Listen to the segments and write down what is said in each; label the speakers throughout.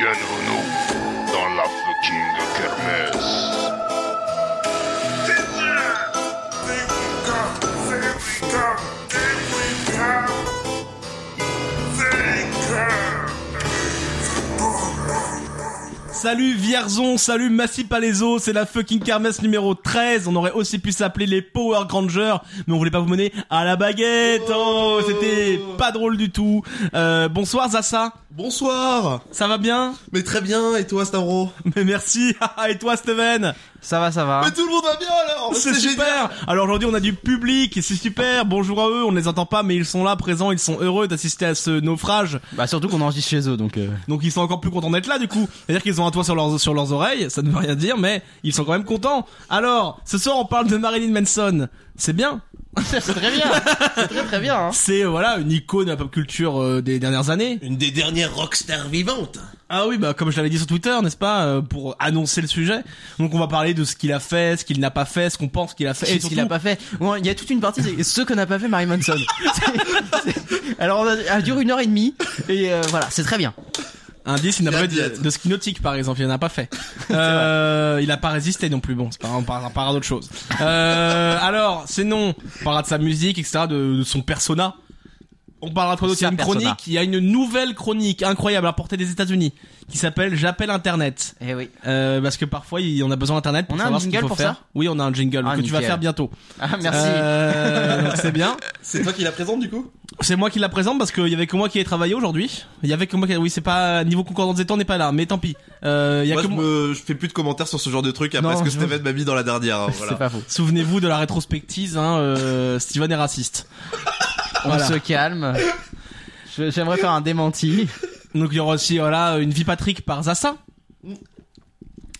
Speaker 1: Bienvenue dans la fucking kermesse.
Speaker 2: Salut Vierzon, salut Massy Palaiso, c'est la fucking kermesse numéro 13. On aurait aussi pu s'appeler les Power Grangers, mais on voulait pas vous mener à la baguette. Oh, c'était pas drôle du tout. Euh, bonsoir Zassa,
Speaker 3: Bonsoir
Speaker 2: ça va bien
Speaker 3: Mais très bien, et toi Stavro
Speaker 2: Mais merci. Et toi Steven
Speaker 4: Ça va, ça va.
Speaker 3: Mais tout le monde va bien alors
Speaker 2: Bah. Oh, C'est super. Alors aujourd'hui, on a du public, et c'est super. Bonjour à eux. On les entend pas, mais ils sont là, présents. Ils sont heureux d'assister à ce naufrage.
Speaker 4: Bah surtout qu'on enregistre chez eux, donc. euh,
Speaker 2: Donc ils sont encore plus contents d'être là du coup. C'est-à-dire qu'ils ont un toit sur leurs, sur leurs oreilles, ça ne veut rien dire, mais ils sont quand même contents. Alors, ce soir on parle de Marilyn Manson. C'est bien.
Speaker 4: c'est très bien. C'est très très bien. Hein.
Speaker 2: C'est euh, voilà une icône de la pop culture euh, des dernières années.
Speaker 3: Une des dernières rockstars vivantes
Speaker 2: Ah oui, bah comme je l'avais dit sur Twitter, n'est-ce pas, euh, pour annoncer le sujet. Donc on va parler de ce qu'il a fait, ce qu'il n'a pas fait, ce qu'on pense qu'il a fait.
Speaker 4: Et ce qu'il a
Speaker 2: surtout-
Speaker 4: pas fait. Bon, il y a toute une partie, c'est ce qu'on n'a pas fait, Mary Manson. C'est- c'est- Alors, on a- elle dure une heure et demie, et euh, voilà, c'est très bien.
Speaker 2: Indice, il n'a
Speaker 3: Il a
Speaker 2: pas fait
Speaker 3: dû
Speaker 2: de,
Speaker 3: être.
Speaker 2: de ski nautique par exemple, il n'en a pas fait. euh, il a pas résisté non plus, bon, c'est pas grave, on parlera, on parlera d'autre chose. Euh, alors, c'est non, on parlera de sa musique, etc., de, de son persona. On parlera de quoi d'autre, il y a
Speaker 4: Sa
Speaker 2: une
Speaker 4: persona.
Speaker 2: chronique, il y a une nouvelle chronique incroyable à portée des États-Unis qui s'appelle J'appelle Internet.
Speaker 4: Eh oui.
Speaker 2: Euh, parce que parfois il- on a besoin d'internet pour
Speaker 4: On a un
Speaker 2: savoir ce qu'il
Speaker 4: jingle
Speaker 2: faut
Speaker 4: pour
Speaker 2: faire.
Speaker 4: ça
Speaker 2: oui, on a un jingle
Speaker 4: Ah,
Speaker 2: que tu vas
Speaker 4: nickel.
Speaker 2: faire bientôt.
Speaker 4: Ah, merci.
Speaker 2: Euh, donc c'est bien.
Speaker 3: C'est toi qui la présente du coup
Speaker 2: C'est moi qui la présente parce qu'il y avait que moi qui ai travaillé aujourd'hui. Il y avait que moi qui. Oui, c'est pas niveau concordance des temps, on n'est pas là, mais tant pis. Euh, il y a
Speaker 3: Moi
Speaker 2: que
Speaker 3: je,
Speaker 2: moi-
Speaker 3: me- je fais plus de commentaires sur ce genre de truc
Speaker 2: Non,
Speaker 3: après ce que
Speaker 2: je-
Speaker 3: Steven m'a mis dans la dernière. hein,
Speaker 4: C'est
Speaker 3: voilà.
Speaker 4: pas faux.
Speaker 2: Souvenez-vous de la rétrospective, hein, euh, Steven est raciste.
Speaker 4: On
Speaker 2: Voilà.
Speaker 4: se calme. Je- J'aimerais faire un démenti.
Speaker 2: Donc il y aura aussi voilà une vie Patrick par Zassa.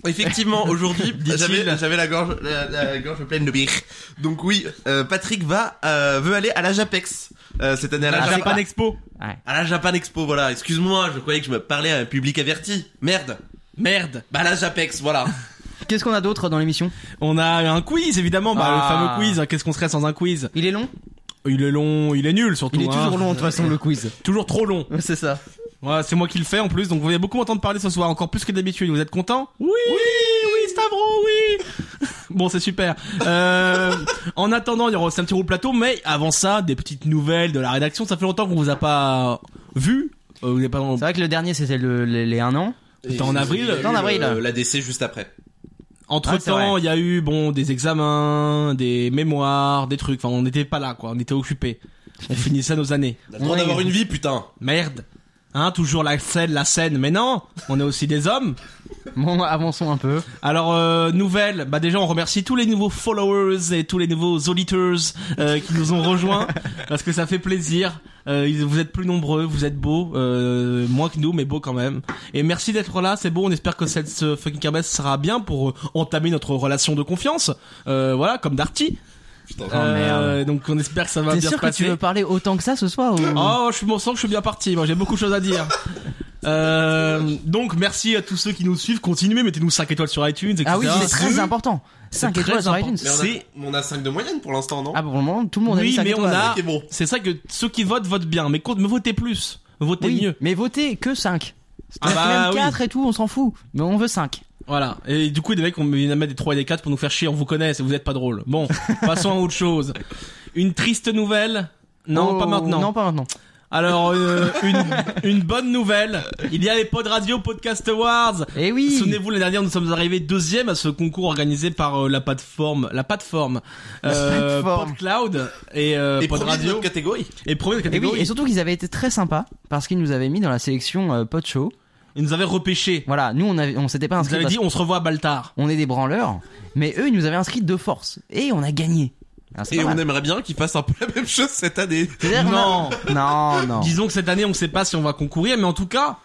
Speaker 3: Effectivement, aujourd'hui,
Speaker 2: Dit-il.
Speaker 3: j'avais j'avais la gorge, la, la gorge pleine de bière. Donc oui, euh, Patrick va euh, veut aller à la Japex euh, cette année à la
Speaker 2: la
Speaker 3: Japan,
Speaker 2: Japan Expo.
Speaker 4: Ouais.
Speaker 3: à la Japan Expo. Voilà, excuse-moi, je croyais que je me parlais à un public averti. Merde.
Speaker 2: Merde.
Speaker 3: Bah la Japex, voilà.
Speaker 4: Qu'est-ce qu'on a d'autre dans l'émission
Speaker 2: On a un quiz évidemment, bah,
Speaker 4: Ah.
Speaker 2: le fameux quiz. hein, Qu'est-ce qu'on serait sans un quiz
Speaker 4: Il est long
Speaker 2: Il est long, il est nul surtout.
Speaker 4: Il est
Speaker 2: hein.
Speaker 4: toujours long, de toute façon, le quiz.
Speaker 2: Toujours trop long.
Speaker 4: C'est ça.
Speaker 2: Ouais, c'est moi qui le fais en plus, donc vous allez beaucoup m'entendre parler ce soir, encore plus que d'habitude. Vous êtes content Oui, oui, oui, Stavro, oui. bon, c'est super. Euh, en attendant, il y aura aussi un petit roule plateau, mais avant ça, des petites nouvelles de la rédaction. Ça fait longtemps qu'on vous a pas vu. Euh, vous n'avez pas.
Speaker 4: C'est vrai que le dernier, c'était le, les, les un an.
Speaker 2: C'était en
Speaker 3: Et-
Speaker 2: avril.
Speaker 3: et-
Speaker 4: C'était en avril.
Speaker 3: euh, L'ADC juste après.
Speaker 2: Entre
Speaker 4: Ah, c'est
Speaker 2: temps,
Speaker 4: vrai.
Speaker 2: il y a eu bon des examens, des mémoires, des trucs. Enfin, on n'était pas là, quoi. On était occupés. On finissait nos années.
Speaker 3: On a le droit
Speaker 4: Ouais.
Speaker 3: d'avoir une vie, putain.
Speaker 2: Merde. Hein, toujours la scène, la scène. Mais non, on est aussi des hommes.
Speaker 4: Bon, avançons un peu.
Speaker 2: Alors euh, nouvelle, bah déjà on remercie tous les nouveaux followers et tous les nouveaux auditeurs euh, qui nous ont rejoints parce que ça fait plaisir. Euh, ils- vous êtes plus nombreux, vous êtes beaux, euh, moins que nous mais beaux quand même. Et merci d'être là, c'est beau. On espère que cette ce fucking kermesse sera bien pour euh, entamer notre relation de confiance. Euh, voilà, comme Darty. Euh,
Speaker 4: Oh, merde.
Speaker 2: donc on espère que ça va
Speaker 4: T'es
Speaker 2: bien se
Speaker 4: sûr que
Speaker 2: passer.
Speaker 4: tu veux parler autant que ça ce soir ou...
Speaker 2: Oh, je me sens que je suis bien parti. Moi, j'ai beaucoup de choses à dire. Euh, donc merci à tous ceux qui nous suivent, continuez, mettez-nous 5 étoiles sur iTunes, etc.
Speaker 4: Ah oui, c'est
Speaker 2: Deux.
Speaker 4: très important. 5
Speaker 2: très
Speaker 4: étoiles sur
Speaker 2: important.
Speaker 4: iTunes.
Speaker 3: Mais on,
Speaker 2: C'est-
Speaker 3: a, on a 5 de moyenne pour l'instant, non
Speaker 4: Ah pour le moment, tout le monde a
Speaker 2: Oui,
Speaker 4: mis cinq
Speaker 2: mais on
Speaker 4: étoiles.
Speaker 2: a-
Speaker 3: Ok, bon.
Speaker 2: C'est ça que ceux qui votent votent bien, mais compte- me votez plus, votez
Speaker 4: Oui,
Speaker 2: mieux.
Speaker 4: mais votez que 5.
Speaker 2: Ah bah
Speaker 4: même
Speaker 2: oui.
Speaker 4: 4 et tout, on s'en fout. Mais on veut 5.
Speaker 2: Voilà. Et du coup, des mecs, on vient mettre des 3 et des 4 pour nous faire chier, on vous connaît, vous êtes pas drôle. Bon, passons à autre chose. Une triste nouvelle. Non, pas maintenant.
Speaker 4: Oh, Non, pas maintenant.
Speaker 2: Alors, euh, une, une bonne nouvelle. Il y a les Pod Radio Podcast Awards.
Speaker 4: Et Eh oui.
Speaker 2: Souvenez-vous, l'année dernière, nous sommes arrivés deuxième à ce concours organisé par euh, la plateforme, la plateforme, euh,
Speaker 4: plateforme.
Speaker 2: PodCloud et, euh,
Speaker 3: Et
Speaker 2: Pod
Speaker 3: premier de
Speaker 2: Radio
Speaker 3: notre catégorie.
Speaker 2: et premier de
Speaker 4: Et oui,
Speaker 2: catégorie.
Speaker 4: et surtout qu'ils avaient été très sympas parce qu'ils nous avaient mis dans la sélection euh, pod show.
Speaker 2: Ils nous avaient repêchés.
Speaker 4: Voilà, nous on avait, on s'était pas
Speaker 2: Ils nous
Speaker 4: inscrits
Speaker 2: avaient
Speaker 4: parce
Speaker 2: dit, on se revoit à Baltar.
Speaker 4: qu'on est des branleurs, mais eux ils nous avaient inscrits de force et on a gagné. Ah, c'est
Speaker 3: Et
Speaker 4: pas
Speaker 3: on
Speaker 4: mal.
Speaker 3: aimerait bien qu'ils fassent un peu la même chose cette année.
Speaker 4: C'est-à-dire qu'on a- non, non.
Speaker 2: Disons que cette année, on ne sait pas si on va concourir, mais en tout cas,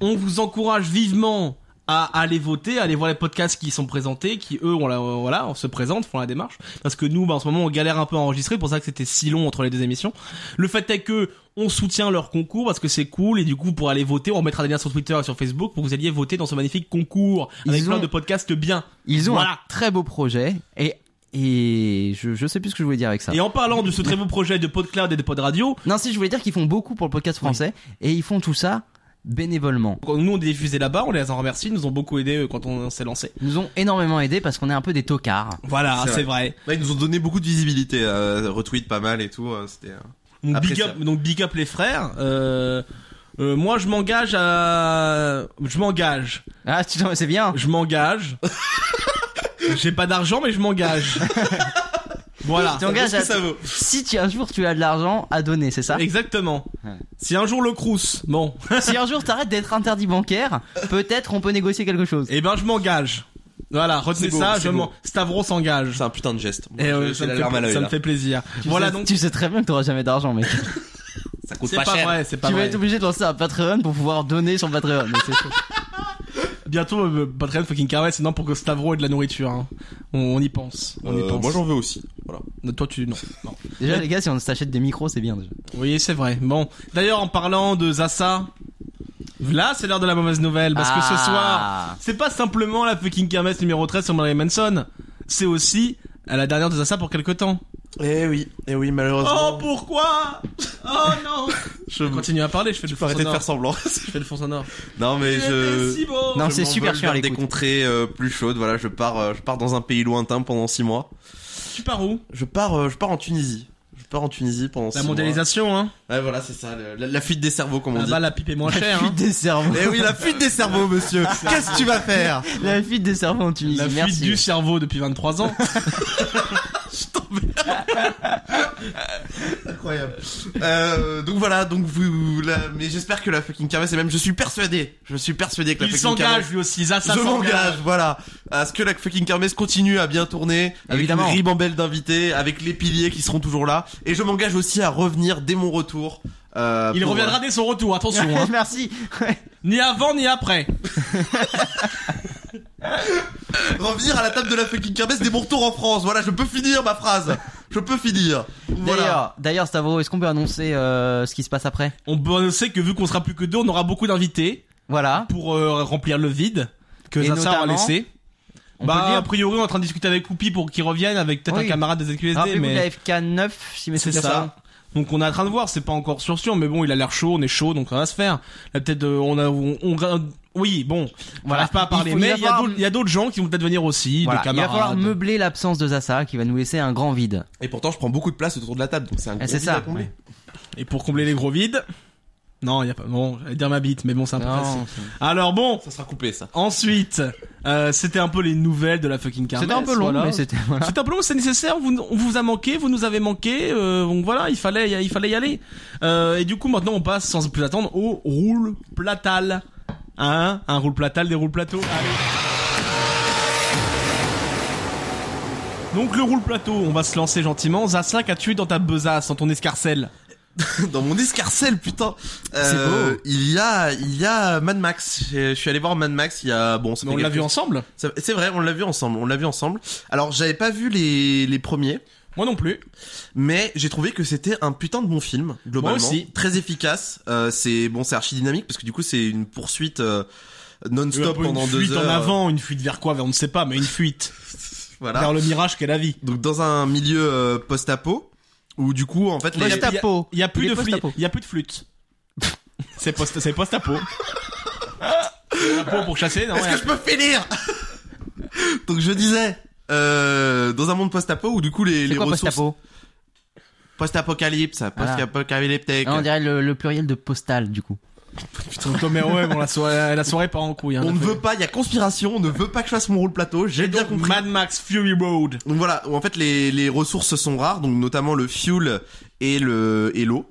Speaker 2: on vous encourage vivement à aller voter, à aller voir les podcasts qui sont présentés, qui eux, on la, euh, voilà, on se présente, font la démarche, parce que nous, bah, en ce moment, on galère un peu à enregistrer, c'est pour ça que c'était si long entre les deux émissions. Le fait est que on soutient leur concours parce que c'est cool, et du coup, pour aller voter, on mettra des liens sur Twitter et sur Facebook pour que vous alliez voter dans ce magnifique concours avec
Speaker 4: Ils
Speaker 2: plein
Speaker 4: ont-
Speaker 2: de podcasts bien.
Speaker 4: Ils ont
Speaker 2: Voilà.
Speaker 4: un très beau projet et Et je, je sais plus ce que je voulais dire avec ça.
Speaker 2: Et en parlant de ce très beau projet de PodCloud et de Pod Radio,
Speaker 4: Non, si je voulais dire qu'ils font beaucoup pour le podcast français et ils font tout ça bénévolement.
Speaker 2: quand nous on est diffusé là-bas, on les en remercie, ils nous ont beaucoup aidé euh, quand on s'est lancé.
Speaker 4: Ils nous ont énormément aidés parce qu'on est un peu des tocards.
Speaker 2: Voilà,
Speaker 3: C'est
Speaker 2: c'est vrai.
Speaker 3: Là, ils nous ont donné beaucoup de visibilité, euh, retweet pas mal et tout. euh, C'était. euh,
Speaker 2: Donc,
Speaker 3: Après
Speaker 2: big
Speaker 3: ça.
Speaker 2: up, donc big up les frères. Euh, euh, moi je m'engage à... Je m'engage.
Speaker 4: Ah, tu- c'est bien.
Speaker 2: Je m'engage. J'ai pas d'argent mais je m'engage. voilà.
Speaker 4: Tu engages
Speaker 3: Qu'est-ce que
Speaker 4: à-
Speaker 3: ça vaut
Speaker 4: Si tu, un jour tu as de l'argent à donner, c'est ça
Speaker 2: Exactement.
Speaker 4: Ouais.
Speaker 2: Si un jour le Crous, bon,
Speaker 4: Si un jour t'arrêtes d'être interdit bancaire, peut-être on peut négocier quelque chose.
Speaker 2: eh ben je m'engage. Voilà, retenez
Speaker 3: C'est beau,
Speaker 2: ça,
Speaker 3: c'est
Speaker 2: je
Speaker 3: beau.
Speaker 2: m'en- Stavros s'engage.
Speaker 3: C'est un putain de geste. Moi,
Speaker 2: Et
Speaker 3: je-
Speaker 2: euh,
Speaker 3: j'ai
Speaker 2: ça,
Speaker 3: la
Speaker 2: me
Speaker 3: larme à
Speaker 2: fait,
Speaker 3: l'œil,
Speaker 2: ça me
Speaker 3: là.
Speaker 2: fait plaisir.
Speaker 4: Tu
Speaker 2: voilà
Speaker 4: sais-
Speaker 2: donc,
Speaker 4: Tu sais très bien que t'auras jamais d'argent, mec.
Speaker 3: Ça coûte
Speaker 2: c'est
Speaker 3: pas,
Speaker 2: pas,
Speaker 3: cher.
Speaker 2: vrai, c'est pas
Speaker 4: tu vas
Speaker 2: vrai.
Speaker 4: être obligé de lancer un Patreon pour pouvoir donner sur Patreon. mais c'est-
Speaker 2: Bientôt, euh, Patreon fucking Carré, c'est non pour que Stavro ait de la nourriture. hein. On, on y pense, on y
Speaker 3: Euh,
Speaker 2: pense. Euh,
Speaker 3: moi j'en veux aussi. Voilà.
Speaker 2: Toi tu non. non.
Speaker 4: déjà, les gars, si on s'achète des micros, c'est bien déjà.
Speaker 2: Oui, c'est vrai. Bon, d'ailleurs en parlant de Zassa, là c'est l'heure de la mauvaise nouvelle parce que ce
Speaker 4: Ah.
Speaker 2: soir, c'est pas simplement la fucking kermesse numéro 13 sur Marilyn Manson, c'est aussi à la dernière de Zassa pour quelque temps.
Speaker 3: Eh oui, eh oui, malheureusement.
Speaker 2: Oh pourquoi Oh non Je continue à parler, je fais le
Speaker 3: faut
Speaker 2: fond
Speaker 3: arrêter de
Speaker 2: sonore.
Speaker 3: faire semblant.
Speaker 2: Je fais le fond sonore.
Speaker 3: non mais je.
Speaker 2: J'étais si beau
Speaker 4: Non,
Speaker 3: je
Speaker 4: c'est super
Speaker 3: m'envole
Speaker 4: chiant à
Speaker 3: vers Des
Speaker 4: l'écoute.
Speaker 3: contrées euh, plus chaudes. Voilà, je pars, euh, je pars dans un pays lointain pendant six mois.
Speaker 2: Tu pars où
Speaker 3: Je pars, euh, je pars en Tunisie. Je pars en Tunisie pendant six
Speaker 2: La
Speaker 3: mois.
Speaker 2: mondialisation, hein
Speaker 3: Ouais, voilà, c'est ça, le- la, la fuite des cerveaux, comme on dit.
Speaker 2: Là-bas, la pipe est moins
Speaker 4: La
Speaker 2: chère.
Speaker 4: fuite
Speaker 2: hein.
Speaker 4: des cerveaux.
Speaker 3: Eh oui, la fuite des cerveaux, monsieur. Qu'est-ce que tu vas faire
Speaker 4: La fuite des cerveaux en Tunisie.
Speaker 2: La fuite
Speaker 4: Merci.
Speaker 2: du cerveau depuis 23 ans.
Speaker 3: Incroyable. Euh, donc voilà, donc vous, la- mais j'espère que la fucking kermesse, et même je suis persuadé, je suis persuadé que la
Speaker 2: Il
Speaker 3: fucking kermesse.
Speaker 2: s'engage lui aussi, Zassa
Speaker 3: je
Speaker 2: s'engage.
Speaker 3: m'engage, voilà, à ce que la fucking kermesse continue à bien tourner, avec
Speaker 4: Évidemment.
Speaker 3: une ribambelle d'invités, avec les piliers qui seront toujours là, et je m'engage aussi à revenir dès mon retour. euh,
Speaker 2: Il
Speaker 3: pour-
Speaker 2: reviendra dès son retour, attention. hein.
Speaker 4: Merci.
Speaker 2: Ni avant ni après.
Speaker 3: euh, revenir à la table de la fucking kermesse dès mon retour en France. Voilà, je peux finir ma phrase. Je peux finir. Voilà.
Speaker 4: D'ailleurs, d'ailleurs, Stavro, est-ce qu'on peut annoncer euh, ce qui se passe après
Speaker 2: On peut- on sait que vu qu'on sera plus que deux, on aura beaucoup d'invités
Speaker 4: Voilà.
Speaker 2: pour euh, remplir le vide que
Speaker 4: Et
Speaker 2: Zassa aura
Speaker 4: notamment,
Speaker 2: laissé.
Speaker 4: on
Speaker 2: bah,
Speaker 4: peut dire-
Speaker 2: a priori, on est en train de discuter avec Oupi pour qu'il revienne avec peut-être
Speaker 4: Oui. Ah,
Speaker 2: un camarade des
Speaker 4: Rappelez-vous
Speaker 2: ZQSD,
Speaker 4: de la
Speaker 2: mais
Speaker 4: FK9, si mes
Speaker 2: c'est
Speaker 4: souvenirs
Speaker 2: ça.
Speaker 4: sont bons.
Speaker 2: Donc on est en train de voir, c'est pas encore sûr sûr, mais bon, il a l'air chaud, on est chaud, donc ça va se faire. Là peut-être euh, on a, on, on- oui, bon, on
Speaker 4: Voilà.
Speaker 2: n'arrive pas à
Speaker 4: Il
Speaker 2: parler,
Speaker 4: faut- il
Speaker 2: mais
Speaker 4: va
Speaker 2: il y a
Speaker 4: falloir-
Speaker 2: d'autres- il y a d'autres gens qui vont peut-être venir aussi,
Speaker 4: Voilà,
Speaker 2: des
Speaker 4: il va falloir
Speaker 2: camarades.
Speaker 4: meubler l'absence de Zassa qui va nous laisser un grand vide.
Speaker 3: Et pourtant, je prends beaucoup de place autour de la table, donc c'est un
Speaker 4: Eh,
Speaker 3: gros
Speaker 4: c'est
Speaker 3: vide
Speaker 4: ça.
Speaker 3: à combler.
Speaker 2: Et pour combler les gros vides, non, il y a pas, bon, j'allais dire ma bite, mais bon, Ah, c'est un peu facile.
Speaker 4: Non,
Speaker 2: Alors bon,
Speaker 3: Ça sera coupé, ça.
Speaker 2: ensuite, euh, c'était un peu les nouvelles de la fucking
Speaker 4: c'est-
Speaker 2: kermesse.
Speaker 4: C'était un peu long,
Speaker 2: voilà.
Speaker 4: mais c'était voilà.
Speaker 2: C'était un peu long, mais c'est nécessaire. Vous, on vous a manqué, vous nous avez manqué. euh, donc voilà, il fallait, il fallait y aller. Euh, et du coup, maintenant, on passe sans plus attendre au roule platal. Hein un roule platal, des roules plateaux. Allez. Donc le roule plateau, on va se lancer gentiment. Zaslac a tué dans ta besace, dans ton escarcelle.
Speaker 3: Dans mon escarcelle, putain. Euh,
Speaker 2: C'est beau.
Speaker 3: Il y a, il y a Mad Max. Je je suis allé voir Mad Max. Il y a, bon, ça
Speaker 2: Mais
Speaker 3: fait
Speaker 2: on l'a
Speaker 3: quelques-
Speaker 2: vu ensemble
Speaker 3: Ça- C'est vrai, on l'a vu ensemble. On l'a vu ensemble. Alors, j'avais pas vu les, les premiers,
Speaker 2: Moi non plus.
Speaker 3: mais j'ai trouvé que c'était un putain de bon film globalement.
Speaker 2: Moi aussi.
Speaker 3: Très efficace. Euh, c'est bon, c'est archi dynamique parce que du coup, c'est une poursuite euh, non-stop
Speaker 2: une
Speaker 3: pendant
Speaker 2: fuite
Speaker 3: deux heures.
Speaker 2: en avant, une fuite vers quoi On ne sait pas, mais une fuite
Speaker 3: Voilà.
Speaker 2: vers le mirage qu'est la vie.
Speaker 3: Donc dans un milieu euh, post-apo où du coup en fait les...
Speaker 2: Post-apo.
Speaker 4: Postapo.
Speaker 2: Il y a plus
Speaker 4: Il
Speaker 2: de
Speaker 4: est
Speaker 2: flûte.
Speaker 4: post-apo.
Speaker 2: Il y a plus de flûte. c'est post, c'est post-apo. La peau pour chasser,
Speaker 4: Ah
Speaker 2: non
Speaker 3: Est-ce
Speaker 2: ouais.
Speaker 3: que je peux finir Donc je disais euh, dans un monde post-apo où du coup les,
Speaker 4: C'est
Speaker 3: les
Speaker 4: quoi
Speaker 3: ressources
Speaker 4: Postapo
Speaker 3: post-apocalypse, post-apocalyptique.
Speaker 4: Ah, On dirait le, le pluriel de postal du coup.
Speaker 2: Putain, Tom et ouais, bon, la soirée, la soirée part en couille. hein,
Speaker 3: On
Speaker 2: la
Speaker 3: ne
Speaker 2: feuille.
Speaker 3: veut pas, il y a conspiration, on ne veut pas que je fasse mon rôle plateau, j'ai bien
Speaker 2: Donc,
Speaker 3: compris.
Speaker 2: Mad Max Fury Road.
Speaker 3: Donc voilà, en fait les, les ressources sont rares, donc notamment le fuel et le et l'eau.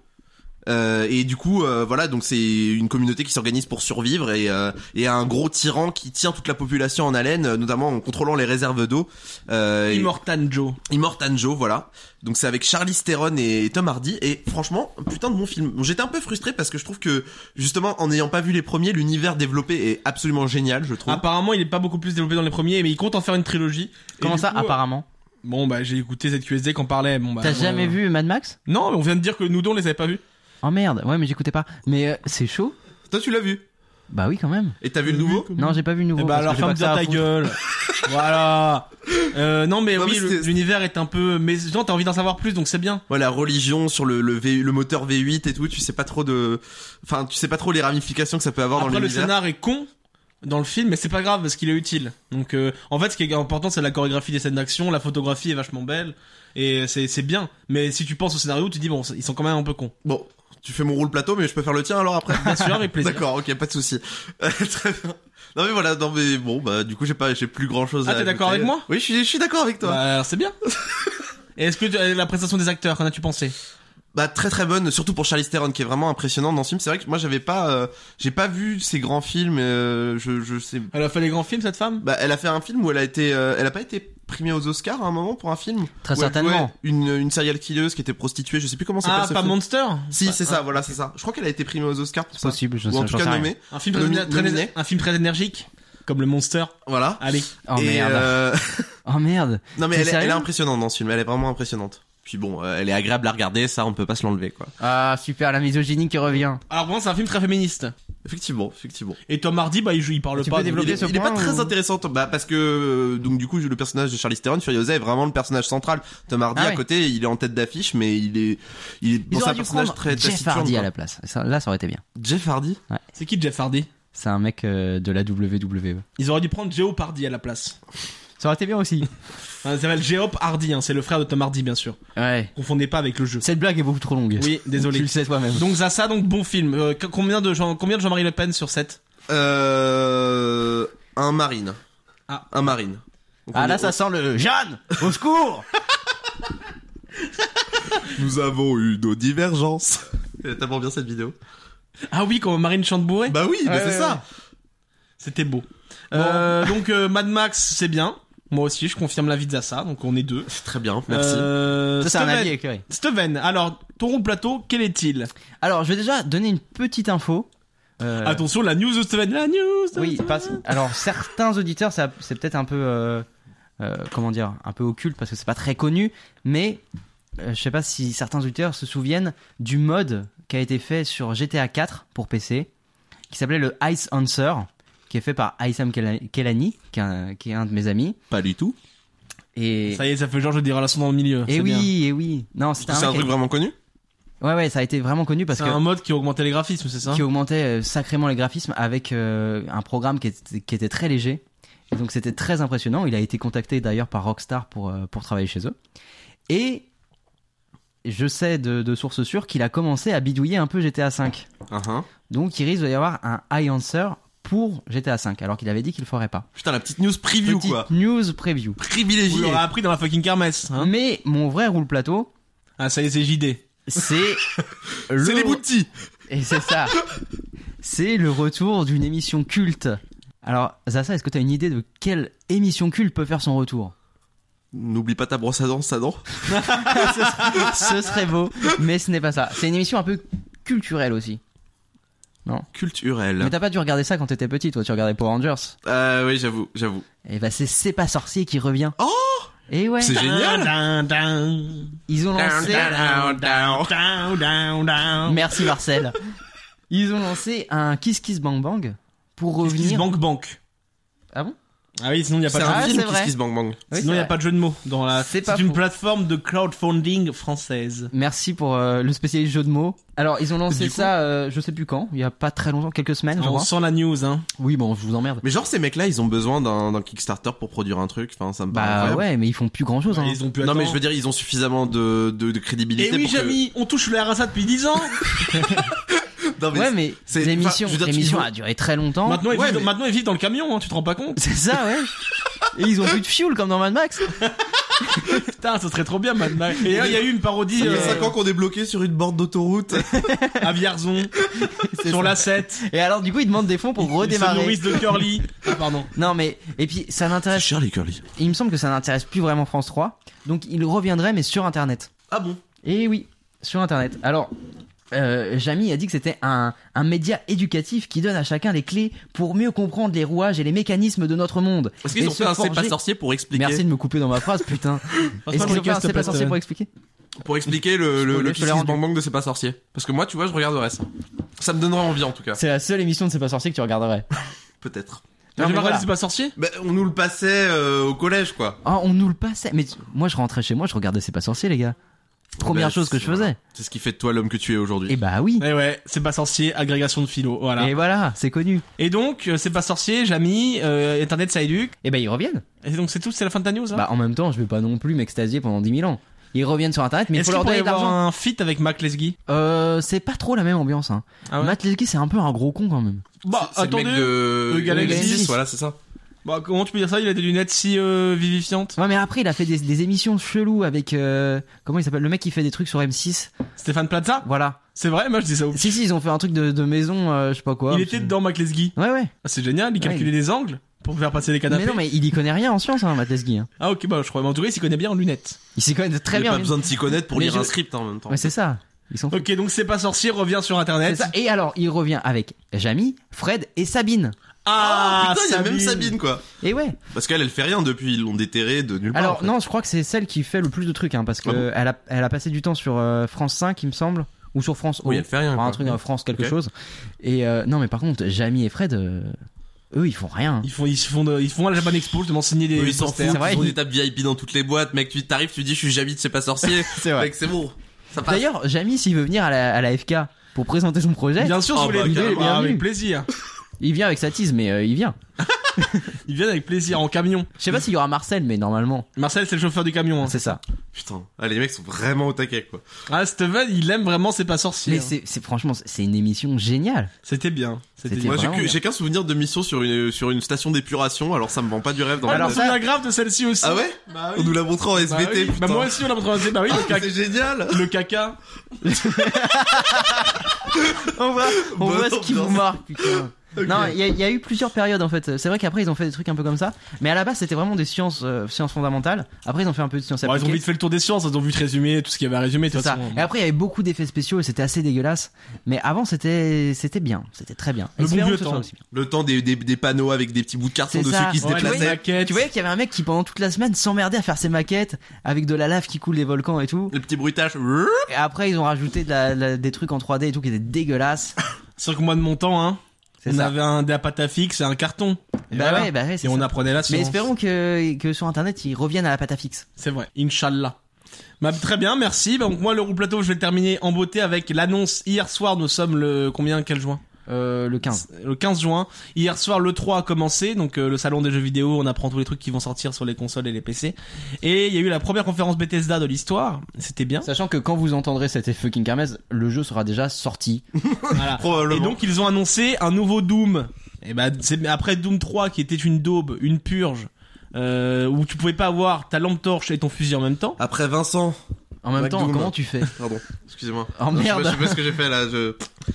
Speaker 3: Euh, et du coup, euh, voilà, donc c'est une communauté qui s'organise pour survivre et, euh, et un gros tyran qui tient toute la population en haleine, euh, notamment en contrôlant les réserves d'eau. Euh, et-
Speaker 2: Immortan Joe.
Speaker 3: Immortanjo, voilà. Donc c'est avec Charlie Theron et Tom Hardy et franchement, putain de bon film. Bon, J'étais un peu frustré parce que je trouve que justement en n'ayant pas vu les premiers, l'univers développé est absolument génial, je trouve.
Speaker 2: Apparemment, il est pas beaucoup plus développé dans les premiers, mais il compte en faire une trilogie. Et
Speaker 4: Comment
Speaker 2: du
Speaker 4: ça
Speaker 2: coup, euh,
Speaker 4: apparemment
Speaker 2: Bon, bah, j'ai écouté ZQSD qu'en parlait. Bon, bah.
Speaker 4: T'as
Speaker 2: moi,
Speaker 4: jamais
Speaker 2: euh,
Speaker 4: vu Mad Max
Speaker 2: Non, mais on vient de dire que nous deux, on les avait pas vus.
Speaker 4: Oh merde, ouais mais j'écoutais pas. Mais euh, c'est chaud.
Speaker 3: Toi tu l'as vu
Speaker 4: Bah oui, quand même.
Speaker 3: Et t'as vu le nouveau
Speaker 4: Non, j'ai pas vu le nouveau.
Speaker 2: Eh ben
Speaker 4: parce que
Speaker 2: alors
Speaker 4: j'ai pas
Speaker 2: ferme
Speaker 4: que ça
Speaker 2: bien
Speaker 4: à
Speaker 2: ta
Speaker 4: foutre.
Speaker 2: gueule. voilà. Euh, non mais
Speaker 3: Non,
Speaker 2: oui,
Speaker 3: mais
Speaker 2: le-
Speaker 3: c'était-
Speaker 2: l'univers est un peu. Mais genre t'as envie d'en savoir plus, donc c'est bien.
Speaker 3: Ouais, la religion sur le, le, V- le moteur V8 et tout, tu sais pas trop de. Enfin, tu sais pas trop les ramifications que ça peut avoir
Speaker 2: Après
Speaker 3: dans
Speaker 2: le
Speaker 3: l'univers.
Speaker 2: scénar est con dans le film, mais c'est pas grave parce qu'il est utile. Donc euh, en fait, ce qui est important, c'est la chorégraphie des scènes d'action, la photographie est vachement belle et c'est c'est bien. Mais si tu penses au scénario, tu dis bon, ils sont quand même un peu cons.
Speaker 3: Bon, tu fais mon rôle plateau, mais je peux faire le tien alors après.
Speaker 2: Bien sûr, avec plaisir.
Speaker 3: D'accord, ok, pas de souci. Euh, Très bien. Non mais voilà, non mais bon bah du coup j'ai pas j'ai plus grand chose
Speaker 2: Ah,
Speaker 3: à
Speaker 2: t'es d'accord
Speaker 3: ajouter.
Speaker 2: avec moi
Speaker 3: Oui, je suis je suis d'accord avec toi. Bah...
Speaker 2: Bah, alors, c'est bien. Et est-ce que tu- euh, la prestation des acteurs, qu'en as-tu pensé
Speaker 3: Bah, très très bonne surtout pour Charlize Theron qui est vraiment impressionnante dans ce film. C'est vrai que moi j'avais pas euh, j'ai pas vu ses grands films euh, je je sais
Speaker 2: Elle a fait les grands films cette femme
Speaker 3: bah elle a fait un film où elle a été euh, elle a pas été primée aux Oscars à un moment pour un film
Speaker 4: Très
Speaker 3: Où elle
Speaker 4: certainement.
Speaker 3: jouait une une serial killer qui était prostituée, je sais plus comment ça
Speaker 2: Ah,
Speaker 3: s'appelle ce
Speaker 2: pas
Speaker 3: film.
Speaker 2: Monster
Speaker 3: Si, c'est ça, voilà, c'est ça. Je crois qu'elle a été primée aux Oscars pour
Speaker 4: C'est
Speaker 3: ça.
Speaker 4: possible, je
Speaker 3: Ou en
Speaker 4: sais
Speaker 3: tout
Speaker 4: j'en
Speaker 3: cas
Speaker 4: sais rien.
Speaker 3: nommée.
Speaker 2: Un film,
Speaker 3: Nomi-
Speaker 2: très, très-
Speaker 3: nominé.
Speaker 2: un film très énergique, comme le Monster.
Speaker 3: Voilà.
Speaker 2: Allez.
Speaker 4: Oh
Speaker 3: Et,
Speaker 4: merde.
Speaker 3: euh,
Speaker 4: Oh merde.
Speaker 3: Non mais
Speaker 4: T'es
Speaker 3: elle, est- elle est
Speaker 4: sérieux
Speaker 3: impressionnante dans ce film, elle est vraiment impressionnante. Puis bon, euh, elle est agréable à regarder, ça on peut pas se l'enlever quoi.
Speaker 4: Ah super, la misogynie qui revient.
Speaker 2: Alors pour moi, c'est un film très féministe.
Speaker 3: Effectivement, effectivement.
Speaker 2: Et Tom Hardy, bah, il, joue- il parle
Speaker 4: Tu
Speaker 2: pas.
Speaker 4: peux
Speaker 2: donc
Speaker 4: développer
Speaker 2: il est-
Speaker 4: ce
Speaker 3: Il est pas
Speaker 4: point,
Speaker 3: très
Speaker 4: ou-
Speaker 3: intéressant, Tom- bah parce que euh, donc du coup le personnage de Charlize Theron, Furiosa est vraiment le personnage central. Tom Hardy
Speaker 4: Ah
Speaker 3: à
Speaker 4: ouais.
Speaker 3: côté, il est en tête d'affiche, mais il est il est
Speaker 4: Ils
Speaker 3: bon, c'est
Speaker 4: auraient
Speaker 3: un
Speaker 4: dû
Speaker 3: personnage
Speaker 4: prendre
Speaker 3: très
Speaker 4: Jeff
Speaker 3: taciturne,
Speaker 4: Hardy à
Speaker 3: quoi.
Speaker 4: la place. Ça- là, ça aurait été bien.
Speaker 3: Jeff Hardy.
Speaker 2: C'est qui Jeff Hardy
Speaker 4: C'est un mec euh, de la E. WWE.
Speaker 2: Ils auraient dû prendre Geopardy Pardy à la place.
Speaker 4: Ça aurait été bien aussi.
Speaker 2: Enfin, ça s'appelle Geop Hardy, hein, c'est le frère de Tom Hardy, bien sûr.
Speaker 4: ouais.
Speaker 2: Confondez pas avec le jeu.
Speaker 4: Cette blague est beaucoup trop longue.
Speaker 2: Oui,
Speaker 4: Tu
Speaker 2: désolé.
Speaker 4: le sais toi-même.
Speaker 2: Donc Zaza, donc bon film. Euh, qu- combien de Jean, combien de Jean-Marie Le Pen sur 7
Speaker 3: Euh, un marine.
Speaker 2: Ah.
Speaker 3: Un marine. Donc, on
Speaker 4: Ah là,
Speaker 3: est-
Speaker 4: ça sent le Jeanne.
Speaker 2: Euh,
Speaker 4: Au secours.
Speaker 3: Nous avons eu nos divergences. Euh, T'as pas bien cette vidéo
Speaker 2: Ah oui, comme Marine Chantebourré.
Speaker 3: Bah oui, mais
Speaker 2: Ouais,
Speaker 3: c'est
Speaker 2: ouais,
Speaker 3: ça.
Speaker 2: C'était beau. Euh, donc euh, Mad Max, c'est bien. Moi aussi, je confirme l'avis de Zaza. Donc on est deux.
Speaker 3: C'est très bien, merci.
Speaker 2: Euh,
Speaker 4: Ça, c'est un
Speaker 2: Steven-
Speaker 4: avis éclairé.
Speaker 2: Steven, alors ton rond plateau, quel est-il
Speaker 4: Alors, je vais déjà donner une petite info. Euh,
Speaker 2: Attention, la news de Steven, la news. de
Speaker 4: Oui,
Speaker 2: Steven.
Speaker 4: parce- alors certains auditeurs, ça- c'est peut-être un peu, euh, euh, comment dire, un peu occulte parce que c'est pas très connu, mais euh, je sais pas si certains auditeurs se souviennent du mode qui a été fait sur GTA 4 pour PC, qui s'appelait le Ice Answer, qui est fait par Aïssam Kela- Kelani, qui est, un, qui est un de mes amis.
Speaker 3: Pas du tout.
Speaker 4: Et,
Speaker 2: Ça y est, ça fait genre j'ai des relations dans le milieu.
Speaker 4: et
Speaker 2: c'est bien.
Speaker 4: Eh oui, et oui. Non,
Speaker 3: C'est
Speaker 4: c'était
Speaker 3: un
Speaker 4: mec
Speaker 3: truc vraiment connu
Speaker 4: qui- Ouais, ouais, ça a été vraiment connu parce
Speaker 2: C'est
Speaker 4: que
Speaker 2: un mode qui a augmenté les graphismes, c'est ça
Speaker 3: hein.
Speaker 4: qui augmentait euh, sacrément les graphismes avec euh, un programme qui était, qui était très léger. Et donc c'était très impressionnant. Il a été contacté d'ailleurs par Rockstar pour, euh, pour travailler chez eux. Et je sais de, de sources sûres qu'il a commencé à bidouiller un peu GTA V.
Speaker 3: Ah,
Speaker 4: Uh-huh.
Speaker 3: hein.
Speaker 4: Donc il risque d'y avoir un high answer pour GTA V, alors qu'il avait dit qu'il ne ferait pas.
Speaker 3: Putain, la petite news preview
Speaker 4: Petite
Speaker 3: quoi.
Speaker 4: news preview.
Speaker 2: Vous
Speaker 3: Privilégié.
Speaker 2: l'aurez appris dans la fucking kermesse. Hein
Speaker 4: Mais mon vrai roule plateau,
Speaker 2: ah, ça y est, c'est JD.
Speaker 4: c'est
Speaker 3: C'est
Speaker 4: le-
Speaker 3: les boutis.
Speaker 4: Et c'est ça. c'est le retour d'une émission culte. Alors, Zaza, est-ce que tu as une idée de quelle émission culte peut faire son retour
Speaker 3: N'oublie pas ta brosse à dents, ça dent.
Speaker 4: Ce serait beau, mais ce n'est pas ça. C'est une émission un peu culturelle aussi.
Speaker 3: Culturel.
Speaker 4: Mais t'as pas dû regarder ça quand t'étais petit, toi, tu regardais Power Rangers.
Speaker 3: Euh, oui, j'avoue, j'avoue.
Speaker 4: Et bah, c'est C'est pas sorcier qui revient.
Speaker 3: Oh
Speaker 4: Et ouais,
Speaker 3: C'est génial.
Speaker 4: Ah,
Speaker 2: Dun, dun,
Speaker 4: ils ont lancé.
Speaker 2: dun, dun, dun, dun, dun.
Speaker 4: Merci Marcel. Ils ont lancé un Kiss Kiss Bang Bang pour
Speaker 2: Qu'est-ce qu'ils
Speaker 4: revenir.
Speaker 2: disent Bank Bank.
Speaker 4: Ah bon
Speaker 2: Ah oui, sinon il n'y a pas
Speaker 3: C'est
Speaker 2: de jeu.
Speaker 4: Ah,
Speaker 3: un film
Speaker 4: c'est vrai.
Speaker 3: qui se bang bang.
Speaker 4: Oui,
Speaker 2: Sinon,
Speaker 4: c'est
Speaker 2: il n'y a
Speaker 4: vrai.
Speaker 2: pas de jeu de mots dans la.
Speaker 4: C'est
Speaker 2: C'est
Speaker 4: pas
Speaker 2: une
Speaker 4: faux.
Speaker 2: plateforme de crowdfunding française.
Speaker 4: Merci pour euh, le spécialiste jeu de mots. Alors, ils ont lancé
Speaker 2: Du coup- Ah,
Speaker 4: ça, euh, je sais plus quand, il y a pas très longtemps, quelques semaines, je
Speaker 2: on
Speaker 4: crois.
Speaker 2: sent la news, hein.
Speaker 4: Oui, bon, je vous emmerde.
Speaker 3: Mais genre ces mecs là, ils ont besoin d'un d'un Kickstarter pour produire un truc. Enfin, ça me paraît
Speaker 4: Bah
Speaker 3: incroyable.
Speaker 4: ouais, mais ils font plus grand chose. Hein.
Speaker 2: Ils ont pu
Speaker 3: Non mais
Speaker 2: attendre.
Speaker 3: je veux dire, ils ont suffisamment de de, de crédibilité.
Speaker 2: Eh oui,
Speaker 3: pour que-
Speaker 2: Jamy, on touche le RSA depuis 10 ans.
Speaker 3: Non, mais
Speaker 4: Ouais, mais
Speaker 3: c'est-
Speaker 4: l'émission,
Speaker 3: enfin, je veux dire,
Speaker 4: l'émission
Speaker 3: ils ont-
Speaker 4: a duré très longtemps.
Speaker 2: maintenant, ils
Speaker 3: Ouais,
Speaker 2: vivent,
Speaker 3: mais-
Speaker 2: maintenant, ils vivent dans le camion, hein, tu te rends pas compte.
Speaker 4: C'est ça, ouais. Et ils ont plus de fuel comme dans Mad Max.
Speaker 2: Putain, ça serait trop bien maintenant. Et là, il y a eu une parodie
Speaker 3: Il y a
Speaker 2: euh,
Speaker 3: 5 ans qu'on est bloqué sur une borne d'autoroute.
Speaker 2: à Vierzon,
Speaker 4: C'est
Speaker 2: sur
Speaker 4: ça.
Speaker 2: la 7.
Speaker 4: Et alors, du coup, ils demandent des fonds pour
Speaker 2: Ils se
Speaker 4: redémarrer.
Speaker 2: nourrissent de Curly. Ah, pardon.
Speaker 4: Non, mais et puis ça n'intéresse.
Speaker 3: cher les curly.
Speaker 4: Il me semble que ça n'intéresse plus vraiment France 3. Donc, ils reviendraient, mais sur Internet.
Speaker 3: Ah bon
Speaker 4: Et oui, sur Internet. Alors, euh, Jamy a dit que c'était un, un média éducatif qui donne à chacun les clés pour mieux comprendre les rouages et les mécanismes de notre monde.
Speaker 3: Est-ce
Speaker 4: Et
Speaker 3: qu'ils ont fait
Speaker 4: se
Speaker 3: un c'est
Speaker 4: forger-
Speaker 3: pas sorcier pour expliquer
Speaker 4: Merci de me couper dans ma phrase, putain. Est-ce qu'ils ont fait un C'est pas
Speaker 5: euh,
Speaker 2: euh,
Speaker 4: sorcier pour expliquer
Speaker 3: pour expliquer le
Speaker 4: Je
Speaker 3: le, le
Speaker 4: te l'ai- je te l'ai
Speaker 3: Kiss Kiss
Speaker 4: rendu.
Speaker 3: bang bang de c'est pas sorcier Parce que moi, tu vois, je regarderais ça. Ça me donnera envie en tout cas,
Speaker 5: C'est la seule émission de C'est pas sorcier que tu regarderais.
Speaker 3: peut-être.
Speaker 2: J'ai
Speaker 4: Non, mais
Speaker 2: pas
Speaker 4: voilà.
Speaker 2: regardé C'est pas sorcier
Speaker 3: Bah, on nous le passait euh, au collège quoi.
Speaker 4: Ah, on nous le passait. Mais tu- moi, je rentrais chez moi, je regardais C'est pas sorcier, les gars. Première
Speaker 3: Bah,
Speaker 4: chose que je
Speaker 3: voilà.
Speaker 4: faisais.
Speaker 3: C'est ce qui fait de toi l'homme que tu es aujourd'hui.
Speaker 4: Et bah oui.
Speaker 2: Eh ouais, c'est pas sorcier, agrégation de philo, voilà.
Speaker 4: Et voilà, c'est connu.
Speaker 2: Et, donc, euh, c'est pas sorcier, Jamy, euh, Internet ça éduque.
Speaker 4: Et bah ils reviennent.
Speaker 2: Et donc c'est tout, c'est la fin de ta news. hein
Speaker 4: Bah en même temps, je vais pas non plus m'extasier pendant 10 000 ans. Ils reviennent sur internet, mais il
Speaker 2: Est-ce
Speaker 4: faut
Speaker 2: qu'il pourrait y
Speaker 4: leur donner de
Speaker 2: avoir
Speaker 4: l'argent.
Speaker 2: un feat avec Mac Lesguy
Speaker 4: Euh, c'est pas trop la même ambiance. Hein.
Speaker 2: Ah ouais
Speaker 4: Matt Lesguy, c'est un peu un gros con quand même.
Speaker 2: Bah
Speaker 3: c'est le mec de
Speaker 4: euh,
Speaker 2: le Galaxy.
Speaker 3: Galaxy, voilà, c'est ça.
Speaker 2: Bah comment tu peux dire ça Il a des lunettes si euh, vivifiantes.
Speaker 4: Ouais, mais après, il a fait des, des émissions cheloues avec euh, comment il s'appelle le mec qui fait des trucs sur M6.
Speaker 2: Stéphane Plaza
Speaker 4: Voilà.
Speaker 2: C'est vrai, moi je dis ça. au-
Speaker 4: Si si, ils ont fait un truc de, de maison, euh, je sais pas quoi.
Speaker 2: il
Speaker 4: Je-
Speaker 2: était dedans Mac Lesguy.
Speaker 4: Ouais ouais.
Speaker 2: Ah, c'est génial, il
Speaker 4: Ouais,
Speaker 2: calculait les angles pour faire passer les canapés.
Speaker 4: Mais non, mais il y connaît rien en science, hein, Matt Lesguy. hein.
Speaker 2: Ah ok, bah je crois. Mais en tout cas, il s'y connaît bien en lunettes.
Speaker 4: Il s'y connaît très
Speaker 3: Il y a
Speaker 4: bien.
Speaker 3: pas
Speaker 4: mais-
Speaker 3: besoin de s'y connaître pour
Speaker 4: Mais
Speaker 3: lire
Speaker 4: je-
Speaker 3: un script hein, en même temps.
Speaker 4: Ouais, c'est ça. Ils sont.
Speaker 2: Ok, donc c'est pas sorcier, revient sur
Speaker 4: C'est
Speaker 2: internet.
Speaker 4: ça. Et alors, il revient avec Jamie, Fred et Sabine.
Speaker 2: Ah,
Speaker 3: Oh, putain, il y a même Sabine quoi.
Speaker 4: Et ouais.
Speaker 3: Parce qu'elle, elle fait rien depuis, ils l'ont déterrée de nulle part.
Speaker 4: Alors
Speaker 3: en fait.
Speaker 4: non, je crois que c'est celle qui fait le plus de trucs, hein, parce que
Speaker 3: Ah bon
Speaker 4: elle, a, elle a passé du temps sur euh, France 5, il me semble, ou sur France.
Speaker 3: Oui,
Speaker 4: O.
Speaker 3: elle fait rien.
Speaker 4: Enfin,
Speaker 3: quoi.
Speaker 4: un truc en France quelque
Speaker 3: Ok.
Speaker 4: chose. Et euh, non, mais par contre, Jamie et Fred, euh, eux, ils font rien.
Speaker 2: Ils font, ils se font, de- ils font à la Japan Expo justement signer des.
Speaker 3: Eux, ils s'en
Speaker 2: posters.
Speaker 3: foutent,
Speaker 4: c'est vrai,
Speaker 3: ils ont
Speaker 4: ils-
Speaker 3: des tables VIP dans toutes les boîtes. Mec, tu t'arrives, tu dis, je suis Jamie de C'est pas sorcier.
Speaker 4: C'est
Speaker 3: Mec, c'est bon. Ça passe.
Speaker 4: D'ailleurs, Jamie, s'il veut venir à la, à la FK pour présenter son projet,
Speaker 2: Bien sûr, je
Speaker 3: Ah,
Speaker 2: voulais
Speaker 3: bah,
Speaker 2: le
Speaker 4: carrément.
Speaker 2: voir avec plaisir.
Speaker 4: il vient avec sa tease, mais euh, il vient.
Speaker 2: Ils viennent avec plaisir en camion.
Speaker 4: Je sais pas s'il y aura Marcel, mais normalement,
Speaker 2: Marcel, c'est le chauffeur du camion. hein.
Speaker 4: c'est ça.
Speaker 3: Putain. Ah, les mecs sont vraiment au taquet, quoi.
Speaker 2: Ah, Steven, il aime vraiment, c'est pas sorcier.
Speaker 4: Mais
Speaker 2: hein.
Speaker 4: c'est c'est- franchement, c'est une émission géniale.
Speaker 2: C'était bien. C'était
Speaker 4: C'était
Speaker 2: bien.
Speaker 3: Moi, j'ai
Speaker 4: vraiment
Speaker 3: que-
Speaker 4: bien.
Speaker 3: j'ai qu'un souvenir de mission sur une, sur une station d'épuration, alors ça me vend pas du rêve dans
Speaker 2: Ah,
Speaker 3: la
Speaker 2: alors
Speaker 3: tête.
Speaker 2: ça, grave de celle-ci aussi.
Speaker 3: Ah ouais
Speaker 2: Bah
Speaker 3: On
Speaker 2: oui.
Speaker 3: nous l'a montré en
Speaker 2: Bah,
Speaker 3: SVT,
Speaker 2: oui. Bah,
Speaker 3: putain. Ah,
Speaker 2: moi aussi, on l'a présenté. Bah oui, le
Speaker 3: c'est
Speaker 2: caca.
Speaker 3: génial
Speaker 2: Le caca.
Speaker 4: On voit, on
Speaker 3: Bonne
Speaker 4: voit ce qui vous
Speaker 3: ambiance.
Speaker 4: marque, putain. Non, il y, a- il y a eu plusieurs périodes en fait. C'est vrai qu'après ils ont fait des trucs un peu comme ça, mais à la base c'était vraiment des sciences, euh, sciences fondamentales. Après ils ont fait un peu de sciences
Speaker 2: Bon, ils ont
Speaker 4: appliquées.
Speaker 2: vite fait le tour des sciences, ils ont vite résumé tout ce qu'il y avait à résumer. de
Speaker 4: C'est
Speaker 2: toute
Speaker 4: ça. Ah,
Speaker 2: façon.
Speaker 4: Et après il y avait beaucoup d'effets spéciaux et c'était assez dégueulasse. Mais avant c'était c'était bien, c'était très bien.
Speaker 2: Le bon
Speaker 4: Espérons
Speaker 2: vieux
Speaker 4: que ce soit
Speaker 2: temps.
Speaker 4: aussi bien.
Speaker 3: Le temps des, des, des panneaux avec des petits bouts de carton
Speaker 4: C'est
Speaker 3: dessus
Speaker 4: ça.
Speaker 3: qui se
Speaker 4: Ouais,
Speaker 2: la
Speaker 3: déplaçaient.
Speaker 2: maquette.
Speaker 4: Tu voyais qu'il y avait un mec qui pendant toute la semaine s'emmerdait à faire ses maquettes avec de la lave qui coule des volcans et tout.
Speaker 3: Le petit bruitage.
Speaker 4: Et après ils ont rajouté de la- la- des trucs en 3D et tout qui étaient dégueulasses.
Speaker 2: Sauf que moi, de mon temps, hein,
Speaker 4: C'est
Speaker 2: on
Speaker 4: ça.
Speaker 2: avait un des à fixe et un carton. Et
Speaker 4: Bah
Speaker 2: voilà.
Speaker 4: ouais, bah ouais, c'est
Speaker 2: Et on
Speaker 4: ça.
Speaker 2: apprenait la science.
Speaker 4: Mais espérons que, que sur internet ils reviennent à la pâte à fixe.
Speaker 2: C'est vrai. Inch'Allah. Bah, très bien, merci. Bah, donc, moi, le roux plateau, je vais le terminer en beauté avec l'annonce. Hier soir, nous sommes le combien, quel juin
Speaker 4: Euh, le 15.
Speaker 2: Le 15 juin. Hier soir, le 3 a commencé. Donc, euh, le salon des jeux vidéo, on apprend tous les trucs qui vont sortir sur les consoles et les PC. Et il y a eu la première conférence Bethesda de l'histoire. C'était bien.
Speaker 5: Sachant que quand vous entendrez cet fucking kermesse, le jeu sera déjà sorti.
Speaker 2: Voilà. Et
Speaker 3: Probablement.
Speaker 2: donc ils ont annoncé un nouveau Doom. Et ben c'est après Doom 3 qui était une daube, une purge euh, où tu pouvais pas avoir ta lampe torche et ton fusil en même temps.
Speaker 3: Après Vincent.
Speaker 4: En même
Speaker 3: Black
Speaker 4: temps,
Speaker 3: Doom.
Speaker 4: comment tu fais
Speaker 3: Pardon. Excusez-moi.
Speaker 4: Oh,
Speaker 3: Non, je sais
Speaker 4: merde.
Speaker 3: pas- Je sais pas ce que j'ai fait là. je-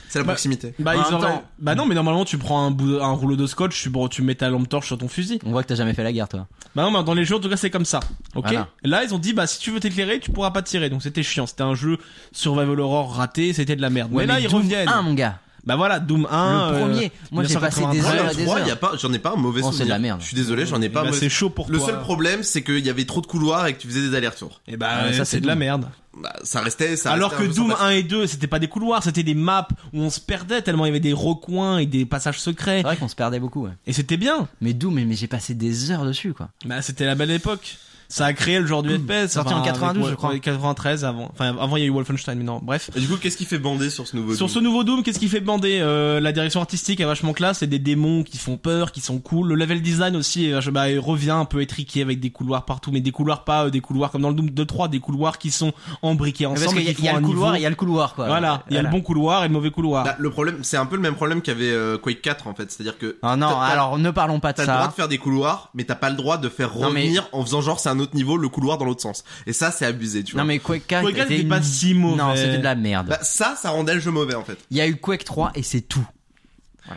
Speaker 3: C'est la
Speaker 2: Bah,
Speaker 3: proximité.
Speaker 2: Bah,
Speaker 4: En
Speaker 2: ils
Speaker 4: même
Speaker 2: auraient-
Speaker 4: temps.
Speaker 2: bah non mais normalement tu prends un, bout- un rouleau de scotch, tu, bon, tu mets ta lampe torche sur ton fusil.
Speaker 4: On voit que t'as jamais fait la guerre, toi.
Speaker 2: Bah non mais dans les jeux en tout cas c'est comme ça. Ok.
Speaker 4: Voilà.
Speaker 2: Là ils ont dit bah si tu veux t'éclairer tu pourras pas tirer donc c'était chiant c'était un jeu survival horror raté c'était de la merde. mais, là ils
Speaker 4: Doom
Speaker 2: reviennent.
Speaker 4: 1, mon gars.
Speaker 2: Bah voilà Doom 1.
Speaker 4: le
Speaker 2: euh,
Speaker 4: premier. Moi, j'ai passé des
Speaker 3: Ah,
Speaker 4: heures
Speaker 3: le
Speaker 4: et des
Speaker 3: 3,
Speaker 4: heures.
Speaker 3: y a pas, j'en ai pas un mauvais
Speaker 4: Oh, c'est
Speaker 3: souvenir.
Speaker 4: de la merde.
Speaker 3: Je suis désolé, j'en ai pas un
Speaker 2: bah,
Speaker 3: mauvais
Speaker 2: c'est chaud pour
Speaker 3: Le
Speaker 2: toi.
Speaker 3: seul problème, c'est qu'il y avait trop de couloirs et que tu faisais des allers-retours.
Speaker 2: Et bah
Speaker 4: Ah, ça,
Speaker 2: ça
Speaker 4: c'est
Speaker 2: c'est de la
Speaker 4: Doom.
Speaker 2: merde.
Speaker 3: Bah, ça restait, ça
Speaker 2: Alors que
Speaker 3: restait un peu
Speaker 2: Doom
Speaker 3: sympathique.
Speaker 2: 1 et 2, c'était pas des couloirs, c'était des maps où on se perdait tellement il y avait des recoins et des passages secrets.
Speaker 4: C'est vrai qu'on se perdait beaucoup, ouais.
Speaker 2: Et c'était bien.
Speaker 4: Mais Doom, mais, mais j'ai passé des heures dessus, quoi.
Speaker 2: Bah, c'était la belle époque. Ça a créé le genre du FPS.
Speaker 4: Sorti en
Speaker 2: avec-
Speaker 4: 92,
Speaker 2: ouais,
Speaker 4: je crois.
Speaker 2: ouais, 93 avant. Enfin, avant il y a eu Wolfenstein, mais non. Bref.
Speaker 3: Et du coup, qu'est-ce qui fait bander sur ce nouveau
Speaker 2: Sur ce
Speaker 3: Doom
Speaker 2: nouveau Doom, qu'est-ce qui fait bander Euh, La direction artistique est vachement classe, c'est des démons qui font peur, qui sont cool. Le level design aussi, euh, je- bah, il revient un peu étriqué avec des couloirs partout, mais des couloirs pas, euh, des couloirs comme dans le Doom 2-3, des couloirs qui sont embriqués ensemble.
Speaker 4: Parce
Speaker 2: et
Speaker 4: qu'il y, a-
Speaker 2: qui
Speaker 4: il y a
Speaker 2: font
Speaker 4: le
Speaker 2: un
Speaker 4: couloir et il
Speaker 2: niveau.
Speaker 4: y a le couloir, quoi.
Speaker 2: Voilà, il y a le bon couloir et le mauvais couloir.
Speaker 3: Bah, le problème, c'est un peu le même problème qu'avait euh, Quake 4 en fait, c'est-à-dire que
Speaker 4: Ah
Speaker 3: t'as-
Speaker 4: non,
Speaker 3: t'as-
Speaker 4: alors ne parlons pas de
Speaker 3: T'as le droit
Speaker 4: ça.
Speaker 3: de faire des couloirs, mais t'as pas le droit de faire
Speaker 4: Non, mais-
Speaker 3: revenir en faisant genre c'est un autre niveau, le couloir dans l'autre sens. Et ça, c'est abusé, tu vois.
Speaker 4: Non, mais Quake 4
Speaker 2: Quake 4
Speaker 4: était
Speaker 2: était pas
Speaker 4: une-
Speaker 2: si mauvais.
Speaker 4: Non, c'était de la merde.
Speaker 3: Bah, ça, ça rendait le jeu mauvais en fait.
Speaker 4: Il y a eu Quake 3 et c'est tout.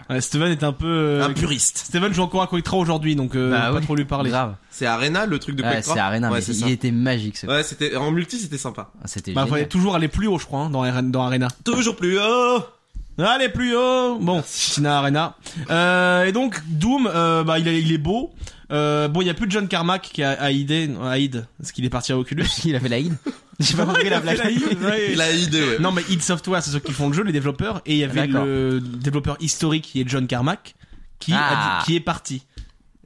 Speaker 2: Ouais, Steven est un peu. euh,
Speaker 3: Un puriste.
Speaker 2: Steven joue encore à Quake 3 aujourd'hui, donc euh,
Speaker 4: Bah
Speaker 2: pas
Speaker 4: ouais.
Speaker 2: trop lui parler.
Speaker 4: Grave.
Speaker 3: C'est Arena le truc de Quake
Speaker 4: Ouais,
Speaker 3: 3
Speaker 4: c'est Arena,
Speaker 3: ouais,
Speaker 4: mais
Speaker 3: c'est
Speaker 4: il
Speaker 3: ça.
Speaker 4: était magique, ce
Speaker 3: Ouais, c'était en multi, c'était sympa.
Speaker 4: C'était
Speaker 2: Bah, fallait
Speaker 4: génial.
Speaker 2: toujours aller plus haut, je crois, hein, dans, Arena- dans Arena.
Speaker 3: Toujours plus haut.
Speaker 2: Allez, plus haut Bon, Tina Arena. Euh, et donc, Doom, euh, bah, il, est- il est beau. Euh, bon, il y a plus de John Carmack qui a Aïd, Aïd parce qu'il est parti à Oculus.
Speaker 4: Il avait la id. J'ai pas compris
Speaker 2: Il
Speaker 4: la
Speaker 2: a fait
Speaker 4: blague.
Speaker 2: l'Aïd, ouais.
Speaker 3: Il a idée, ouais.
Speaker 2: Non, mais id Software, c'est ceux qui font le jeu, les développeurs. Et il y avait
Speaker 4: D'accord.
Speaker 2: le développeur historique qui est John Carmack, qui, a
Speaker 4: Ah.
Speaker 2: dit- qui est parti.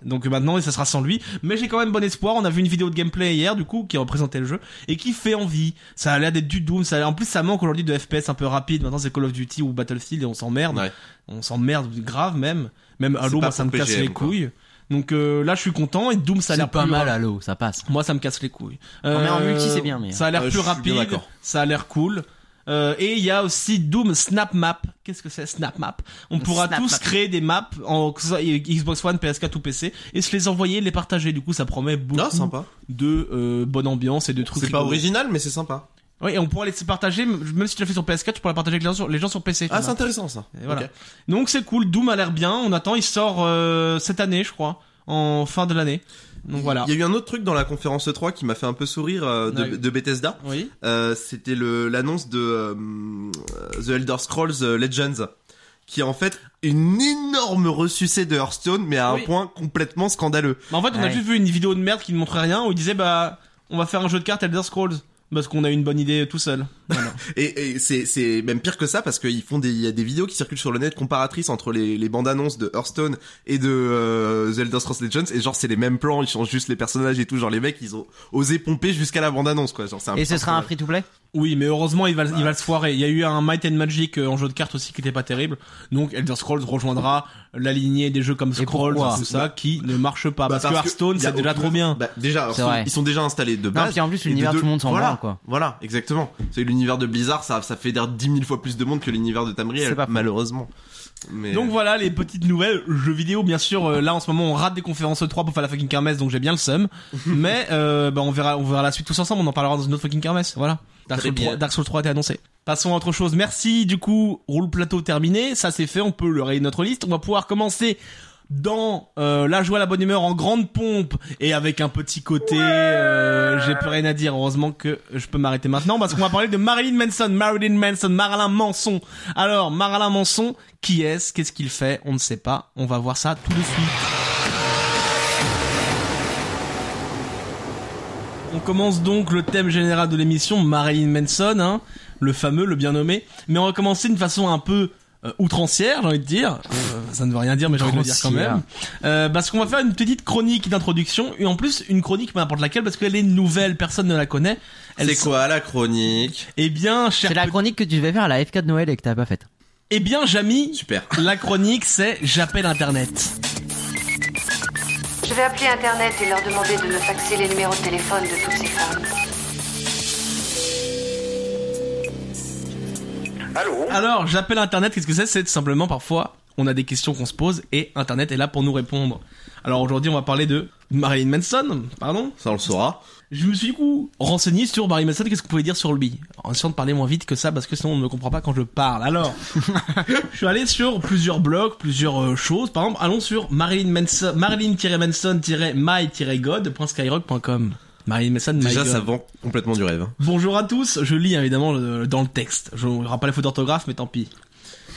Speaker 2: Donc euh, maintenant, et ça sera sans lui. Mais j'ai quand même bon espoir. On a vu une vidéo de gameplay hier, du coup, qui représentait le jeu et qui fait envie. Ça a l'air d'être du Doom. Ça a l'air- En plus, ça manque aujourd'hui de FPS un peu rapide. Maintenant, c'est Call of Duty ou Battlefield et on s'emmerde.
Speaker 3: Ouais.
Speaker 2: On s'emmerde grave même. Même
Speaker 3: C'est
Speaker 2: Halo, moi,
Speaker 3: pas
Speaker 2: ça me
Speaker 3: pour
Speaker 2: casse
Speaker 3: PGM,
Speaker 2: les
Speaker 3: quoi.
Speaker 2: couilles. Donc euh, là, je suis content et Doom, ça a
Speaker 4: C'est
Speaker 2: l'air
Speaker 4: pas
Speaker 2: plus
Speaker 4: mal
Speaker 2: ra-
Speaker 4: à l'eau, ça passe.
Speaker 2: moi, ça me casse les couilles.
Speaker 4: Ah,
Speaker 2: Euh,
Speaker 4: mais en multi, c'est bien, mais- hein.
Speaker 2: Ça a l'air
Speaker 3: Ouais,
Speaker 2: plus
Speaker 3: Euh, je suis bien
Speaker 2: rapide,
Speaker 3: d'accord.
Speaker 2: ça a l'air cool. Euh, et il y a aussi Doom Snap Map. Qu'est-ce que c'est Snap Map On pourra
Speaker 4: Snap
Speaker 2: tous
Speaker 4: Map.
Speaker 2: créer des maps en que ce soit Xbox One, PS4 ou PC et se les envoyer, les partager. Du coup, ça promet beaucoup
Speaker 3: Non, Ah, sympa.
Speaker 2: de euh, bonne ambiance et de trucs.
Speaker 3: C'est pas
Speaker 2: rigolos.
Speaker 3: original, mais c'est sympa.
Speaker 2: Oui, et on pourra les partager, même si tu l'as fait sur PS4, tu pourras partager avec les gens sur, les gens sur PC.
Speaker 3: Ah,
Speaker 2: tu
Speaker 3: c'est
Speaker 2: vois.
Speaker 3: intéressant ça.
Speaker 2: Et voilà.
Speaker 3: Ok.
Speaker 2: Donc c'est cool. Doom a l'air bien. On attend. Il sort euh, cette année, je crois, en fin de l'année. Donc voilà.
Speaker 3: Il y a eu un autre truc dans la conférence E3 qui m'a fait un peu sourire euh, de,
Speaker 2: Ouais.
Speaker 3: de Bethesda.
Speaker 2: Oui.
Speaker 3: Euh, C'était le- l'annonce de euh, The Elder Scrolls euh, Legends, qui est en fait une énorme ressucée de Hearthstone, mais à
Speaker 2: Oui.
Speaker 3: un point complètement scandaleux.
Speaker 2: Mais en fait, on a
Speaker 4: Ouais.
Speaker 2: juste vu une vidéo de merde qui ne montrait rien où il disait bah on va faire un jeu de cartes Elder Scrolls parce qu'on a une bonne idée tout seul.
Speaker 3: Et, et c'est- c'est même pire que ça parce qu'ils font des, il y a des vidéos qui circulent sur le net comparatrices entre les, les bandes annonces de Hearthstone et de euh, The Elder Scrolls Legends et genre c'est les mêmes plans, ils changent juste les personnages et tout, genre les mecs ils ont osé pomper jusqu'à la bande annonce quoi. Genre, c'est un
Speaker 4: Et ce
Speaker 3: peu
Speaker 4: sera un
Speaker 3: incroyable.
Speaker 4: free to play
Speaker 2: Oui, mais heureusement il va il va le foirer. Il y a eu un Might and Magic euh, en jeu de cartes aussi qui était pas terrible. Donc Elder Scrolls rejoindra la lignée des jeux comme Scrolls
Speaker 4: pourquoi
Speaker 2: tout ça qui ne marche pas
Speaker 3: Bah,
Speaker 2: parce,
Speaker 3: parce
Speaker 2: que
Speaker 3: que
Speaker 2: Hearthstone
Speaker 3: il y a
Speaker 2: c'est déjà
Speaker 3: aucune-
Speaker 2: trop bien.
Speaker 3: Bah, déjà, Hearthstone,
Speaker 4: vrai.
Speaker 3: ils sont déjà installés de base.
Speaker 4: puis en plus,
Speaker 3: et de
Speaker 4: l'univers,
Speaker 3: deux-
Speaker 4: tout le monde s'en
Speaker 3: voilà,
Speaker 4: branle, quoi.
Speaker 3: Voilà, exactement. C'est l'univers de Blizzard, ça, ça fédère 10 000 fois plus de monde que l'univers de Tamriel,
Speaker 4: C'est pas faux.
Speaker 3: malheureusement. Mais
Speaker 2: Bah, Donc voilà les petites nouvelles jeux vidéo bien sûr euh, là en ce moment on rate des conférences E3 pour faire la fucking kermesse donc j'ai bien le seum mais euh, bah, on verra on verra la suite tous ensemble on en parlera dans une autre fucking kermesse voilà Dark
Speaker 3: Très
Speaker 2: Souls,
Speaker 3: bien.
Speaker 2: 3, Dark Souls 3 a été annoncé passons à autre chose merci du coup roule plateau terminé ça c'est fait on peut le rayer de notre liste on va pouvoir commencer dans euh, la joie la bonne humeur en grande pompe et avec un petit côté euh, j'ai plus rien à dire heureusement que je peux m'arrêter maintenant parce qu'on va parler de Marilyn Manson Marilyn Manson Marilyn Manson alors Marilyn Manson qui est-ce qu'est-ce qu'il fait on ne sait pas on va voir ça tout de suite on commence donc le thème général de l'émission Marilyn Manson hein, le fameux le bien nommé mais on va commencer d'une façon un peu euh, outrancière j'ai envie de dire Euh, ça ne veut rien dire mais j'ai envie de le dire quand même euh, parce qu'on va faire une petite chronique d'introduction et en plus une chronique peu importe laquelle parce qu'elle est nouvelle, personne ne la connaît. Elle
Speaker 3: c'est
Speaker 2: s-
Speaker 3: quoi la chronique
Speaker 2: Eh bien, cher,
Speaker 4: C'est la chronique que tu devais faire à la FK de Noël et que t'as pas faite.
Speaker 2: eh bien, Jamy,
Speaker 3: Super.
Speaker 2: la chronique c'est j'appelle Internet.
Speaker 6: Je vais appeler Internet et leur demander de me faxer les numéros de téléphone de toutes ces femmes.
Speaker 1: Allô
Speaker 2: Alors, j'appelle Internet, qu'est-ce que c'est C'est tout simplement parfois on a des questions qu'on se pose et Internet est là pour nous répondre. Alors aujourd'hui, on va parler de Marilyn Manson, pardon.
Speaker 3: Ça, on le saura.
Speaker 2: Je me suis du coup renseigné sur Marilyn Manson, qu'est-ce qu'on pouvait dire sur lui En essayant de parler moins vite que ça, parce que sinon on ne me comprend pas quand je parle. Alors, je suis allé sur plusieurs blogs, plusieurs euh, choses. Par exemple, allons sur Marilyn Manson, Marilyn-Manson-My-God.skyrock.com. Marilyn Manson, my
Speaker 3: Déjà,
Speaker 2: God.
Speaker 3: ça vend complètement du rêve. hein.
Speaker 2: Bonjour à tous, je lis hein, évidemment le- dans le texte. Je n'aurai pas les fautes d'orthographe, mais tant pis.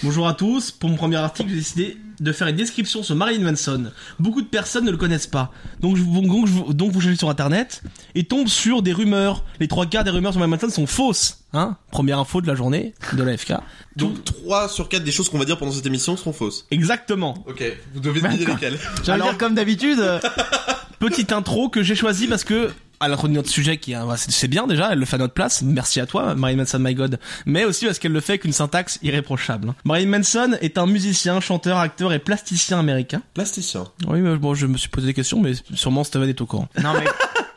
Speaker 2: Bonjour à tous, pour mon premier article, j'ai décidé de faire une description sur Marilyn Manson. Beaucoup de personnes ne le connaissent pas. Donc, je vous- donc, je vous- donc vous cherchez sur internet et tombe sur des rumeurs. Les trois quarts des rumeurs sur Marilyn Manson sont fausses. Hein Première info de la journée de la FK.
Speaker 3: Donc, 3 sur 4 des choses qu'on va dire pendant cette émission seront fausses.
Speaker 2: Exactement.
Speaker 3: Ok, vous devez deviner lesquelles.
Speaker 2: Alors-
Speaker 4: comme d'habitude.
Speaker 2: Petite intro que j'ai choisie parce que à l'intro de notre sujet qui est un- bah, c'est c'est bien déjà elle le fait à notre place merci à toi Marilyn Manson my god mais aussi parce qu'elle le fait avec une syntaxe irréprochable Marilyn Manson est un musicien chanteur acteur et plasticien américain
Speaker 3: Plasticien.
Speaker 2: oui mais bon je me suis posé des questions mais sûrement Steven est au courant
Speaker 4: Non mais.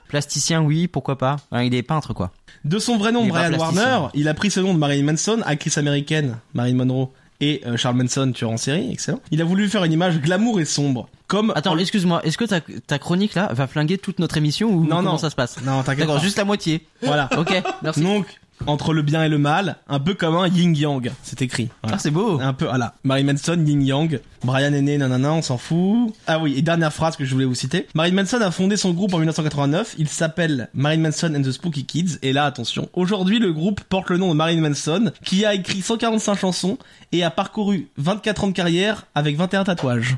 Speaker 4: Plasticien, oui, pourquoi pas. Enfin, il est peintre, quoi.
Speaker 2: de son vrai nom
Speaker 4: Il est pas
Speaker 2: Brian
Speaker 4: plasticien.
Speaker 2: Warner il a pris ce nom de Marilyn Manson actrice américaine Marilyn Monroe et euh, Charles Manson tueur en série excellent il a voulu faire une image glamour et sombre comme
Speaker 4: Attends, excuse-moi, est-ce que ta, ta chronique là va flinguer toute notre émission ou
Speaker 2: Non,
Speaker 4: comment
Speaker 2: non.
Speaker 4: ça se passe
Speaker 2: non t'inquiète
Speaker 4: D'accord,
Speaker 2: pas.
Speaker 4: juste la moitié.
Speaker 2: voilà
Speaker 4: Ok, merci. Ah,
Speaker 2: donc entre le bien et le mal un peu comme un yin yang c'est écrit Voilà.
Speaker 4: Ah, c'est beau.
Speaker 2: Un peu, voilà. Marilyn Manson, Yin Yang, Brian Enney, nanana, on s'en fout. Ah oui, et dernière phrase que je voulais vous citer. Marilyn Manson a fondé son groupe en 1989. Il s'appelle Marilyn Manson and the Spooky Kids. Et là, attention. Aujourd'hui, le groupe porte le nom de Marilyn Manson, qui a écrit 145 chansons et a parcouru 24 ans de carrière avec 21 tatouages.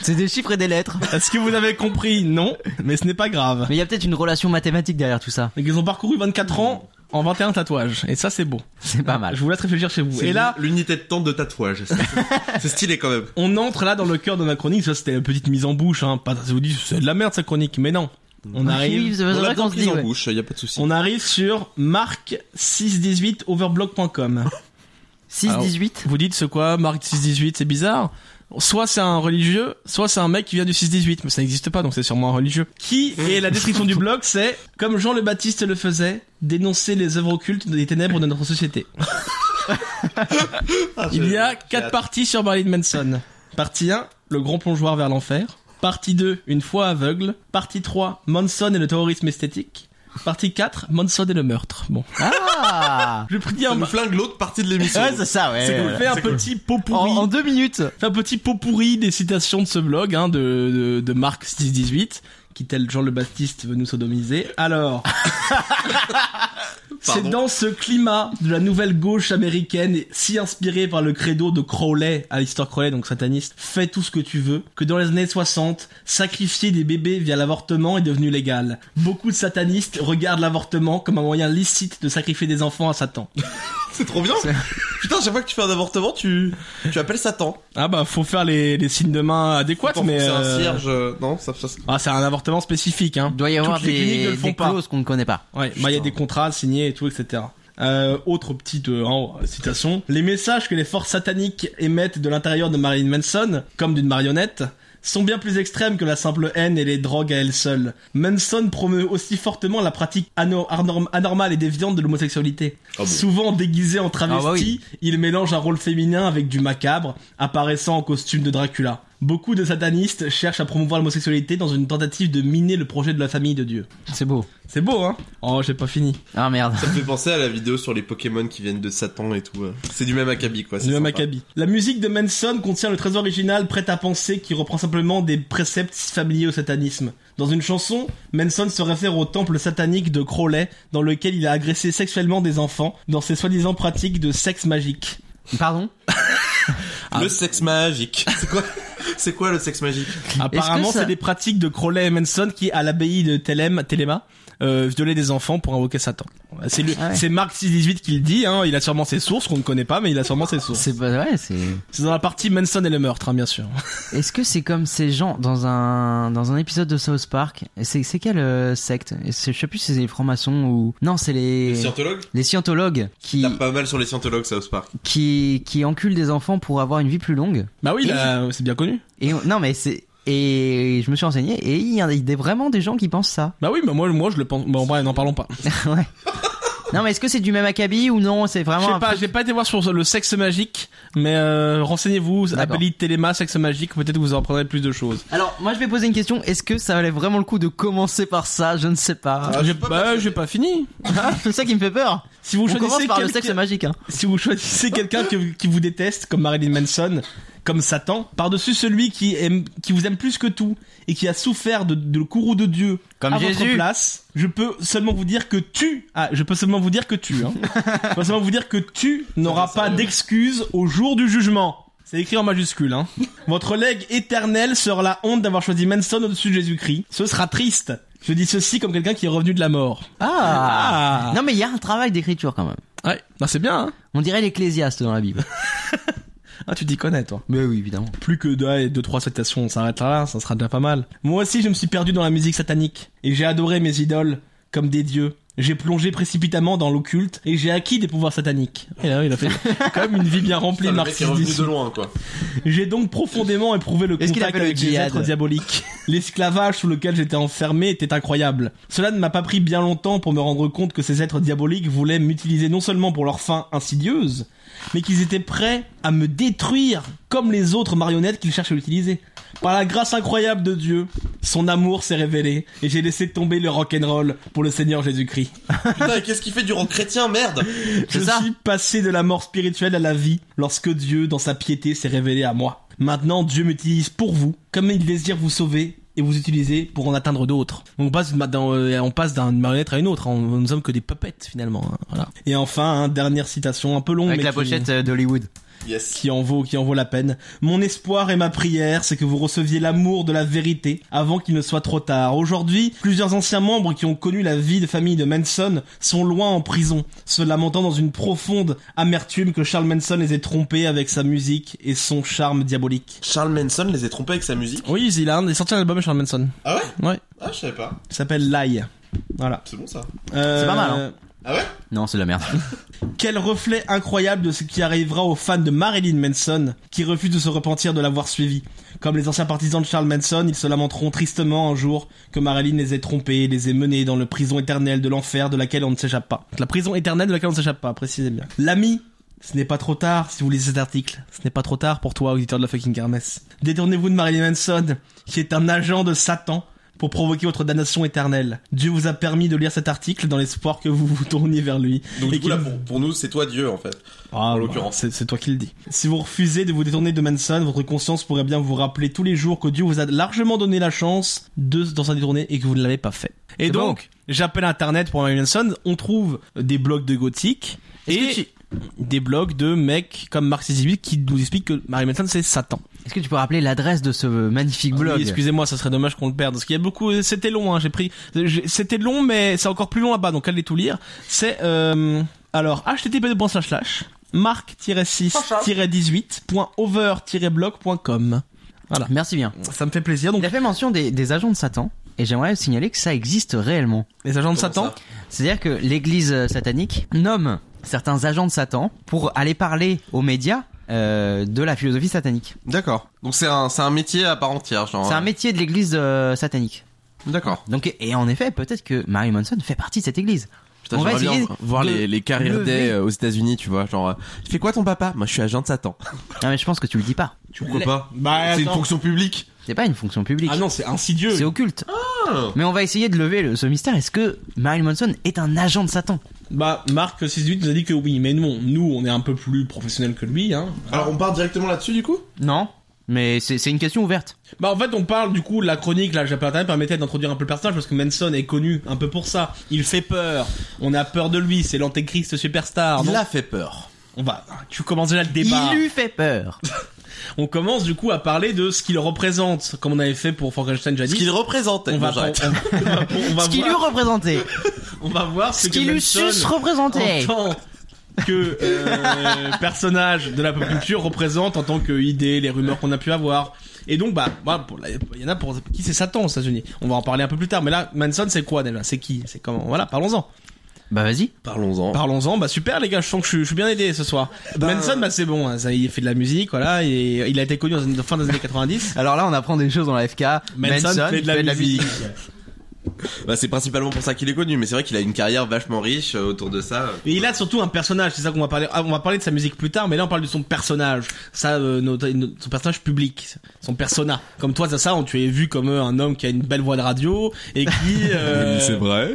Speaker 4: C'est des chiffres et des lettres.
Speaker 2: Est-ce que vous avez compris Non, mais ce n'est pas grave.
Speaker 4: Mais il y a peut-être une relation mathématique derrière tout ça.
Speaker 2: Ils ont parcouru 24 ans en 21 tatouages. Et ça, c'est beau.
Speaker 4: C'est pas mal.
Speaker 2: Je vous laisse réfléchir chez vous.
Speaker 3: C'est
Speaker 2: Et là,
Speaker 3: l'unité de temps de tatouage. C'est- C'est stylé quand même.
Speaker 2: on entre là dans le cœur de ma chronique. Ça, c'était la petite mise en bouche. Hein. Pas, je vous dis, c'est de la merde, sa chronique. Mais non. On
Speaker 4: Oui,
Speaker 2: arrive,
Speaker 4: c'est vrai qu'on se dit,
Speaker 3: en
Speaker 4: ouais.
Speaker 3: bouche, y a pas de souci.
Speaker 2: on arrive sur marc618overblog.com.
Speaker 4: 6-18.
Speaker 2: Vous dites, c'est quoi, marc618 C'est bizarre. Soit c'est un religieux, soit c'est un mec qui vient du 618, mais ça n'existe pas, donc c'est sûrement un religieux. Qui Et la description du blog, c'est comme Jean le Baptiste le faisait, dénoncer les œuvres occultes des ténèbres de notre société.
Speaker 3: Ah,
Speaker 2: Il y a quatre parties sur Marilyn Manson. Partie 1, le grand plongeoir vers l'enfer. Partie 2, une foi aveugle. Partie 3, Manson et le terrorisme esthétique. Partie 4, Manson et le meurtre. Bon,
Speaker 4: Ah
Speaker 2: je prie un
Speaker 3: On flingue l'autre partie de l'émission.
Speaker 4: Ouais, Eh, c'est ça, ouais.
Speaker 2: oh. c'est qu'on fait un petit pot pourri.
Speaker 4: En, en deux minutes.
Speaker 2: Fait un petit pot pourri des citations de ce blog hein, de, de, de Marc 618 qui tel Jean le Baptiste veut nous sodomiser. Alors, c'est
Speaker 3: Pardon.
Speaker 2: dans ce climat de la nouvelle gauche américaine, si inspirée par le credo de Crowley, Alistair Crowley, donc sataniste, fais tout ce que tu veux, que dans les années 60, sacrifier des bébés via l'avortement est devenu légal. Beaucoup de satanistes regardent l'avortement comme un moyen licite de sacrifier des enfants à Satan.
Speaker 3: C'est trop bien. Putain, chaque fois que tu fais un avortement, tu tu appelles Satan.
Speaker 2: Ah bah faut faire les, les signes de main adéquats,
Speaker 3: Attends,
Speaker 2: mais
Speaker 3: c'est
Speaker 2: euh,
Speaker 3: un cierge. euh, Non, ça ça-
Speaker 2: Ah, c'est un avortement spécifique, hein.
Speaker 4: Il doit y avoir
Speaker 2: Toutes les cliniques ne
Speaker 4: des,
Speaker 2: le font
Speaker 4: des
Speaker 2: pas.
Speaker 4: clauses qu'on ne connaît pas.
Speaker 2: Ouais, bah, il y a des contrats signés et tout, etc. Euh, autre petite euh, hein, citation. Les messages que les forces sataniques émettent de l'intérieur de Marilyn Manson, comme d'une marionnette, sont bien plus extrêmes que la simple haine et les drogues à elles seules. Manson promeut aussi fortement la pratique ano- anorm- anormale et déviante de l'homosexualité.
Speaker 3: bon
Speaker 2: Souvent déguisé en travesti,
Speaker 4: Ah bah oui.
Speaker 2: il mélange un rôle féminin avec du macabre, apparaissant en costume de Dracula. Beaucoup de satanistes cherchent à promouvoir l'homosexualité dans une tentative de miner le projet de la famille de Dieu.
Speaker 4: C'est beau.
Speaker 2: C'est beau, hein Oh, j'ai pas fini.
Speaker 4: Ah merde.
Speaker 3: Ça me fait penser à la vidéo sur les Pokémon qui viennent de Satan et tout. euh. C'est du même acabit quoi. c'est
Speaker 2: Du même
Speaker 3: sympa.
Speaker 2: acabit. La musique de Manson contient le trésor original prêt à penser qui reprend simplement des préceptes familiers au satanisme. Dans une chanson, Manson se réfère au temple satanique de Crowley, dans lequel il a agressé sexuellement des enfants dans ses soi-disant pratiques de sexe magique.
Speaker 4: Pardon
Speaker 3: Le sexe magique. C'est quoi C'est quoi le sexe magique
Speaker 2: Euh, Apparemment,
Speaker 4: ça-
Speaker 2: c'est des pratiques de Crowley et Manson qui, à l'abbaye de Telem, Telema, euh, violaient des enfants pour invoquer Satan. C'est lui,
Speaker 4: Ah ouais.
Speaker 2: c'est Marc 618 qui le dit. Hein, il a sûrement ses sources qu'on ne connaît pas, mais il a sûrement ses sources.
Speaker 4: C'est pas ouais, c'est.
Speaker 2: C'est dans la partie Manson et le meurtre, hein, bien sûr.
Speaker 4: Est-ce que c'est comme ces gens dans un dans un épisode de South Park et C'est c'est quelle euh, secte Et c'est- Je sais plus si c'est les francs-maçons ou non, c'est les
Speaker 3: Les scientologues
Speaker 4: les scientologues qui
Speaker 3: T'as pas mal sur les scientologues South Park.
Speaker 4: qui qui enculent des enfants pour avoir une vie plus longue.
Speaker 2: Bah oui,
Speaker 4: Et-
Speaker 2: là, c'est bien connu.
Speaker 4: Et on- non mais c'est et je me suis renseigné et il y a des- vraiment des gens qui pensent ça.
Speaker 2: Bah oui, bah moi, moi je le pense. Bon, bref, n'en parlons pas.
Speaker 4: ouais. Non mais est-ce que c'est du même acabit ou non C'est
Speaker 2: Je
Speaker 4: vraiment.
Speaker 2: sais
Speaker 4: Ah, un
Speaker 2: pas,
Speaker 4: truc-
Speaker 2: j'ai pas été voir sur le sexe magique, mais euh, renseignez-vous,
Speaker 4: D'accord.
Speaker 2: appelez Téléma sexe magique, peut-être que vous en apprendrez plus de choses.
Speaker 4: Alors moi je vais poser une question. Est-ce que ça valait vraiment le coup de commencer par ça Je ne sais pas.
Speaker 3: Ah,
Speaker 2: j'ai
Speaker 3: j'ai pas
Speaker 2: bah,
Speaker 3: passé.
Speaker 2: j'ai pas fini.
Speaker 4: c'est ça qui me fait peur.
Speaker 2: Si vous
Speaker 4: On commence
Speaker 2: choisissez
Speaker 4: par le
Speaker 2: quelqu'un-
Speaker 4: sexe magique. Hein.
Speaker 2: si vous choisissez quelqu'un que- qui vous déteste, comme Marilyn Manson, comme Satan, par-dessus celui qui aime, qui vous aime plus que tout et qui a souffert de, de le courroux de Dieu
Speaker 4: Comme
Speaker 2: à votre
Speaker 4: Jésus.
Speaker 2: place, je peux seulement vous dire que tu, ah, je peux seulement vous dire que tu, hein. je peux seulement vous dire que tu n'auras pas d'excuse au jour du jugement. C'est écrit en majuscule, hein. Votre legs éternel sera la honte d'avoir choisi Manson au-dessus de Jésus-Christ. Ce sera triste. Je dis ceci comme quelqu'un qui est revenu de la mort.
Speaker 4: Ah.
Speaker 2: Ah!
Speaker 4: Non mais il y a un travail d'écriture quand même.
Speaker 2: Ouais, bah, c'est bien, hein.
Speaker 4: On dirait l'ecclésiaste dans la Bible.
Speaker 2: Ah, tu t'y connais, toi.
Speaker 4: mais oui évidemment.
Speaker 2: plus que deux, allez, deux trois citations, on s'arrête là, ça sera déjà pas mal. Moi aussi, je me suis perdu dans la musique satanique et j'ai adoré mes idoles comme des dieux. J'ai plongé précipitamment dans l'occulte et j'ai acquis des pouvoirs sataniques. Et là, il a fait comme une vie bien remplie,
Speaker 3: Putain, le
Speaker 2: Marc
Speaker 3: mec est revenu
Speaker 2: 618.
Speaker 3: de loin quoi.
Speaker 2: J'ai donc profondément éprouvé le
Speaker 4: Est-ce qu'il a
Speaker 2: contact
Speaker 4: fait le
Speaker 2: avec les
Speaker 4: djihad
Speaker 2: êtres diaboliques. L'esclavage sous lequel j'étais enfermé était incroyable. Cela ne m'a pas pris bien longtemps pour me rendre compte que ces êtres diaboliques voulaient m'utiliser non seulement pour leurs fins insidieuses, mais qu'ils étaient prêts à me détruire comme les autres marionnettes qu'ils cherchent à utiliser. Par la grâce incroyable de Dieu, son amour s'est révélé et j'ai laissé tomber le rock'n'roll pour le Seigneur Jésus-Christ.
Speaker 3: Putain, et qu'est-ce qu'il fait du rang chrétien, merde
Speaker 2: Je
Speaker 4: ça.
Speaker 2: suis passé de la mort spirituelle à la vie lorsque Dieu, dans sa piété, s'est révélé à moi. Maintenant, Dieu m'utilise pour vous, comme il désire vous sauver et vous utiliser pour en atteindre d'autres. On passe d'une- d'un- euh, on passe d'une marionnette à une autre. hein. On- Nous sommes que des puppets finalement. hein. Voilà. Et enfin, hein, dernière citation un peu longue.
Speaker 4: Avec
Speaker 2: mais
Speaker 4: la
Speaker 2: qui-
Speaker 4: pochette euh, d'Hollywood.
Speaker 3: Yes.
Speaker 2: qui en vaut qui en vaut la peine. Mon espoir et ma prière, c'est que vous receviez l'amour de la vérité avant qu'il ne soit trop tard. Aujourd'hui, plusieurs anciens membres qui ont connu la vie de famille de Manson sont loin en prison, se lamentant dans une profonde amertume que Charles Manson les ait trompés avec sa musique et son charme diabolique.
Speaker 3: Charles Manson les a trompés avec sa musique.
Speaker 2: Oui, il a un, il a sorti un album Charles Manson.
Speaker 3: Ah ouais
Speaker 2: Ouais,
Speaker 3: Ah, je savais pas.
Speaker 2: il s'appelle Lie. Voilà.
Speaker 3: C'est bon ça.
Speaker 2: Euh,
Speaker 4: C'est pas mal, hein.
Speaker 3: Ah ouais
Speaker 5: Non, c'est de la merde.
Speaker 2: Quel reflet incroyable de ce qui arrivera aux fans de Marilyn Manson, qui refusent de se repentir de l'avoir suivi. Comme les anciens partisans de Charles Manson, ils se lamenteront tristement un jour que Marilyn les ait trompés, les ait menés dans la prison éternelle de l'enfer de laquelle on ne s'échappe pas. La prison éternelle de laquelle on ne s'échappe pas, précisez bien. L'ami ce n'est pas trop tard si vous lisez cet article. Ce n'est pas trop tard pour toi, auditeur de la fucking kermesse. Détournez-vous de Marilyn Manson, qui est un agent de Satan pour provoquer votre damnation éternelle. Dieu vous a permis de lire cet article dans l'espoir que vous vous tourniez vers lui.
Speaker 3: Donc
Speaker 2: Et
Speaker 3: du coup
Speaker 2: qu'il
Speaker 3: là pour, pour nous c'est toi Dieu en fait.
Speaker 2: ah,
Speaker 3: en
Speaker 2: bah,
Speaker 3: l'occurrence.
Speaker 2: c'est, c'est toi qui le dis. Si vous refusez de vous détourner de Manson, votre conscience pourrait bien vous rappeler tous les jours que Dieu vous a largement donné la chance de d'en s'en détourner et que vous ne l'avez pas fait. Et
Speaker 4: C'est
Speaker 2: donc,
Speaker 4: bon.
Speaker 2: j'appelle Internet pour Marilyn Manson, on trouve des blogs de gothique et des blogs de mecs comme Marc Sizibi qui nous expliquent que Marilyn Manson c'est Satan.
Speaker 4: Est-ce que tu peux rappeler l'adresse de ce magnifique blog
Speaker 2: Ah Oui, excusez-moi, ça serait dommage qu'on le perde parce qu'il y a beaucoup. C'était long, hein, j'ai pris. j'ai- C'était long, mais c'est encore plus long là-bas, donc allez tout lire. C'est euh, alors http marc-6-18.over-blog.com. Voilà,
Speaker 4: Merci bien.
Speaker 2: ça me fait plaisir. Donc
Speaker 4: Il a fait mention des, des agents de Satan, et j'aimerais signaler que ça existe réellement.
Speaker 2: les agents de
Speaker 3: Comment
Speaker 2: Satan.
Speaker 3: ça
Speaker 4: C'est-à-dire que l'église euh, satanique nomme certains agents de Satan pour aller parler aux médias euh, de la philosophie satanique.
Speaker 3: D'accord. Donc c'est un c'est un métier à part entière genre.
Speaker 4: C'est un métier de l'église euh, satanique.
Speaker 3: D'accord.
Speaker 4: Donc, et en effet, peut-être que Mary Manson fait partie de cette église.
Speaker 3: Putain,
Speaker 4: On va
Speaker 3: j'aimerais bien
Speaker 4: essayer
Speaker 3: voir
Speaker 4: de
Speaker 3: les, les carrières
Speaker 4: lever-
Speaker 3: day euh, aux États-Unis, tu vois, genre euh, fais quoi ton papa Moi je suis agent de Satan.
Speaker 4: Non, mais je pense que tu le dis pas.
Speaker 3: Pourquoi pas
Speaker 2: Bah,
Speaker 3: C'est une
Speaker 2: attends.
Speaker 3: fonction publique.
Speaker 4: C'est pas une fonction publique.
Speaker 2: Ah non, Ah. c'est insidieux.
Speaker 4: C'est occulte. Mais on va essayer de lever le- ce mystère. Est-ce que Marilyn Manson est un agent de Satan
Speaker 2: Bah, Marc 618 nous a dit que oui, mais non, nous, on est un peu plus professionnels que lui, hein.
Speaker 3: Alors on part directement là-dessus du coup
Speaker 4: Non. Mais c'est c'est une question ouverte.
Speaker 2: Bah en fait on parle du coup la chronique là j'appelle internet permettait d'introduire un peu le personnage parce que Manson est connu un peu pour ça. Il fait peur, on a peur de lui, c'est l'antéchrist superstar.
Speaker 3: Il
Speaker 2: Donc,
Speaker 3: a fait peur.
Speaker 2: on va tu commences déjà le débat.
Speaker 4: Il lui fait peur.
Speaker 2: On commence du coup à parler de ce qu'il représente comme on avait fait pour Frankenstein
Speaker 3: Ce
Speaker 2: jadis.
Speaker 3: qu'il représentait.
Speaker 2: on,
Speaker 3: Bon,
Speaker 2: va,
Speaker 3: j'arrête.
Speaker 2: on- on va- on va
Speaker 4: Ce qu'il lui
Speaker 2: voir,
Speaker 4: représentait.
Speaker 2: on va voir ce
Speaker 4: Ce
Speaker 2: que
Speaker 4: qu'il lui
Speaker 2: Manson
Speaker 4: sus représentait.
Speaker 2: en tant que euh, personnage de la pop culture représente en tant que idée les rumeurs qu'on a pu avoir. Et donc bah voilà, pour la- il y en a pour qui c'est Satan aux États-Unis. On va en parler un peu plus tard. Mais là Manson c'est quoi déjà C'est qui C'est comment Voilà parlons-en.
Speaker 4: Bah vas-y.
Speaker 3: Parlons-en.
Speaker 2: Parlons-en. Bah super les gars, je sens que je, suis- je suis bien aidé ce soir.
Speaker 3: Ben-
Speaker 2: Manson bah c'est bon, hein, ça, il fait de la musique voilà. Et il a été connu dans une- fin des années 90.
Speaker 4: Alors là, on apprend des choses dans la FK.
Speaker 2: Manson, fait de la musique.
Speaker 3: Bah, c'est principalement pour ça qu'il est connu, mais c'est vrai qu'il a une carrière vachement riche euh, autour de ça.
Speaker 2: Et il a surtout un personnage, c'est ça qu'on va parler. ah, on va parler de sa musique plus tard, mais là on parle de son personnage, ça, euh, notre- notre- son personnage public, son persona. Comme toi, ça, ça, tu es vu comme euh, un homme qui a une belle voix de radio et qui, euh,
Speaker 3: vrai.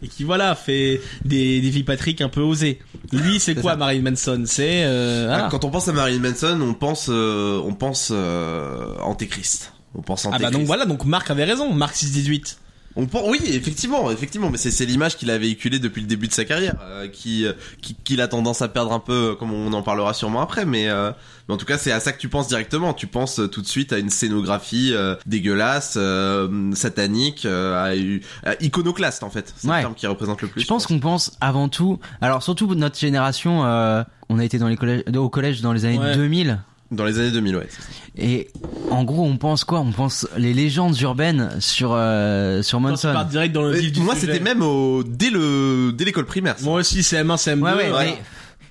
Speaker 2: et qui voilà fait des des vies Patrick un peu osées.
Speaker 3: Ah,
Speaker 2: Lui, c'est quoi, Marilyn Manson C'est euh, voilà.
Speaker 3: Quand on pense à Marilyn Manson, on pense, euh, on pense euh, Antéchrist. On pense
Speaker 2: ah
Speaker 3: Antéchrist.
Speaker 2: bah donc voilà, donc Marc avait raison, Marc 618.
Speaker 3: On pense, oui, effectivement, effectivement, mais c'est c'est l'image qu'il a véhiculée depuis le début de sa carrière, euh, qui, euh, qui qu'il a tendance à perdre un peu, euh, comme on en parlera sûrement après, mais, euh, mais en tout cas, c'est à ça que tu penses directement. Tu penses euh, tout de suite à une scénographie euh, dégueulasse, euh, satanique, euh, à eu- à iconoclaste en fait. C'est
Speaker 4: Ouais.
Speaker 3: le terme qui représente le plus.
Speaker 4: Je pense qu'on pense avant tout. Alors surtout notre génération, euh, on a été dans les collèges, au collège dans les années
Speaker 2: Ouais.
Speaker 4: 2000.
Speaker 3: dans les années 2000, ouais. c'est ça.
Speaker 4: Et en gros, on pense quoi On pense les légendes urbaines sur euh, sur
Speaker 2: Quand tu
Speaker 4: Manson.
Speaker 2: pars direct dans le
Speaker 3: Mais
Speaker 2: vif du
Speaker 3: Moi,
Speaker 2: sujet.
Speaker 3: c'était même au, dès le dès l'école primaire. ça.
Speaker 2: Moi aussi, CM1, CM2.
Speaker 4: Ouais, ouais,
Speaker 2: voilà. Euh,
Speaker 4: mais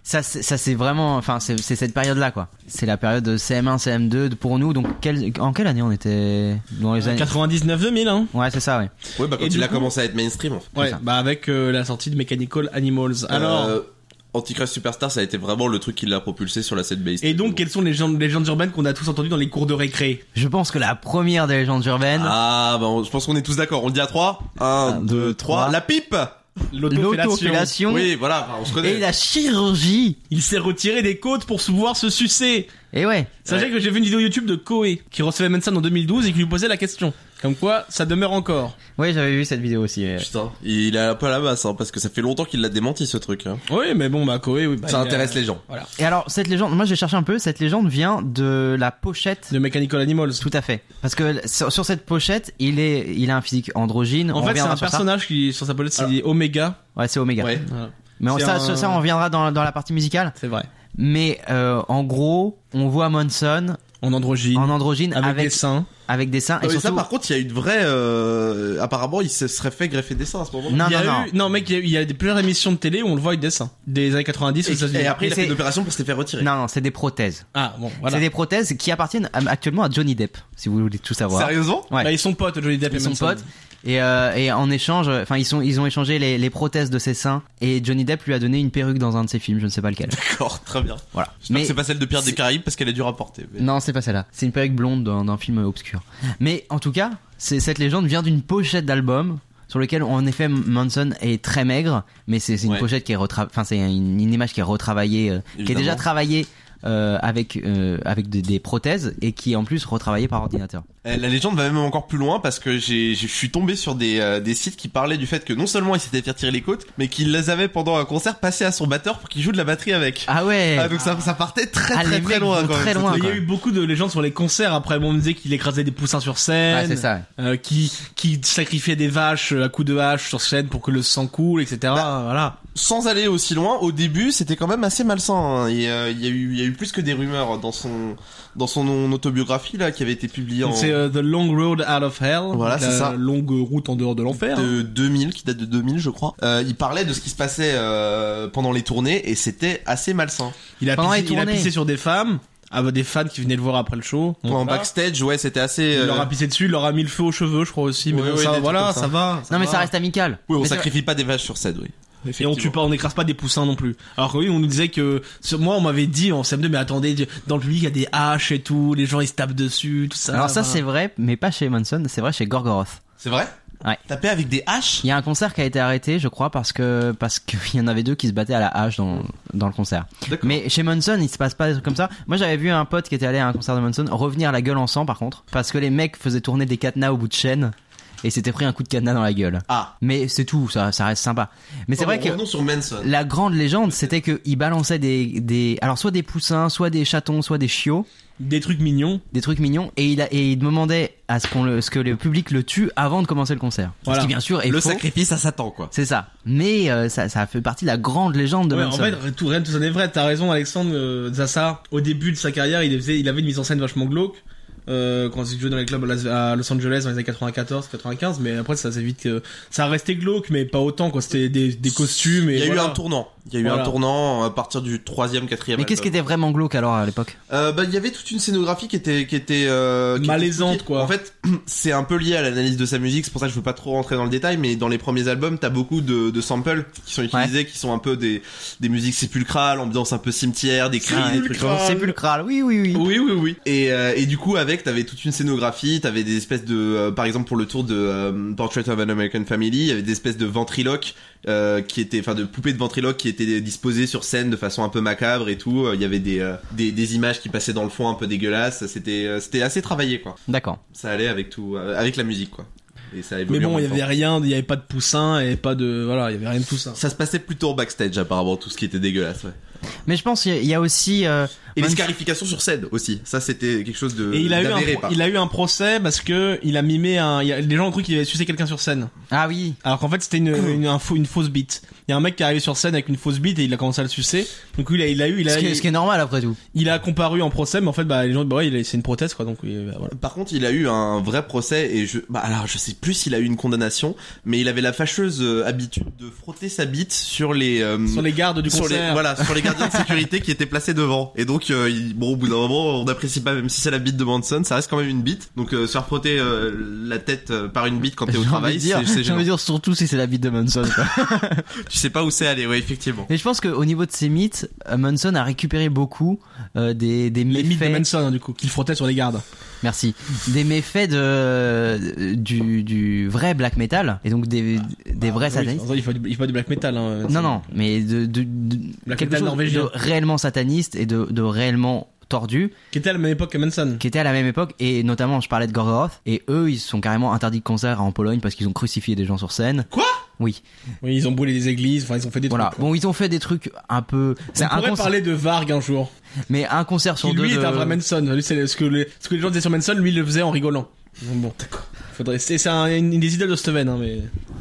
Speaker 4: ça, c'est- ça c'est vraiment. Enfin, c'est c'est cette période-là, quoi. C'est la période de CM1, CM2 de- pour nous. Donc, quelle- en quelle année on était Dans
Speaker 2: Euh,
Speaker 4: les années.
Speaker 2: 99-2000, hein.
Speaker 4: Ouais, c'est ça, ouais.
Speaker 3: Ouais, bah quand
Speaker 2: Et
Speaker 3: il
Speaker 2: du
Speaker 3: a
Speaker 2: coup-
Speaker 3: commencé à être mainstream. En fait.
Speaker 2: Ouais,
Speaker 4: ça.
Speaker 2: bah avec euh, la sortie de Mechanical Animals. Alors.
Speaker 3: Euh, Antichrist Superstar, ça a été vraiment le truc qui l'a propulsé sur la scène base.
Speaker 2: Et donc, quelles sont les légendes, légendes urbaines qu'on a tous entendues dans les cours de récré
Speaker 4: Je pense que la première des légendes urbaines.
Speaker 3: Ah, bah, on- je pense qu'on est tous d'accord. On le dit à 3. 1, 2, 3.
Speaker 4: trois.
Speaker 3: La pipe
Speaker 2: L'autofellation.
Speaker 4: L'autofellation
Speaker 3: Oui, voilà, enfin, on se connaît.
Speaker 4: et la chirurgie.
Speaker 2: Il s'est retiré des côtes pour pouvoir se sucer.
Speaker 4: Et ouais.
Speaker 2: Sachez que j'ai vu une vidéo YouTube de Koé qui recevait Manson en 2012 et qui lui posait la question. Comme quoi, ça demeure encore.
Speaker 4: Oui, j'avais vu cette vidéo aussi. mais-
Speaker 3: Putain, il a pas la basse, hein, parce que ça fait longtemps qu'il l'a démenti ce truc. hein.
Speaker 2: Oui, mais bon, bah, Koé, oui. bah,
Speaker 3: ça
Speaker 2: il a-
Speaker 3: intéresse les gens.
Speaker 2: Voilà.
Speaker 4: Et alors, cette légende, moi j'ai cherché un peu, cette légende vient de la pochette.
Speaker 2: De Mechanical Animals.
Speaker 4: Tout à fait. Parce que sur, sur cette pochette, il, est, il a un physique androgyne.
Speaker 2: En
Speaker 4: on
Speaker 2: fait, c'est
Speaker 4: reviendra
Speaker 2: un
Speaker 4: sur ça.
Speaker 2: personnage qui, sur sa palette, c'est Omega.
Speaker 4: Ouais, c'est Omega.
Speaker 3: Ouais.
Speaker 2: Voilà.
Speaker 4: Mais on-
Speaker 2: C'est
Speaker 4: ça,
Speaker 2: un-
Speaker 4: ça, ça, on reviendra dans, dans la partie musicale.
Speaker 2: C'est vrai.
Speaker 4: Mais euh, en gros, on voit Monson
Speaker 2: En androgyne.
Speaker 4: en androgyne
Speaker 2: avec,
Speaker 4: avec,
Speaker 2: des seins.
Speaker 4: avec des seins.
Speaker 3: Ah
Speaker 4: et
Speaker 3: oui,
Speaker 4: surtout,
Speaker 3: ça, par contre, il y a une vraie. euh, Apparemment, il se serait fait greffer des seins à ce moment-là.
Speaker 4: non,
Speaker 2: il y
Speaker 4: non,
Speaker 2: a
Speaker 4: non.
Speaker 2: eu- mec, il y a, eu- il y a des plusieurs émissions de télé où on le voit avec des seins. Des années 90 aux
Speaker 3: Et,
Speaker 2: États-Unis.
Speaker 3: et après, il a
Speaker 4: Mais
Speaker 3: fait
Speaker 4: c'est-
Speaker 3: une opération pour se les faire retirer.
Speaker 4: Non, non, c'est des prothèses.
Speaker 2: Ah, bon, voilà.
Speaker 4: C'est des prothèses qui appartiennent à- actuellement à Johnny Depp, si vous voulez tout savoir.
Speaker 3: Sérieusement
Speaker 4: Ouais.
Speaker 2: Bah, ils sont potes, Johnny Depp et
Speaker 4: Ils sont
Speaker 2: Manson.
Speaker 4: potes et, euh, et en échange, enfin ils sont ils ont échangé les, les prothèses de ses seins et Johnny Depp lui a donné une perruque dans un de ses films, je ne sais pas lequel.
Speaker 3: D'accord, très bien.
Speaker 4: Voilà.
Speaker 3: J'espère que c'est pas celle de Pierre des Caraïbes parce qu'elle est dure à porter. mais-
Speaker 4: Non, c'est pas celle-là. C'est une perruque blonde dans, dans un film obscur. Mais en tout cas, c'est- cette légende vient d'une pochette d'album sur lequel en effet Manson est très maigre, mais c'est c'est une
Speaker 3: Ouais.
Speaker 4: pochette qui est retra- enfin c'est une, une image qui est retravaillée, euh, qui est
Speaker 3: Évidemment.
Speaker 4: déjà travaillée euh, avec euh, avec des, des prothèses et qui est en plus retravaillée par ordinateur.
Speaker 3: Euh, La légende va même encore plus loin parce que j'ai, j'ai- je suis tombé sur des, euh, des sites qui parlaient du fait que non seulement il s'était fait tirer les côtes, mais qu'il les avait pendant un concert passé à son batteur pour qu'il joue de la batterie avec.
Speaker 4: Ah ouais.
Speaker 3: Ah, donc ça, ça partait très
Speaker 4: Ah,
Speaker 3: très
Speaker 4: les
Speaker 3: très
Speaker 4: mecs
Speaker 3: loin
Speaker 4: vont
Speaker 3: quand même,
Speaker 4: très
Speaker 3: ce
Speaker 4: loin,
Speaker 3: truc.
Speaker 2: Il y a eu beaucoup de légendes sur les concerts. Après, bon, on me disait qu'il écrasait des poussins sur scène.
Speaker 3: Ah,
Speaker 4: Ouais, c'est ça.
Speaker 2: Euh, qui, qui sacrifiait des vaches euh, à coups de hache sur scène pour que le sang coule, etc.
Speaker 3: Bah,
Speaker 2: voilà.
Speaker 3: Sans aller aussi loin, au début, c'était quand même assez malsain. hein, Et euh, il y a eu, il y a eu plus que des rumeurs dans son, dans son autobiographie là, qui avait été publiée en
Speaker 2: C'est euh, The Long Road Out of Hell.
Speaker 3: Voilà,
Speaker 2: Donc,
Speaker 3: c'est
Speaker 2: la
Speaker 3: ça.
Speaker 2: Longue route en dehors de l'enfer.
Speaker 3: de 2000, qui date de 2000, je crois. Euh, il parlait de ce qui se passait euh, pendant les tournées et c'était assez malsain.
Speaker 2: Il a,
Speaker 4: Pendant
Speaker 2: pissé,
Speaker 4: les
Speaker 2: il a
Speaker 4: tournées.
Speaker 2: pissé sur des femmes, ah, bah, des fans qui venaient le voir après le show.
Speaker 3: en
Speaker 2: Voilà.
Speaker 3: backstage, ouais, c'était assez.
Speaker 2: Il
Speaker 3: euh,
Speaker 2: leur a pissé dessus, il leur a mis le feu aux cheveux, je crois aussi. Mais
Speaker 3: Ouais,
Speaker 2: bon,
Speaker 3: ouais,
Speaker 2: ça,
Speaker 3: des trucs
Speaker 2: voilà,
Speaker 3: comme
Speaker 2: ça.
Speaker 3: ça.
Speaker 2: va. ça
Speaker 4: Non mais
Speaker 2: va.
Speaker 4: ça reste amical.
Speaker 3: Oui, on
Speaker 4: Mais c'est-
Speaker 3: sacrifie pas des vaches sur scène, oui.
Speaker 2: Et on tue pas, on écrase pas des poussins non plus. Alors que oui, on nous disait que sur moi, on m'avait dit en CM2, mais attendez, dans le public, il y a des haches et tout, les gens ils se tapent dessus, tout ça. bah,
Speaker 4: Alors ça
Speaker 2: voilà.
Speaker 4: c'est vrai, mais pas chez Manson, c'est vrai chez Gorgoroth.
Speaker 3: C'est vrai
Speaker 4: Ouais.
Speaker 3: Taper avec des haches
Speaker 4: Il y a un concert qui a été arrêté, je crois, parce que parce qu'il y en avait deux qui se battaient à la hache dans, dans le concert.
Speaker 3: D'accord.
Speaker 4: Mais chez Monson, il se passe pas des trucs comme ça. Moi, j'avais vu un pote qui était allé à un concert de Monson revenir la gueule en sang, par contre, parce que les mecs faisaient tourner des cadenas au bout de chaîne et s'étaient pris un coup de cadenas dans la gueule.
Speaker 3: Ah.
Speaker 4: Mais c'est tout, ça, ça reste sympa. Mais c'est
Speaker 3: Oh,
Speaker 4: vrai
Speaker 3: bon,
Speaker 4: que
Speaker 3: Revenons sur Manson.
Speaker 4: la grande légende, c'était qu'ils balançaient des, des, alors soit des poussins, soit des chatons, soit des chiots,
Speaker 2: Des trucs mignons.
Speaker 4: des trucs mignons, et il, a, et il demandait à ce, qu'on le, ce que le public le tue avant de commencer le concert.
Speaker 2: Voilà.
Speaker 4: Ce qui, bien sûr, est
Speaker 3: Le
Speaker 4: faux.
Speaker 3: sacrifice à Satan, quoi.
Speaker 4: C'est ça. Mais euh, ça, ça fait partie de la grande légende de
Speaker 2: Ouais, en
Speaker 4: Manson.
Speaker 2: fait, tout, rien de tout ça n'est vrai. T'as raison, Alexandre euh, Zassa. Au début de sa carrière, il, faisait, il avait une mise en scène vachement glauque. Euh, quand il jouait dans les clubs à Las- à Los Angeles dans les années 94, 95, mais après ça s'est vite, euh, ça a resté glauque, mais pas autant quoi. C'était des, des costumes et
Speaker 3: Il y a eu
Speaker 2: voilà.
Speaker 3: un tournant. Il y a eu
Speaker 2: Voilà.
Speaker 3: un tournant euh, à partir du troisième, quatrième.
Speaker 4: mais qu'est-ce qui
Speaker 3: album.
Speaker 4: était vraiment glauque alors à l'époque
Speaker 3: Euh, bah, il y avait toute une scénographie qui était, qui était euh, qui
Speaker 2: Malaisante,
Speaker 3: était-
Speaker 2: quoi.
Speaker 3: En fait, c'est un peu lié à l'analyse de sa musique. C'est pour ça que je veux pas trop rentrer dans le détail, mais dans les premiers albums, t'as beaucoup de, de samples qui sont utilisés, qui sont un peu des, des musiques sépulcrales, ambiance un peu cimetière, des cris, des trucs comme ça.
Speaker 4: C'est plus le cral. Oui, oui, oui.
Speaker 3: Oui, oui, oui. Et, euh, et du coup, avec, t'avais toute une scénographie, t'avais des espèces de, euh, par exemple pour le tour de euh, Portrait of an American Family, il y avait des espèces de ventriloques euh, qui étaient, enfin de poupées de ventriloques qui étaient disposées sur scène de façon un peu macabre et tout. Euh, Il y avait des, euh, des des images qui passaient dans le fond un peu dégueulasses. C'était euh, c'était assez travaillé quoi.
Speaker 4: D'accord.
Speaker 3: Ça allait avec tout, euh, avec la musique quoi. Et ça
Speaker 2: Mais
Speaker 3: évoluait. en
Speaker 2: bon, il y
Speaker 3: même temps.
Speaker 2: avait rien, il y avait pas de poussins et pas de, voilà, il y avait rien de tout ça.
Speaker 3: Ça se passait plutôt en backstage apparemment tout ce qui était dégueulasse. Ouais.
Speaker 4: Mais je pense qu'il y a- il y a aussi. euh,
Speaker 3: Et les
Speaker 4: Manson-
Speaker 3: scarifications sur scène aussi. Ça c'était quelque chose de.
Speaker 2: Et il a, eu un,
Speaker 3: d'avéré,
Speaker 2: pro-
Speaker 3: par
Speaker 2: il a eu un procès parce que il a mimé un. il y a- les gens ont cru qu'il avait sucé quelqu'un sur scène.
Speaker 4: Ah oui.
Speaker 2: Alors qu'en fait, c'était une, une, un faux- une fausse bite. Il y a un mec qui est arrivé sur scène avec une fausse bite et il a commencé à le sucer. Donc il a, il a eu. Il
Speaker 4: Ce
Speaker 2: a,
Speaker 4: qui, est- ce qui est normal après tout.
Speaker 2: il a comparu en procès, mais en fait, bah, les gens, bah ouais, il a- c'est une prothèse, quoi. Donc, oui, bah, voilà.
Speaker 3: Par contre, il a eu un vrai procès et je, bah alors je sais plus s'il a eu une condamnation, mais il avait la fâcheuse euh, habitude de frotter sa bite sur les euh,
Speaker 2: Sur les gardes du
Speaker 3: sur les-
Speaker 2: concert.
Speaker 3: voilà sur les gardiens de sécurité qui étaient placés devant. Et donc euh, il- bon au bout d'un moment, on n'apprécie pas même si c'est la bite de Manson, ça reste quand même une bite. Donc euh, se faire frotter euh, la tête euh, par une bite quand t'es au
Speaker 4: J'ai envie
Speaker 3: travail,
Speaker 4: de dire,
Speaker 3: c'est- c'est
Speaker 4: j'ai
Speaker 3: gênant.
Speaker 4: envie de dire surtout si c'est la bite de Manson. quoi.
Speaker 3: tu sais pas où c'est aller, ouais effectivement.
Speaker 4: Et je pense qu'au niveau de ses mythes, euh, Manson a récupéré beaucoup euh, des, des
Speaker 2: Les mythes de
Speaker 4: méfaits.
Speaker 2: Manson, hein, du coup, qu'il frottait sur les gardes.
Speaker 4: Merci. Des méfaits de du, du vrai black metal et donc des, des vrais
Speaker 2: Ah, oui,
Speaker 4: satanistes.
Speaker 2: Il faut, du- il faut du black metal. Hein, Manson.
Speaker 4: Non, non, mais de, de, de-
Speaker 2: Black
Speaker 4: quelque
Speaker 2: metal
Speaker 4: chose
Speaker 2: norvégien.
Speaker 4: de réellement sataniste et de, de réellement tordu
Speaker 2: Qui était à la même époque que Manson.
Speaker 4: qui étaient à la même époque et notamment je parlais de Gorgoroth et eux ils se sont carrément interdits de concert en Pologne parce qu'ils ont crucifié des gens sur scène.
Speaker 2: Quoi
Speaker 4: Oui.
Speaker 2: Oui, ils ont brûlé des églises, enfin ils ont fait des
Speaker 4: Voilà.
Speaker 2: trucs.
Speaker 4: Bon ils ont fait des trucs un peu. C'est
Speaker 2: On
Speaker 4: un
Speaker 2: pourrait
Speaker 4: concert.
Speaker 2: parler de Varg un jour.
Speaker 4: Mais un concert sur
Speaker 2: qui
Speaker 4: deux.
Speaker 2: lui
Speaker 4: de-
Speaker 2: est un vrai Manson. Lui, c'est ce que les, ce que les gens disaient sur Manson, lui il le faisait en rigolant. Donc Bon, faudrait. C'est c'est un- une, une des idoles de Steven, hein, mais.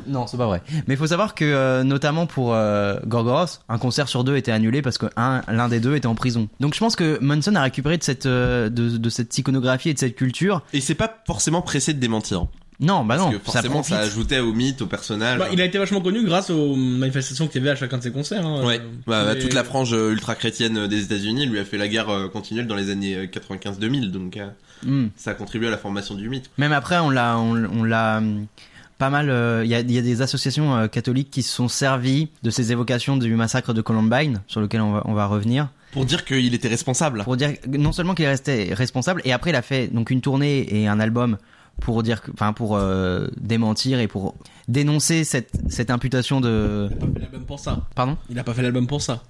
Speaker 4: Non c'est pas vrai. Mais faut savoir que euh, notamment pour euh, Gorgoroth un concert sur deux était annulé parce que un l'un des deux était en prison. Donc je pense que Manson a récupéré de cette euh, de, de cette iconographie et de cette culture.
Speaker 3: Et c'est pas forcément pressé de démentir.
Speaker 4: Non bah non.
Speaker 3: parce que forcément,
Speaker 4: ça
Speaker 3: ça,
Speaker 4: profite.
Speaker 3: ajoutait au mythe, au personnage.
Speaker 2: Bah, il a été vachement connu grâce aux manifestations qu'il y avait à chacun de ses concerts. hein.
Speaker 3: Ouais,
Speaker 2: Euh,
Speaker 3: bah, bah,
Speaker 2: mais-
Speaker 3: toute la frange euh, ultra-chrétienne euh, des États-Unis lui a fait la guerre euh, continuelle dans les années euh, 95-2000, donc euh,
Speaker 4: Hmm.
Speaker 3: ça a contribué à la formation du mythe.
Speaker 4: Même après, on l'a, on, on l'a hum, pas mal. euh, Il y, a, il y a des associations euh, catholiques qui se sont servies de ces évocations du massacre de Columbine, sur lequel on va, on va revenir,
Speaker 3: Pour dire qu'il était responsable.
Speaker 4: pour dire que non seulement qu'il est resté responsable, et après il a fait donc une tournée et un album pour dire, que- enfin pour euh, démentir et pour dénoncer cette, cette imputation de.
Speaker 2: Il a pas fait l'album pour ça.
Speaker 4: Pardon.
Speaker 2: Il a pas fait l'album pour ça.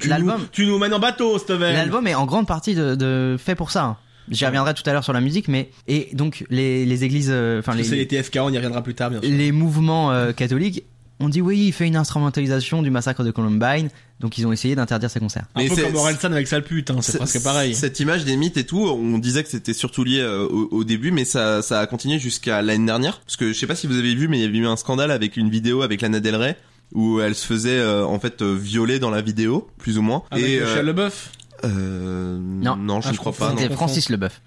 Speaker 2: Tu
Speaker 4: L'album-
Speaker 2: nous- Tu nous mènes en bateau, Steven.
Speaker 4: L'album est en grande partie de, de- fait pour ça. hein. J'y reviendrai tout à l'heure sur la musique, mais et donc les, les églises, euh, enfin
Speaker 2: Parce que
Speaker 4: les,
Speaker 2: C'est les TFK, on y reviendra plus tard, bien sûr.
Speaker 4: les mouvements euh, catholiques ont dit oui, il fait une instrumentalisation du massacre de Columbine, donc ils ont essayé d'interdire ses concerts.
Speaker 2: Un
Speaker 3: Mais
Speaker 2: peu
Speaker 3: c'est-
Speaker 2: comme Orelsan avec sa pute, hein, c'est presque pareil.
Speaker 3: Cette image des mythes et tout, on disait que c'était surtout lié euh, au, au début, mais ça, ça a continué jusqu'à l'année dernière. Parce que je sais pas si vous avez vu, mais il y avait eu un scandale avec une vidéo avec Lana Del Rey où elle se faisait euh, en fait euh, violer dans la vidéo, plus ou moins.
Speaker 2: Avec
Speaker 3: et
Speaker 2: le
Speaker 3: euh,
Speaker 2: Shia LaBeouf.
Speaker 3: euh,
Speaker 4: Non.
Speaker 3: non, je
Speaker 2: Ah,
Speaker 3: ne
Speaker 2: je
Speaker 3: crois
Speaker 2: confonds.
Speaker 3: pas. non.
Speaker 4: C'était Francis Leboeuf.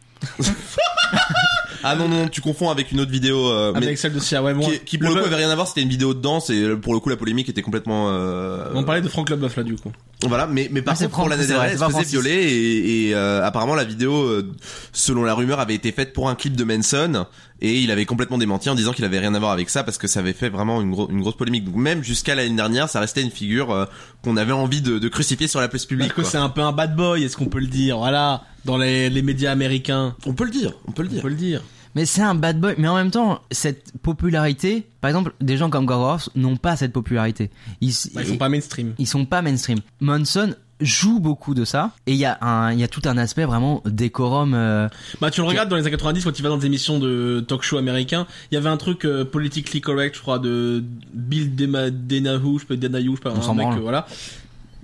Speaker 3: Ah non non, tu confonds avec une autre vidéo. euh, mais...
Speaker 2: Avec celle de Shia, ouais, bon.
Speaker 3: qui, qui, pour le coup
Speaker 2: LaBeouf-
Speaker 3: avait rien à voir, c'était une vidéo de danse et euh, pour le coup la polémique était complètement. euh,
Speaker 2: On parlait de Franck LaBeouf là, du coup.
Speaker 3: Voilà, mais, mais par
Speaker 4: Ah, c'est
Speaker 3: contre, pour
Speaker 4: Franck,
Speaker 3: l'année
Speaker 4: c'est vrai,
Speaker 3: dernière,
Speaker 4: c'est
Speaker 3: elle se
Speaker 4: pas
Speaker 3: faisait violer
Speaker 4: Francis.
Speaker 3: et, et, euh, apparemment la vidéo, euh, selon la rumeur, avait été faite pour un clip de Manson et il avait complètement démenti en disant qu'il avait rien à voir avec ça parce que ça avait fait vraiment une, gro- une grosse polémique. Donc même jusqu'à l'année dernière, ça restait une figure euh, qu'on avait envie de, de crucifier sur la place publique.
Speaker 2: Marco,
Speaker 3: quoi.
Speaker 2: c'est un peu un bad boy, est-ce qu'on peut le dire Voilà, dans les, les médias américains.
Speaker 3: On peut le dire, on peut le
Speaker 2: On
Speaker 3: dire.
Speaker 2: peut le dire.
Speaker 4: Mais c'est un bad boy. Mais en même temps, cette popularité, par exemple, des gens comme Gorgoroth n'ont pas cette popularité. Ils,
Speaker 2: Bah, ils sont pas mainstream.
Speaker 4: ils sont pas mainstream. Manson joue beaucoup de ça et il y a un, il y a tout un aspect vraiment décorum. euh,
Speaker 2: Bah tu le regardes dans les années 90 quand tu vas dans des émissions de talk show américains, il y avait un truc euh, politically correct, je crois, de Bill Dema- Denahou, je peux Denahou, je sais pas,
Speaker 4: On
Speaker 2: un
Speaker 4: s'en
Speaker 2: mec,
Speaker 4: branle.
Speaker 2: euh, voilà.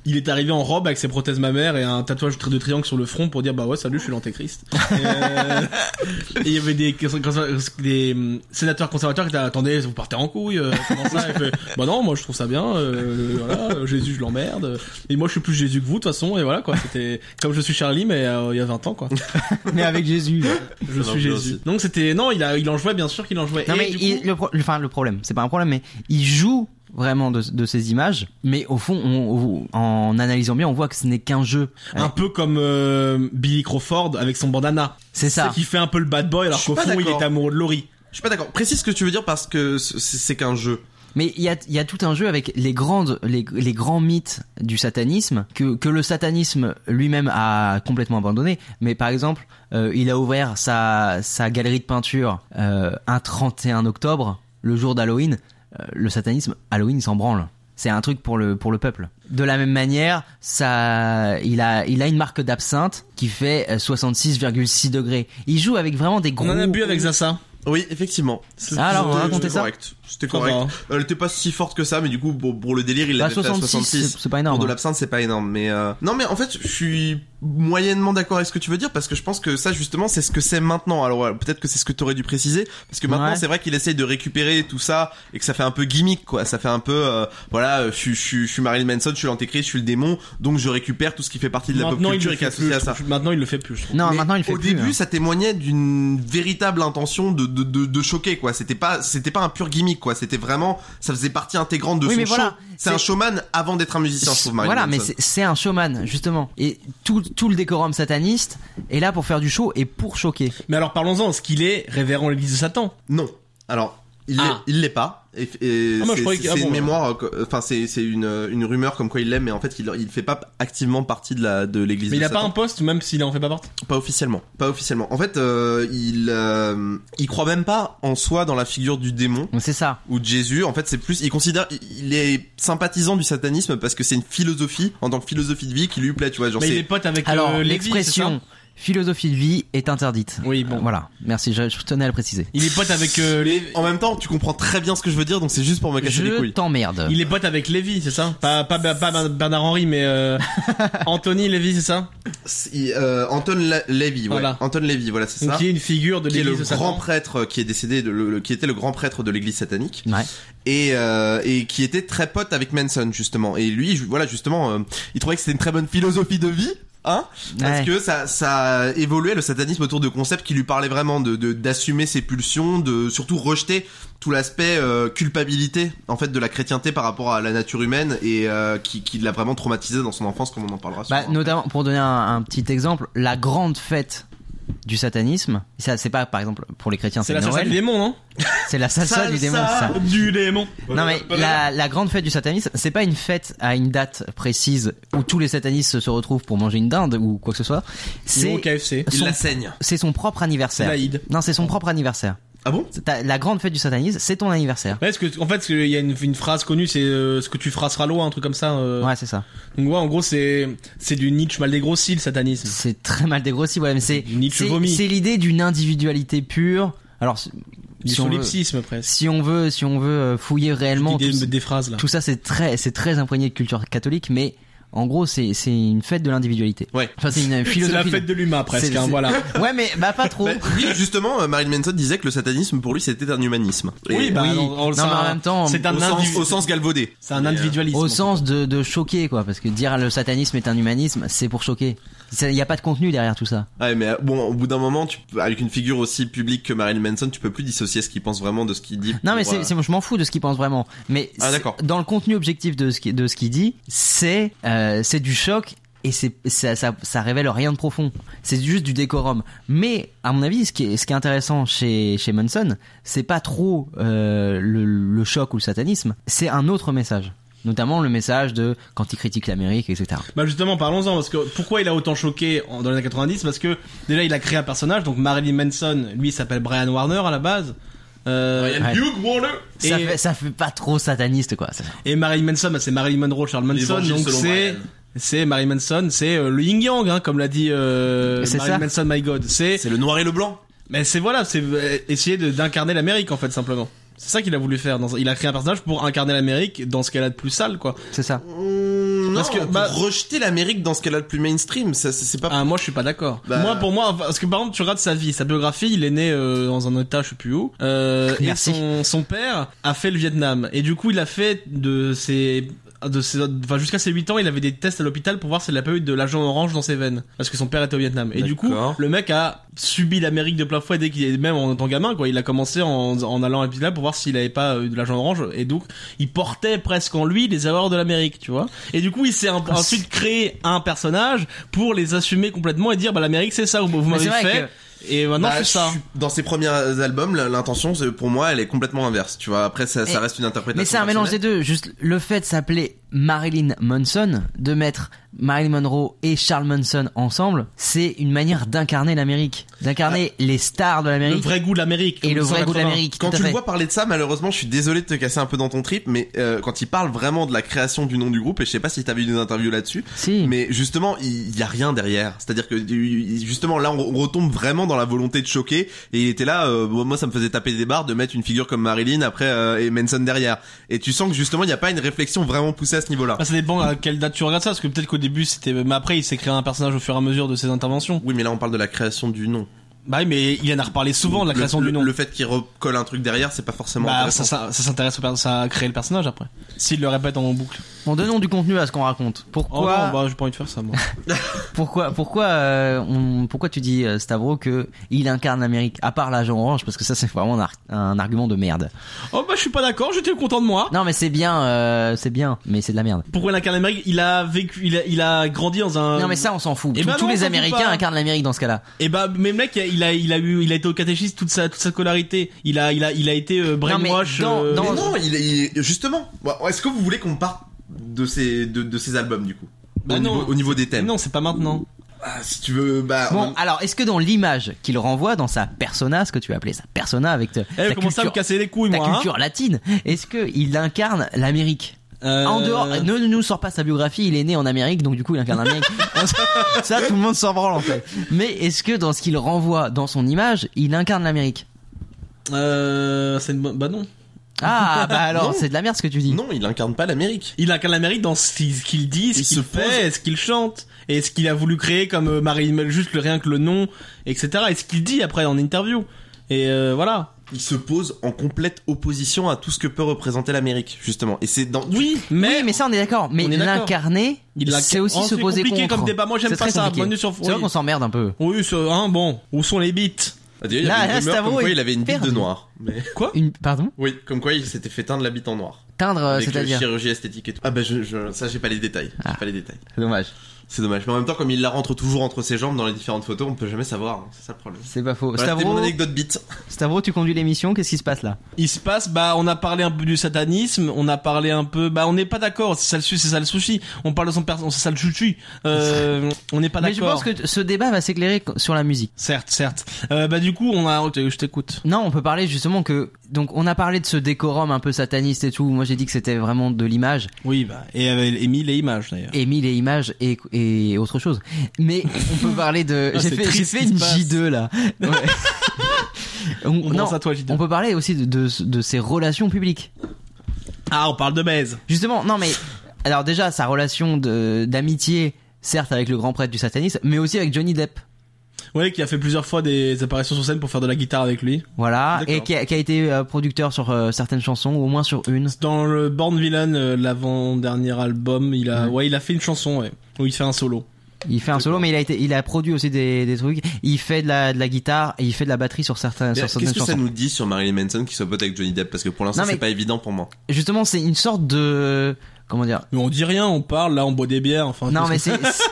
Speaker 2: Il est arrivé en robe avec ses prothèses mammaires et un tatouage de triangle sur le front pour dire bah ouais salut je suis l'antéchrist. Euh, et il y avait des, des hum, sénateurs conservateurs qui étaient attendez vous partez en couille euh, comment ça Il fait, bah non moi je trouve ça bien euh, voilà euh, Jésus je l'emmerde et moi je suis plus Jésus que vous de toute façon et voilà quoi c'était comme je suis Charlie mais euh, il y a 20 ans quoi.
Speaker 4: mais avec Jésus.
Speaker 2: Je
Speaker 3: Ça
Speaker 2: suis
Speaker 3: marche bien
Speaker 2: Jésus.
Speaker 3: aussi.
Speaker 2: Donc c'était non, il a, il en jouait bien sûr qu'il en jouait.
Speaker 4: Non
Speaker 2: Et
Speaker 4: mais
Speaker 2: du
Speaker 4: il-
Speaker 2: coup,
Speaker 4: le, pro- le- enfin, le problème, c'est pas un problème, mais il joue vraiment de, de ces images. Mais au fond, on- on- en analysant bien, on voit que ce n'est qu'un jeu.
Speaker 2: un peu comme euh, Billy Crawford avec son bandana,
Speaker 4: C'est ça.
Speaker 2: c'est qui fait un peu le bad boy alors
Speaker 3: Je suis
Speaker 2: qu'au
Speaker 3: pas
Speaker 2: fond il
Speaker 3: d'accord.
Speaker 2: est amoureux de Laurie.
Speaker 3: Je suis pas d'accord. Précise ce que tu veux dire parce que c'est c'est qu'un jeu.
Speaker 4: Mais il y a, il y a tout un jeu avec les grandes, les, les grands mythes du satanisme que, que le satanisme lui-même a complètement abandonné. Mais par exemple, euh, il a ouvert sa, sa galerie de peinture euh, un 31 octobre, le jour d'Halloween. Euh, le satanisme, Halloween il s'en branle. C'est un truc pour le, pour le peuple. De la même manière, ça, il a, il a une marque d'absinthe qui fait euh, 66,6 degrés. Il joue avec vraiment des gros.
Speaker 2: On en a bu avec Zaza.
Speaker 3: Oui, effectivement. C'est-
Speaker 4: Ah, alors, on
Speaker 3: c'était-
Speaker 4: racontait
Speaker 3: c'était
Speaker 4: ça
Speaker 3: correct. C'était
Speaker 2: Ça va,
Speaker 3: correct.
Speaker 2: hein.
Speaker 3: Elle était pas si forte que ça, mais du coup, pour, pour le délire, il
Speaker 4: Bah,
Speaker 3: l'avait fait à
Speaker 4: 66,
Speaker 3: 66.
Speaker 4: c'est- c'est pas énorme. hein.
Speaker 3: Pour de l'absinthe, c'est pas énorme, mais euh, non, mais en fait, je suis moyennement d'accord avec ce que tu veux dire parce que je pense que ça, justement, c'est ce que c'est maintenant. Alors euh, peut-être que c'est ce que t'aurais dû préciser parce que maintenant,
Speaker 4: Ouais.
Speaker 3: c'est vrai qu'il essaye de récupérer tout ça et que ça fait un peu gimmick, quoi. Ça fait un peu, euh, voilà, euh, je, suis- je, suis- je suis Marilyn Manson, je suis l'antéchrist, je suis le démon, donc je récupère tout ce qui fait partie de la pop
Speaker 2: Maintenant il
Speaker 3: culture
Speaker 2: le
Speaker 3: et qui est
Speaker 2: fait
Speaker 3: associé
Speaker 2: plus.
Speaker 3: à
Speaker 2: je
Speaker 3: ça.
Speaker 2: trouve. Maintenant il le fait plus. je trouve.
Speaker 4: Non,
Speaker 3: Mais
Speaker 4: maintenant il le fait
Speaker 3: au
Speaker 4: plus,
Speaker 3: début,
Speaker 4: hein.
Speaker 3: ça témoignait d'une véritable intention de, de, de, de choquer, quoi. C'était pas, c'était pas un pur gimmick, quoi. C'était vraiment, ça faisait partie intégrante de
Speaker 4: Oui,
Speaker 3: son
Speaker 4: mais
Speaker 3: show.
Speaker 4: voilà,
Speaker 3: C'est un
Speaker 4: c'est-
Speaker 3: showman avant d'être un musicien, je trouve, Marilyn
Speaker 4: voilà, mais
Speaker 3: Manson.
Speaker 4: c'est- c'est un showman justement, et tout, tout le décorum sataniste est là pour faire du show et pour choquer.
Speaker 2: Mais alors parlons-en, est-ce qu'il est révérend l'église de Satan
Speaker 3: Non. Alors, il l'est-
Speaker 2: Ah.
Speaker 3: il l'est pas. Et, et
Speaker 2: Ah, moi, je
Speaker 3: c'est
Speaker 2: croyais que-
Speaker 3: c'est
Speaker 2: ah, bon,
Speaker 3: une
Speaker 2: ouais.
Speaker 3: mémoire, euh, que- enfin c'est c'est une, euh, une rumeur comme quoi il l'aime, mais en fait il il fait pas activement partie de la de l'église.
Speaker 2: Mais il
Speaker 3: de
Speaker 2: a pas
Speaker 3: Satan.
Speaker 2: un poste, même s'il en fait pas partie.
Speaker 3: Pas officiellement, pas officiellement. En fait, euh, il euh, il croit même pas en soi dans la figure du démon
Speaker 4: Donc, C'est ça.
Speaker 3: ou de Jésus. En fait, c'est plus il considère il est sympathisant du satanisme parce que c'est une philosophie en tant que philosophie de vie qui lui plaît, tu vois. Genre
Speaker 2: Mais il est
Speaker 3: c'est
Speaker 2: pote avec
Speaker 4: Alors,
Speaker 2: euh, Lévi,
Speaker 4: l'expression philosophie de vie est interdite.
Speaker 2: c'est ça Oui, bon.
Speaker 4: Voilà, merci, je, je tenais à le préciser.
Speaker 2: Il est pote avec euh, Lévi.
Speaker 3: en même temps, tu comprends très bien ce que je veux dire, donc c'est juste pour me casser les
Speaker 4: Je
Speaker 3: couilles.
Speaker 4: t'emmerde.
Speaker 2: Il est pote avec Lévi, c'est ça pas, pas, pas- pas Bernard Henry, mais euh, Anthony Lévi, c'est ça
Speaker 3: C'est, euh, Anton La- Levy, ouais.
Speaker 2: Voilà.
Speaker 3: Anton Levy, voilà, c'est ça.
Speaker 2: Donc, Qui est une figure de
Speaker 3: qui est le
Speaker 2: l'église de
Speaker 3: grand
Speaker 2: Satan.
Speaker 3: prêtre euh, qui est décédé, de- le- le- qui était le grand prêtre de l'église satanique,
Speaker 4: Ouais.
Speaker 3: et, euh, et qui était très pote avec Manson justement. Et lui, ju- voilà, justement, euh, il trouvait que c'était une très bonne philosophie de vie, hein, parce
Speaker 4: Ouais.
Speaker 3: que ça, ça évoluait le satanisme autour de concepts qui lui parlaient vraiment de de- d'assumer ses pulsions, de surtout rejeter tout l'aspect euh, culpabilité en fait de la chrétienté par rapport à la nature humaine et euh, qui, qui l'a vraiment traumatisé dans son enfance, comme on en parlera.
Speaker 4: Bah,
Speaker 3: sûrement.
Speaker 4: notamment, pour donner un, un petit exemple, la grande fête du satanisme, ça c'est pas par exemple pour les chrétiens
Speaker 2: C'est
Speaker 4: c'est
Speaker 2: la salsa du
Speaker 4: Noël,
Speaker 2: démon, non
Speaker 4: c'est la salsa du démon.
Speaker 2: Salsa
Speaker 4: Ça.
Speaker 2: Ah, du démon.
Speaker 4: Non mais la, la grande fête du satanisme, c'est pas une fête à une date précise où tous les satanistes se retrouvent pour manger une dinde ou quoi que ce soit.
Speaker 2: C'est au
Speaker 4: C'est
Speaker 2: KFC.
Speaker 3: il
Speaker 4: son-
Speaker 3: la saigne.
Speaker 4: c'est son propre anniversaire.
Speaker 2: Laïd.
Speaker 4: Non, c'est son propre anniversaire.
Speaker 3: Ah bon
Speaker 4: C'est ta- La grande fête du satanisme, c'est ton anniversaire.
Speaker 2: Ouais, parce que, en fait, parce que il y a une, une phrase connue, c'est euh, ce que tu feras sera loi, un truc comme ça. euh.
Speaker 4: Ouais, c'est ça.
Speaker 2: Donc, ouais, en gros, c'est c'est du Nietzsche mal dégrossi, le satanisme.
Speaker 4: C'est très mal dégrossi, ouais, mais c'est
Speaker 2: Du Nietzsche
Speaker 4: c'est-
Speaker 2: vomi.
Speaker 4: c'est l'idée d'une individualité pure. Alors, si
Speaker 2: Du
Speaker 4: si on, veut,
Speaker 2: solipsisme, presque.
Speaker 4: si on veut, si on veut euh, fouiller réellement,
Speaker 2: Des,
Speaker 4: tout,
Speaker 2: des phrases, là.
Speaker 4: tout ça, c'est très, c'est très imprégné de culture catholique, mais en gros, c'est c'est une fête de l'individualité.
Speaker 3: Ouais.
Speaker 4: Enfin, c'est une
Speaker 2: C'est la
Speaker 4: philosophie.
Speaker 2: fête de l'humain, presque,
Speaker 4: C'est-
Speaker 2: hein,
Speaker 4: c'est-
Speaker 2: voilà.
Speaker 4: Ouais, mais bah pas trop.
Speaker 3: Bah, oui, justement, euh, Marilyn Manson disait que le satanisme pour lui c'était un humanisme. Et-
Speaker 2: Oui, bah,
Speaker 4: oui.
Speaker 2: on- on le sait,
Speaker 4: non, mais en
Speaker 2: hein.
Speaker 4: même temps,
Speaker 2: c'est un,
Speaker 3: au, sens,
Speaker 2: individu-
Speaker 3: au sens galvaudé.
Speaker 2: c'est un
Speaker 3: Et, euh,
Speaker 2: individualisme.
Speaker 4: au sens de, de choquer, quoi, parce que dire le satanisme est un humanisme, c'est pour choquer. Il n'y a pas de contenu derrière tout ça.
Speaker 3: Ouais, mais euh, bon, au bout d'un moment, tu, peux- avec une figure aussi publique que Marilyn Manson, tu peux plus dissocier ce qu'il pense vraiment de ce qu'il dit.
Speaker 4: Non,
Speaker 3: pour,
Speaker 4: mais
Speaker 3: euh,
Speaker 4: c'est, c'est- je m'en fous de ce qu'il pense vraiment. Mais
Speaker 3: Ah,
Speaker 4: c'est-
Speaker 3: d'accord.
Speaker 4: dans le contenu objectif de ce qui- de ce qu'il dit, c'est euh, c'est du choc et c'est ça, ça ça révèle rien de profond. C'est juste du décorum. Mais à mon avis, ce qui est ce qui est intéressant chez chez Manson, c'est pas trop euh, le, le choc ou le satanisme, c'est un autre message. Notamment le message de quand il critique l'Amérique, etc.
Speaker 2: Bah justement, parlons-en parce que pourquoi il a autant choqué en- dans les années 90 Parce que déjà il a créé un personnage, donc Marilyn Manson, lui il s'appelle Brian Warner à la base. Euh,
Speaker 4: Ouais.
Speaker 3: Hugh Warner
Speaker 4: ça,
Speaker 2: et,
Speaker 4: fait, ça fait pas trop sataniste, quoi. Ça-
Speaker 2: et Marilyn Manson, bah, c'est Marilyn Monroe, Charles Manson,
Speaker 3: L'évangile
Speaker 2: donc
Speaker 3: selon
Speaker 2: c'est
Speaker 3: Brian.
Speaker 2: c'est Marilyn Manson, c'est euh, le Yin Yang, hein, comme l'a dit euh,
Speaker 4: C'est
Speaker 2: Marilyn
Speaker 4: ça.
Speaker 2: Manson, My God. C'est
Speaker 3: C'est le noir et le blanc.
Speaker 2: mais c'est voilà, c'est euh, essayer de- d'incarner l'Amérique en fait simplement. C'est ça qu'il a voulu faire. Dans, il a créé un personnage pour incarner l'Amérique dans ce qu'elle a de plus sale quoi.
Speaker 4: C'est ça. Hum,
Speaker 3: Mmh, non,
Speaker 2: Parce que,
Speaker 3: pour
Speaker 2: bah-
Speaker 3: rejeter l'Amérique dans ce qu'elle a de plus mainstream, ça, c'est c'est pas.
Speaker 2: Ah, moi je suis pas d'accord.
Speaker 3: Bah-
Speaker 2: Moi pour moi parce que par exemple tu regardes sa vie, sa biographie, il est né euh, dans un état je sais plus où. Euh, et
Speaker 4: Merci.
Speaker 2: son son père a fait le Vietnam et du coup il a fait de ses de ses, enfin jusqu'à ses 8 ans, il avait des tests à l'hôpital pour voir s'il a pas eu de l'agent orange dans ses veines parce que son père était au Vietnam. Et du coup,
Speaker 3: D'accord.
Speaker 2: le mec a subi l'Amérique de plein fouet dès qu'il est même en tant gamin quoi, il a commencé en, en allant à l'hôpital pour voir s'il avait pas eu de l'agent orange et donc il portait presque en lui les erreurs de l'Amérique, tu vois. Et du coup, il s'est un-
Speaker 4: Ah,
Speaker 2: ensuite créé un personnage pour les assumer complètement et dire bah l'Amérique c'est ça, vous, vous
Speaker 4: Mais
Speaker 2: m'avez
Speaker 4: c'est vrai
Speaker 2: fait et maintenant
Speaker 3: Bah,
Speaker 2: c'est ça.
Speaker 3: je suis- Dans ses premiers albums, la- l'intention, c'est- pour moi, elle est complètement inverse. Tu vois, après, ça, ça
Speaker 4: Mais-
Speaker 3: reste une interprétation.
Speaker 4: Mais c'est un mélange des
Speaker 3: personnelle.
Speaker 4: deux. Juste le fait de s'appeler Marilyn Manson, de mettre Marilyn Monroe et Charles Manson ensemble, c'est une manière d'incarner l'Amérique, d'incarner les stars de
Speaker 2: Le
Speaker 4: l'Amérique
Speaker 2: vrai goût de l'Amérique.
Speaker 4: et
Speaker 2: comme
Speaker 4: le vrai goût de
Speaker 2: 1980.
Speaker 4: l'Amérique.
Speaker 3: Quand
Speaker 4: tout à
Speaker 3: tu le
Speaker 4: fait.
Speaker 3: vois parler de ça, malheureusement, je suis désolé de te casser un peu dans ton trip, mais euh, quand il parle vraiment de la création du nom du groupe, et je sais pas si t'as vu des interviews là-dessus,
Speaker 4: si.
Speaker 3: Mais justement, il y a rien derrière. C'est-à-dire que du- justement là, on on retombe vraiment dans la volonté de choquer. Et il était là, euh, bon, moi ça me faisait taper des barres de mettre une figure comme Marilyn après euh, et Manson derrière. Et tu sens que justement, il n'y a pas une réflexion vraiment poussée à ce niveau-là.
Speaker 2: Bah, ça dépend à quelle date tu regardes ça parce que peut-être qu'au début c'était mais après il s'est créé un personnage au fur et à mesure de ses interventions.
Speaker 3: Oui, mais là on parle de la création du nom.
Speaker 2: Bah oui, mais il en a reparlé souvent de la
Speaker 3: Le-
Speaker 2: création
Speaker 3: le,
Speaker 2: du nom.
Speaker 3: Le fait qu'il recolle un truc derrière, c'est pas forcément.
Speaker 2: bah,
Speaker 3: intéressant.
Speaker 2: ça, ça, ça s'intéresse au per- ça a créé le personnage après. S'il le répète en boucle.
Speaker 4: Bon, donnons du contenu à ce qu'on raconte.
Speaker 2: Oh
Speaker 4: Pourquoi,
Speaker 2: non, bah, j'ai pas envie de faire ça, moi.
Speaker 4: pourquoi, pourquoi, euh, on- pourquoi tu dis euh, Stavro que il incarne l'Amérique à part l'agent orange parce que ça c'est vraiment un, ar- un argument de merde.
Speaker 2: oh bah, je suis pas d'accord, j'étais content de moi.
Speaker 4: Non mais c'est bien, euh, c'est bien, mais c'est de la merde.
Speaker 2: Pourquoi il incarne l'Amérique Il a vécu, il a, il a grandi dans un.
Speaker 4: Non mais ça on s'en fout.
Speaker 2: eh
Speaker 4: Tous-
Speaker 2: ben
Speaker 4: tous
Speaker 2: non, on
Speaker 4: les
Speaker 2: s'en fout
Speaker 4: Américains
Speaker 2: pas.
Speaker 4: incarnent l'Amérique dans ce cas-là.
Speaker 2: Et bah, mais le mec, il a, il a eu, il a été au catéchisme toute sa, toute sa scolarité. Il a, il a, il a été euh,
Speaker 4: mais
Speaker 2: brainwash.
Speaker 4: dans-
Speaker 2: euh,
Speaker 4: dans-
Speaker 3: Mais non, il est, il est- justement. Bon, Est-ce que vous voulez qu'on parte de ces de, de ces albums du coup
Speaker 2: Bah
Speaker 3: au,
Speaker 2: non.
Speaker 3: Niveau, au niveau des
Speaker 2: mais
Speaker 3: thèmes.
Speaker 2: non, ah, c'est pas maintenant.
Speaker 3: Ah, si tu veux, bah. on-
Speaker 4: Bon, alors est-ce que dans l'image qu'il renvoie dans sa persona, ce que tu as appelé sa persona avec ta,
Speaker 2: Eh,
Speaker 4: ta
Speaker 2: comment ça me
Speaker 4: culture,
Speaker 2: casser les couilles,
Speaker 4: ta
Speaker 2: moi hein
Speaker 4: culture latine, est-ce que il incarne l'Amérique
Speaker 2: Euh,
Speaker 4: En dehors, ne ne nous sort pas sa biographie, il est né en Amérique, donc du coup il incarne l'Amérique. ça, tout le monde s'en branle en fait. Mais est-ce que dans ce qu'il renvoie dans son image, il incarne l'Amérique
Speaker 2: Euh, c'est une bonne- bah non.
Speaker 4: Ah, bah
Speaker 3: Non.
Speaker 4: alors, c'est de la merde ce que tu dis.
Speaker 3: Non, il incarne pas l'Amérique.
Speaker 2: Il incarne l'Amérique dans ce qu'il- ce qu'il dit, ce
Speaker 3: Il
Speaker 2: qu'il
Speaker 3: se
Speaker 2: fait, ce qu'il chante, et ce qu'il a voulu créer comme euh, Marie, juste le rien que le nom, etc. Et ce qu'il dit après en interview. Et euh, voilà.
Speaker 3: Il se pose en complète opposition à tout ce que peut représenter l'Amérique, justement. Et c'est dans.
Speaker 2: Oui, mais,
Speaker 4: Oui, mais ça on est d'accord. Mais
Speaker 2: On est d'accord.
Speaker 4: l'incarner,
Speaker 2: Il l'a-
Speaker 4: c'est aussi
Speaker 2: Oh,
Speaker 4: se
Speaker 2: c'est
Speaker 4: poser
Speaker 2: compliqué
Speaker 4: contre.
Speaker 2: comme débat. Moi, j'aime
Speaker 4: C'est
Speaker 2: pas
Speaker 4: très
Speaker 2: ça.
Speaker 4: compliqué.
Speaker 2: Bienvenue sur-
Speaker 4: C'est vrai
Speaker 2: oui.
Speaker 4: qu'on s'emmerde un peu.
Speaker 2: oui, ce, hein, bon, où sont les bites
Speaker 3: Ah, D'ailleurs, il y
Speaker 4: Là,
Speaker 3: avait
Speaker 4: là,
Speaker 3: une rumeur
Speaker 4: Stavro
Speaker 3: comme quoi
Speaker 4: est
Speaker 3: il avait une bite de
Speaker 4: perdu.
Speaker 3: noir. Mais
Speaker 4: Une, pardon
Speaker 3: oui, comme quoi il s'était fait teindre la bite en noir.
Speaker 4: Teindre, euh,
Speaker 3: avec la
Speaker 4: c'est-à-dire
Speaker 3: chirurgie esthétique et tout. Ah bah je, je- ça j'ai pas les détails. J'ai pas les détails.
Speaker 4: C'est dommage.
Speaker 3: C'est dommage. Mais en même temps, comme il la rentre toujours entre ses jambes dans les différentes photos, on peut jamais savoir. hein. C'est ça le problème.
Speaker 4: Bah, C'est Ah, pas
Speaker 2: Bah,
Speaker 4: faux.
Speaker 3: Voilà, c'était
Speaker 4: Stavro,
Speaker 3: mon anecdote bite.
Speaker 4: Stavro, tu conduis l'émission, qu'est-ce qui se passe là
Speaker 2: Il se passe, bah, on a parlé un peu du satanisme, on a parlé un peu, bah, on n'est pas d'accord. C'est ça le su- c'est ça le sushi. On parle de son personne, c'est ça le chuchu. Euh, on n'est pas
Speaker 4: Mais je pense
Speaker 2: d'accord.
Speaker 4: que ce débat va s'éclairer co- sur la musique.
Speaker 2: Certes, certes. Euh, bah, du coup, on a, je t'écoute.
Speaker 4: Non, on peut parler justement que donc on a parlé de ce décorum un peu sataniste et tout. Moi j'ai dit que c'était vraiment de l'image,
Speaker 2: Oui, bah, et avec Émile et images d'ailleurs.
Speaker 4: Émile et images et, et autre chose. Mais on peut parler de
Speaker 2: Ah,
Speaker 4: j'ai
Speaker 2: c'est
Speaker 4: fait,
Speaker 2: triste
Speaker 4: j'ai
Speaker 2: ce
Speaker 4: fait
Speaker 2: qui
Speaker 4: une
Speaker 2: se passe.
Speaker 4: J2 là. Ouais. on,
Speaker 2: On
Speaker 4: non,
Speaker 2: pense à toi, J2.
Speaker 4: on peut parler aussi de, de, de ses relations publiques.
Speaker 2: Ah, on parle de baise.
Speaker 4: Justement, non mais alors déjà sa relation de d'amitié certes avec le grand prêtre du satanisme, mais aussi avec Johnny Depp.
Speaker 2: Ouais, qui a fait plusieurs fois des apparitions sur scène pour faire de la guitare avec lui.
Speaker 4: Voilà,
Speaker 3: D'accord.
Speaker 4: et qui a, qui a été euh, producteur sur euh, certaines chansons, ou au moins sur une.
Speaker 2: Dans le Born Villain, euh, l'avant-dernier album, il a,
Speaker 4: Ouais.
Speaker 2: ouais, il a fait une chanson, ouais, où il fait un solo.
Speaker 4: Il fait un solo, mais il a été, il a produit aussi des, des trucs. Il fait de la, de la guitare et il fait de la batterie sur certains,
Speaker 3: Mais
Speaker 4: sur
Speaker 3: Qu'est-ce
Speaker 4: certaines
Speaker 3: que ça
Speaker 4: chansons.
Speaker 3: nous dit sur Marilyn Manson qui soit pote avec Johnny Depp Parce que pour l'instant,
Speaker 4: Non, mais-
Speaker 3: c'est pas évident pour moi.
Speaker 4: Justement, c'est une sorte de, comment dire
Speaker 2: Mais on dit rien, on parle, là, on boit des bières, enfin.
Speaker 4: Non,
Speaker 2: qu'est-ce
Speaker 4: mais
Speaker 2: que-
Speaker 4: c'est, c'est-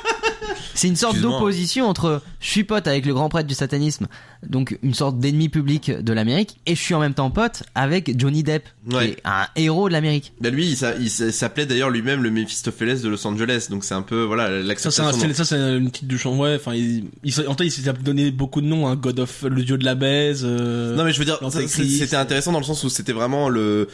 Speaker 4: c'est une sorte
Speaker 3: Excuse-moi.
Speaker 4: d'opposition entre je suis pote avec le grand prêtre du satanisme, donc une sorte d'ennemi public de l'Amérique, et je suis en même temps pote avec Johnny Depp, qui
Speaker 3: Ouais.
Speaker 4: est un héros de l'Amérique.
Speaker 3: Bah lui, il s'a- il s'a- s'appelait d'ailleurs lui-même le Mephistopheles de Los Angeles, donc c'est un peu voilà
Speaker 2: Ça c'est,
Speaker 3: l'acceptation.
Speaker 2: un-
Speaker 3: dans-
Speaker 2: c'est- ça c'est une petite du chant ouais enfin il, il, s'est- en fait il s'est donné beaucoup de noms hein, God of le dieu de la baise euh,
Speaker 3: Non mais je veux dire, ça, c'est-
Speaker 2: l'Antéchrist. euh,
Speaker 3: c'était intéressant dans le sens où c'était vraiment le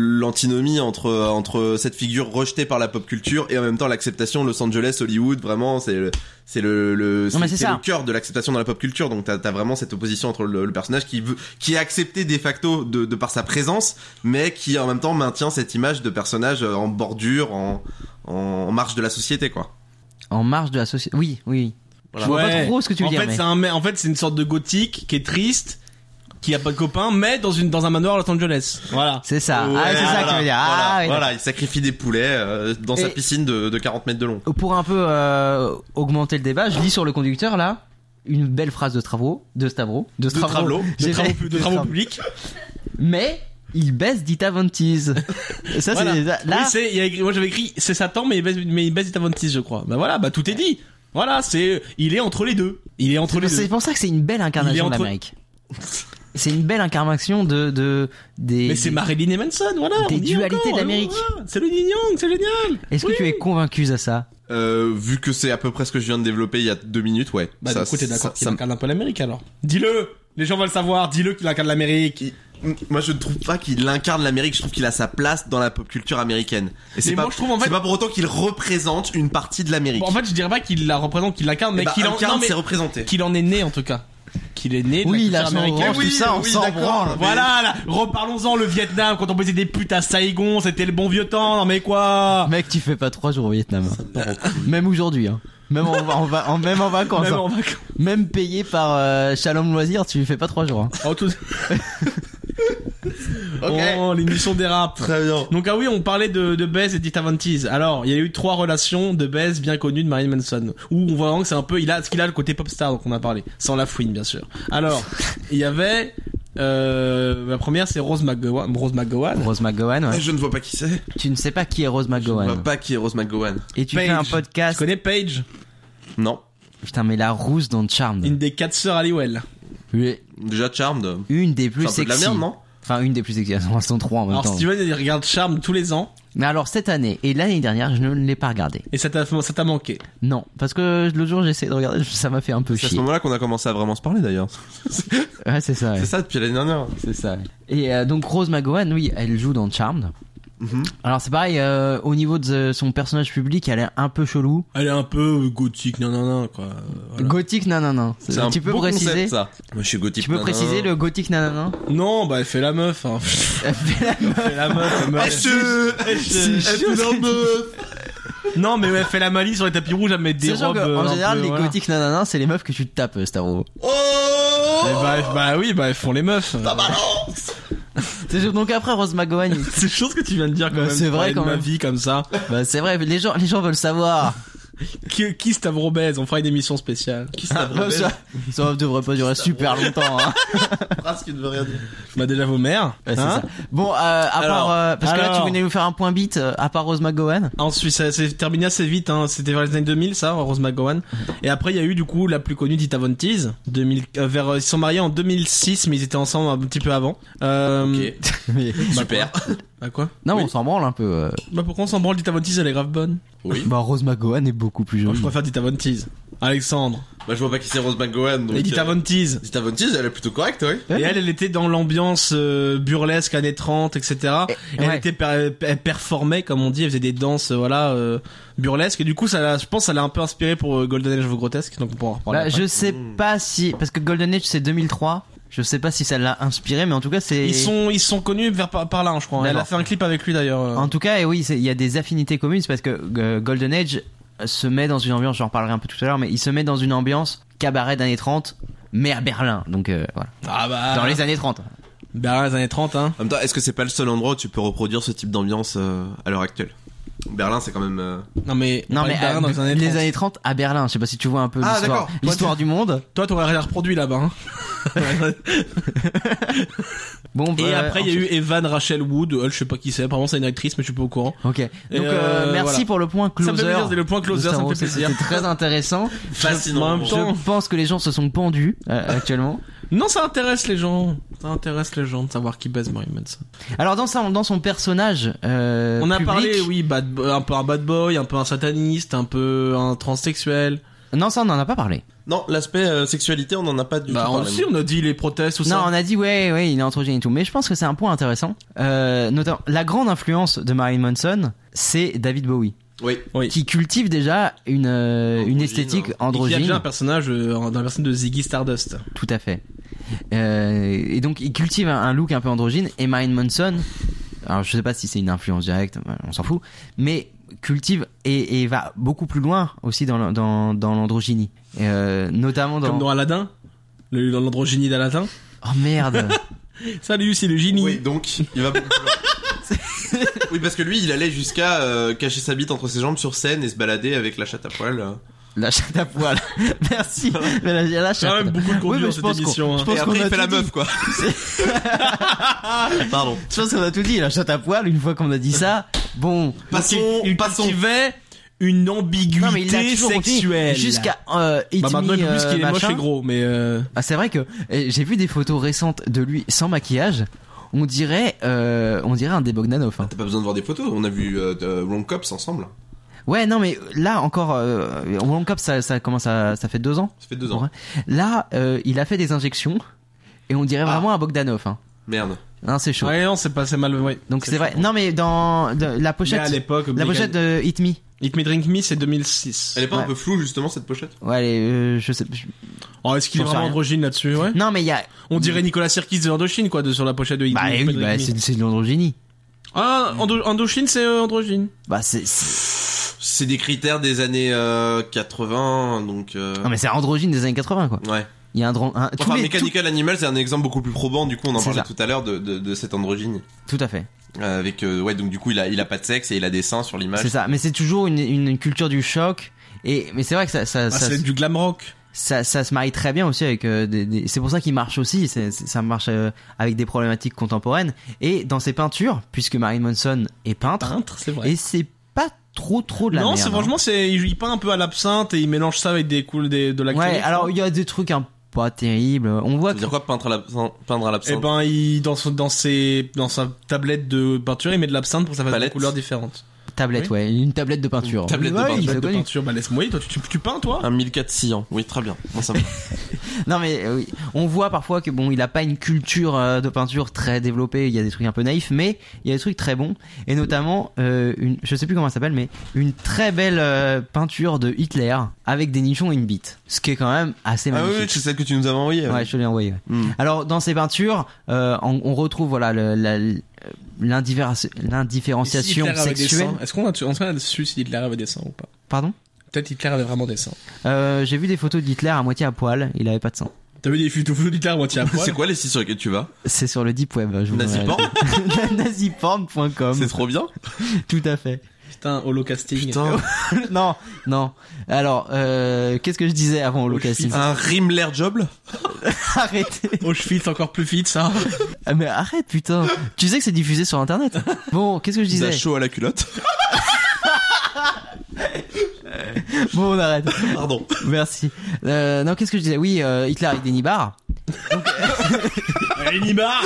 Speaker 3: l'antinomie entre entre cette figure rejetée par la pop culture et en même temps l'acceptation Los Angeles, Hollywood, vraiment c'est le c'est le, le
Speaker 4: Non, mais c'est ça.
Speaker 3: le cœur de l'acceptation dans la pop culture. Donc t'as as vraiment cette opposition entre le, le personnage qui veut qui est accepté de facto de, de par sa présence, mais qui en même temps maintient cette image de personnage euh, en bordure, en en, en marge de la société quoi.
Speaker 4: En marge de la société. Oui, oui.
Speaker 3: Voilà.
Speaker 4: Je vois pas trop ce que tu veux
Speaker 2: en
Speaker 4: dire,
Speaker 2: fait,
Speaker 4: mais-
Speaker 2: c'est un mec- en fait c'est une sorte de gothique qui est triste qui a pas de copain mais dans une dans un manoir à Los Angeles voilà
Speaker 4: C'est ça.
Speaker 3: Ouais,
Speaker 4: ah, c'est ça que tu veux dire.
Speaker 3: voilà,
Speaker 4: ah, oui,
Speaker 3: voilà, il sacrifie des poulets euh, dans sa
Speaker 4: Et-
Speaker 3: piscine de, de 40 mètres de long.
Speaker 4: Pour un peu euh, augmenter le débat, je lis sur le conducteur là une belle phrase de Travro, de Stavro, de Stavro.
Speaker 3: Travlo, de
Speaker 4: J'ai
Speaker 2: de travaux,
Speaker 4: fait-
Speaker 2: de travaux publics
Speaker 4: Mais il baisse Dita Von Teese. Ça
Speaker 2: Voilà.
Speaker 4: c'est là.
Speaker 2: oui, c'est il y a écrit- moi j'avais écrit c'est Satan mais il baise mais il baise Dita Von Teese, je crois bah voilà bah tout est dit voilà c'est il est entre les deux il est entre les
Speaker 4: C'est
Speaker 2: deux
Speaker 4: pour ça que c'est une belle
Speaker 2: Il est
Speaker 4: incarnation
Speaker 2: entre-
Speaker 4: de l'Amérique. C'est une belle incarnation de, de des.
Speaker 2: mais c'est
Speaker 4: des-
Speaker 2: Marilyn et Manson voilà
Speaker 4: Des
Speaker 2: on y est
Speaker 4: dualités
Speaker 2: encore, hein,
Speaker 4: de l'Amérique.
Speaker 2: voilà. c'est le yin yang c'est génial
Speaker 4: Est-ce que
Speaker 2: Oui.
Speaker 4: tu es convaincu à ça
Speaker 3: Euh, vu que c'est à peu près ce que je viens de développer il y a deux minutes, ouais.
Speaker 2: Bah
Speaker 3: Ça,
Speaker 2: du coup t'es
Speaker 3: ça-
Speaker 2: d'accord qu'il
Speaker 3: ça-
Speaker 2: incarne un peu l'Amérique alors Dis-le Les gens veulent savoir, dis-le qu'il incarne l'Amérique
Speaker 3: il- Mm, Moi je ne trouve pas qu'il incarne l'Amérique, je trouve qu'il a sa place dans la pop culture américaine. Et c'est
Speaker 2: Mais
Speaker 3: pas,
Speaker 2: moi, je trouve, en fait-
Speaker 3: c'est pas pour autant qu'il représente une partie de l'Amérique.
Speaker 2: Bon, En fait je dirais pas qu'il la représente, qu'il l'incarne, mais
Speaker 3: Eh
Speaker 4: ben,
Speaker 3: bah,
Speaker 2: qu'il en...
Speaker 3: incarne,
Speaker 2: non, mais
Speaker 3: c'est représenté.
Speaker 2: qu'il en est né en tout cas. Qu'il est né de
Speaker 4: Oui,
Speaker 2: la
Speaker 4: la
Speaker 2: culture
Speaker 4: sang
Speaker 2: américaine.
Speaker 4: orange, tout ça, on
Speaker 3: oui,
Speaker 4: s'en
Speaker 3: d'accord,
Speaker 4: branle.
Speaker 3: mais-
Speaker 2: Voilà, là, reparlons-en le Vietnam quand on faisait des putes à Saigon, c'était le bon vieux temps. Non mais quoi
Speaker 4: Mec, tu fais pas trois jours au Vietnam. Même aujourd'hui, hein. Même en, en va- en- même en vacances.
Speaker 2: Même
Speaker 4: hein.
Speaker 2: en vacances.
Speaker 4: Même payé par euh, Shalom Loisirs, tu fais pas trois jours. hein.
Speaker 2: En tout- Oh, l'émission dérape.
Speaker 3: Très bien.
Speaker 2: Donc ah oui, on parlait de, de Bez et d'Itavantis. Alors, il y a eu trois relations de Bez bien connues de Marilyn Manson, où on voit vraiment que c'est un peu, il a, ce qu'il a le côté popstar dont on a parlé, sans la fouine bien sûr. Alors, il y avait, euh, la première c'est Rose McGowan. Rose McGowan.
Speaker 4: Rose McGowan, ouais.
Speaker 3: Eh, Je ne vois pas qui c'est.
Speaker 4: Tu ne sais pas qui est Rose
Speaker 3: Je ne vois
Speaker 4: McGowan.
Speaker 3: pas qui est Rose McGowan.
Speaker 4: Et tu
Speaker 2: Paige.
Speaker 4: fais un
Speaker 2: Tu
Speaker 4: podcast.
Speaker 2: connais Paige,
Speaker 3: Non.
Speaker 4: Putain, mais la rousse dans Charmed.
Speaker 2: une des quatre sœurs Halliwell.
Speaker 4: Oui.
Speaker 3: Déjà Charmed.
Speaker 4: Une des
Speaker 3: C'est
Speaker 4: plus
Speaker 3: un peu
Speaker 4: sexy.
Speaker 3: de la merde, non
Speaker 4: Enfin, une des plus sexy. Elles sont trois en même
Speaker 2: Alors
Speaker 4: temps.
Speaker 2: Steven il regarde Charme tous les ans
Speaker 4: Mais alors, cette année et l'année dernière, je ne l'ai pas regardé.
Speaker 2: et ça t'a ça t'a manqué.
Speaker 4: Non, parce que le jour j'ai essayé de regarder, ça m'a fait un peu
Speaker 3: C'est à ce
Speaker 4: chier.
Speaker 3: moment-là qu'on a commencé à vraiment se parler d'ailleurs.
Speaker 4: Ouais, c'est ça. ouais.
Speaker 3: C'est ça depuis l'année dernière.
Speaker 4: C'est ça. Et euh, donc Rose McGowan, oui, elle joue dans Charmed.
Speaker 3: Mhm.
Speaker 4: Alors c'est pareil, euh, au niveau de son personnage public, elle est un peu chelou.
Speaker 2: Elle est un peu gothique, non non non quoi. Voilà.
Speaker 4: Gothique nananin.
Speaker 3: C'est un
Speaker 4: Tu peux
Speaker 3: beau
Speaker 4: préciser
Speaker 3: concept, ça. Moi, je suis gothique.
Speaker 4: Tu peux
Speaker 3: nanana.
Speaker 4: préciser le gothique nananin
Speaker 2: Non, bah elle fait la meuf. Hein.
Speaker 4: Elle fait la Ah,
Speaker 2: Elle fait la meuf. elle meurt.
Speaker 3: Eh, je-
Speaker 2: Elle
Speaker 3: Eh,
Speaker 2: fait-
Speaker 3: putain, meuf.
Speaker 2: non mais ouais, elle fait la malice sur les tapis rouges à mettre des
Speaker 4: C'est sûr
Speaker 2: robes.
Speaker 4: que,
Speaker 2: euh,
Speaker 4: en
Speaker 2: un
Speaker 4: général,
Speaker 2: peu,
Speaker 4: les
Speaker 2: voilà.
Speaker 4: gothiques nananin, c'est les meufs que tu te tapes, euh, Starro.
Speaker 3: Oh
Speaker 2: Eh bah, elles- bah oui, bah elles font les meufs.
Speaker 4: C'est sûr, donc après Rose McGowan, il-
Speaker 2: C'est chose que tu viens de dire quand
Speaker 4: Bah,
Speaker 2: même.
Speaker 4: c'est
Speaker 2: parler
Speaker 4: vrai,
Speaker 2: de
Speaker 4: quand
Speaker 2: ma
Speaker 4: même.
Speaker 2: vie comme ça.
Speaker 4: bah, c'est vrai, les gens, les gens veulent savoir.
Speaker 2: Qui, qui Stavro Bez On fera une émission spéciale. Ah, bah, Qui
Speaker 4: Comme ça, ça devrait pas durer super longtemps. Hein.
Speaker 2: Bah déjà vos mères.
Speaker 4: Ouais, c'est
Speaker 2: hein
Speaker 4: ça. Bon, euh, à
Speaker 2: Alors,
Speaker 4: part euh, parce que là
Speaker 2: alors.
Speaker 4: tu venais nous faire un point beat, euh, à part Rose McGowan.
Speaker 2: Ensuite, ça s'est terminé assez vite, hein. c'était vers les années 2000, ça, Rose McGowan. Et après, il y a eu du coup la plus connue, Dita Von Teese, 2000, euh, vers, euh, ils se sont mariés en 2006, mais ils étaient ensemble un petit peu avant. Euh,
Speaker 3: Ok.
Speaker 4: Mais-
Speaker 3: Super.
Speaker 2: Bah quoi
Speaker 4: Non, mais on s'en branle un peu. euh.
Speaker 2: Bah pourquoi on s'en branle, Dita Von Teese, elle est grave bonne.
Speaker 4: Bah Rose McGowan est beaucoup plus
Speaker 2: Moi,
Speaker 4: jolie.
Speaker 2: je préfère Dita Von Teese. Alexandre.
Speaker 3: Bah, je vois pas qui c'est Rose McGowan. Donc,
Speaker 2: et Dita
Speaker 3: euh,
Speaker 2: Von Teese.
Speaker 3: Dita Von Teese, elle est plutôt correcte, oui.
Speaker 4: Ouais.
Speaker 2: Et elle, elle était dans l'ambiance euh, burlesque années 30, etc. Et elle
Speaker 4: ouais.
Speaker 2: était per- elle performait, comme on dit, elle faisait des danses, euh, voilà, euh, burlesques. Et du coup, ça, l'a- je pense, ça l'a un peu inspiré pour euh, Golden Age of Grotesque. Donc on pourra en reparler.
Speaker 4: Bah,
Speaker 2: après.
Speaker 4: je sais pas si parce que Golden Age c'est 2003. Je sais pas si ça l'a inspiré, mais en tout cas c'est.
Speaker 2: Ils sont, ils sont connus vers par, par là, hein, je crois. Elle a
Speaker 4: D'accord.
Speaker 2: fait un clip avec lui d'ailleurs. euh.
Speaker 4: En tout cas, et oui, c'est- il y a des affinités communes c'est parce que euh, Golden Age se met dans une ambiance. J'en parlerai un peu tout à l'heure, mais il se met dans une ambiance cabaret d'années 30, mais à Berlin. Donc euh, voilà.
Speaker 2: Ah bah.
Speaker 4: Dans les années 30.
Speaker 2: Berlin, les années 30, hein.
Speaker 3: En même temps, est-ce que c'est pas le seul endroit où tu peux reproduire ce type d'ambiance euh, à l'heure actuelle Berlin, c'est quand même. euh,
Speaker 2: Non mais. on
Speaker 4: Non
Speaker 2: parlait
Speaker 4: mais
Speaker 2: de Berlin
Speaker 4: euh,
Speaker 2: dans les années 30.
Speaker 4: à Berlin. Je sais pas si tu vois un peu
Speaker 3: Ah,
Speaker 4: l'histoire,
Speaker 3: d'accord.
Speaker 4: l'histoire du monde.
Speaker 2: Toi, t'aurais rien reproduit là-bas. hein.
Speaker 4: Bon.
Speaker 2: Et
Speaker 4: bah,
Speaker 2: après, il y a eu Evan Rachel Wood. Elle, je sais pas qui c'est. Apparemment, c'est une actrice, mais je suis pas au courant.
Speaker 4: Ok. Donc euh,
Speaker 2: euh,
Speaker 4: merci
Speaker 2: voilà.
Speaker 4: pour le point
Speaker 2: Ça
Speaker 4: closer.
Speaker 2: me fait plaisir, c'est le point closer, ça me
Speaker 4: Star Wars,
Speaker 2: fait plaisir.
Speaker 4: C'était très intéressant.
Speaker 2: En
Speaker 3: Fascinant.
Speaker 2: même temps-
Speaker 4: Je pense que les gens se sont pendus euh, actuellement.
Speaker 2: Non, ça intéresse les gens. Ça intéresse les gens de savoir qui baise Marilyn Manson.
Speaker 4: Alors dans ça, dans son personnage, euh,
Speaker 2: On a
Speaker 4: public-
Speaker 2: parlé, oui, bad bo- un peu un bad boy, un peu un sataniste, un peu un transsexuel.
Speaker 4: Non, ça on en a pas parlé.
Speaker 3: Non, l'aspect euh, sexualité, on en a pas du
Speaker 2: Bah,
Speaker 3: tout
Speaker 2: on,
Speaker 3: parlé.
Speaker 2: si, on a dit les protestes, tout
Speaker 4: non,
Speaker 2: ça.
Speaker 4: on a dit ouais, ouais, il est androgyne et tout. Mais je pense que c'est un point intéressant. Euh, notamment, la grande influence de Marilyn Manson, c'est David Bowie,
Speaker 3: Oui.
Speaker 2: Oui.
Speaker 4: qui cultive déjà une euh,
Speaker 3: Androgyne,
Speaker 4: une esthétique
Speaker 2: Et qu'il
Speaker 3: hein.
Speaker 2: y a
Speaker 4: androgyne.
Speaker 2: déjà un personnage euh, dans la personne de Ziggy Stardust.
Speaker 4: Tout à fait. Euh, et donc, il cultive un, un look un peu androgyne. Et Marilyn Manson, alors je sais pas si c'est une influence directe, on s'en fout, mais cultive et, et va beaucoup plus loin aussi dans, le- dans, dans l'androgynie. Euh, notamment dans...
Speaker 2: Comme dans Aladdin. Le- Dans l'androgynie d'Aladdin.
Speaker 4: Oh merde
Speaker 2: Salut, c'est le génie.
Speaker 3: Oui, donc, il va beaucoup plus loin. oui, parce que lui, il allait jusqu'à euh, cacher sa bite entre ses jambes sur scène et se balader avec la chatte à poil. euh.
Speaker 4: La chatte à poil. Merci. Mais la, la chatte.
Speaker 2: quand même beaucoup de
Speaker 4: Oui,
Speaker 2: conduits
Speaker 4: mais
Speaker 2: dans
Speaker 4: je
Speaker 2: cette
Speaker 4: pense qu'on-
Speaker 2: émission. hein.
Speaker 4: je
Speaker 3: Et
Speaker 4: pense qu'on
Speaker 3: après, il
Speaker 4: a
Speaker 3: fait
Speaker 4: tout
Speaker 3: la
Speaker 4: dit.
Speaker 3: meuf, quoi. Pardon.
Speaker 4: Je pense qu'on a tout dit. La chatte à poil, une fois qu'on a dit ça, bon...
Speaker 3: Passons,
Speaker 2: il
Speaker 3: passons.
Speaker 2: cultivait une ambiguïté
Speaker 4: Non mais il l'a toujours
Speaker 2: sexuelle.
Speaker 4: dit jusqu'à euh, Hit
Speaker 2: Bah maintenant,
Speaker 4: Me,
Speaker 2: il peut plus
Speaker 4: euh,
Speaker 2: qu'il est moche
Speaker 4: machin.
Speaker 2: et gros, mais euh,
Speaker 4: Ah, c'est vrai que eh, j'ai vu des photos récentes de lui sans maquillage. On dirait, euh, on dirait un des Bogdanov. hein.
Speaker 3: T'as pas besoin de voir des photos, on a vu euh, de Wrong Cops ensemble.
Speaker 4: Ouais, non, mais là encore, euh, World Cup, ça, ça commence à, ça fait deux ans.
Speaker 3: Ça fait deux ans.
Speaker 4: Ouais. Là, euh, il a fait des injections et on dirait vraiment un Bogdanov. Hein.
Speaker 3: Merde.
Speaker 4: Non, c'est chaud.
Speaker 2: ouais, non, c'est pas c'est mal. ouais.
Speaker 4: Donc c'est vrai.
Speaker 2: chaud.
Speaker 4: Non, mais dans de- la
Speaker 2: Mais à
Speaker 4: pochette,
Speaker 2: l'époque,
Speaker 4: la
Speaker 2: Big
Speaker 4: pochette
Speaker 2: Hand-
Speaker 4: de Hit Me.
Speaker 2: Hit Me Drink Me, c'est 2006.
Speaker 3: Elle est pas un
Speaker 4: Ouais.
Speaker 3: peu floue, justement, cette pochette
Speaker 4: Ouais, les- euh, je sais. je-
Speaker 2: Oh, est-ce qu'il est
Speaker 4: J'en sais
Speaker 2: vraiment
Speaker 4: rien.
Speaker 2: androgyne là-dessus ouais
Speaker 4: Non, mais il y a.
Speaker 2: On dirait Nicolas Sirkis de Indochine, quoi, de, sur la pochette de Hit
Speaker 4: Bah
Speaker 2: Me
Speaker 4: oui,
Speaker 2: Drink
Speaker 4: bah,
Speaker 2: Me.
Speaker 4: c'est c'est de l'androgynie.
Speaker 2: Ah, Ando- Indochine, c'est euh, androgyne.
Speaker 4: Bah c'est. c'est-
Speaker 3: C'est des critères des années euh, 80, donc. euh,
Speaker 4: Non, Ah, mais c'est androgyne des années 80 quoi.
Speaker 3: Ouais.
Speaker 4: Il y a un drone. un- tous
Speaker 3: Enfin,
Speaker 4: les-
Speaker 3: Mechanical Animal, c'est un exemple beaucoup plus probant. Du coup, on en
Speaker 4: C'est
Speaker 3: parlait
Speaker 4: ça.
Speaker 3: tout à l'heure de, de, de cet androgyne.
Speaker 4: tout- tout à fait.
Speaker 3: Euh, avec euh, ouais, donc du coup, il a, il a pas de sexe et il a des seins sur
Speaker 2: Bah,
Speaker 3: l'image.
Speaker 4: C'est ça, mais c'est toujours une, une culture du choc. Et mais c'est vrai que ça ça,
Speaker 2: Bah,
Speaker 4: ça,
Speaker 2: c'est du glam rock.
Speaker 4: ça- ça se marie très bien aussi avec. euh, des, des- C'est pour ça qu'il marche aussi. c'est- c'est- ça marche euh, avec des problématiques contemporaines. Et dans ses peintures, puisque Marilyn Manson est peintre,
Speaker 2: Peintre, c'est vrai.
Speaker 4: et c'est pas trop trop de la
Speaker 2: non,
Speaker 4: merde.
Speaker 2: c'est
Speaker 4: hein.
Speaker 2: franchement, c'est il peint un peu à l'absinthe et il mélange ça avec des cool des, de l'acrylique.
Speaker 4: Ouais, alors il y a des trucs un pas terribles. On voit
Speaker 3: Ça veut
Speaker 4: que
Speaker 3: dire quoi peindre à l'absinthe
Speaker 4: Eh
Speaker 3: Peindre à
Speaker 2: Et
Speaker 3: l'absinthe.
Speaker 2: ben, il dans son dans ses dans sa tablette de peinture, il met de l'absinthe pour que ça fasse des
Speaker 3: Palette.
Speaker 2: couleurs différentes.
Speaker 4: tablette,
Speaker 2: Oui.
Speaker 4: ouais, une tablette de peinture.
Speaker 3: Tablette de
Speaker 4: Ouais,
Speaker 3: peinture.
Speaker 4: il
Speaker 2: Tablette de
Speaker 4: se connaît.
Speaker 2: peinture, bah laisse-moi. y, Toi, tu, tu- tu peins toi
Speaker 3: Un 1400. Oui, très bien. Bon, ça va.
Speaker 4: Non mais euh, oui, on voit parfois que bon, il a pas une culture euh, de peinture très développée. Il y a des trucs un peu naïfs, mais il y a des trucs très bons. Et notamment, euh, une, je sais plus comment elle s'appelle, mais une très belle euh, peinture de Hitler avec des nichons et une bite, ce qui est quand même assez
Speaker 3: ah oui, oui,
Speaker 4: magnifique.
Speaker 3: c'est celle que tu nous avais envoyée.
Speaker 4: ouais, je te l'ai envoyé. ouais.
Speaker 3: Hmm.
Speaker 4: Alors dans ces peintures, euh, on, on retrouve voilà le- la- l'indifférenci- l'indifférenciation sexuelle.
Speaker 2: Est-ce qu'on a, on se met là-dessus si Hitler avait des seins ou pas
Speaker 4: Pardon.
Speaker 2: Peut-être Hitler avait vraiment des seins.
Speaker 4: Euh, J'ai vu des photos d'Hitler à moitié à poil. Il avait pas de sein.
Speaker 2: T'as vu des photos d'Hitler à moitié à poil
Speaker 3: C'est quoi les sites sur lesquels tu vas
Speaker 4: C'est sur le deep web. je vous
Speaker 3: Nazipan
Speaker 4: enverrai. Naziporn.com.
Speaker 3: C'est trop bien.
Speaker 4: Tout à fait.
Speaker 2: Putain, holocasting.
Speaker 3: Putain,
Speaker 4: non, non. Alors, euh, qu'est-ce que je disais avant au casting
Speaker 3: un Rimmler Job
Speaker 4: Arrêtez.
Speaker 2: Auschwitz encore plus vite ça.
Speaker 4: Ah, Mais arrête, putain. Tu sais que c'est diffusé sur internet. Bon, qu'est-ce que je disais
Speaker 3: T'as chaud à la culotte.
Speaker 4: Bon, on arrête.
Speaker 3: Pardon.
Speaker 4: Merci. Euh, non, qu'est-ce que je disais Oui, euh, Hitler avec des nibards.
Speaker 2: Eh, Nibar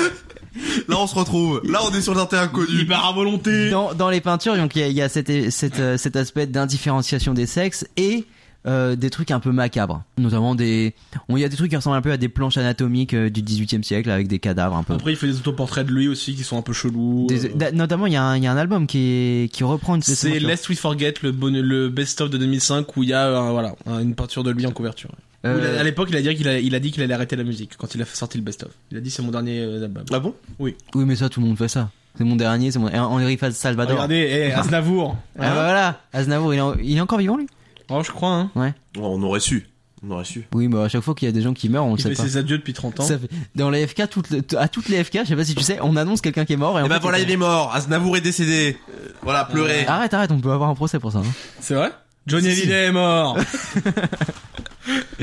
Speaker 3: Là, on se retrouve. Là, on est sur l'inter inconnu.
Speaker 2: Nibar à volonté
Speaker 4: Dans, dans les peintures, donc il y a, il y a cet, cet, euh, cet aspect d'indifférenciation des sexes et euh, des trucs un peu macabres. Notamment des. on- Il y a des trucs qui ressemblent un peu à des planches anatomiques euh, du 18 e siècle avec des cadavres un peu.
Speaker 2: Après, il fait des autoportraits de lui aussi qui sont un peu chelous.
Speaker 4: Des-
Speaker 2: Euh,
Speaker 4: da- notamment, il y, a un- il y a un album qui, est- qui reprend une de ces
Speaker 2: C'est
Speaker 4: peintures.
Speaker 2: Lest We Forget, le, bon- le best-of de 2005 où il y a euh, voilà, un- une peinture de lui en couverture. Où il a-
Speaker 4: Euh,
Speaker 2: à l'époque, il a dit qu'il a- il a dit qu'il allait arrêter la musique quand il a sorti le best-of. Il a dit c'est mon dernier euh, album.
Speaker 3: Ah bon
Speaker 4: Oui, mais ça, tout le monde fait ça. C'est mon dernier, c'est mon. En de Salvador.
Speaker 2: Regardez, eh, Aznavour.
Speaker 4: Ah
Speaker 3: Hein
Speaker 4: bah voilà, Aznavour, il est, en- il est encore vivant lui
Speaker 2: Oh, je crois, hein.
Speaker 3: Oh, On aurait su. On aurait su.
Speaker 4: Oui, mais à chaque fois qu'il y a des gens qui meurent, on
Speaker 2: Il
Speaker 4: le
Speaker 2: fait
Speaker 4: sait pas.
Speaker 2: ses adieux depuis 30 ans.
Speaker 4: Ça fait- Dans les FK, toutes les- à toutes les FK, je sais pas si tu sais, on annonce quelqu'un qui est mort et, en
Speaker 3: Et bah
Speaker 4: fait, Ah,
Speaker 3: voilà,
Speaker 4: c'est-
Speaker 3: il est mort. Aznavour est décédé. Voilà, pleurez.
Speaker 4: Arrête, arrête, on peut avoir un procès pour ça. hein.
Speaker 2: C'est vrai Johnny
Speaker 4: Si, si.
Speaker 2: Hallyday est mort.
Speaker 3: Ah.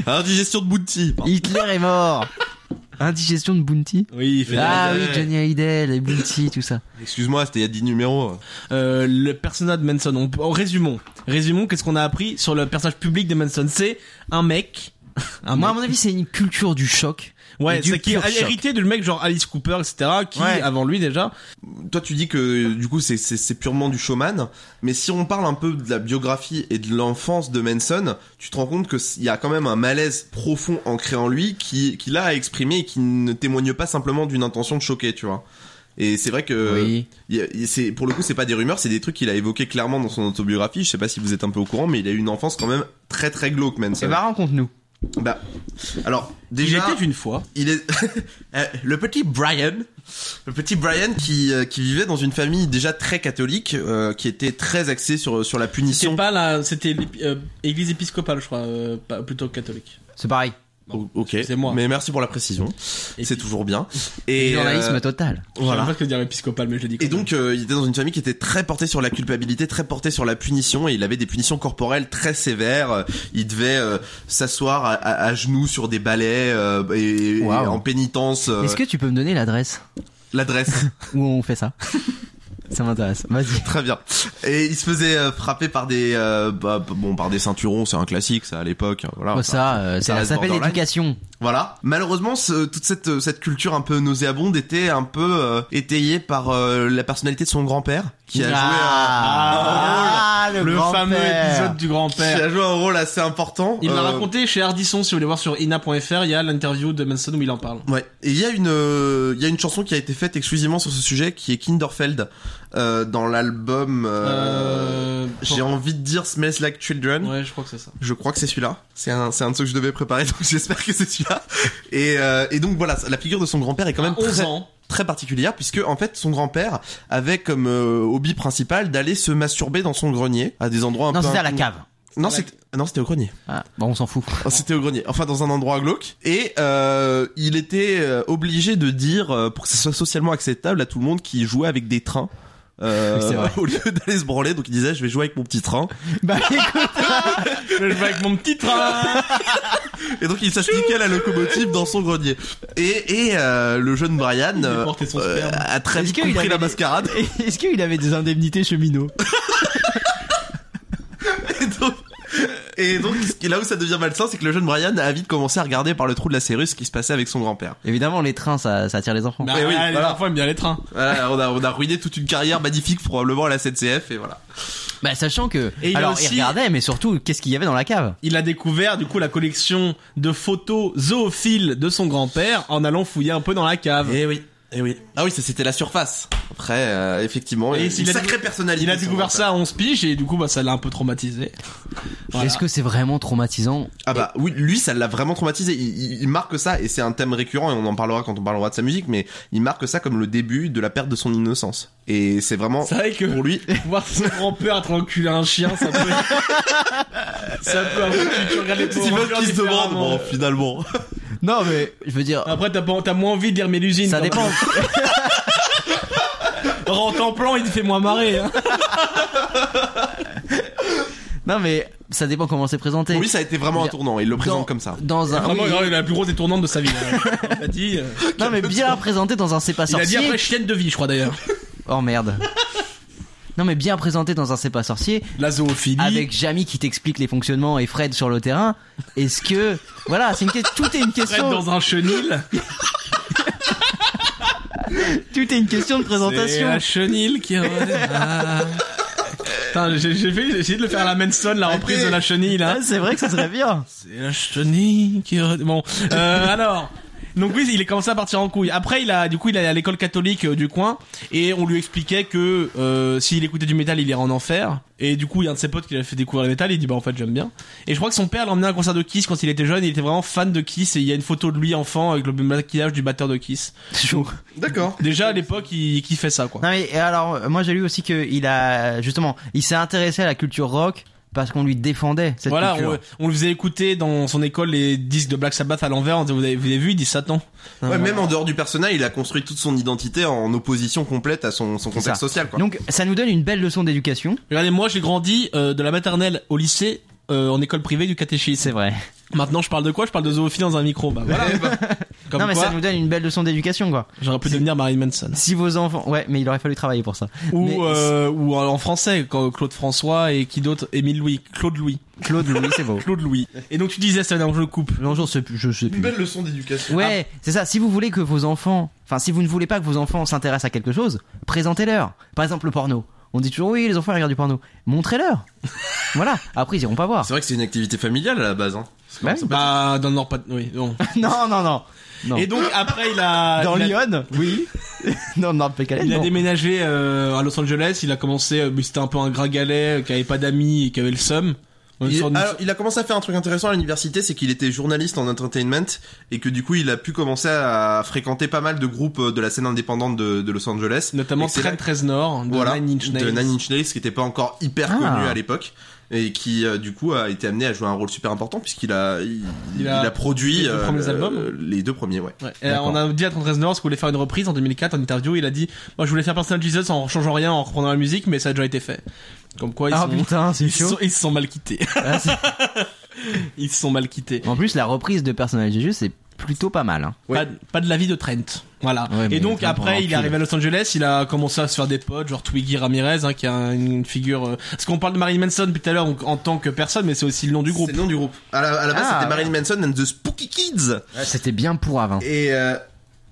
Speaker 4: Ah.
Speaker 3: Indigestion de Bounty.
Speaker 4: Hitler est mort Indigestion de Bounty
Speaker 2: Oui, il fait
Speaker 4: Ah oui,
Speaker 3: Hallyday.
Speaker 4: Johnny Hallyday, les Bounty, tout ça.
Speaker 3: Excuse-moi, c'était il y a 10 numéros.
Speaker 2: Euh, le personnage de Manson. On, peut- oh, résumons. Résumons qu'est-ce qu'on a appris sur le personnage public de Manson. C'est un mec.
Speaker 3: Ah,
Speaker 2: Un
Speaker 4: Moi, à
Speaker 2: mec-
Speaker 4: mon avis, c'est une culture du choc. et
Speaker 2: Ouais,
Speaker 4: du
Speaker 2: c'est qui
Speaker 4: pur
Speaker 2: a
Speaker 4: choc.
Speaker 2: hérité du mec genre Alice Cooper, etc. Qui,
Speaker 4: Ouais.
Speaker 2: avant lui déjà,
Speaker 3: Toi, tu dis que du coup, c'est- c'est c'est purement du showman. Mais si on parle un peu de la biographie et de l'enfance de Manson, tu te rends compte qu'il y a quand même un malaise profond ancré en lui qui, qui l'a à exprimer et qui ne témoigne pas simplement d'une intention de choquer, tu vois. Et c'est vrai que
Speaker 4: Oui.
Speaker 3: il y a- il- c'est pour le coup, c'est pas des rumeurs, c'est des trucs qu'il a évoqués clairement dans son autobiographie. Je sais pas si vous êtes un peu au courant, mais il a eu une enfance quand même très très glauque,
Speaker 4: Eh
Speaker 3: Manson.
Speaker 4: bah, raconte-nous.
Speaker 3: Bah, alors déjà,
Speaker 2: il était une fois.
Speaker 3: il est Euh, le petit Brian, le petit Brian qui euh, qui vivait dans une famille déjà très catholique, euh, qui était très axée sur sur la
Speaker 2: C'était
Speaker 3: punition.
Speaker 2: pas la, c'était l'épi- euh, église épiscopale, je crois, euh, pas- plutôt que catholique.
Speaker 4: C'est pareil.
Speaker 3: O- Oh, Ok,
Speaker 2: C'est moi.
Speaker 3: Mais merci pour la précision,
Speaker 2: Et
Speaker 3: c'est
Speaker 2: puis-
Speaker 3: toujours bien. Et
Speaker 4: Journalisme
Speaker 3: euh,
Speaker 4: total.
Speaker 2: Je sais
Speaker 3: voilà.
Speaker 2: pas ce que veut dire épiscopale, mais je l'ai dit.
Speaker 3: Et
Speaker 2: quand
Speaker 3: donc euh, il était dans une famille qui était très portée sur la culpabilité, très portée sur la punition, et il avait des punitions corporelles très sévères. Euh, Il devait euh, s'asseoir à, à- à genoux sur des balais euh, et, et
Speaker 4: Wow.
Speaker 3: en pénitence. euh,
Speaker 4: Est-ce que tu peux me donner l'adresse
Speaker 3: L'adresse.
Speaker 4: où on fait ça Ça m'intéresse. Vas-y.
Speaker 3: Très bien. Et il se faisait euh, frapper par des euh, bah, bon par des ceinturons, c'est un classique ça à l'époque, hein, voilà.
Speaker 4: Oh, ça, euh,
Speaker 3: ça
Speaker 4: ça,
Speaker 3: reste
Speaker 4: s'appelle
Speaker 3: borderline.
Speaker 4: l'éducation.
Speaker 3: Voilà. Malheureusement, ce- toute cette euh, cette culture un peu nauséabonde était un peu euh, étayée par euh, la personnalité de son grand-père qui a
Speaker 4: Ah,
Speaker 2: même. le fameux épisode du
Speaker 3: joué un, qui
Speaker 2: grand-père.
Speaker 3: a joué un rôle assez important.
Speaker 2: Il l'a
Speaker 3: Euh,
Speaker 2: raconté chez Ardisson, si vous voulez voir sur ina.fr, il y a l'interview de Manson où il en parle.
Speaker 3: Ouais, et il y a une euh, il y a une chanson qui a été faite exclusivement sur ce sujet qui est Kinderfeld euh, dans l'album euh,
Speaker 2: Euh,
Speaker 3: j'ai envie de dire Smells Like Children.
Speaker 2: Ouais, je crois que c'est ça.
Speaker 3: Je crois que c'est celui-là. C'est un, c'est un de ceux que je devais préparer, donc j'espère que c'est celui-là. Et, euh, et donc voilà, la figure de son grand-père est quand même
Speaker 2: À 11
Speaker 3: très,
Speaker 2: ans.
Speaker 3: très particulière, puisque en fait son grand-père avait comme euh, hobby principal d'aller se masturber dans son grenier, à des endroits un
Speaker 4: Non,
Speaker 3: peu...
Speaker 4: c'était à la
Speaker 3: inconnus.
Speaker 4: cave.
Speaker 3: Non, c'était non, c'était au grenier.
Speaker 4: Ah, bon, on s'en fout.
Speaker 3: Oh, C'était au grenier, enfin dans un endroit glauque. Et euh, il était euh, obligé de dire, euh, pour que ce soit socialement acceptable à tout le monde, qu'il jouait avec des trains. euh,
Speaker 5: Oui, c'est vrai.
Speaker 3: au lieu d'aller se branler, donc il disait je vais jouer avec mon petit train.
Speaker 4: bah écoute,
Speaker 2: Je vais avec mon petit train.
Speaker 3: Et donc il s'astiquait la locomotive dans son grenier. Et, et euh, le jeune Brian euh,
Speaker 2: déportait son
Speaker 3: euh,
Speaker 2: sperme.
Speaker 3: a très
Speaker 4: Est-ce
Speaker 3: vite
Speaker 4: qu'il
Speaker 3: compris
Speaker 4: avait
Speaker 3: la
Speaker 4: des-
Speaker 3: mascarade.
Speaker 4: est-ce qu'il avait des indemnités cheminots
Speaker 3: Et donc, et donc, ce qui- là où ça devient malsain, c'est que le jeune Brian a vite commencé à regarder par le trou de la serrure ce qui se passait avec son grand-père.
Speaker 4: Évidemment, les trains, ça, ça attire les enfants.
Speaker 2: Bah,
Speaker 3: Mais oui,
Speaker 2: ah, les
Speaker 3: voilà.
Speaker 2: enfants aiment bien les trains.
Speaker 3: Voilà, Euh, on a, on a ruiné toute une carrière magnifique probablement à la SNCF et voilà.
Speaker 4: Bah, sachant que.
Speaker 2: Et il a
Speaker 4: alors,
Speaker 2: aussi-
Speaker 4: il regardait, mais surtout, qu'est-ce qu'il y avait dans la cave
Speaker 2: Il a découvert du coup la collection de photos zoophiles de son grand-père en allant fouiller un peu dans la cave.
Speaker 3: Et Eh oui, et oui. Ah oui, ça c'était la surface. Après, euh, effectivement,
Speaker 2: Et
Speaker 3: une
Speaker 2: s'il a
Speaker 3: sacrée
Speaker 2: décou-
Speaker 3: personnalité.
Speaker 2: Il a découvert
Speaker 3: son
Speaker 2: ça
Speaker 3: grand-père.
Speaker 2: à 11 piges et du coup bah ça l'a un peu traumatisé. Voilà.
Speaker 4: Est-ce que c'est vraiment traumatisant
Speaker 3: Ah bah oui, lui ça l'a vraiment traumatisé. Il, il- il marque ça et c'est un thème récurrent et on en parlera quand on parlera de sa musique, mais il marque ça comme le début de la perte de son innocence. Et c'est vraiment
Speaker 2: C'est vrai que
Speaker 3: pour lui.
Speaker 2: voir son grand-père être enculé à un chien, ça peut. ça peut avoir. Tu regardes les Power Rangers
Speaker 3: qui se demande,
Speaker 2: différemment.
Speaker 4: euh.
Speaker 3: bon, finalement.
Speaker 4: Non, mais je veux dire,
Speaker 2: Après, t'as pas- t'as moins envie de lire mes l'usine.
Speaker 4: ça
Speaker 2: quand
Speaker 4: dépend.
Speaker 2: même. Rentre en plan, il te fait moins marrer. Hein.
Speaker 4: non, mais ça dépend comment c'est présenté.
Speaker 3: Pour lui ça a été vraiment un
Speaker 4: Bien.
Speaker 3: tournant. Il le
Speaker 4: Dans-
Speaker 3: présente comme ça.
Speaker 4: Dans un.
Speaker 2: Vraiment,
Speaker 4: oui,
Speaker 2: il a eu la plus grosse détournante de sa vie. hein. Il a dit. euh,
Speaker 4: non, mais bien présenté dans un C'est pas
Speaker 2: Il a
Speaker 4: sorcier.
Speaker 2: dit après chienne de vie, je crois d'ailleurs.
Speaker 4: Oh merde. non, mais bien présenté dans un C'est pas sorcier.
Speaker 2: La zoophilie.
Speaker 4: Avec Jamie qui t'explique les fonctionnements et Fred sur le terrain. Est-ce que. Voilà, c'est une que- tout est une
Speaker 2: Fred
Speaker 4: question.
Speaker 2: dans un chenil.
Speaker 4: Tout est une question de
Speaker 2: C'est
Speaker 4: présentation.
Speaker 2: la chenille qui revenait. Ah. Putain, j'ai j'ai fait- j'ai essayé de le faire à la Manson, la reprise de la hein. chenille là.
Speaker 4: Ah, C'est vrai que ça serait bien.
Speaker 2: C'est la chenille qui re- Bon, euh, alors. Donc oui, il est commencé à partir en couille. Après, il a du coup, il est allé à l'école catholique euh, du coin et on lui expliquait que euh, s'il écoutait du métal, il irait en enfer. Et du coup, il y a un de ses potes qui lui a fait découvrir le métal. Il dit bah en fait, j'aime bien. Et je crois que son père l'a emmené à un concert de Kiss quand il était jeune. Il était vraiment fan de Kiss et il y a une photo de lui enfant avec le maquillage du batteur de Kiss.
Speaker 4: Chaud.
Speaker 3: D'accord.
Speaker 2: Déjà à l'époque, il kiffait ça quoi.
Speaker 4: Non mais et alors euh, moi j'ai lu aussi que il a justement il s'est intéressé à la culture rock parce qu'on lui défendait cette
Speaker 2: voilà,
Speaker 4: culture.
Speaker 2: on, on lui faisait écouter dans son école les disques de Black Sabbath à l'envers. On disait, Vous avez, vous avez vu, il dit Satan.
Speaker 4: Non,
Speaker 3: Ouais,
Speaker 4: non.
Speaker 3: même en dehors du personnage, il a construit toute son identité en opposition complète à son, son contexte
Speaker 4: ça.
Speaker 3: social. Quoi.
Speaker 4: Donc ça nous donne une belle leçon d'éducation.
Speaker 2: Regardez, moi j'ai grandi euh, de la maternelle au lycée euh, en école privée du catéchisme.
Speaker 4: C'est vrai.
Speaker 2: Maintenant je parle de quoi Je parle de zoophilie dans un micro. Bah voilà. Comme
Speaker 4: non mais
Speaker 2: quoi,
Speaker 4: ça nous donne une belle leçon d'éducation quoi.
Speaker 2: j'aurais pu devenir Marilyn Manson.
Speaker 4: Si vos enfants ouais mais il aurait fallu travailler pour ça.
Speaker 2: Ou,
Speaker 4: Mais-
Speaker 2: euh, ou en en français, quand Claude François et qui d'autre Émile Louis. Claude Louis.
Speaker 4: Claude Louis c'est beau.
Speaker 2: Claude Louis. Et donc tu disais ça dans le couple.
Speaker 4: Bonjour je sais plus. Je sais plus.
Speaker 3: belle leçon d'éducation.
Speaker 4: Ouais, c'est ça. Si vous voulez que vos enfants, enfin, si vous ne voulez pas que vos enfants s'intéressent à quelque chose, présentez-leur. Par exemple, le porno. On dit toujours oui, les enfants ils regardent du porno. Montrez-leur. voilà. Après, ils iront pas voir.
Speaker 3: C'est vrai que c'est une activité familiale à la base. Hein. C'est
Speaker 4: Bah
Speaker 3: comme
Speaker 4: oui.
Speaker 2: Bah dans le Nord pas. Oui. non.
Speaker 4: non, non, non. Non.
Speaker 2: Et donc après il a.
Speaker 4: Dans
Speaker 2: Ah, il a-
Speaker 4: Lyon Oui. non, non, pas
Speaker 2: Il a déménagé euh, à Los Angeles, il a commencé, euh, mais c'était un peu un gringalet euh, qui avait pas d'amis et qui avait le seum. Une
Speaker 3: Il,
Speaker 2: sorte de-
Speaker 3: alors, il a commencé à faire un truc intéressant à l'université, c'est qu'il était journaliste en entertainment et que du coup il a pu commencer à fréquenter pas mal de groupes euh, de la scène indépendante de, de Los Angeles.
Speaker 2: notamment
Speaker 3: Et c'est là-
Speaker 2: Train 13 Nord, de
Speaker 3: voilà,
Speaker 2: Nine Inch Nails.
Speaker 3: de Nine Inch Nails, qui n'était pas encore hyper
Speaker 4: Ah.
Speaker 3: connu à l'époque et qui euh, du coup a été amené à jouer un rôle super important puisqu'il a il,
Speaker 2: Il a
Speaker 3: il a produit
Speaker 2: les deux
Speaker 3: euh,
Speaker 2: premiers albums
Speaker 3: les deux premiers ouais.
Speaker 2: Ouais. Et on a dit à Train 13 Nord ce qu'on voulait faire une reprise en 2004 en interview, il a dit "Moi je voulais faire Personal Jesus en changeant rien, en reprenant la musique, mais ça a déjà été fait." Comme quoi ils
Speaker 4: Ah
Speaker 2: sont-
Speaker 4: putain, c'est
Speaker 2: ils se sont,
Speaker 4: chaud.
Speaker 2: ils se sont mal quittés.
Speaker 4: Ah, c'est-
Speaker 2: Ils se sont mal quittés.
Speaker 4: en plus, la reprise de personnage du jeu, c'est plutôt pas mal. Hein.
Speaker 2: Pas, pas de la vie de Trent. Voilà.
Speaker 4: Ouais, mais
Speaker 2: et donc
Speaker 4: Trent, on
Speaker 2: après, il
Speaker 4: l'encule.
Speaker 2: est arrivé à Los Angeles, il a commencé à se faire des potes, genre Twiggy Ramirez, hein, qui a une figure... euh, Parce qu'on parle de Marilyn Manson depuis tout à l'heure donc, en tant que personne, mais c'est aussi le nom du groupe.
Speaker 3: C'est le nom du groupe. À la, à la base
Speaker 4: Ah,
Speaker 3: c'était
Speaker 4: ouais.
Speaker 3: Marilyn Manson and the Spooky Kids
Speaker 4: C'était bien pour avant.
Speaker 3: et euh,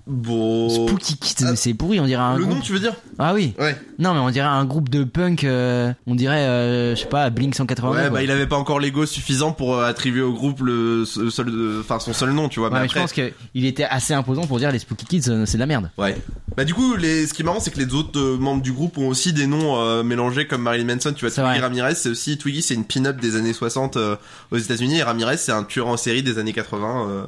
Speaker 3: bon
Speaker 4: Spooky Kids, mais
Speaker 3: Ah.
Speaker 4: c'est pourri, on dirait un
Speaker 3: le
Speaker 4: groupe.
Speaker 3: nom tu veux dire
Speaker 4: Ah oui.
Speaker 3: Ouais.
Speaker 4: Non, mais on dirait un groupe de punk. euh, on dirait, euh, je sais pas, Blink 180.
Speaker 3: Ouais,
Speaker 4: quoi.
Speaker 3: bah il avait pas encore l'ego suffisant pour euh, attribuer au groupe le ce- seul, euh, enfin son seul nom, tu vois.
Speaker 4: Ouais,
Speaker 3: mais
Speaker 4: mais
Speaker 3: après-
Speaker 4: je pense qu'il était assez imposant pour dire les Spooky Kids, euh, c'est de la merde.
Speaker 3: Ouais. Bah du coup, les... ce qui est marrant, c'est que les autres euh, membres du groupe ont aussi des noms euh, mélangés comme Marilyn Manson. Tu vois,
Speaker 4: C'est
Speaker 3: Twiggy
Speaker 4: vrai.
Speaker 3: Ramirez, c'est aussi Twiggy, c'est une pin-up des années 60 euh, aux États-Unis, et Ramirez, c'est un tueur en série des années 80. euh.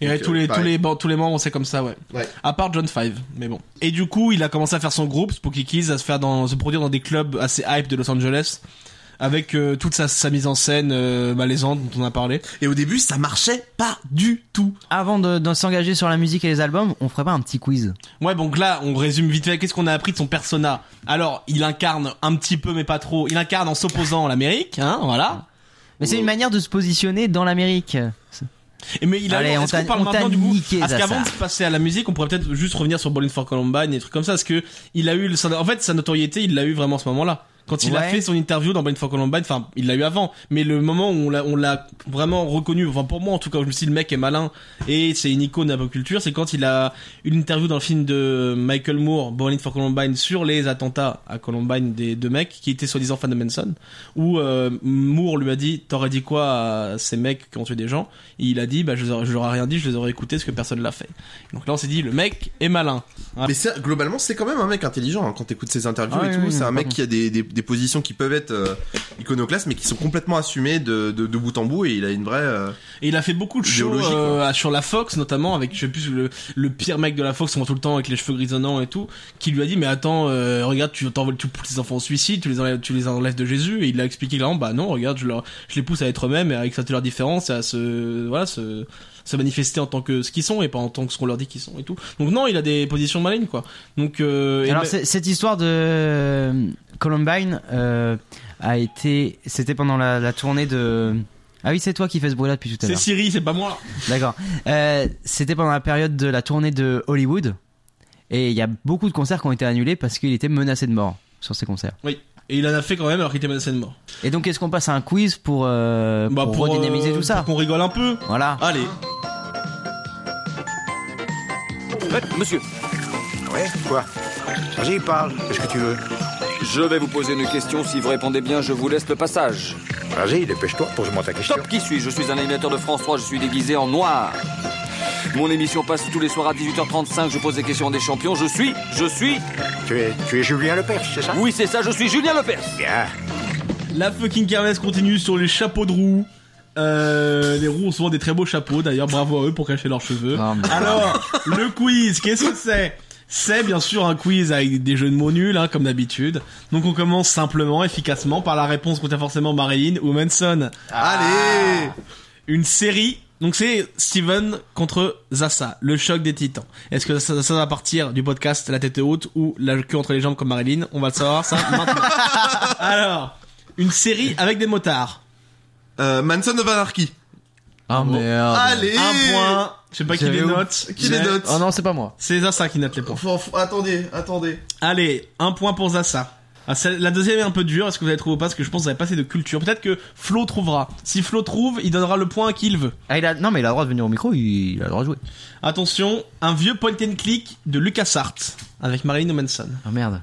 Speaker 2: Et ouais,
Speaker 3: Donc,
Speaker 2: tous,
Speaker 3: euh,
Speaker 2: les, tous,
Speaker 3: pareil.
Speaker 2: les, ban- tous les membres, c'est comme ça, ouais.
Speaker 3: Ouais.
Speaker 2: À part John Five, mais bon. Et du coup, il a commencé à faire son groupe, Spooky Kids, à se faire dans, se produire dans des clubs assez hype de Los Angeles. avec euh, toute sa, sa mise en scène euh, malaisante dont on a parlé.
Speaker 3: Et au début, ça marchait pas du tout.
Speaker 4: Avant de, de s'engager sur la musique et les albums, on ferait pas un petit quiz.
Speaker 2: Ouais, donc là, on résume vite fait. Qu'est-ce qu'on a appris de son persona Alors, il incarne un petit peu, mais pas trop. Il incarne en s'opposant à l'Amérique, hein, voilà.
Speaker 4: Mais
Speaker 2: Oh.
Speaker 4: c'est une manière de se positionner dans l'Amérique.
Speaker 2: Et mais il a.
Speaker 4: Allez,
Speaker 2: est-ce
Speaker 4: on
Speaker 2: qu'on
Speaker 4: t'a-
Speaker 2: parle
Speaker 4: on t'a
Speaker 2: maintenant du goût
Speaker 4: niqué,
Speaker 2: Parce
Speaker 4: Zaza.
Speaker 2: qu'avant de passer à la musique, on pourrait peut-être juste revenir sur Bowling for Columbine et des trucs comme ça. Parce que il a eu, le- sa- en fait, sa notoriété, il l'a eu vraiment à ce moment-là. Quand il a
Speaker 4: Ouais.
Speaker 2: fait son interview dans Bowling for Columbine, enfin, il l'a eu avant, mais le moment où on l'a, on l'a vraiment reconnu, enfin pour moi en tout cas, je me suis dit le mec est malin et c'est une icône de la pop culture, c'est quand il a une interview dans le film de Michael Moore, Bowling for Columbine, sur les attentats à Columbine des deux mecs qui étaient soi-disant fans de Manson, où euh, Moore lui a dit T'aurais dit quoi à ces mecs qui ont tué des gens Et il a dit Bah, je, les aurais- je leur ai rien dit, je les aurais écoutés parce que personne l'a fait. Donc là, on s'est dit Le mec est malin. Ah.
Speaker 3: Mais ça, globalement, c'est quand même un mec intelligent. hein, Quand t'écoutes ses interviews
Speaker 4: Ah
Speaker 3: et
Speaker 4: oui,
Speaker 3: tout,
Speaker 4: oui,
Speaker 3: c'est un
Speaker 4: oui,
Speaker 3: mec
Speaker 4: pardon.
Speaker 3: qui a des, des, des positions qui peuvent être euh, iconoclastes, mais qui sont complètement assumées de, de, de bout en bout. Et il a une vraie. euh,
Speaker 2: Et il a fait beaucoup de shows
Speaker 3: Idéologique,
Speaker 2: euh, à- sur la Fox, notamment avec, je sais plus, le, le pire mec de la Fox, on voit tout le temps avec les cheveux grisonnants et tout, qui lui a dit, mais attends, euh, regarde, tu t'envoles tous les enfants au suicide, tu les enlèves, tu les enlèves de Jésus, et il a expliqué clairement, bah non, regarde, je, leur, je les pousse à être eux-mêmes, et avec ça, tu leur différence, et à se, voilà, se, se manifester en tant que ce qu'ils sont, et pas en tant que ce qu'on leur dit qu'ils sont et tout. Donc non, il a des positions malignes, quoi. Donc, euh, et
Speaker 4: Alors
Speaker 2: mais-
Speaker 4: c'est- cette histoire de euh, Columbine euh, a été, c'était pendant la, la tournée de. Ah oui, c'est toi qui fais ce bruit-là depuis tout à
Speaker 2: c'est
Speaker 4: l'heure.
Speaker 2: Siri, c'est pas moi.
Speaker 4: D'accord. Euh, c'était pendant la période de la tournée de Hollywood et il y a beaucoup de concerts qui ont été annulés parce qu'il était menacé de mort sur ces concerts.
Speaker 2: Et il en a fait quand même alors qu'il était menacé de mort.
Speaker 4: Et donc est-ce qu'on passe à un quiz pour, euh,
Speaker 2: Bah,
Speaker 4: pour,
Speaker 2: euh,
Speaker 4: redynamiser tout ça
Speaker 2: pour qu'on rigole un peu.
Speaker 4: Voilà.
Speaker 2: Allez.
Speaker 7: monsieur,
Speaker 8: Ouais, quoi Vas-y, parle, qu'est-ce que tu veux
Speaker 7: je vais vous poser une question. Si vous répondez bien, je vous laisse le passage.
Speaker 8: Vas-y, dépêche-toi, pose-moi ta question.
Speaker 7: Top, qui suis-je Je suis un animateur de France 3, je suis déguisé en noir. Mon émission passe tous les soirs à 18h35, je pose des questions des champions. Je suis, je suis,
Speaker 8: Tu es, tu es Julien Lepers, c'est ça
Speaker 9: Ah.
Speaker 7: oui c'est ça, je suis Julien Lepers.
Speaker 8: Bien.
Speaker 2: La fucking kermesse continue sur les chapeaux de roue. Euh, les roues ont souvent des très beaux chapeaux, d'ailleurs bravo à eux pour cacher leurs cheveux.
Speaker 4: Non, mais-
Speaker 2: Alors, le quiz, qu'est-ce que c'est C'est bien sûr un quiz avec des jeux de mots nuls, hein, comme d'habitude. Donc on commence simplement, efficacement, par la réponse contient forcément Marilyn ou Manson.
Speaker 3: Ah. Allez
Speaker 2: Une série, donc c'est Steven contre Zassa, le choc des titans. Est-ce que ça, ça va partir du podcast La tête haute ou la queue entre les jambes comme Marilyn On va le savoir ça maintenant. Alors, une série avec des motards.
Speaker 3: euh, Manson of Anarchy.
Speaker 5: Ah merde.
Speaker 3: Allez
Speaker 2: Un point. Je sais pas qui
Speaker 5: J'avais
Speaker 2: les
Speaker 5: oublié.
Speaker 2: note.
Speaker 3: Qui les
Speaker 2: Mais-
Speaker 3: note
Speaker 5: Oh non, c'est pas moi.
Speaker 2: C'est Zassa qui note les points.
Speaker 3: Faut- faut- Attendez, attendez.
Speaker 2: Allez, un point pour Zassa. Ah, celle- la deuxième est un peu dure, est-ce que vous allez trouver ou pas Parce que je pense que vous avez pas assez de culture. Peut-être que Flo trouvera. Si Flo trouve, il donnera le point à qui il veut.
Speaker 4: Ah, il a- Non mais il a le droit de venir au micro, il, il a le droit de jouer.
Speaker 2: Attention, un vieux point and click de LucasArts avec Marilyn Manson.
Speaker 4: Ah merde.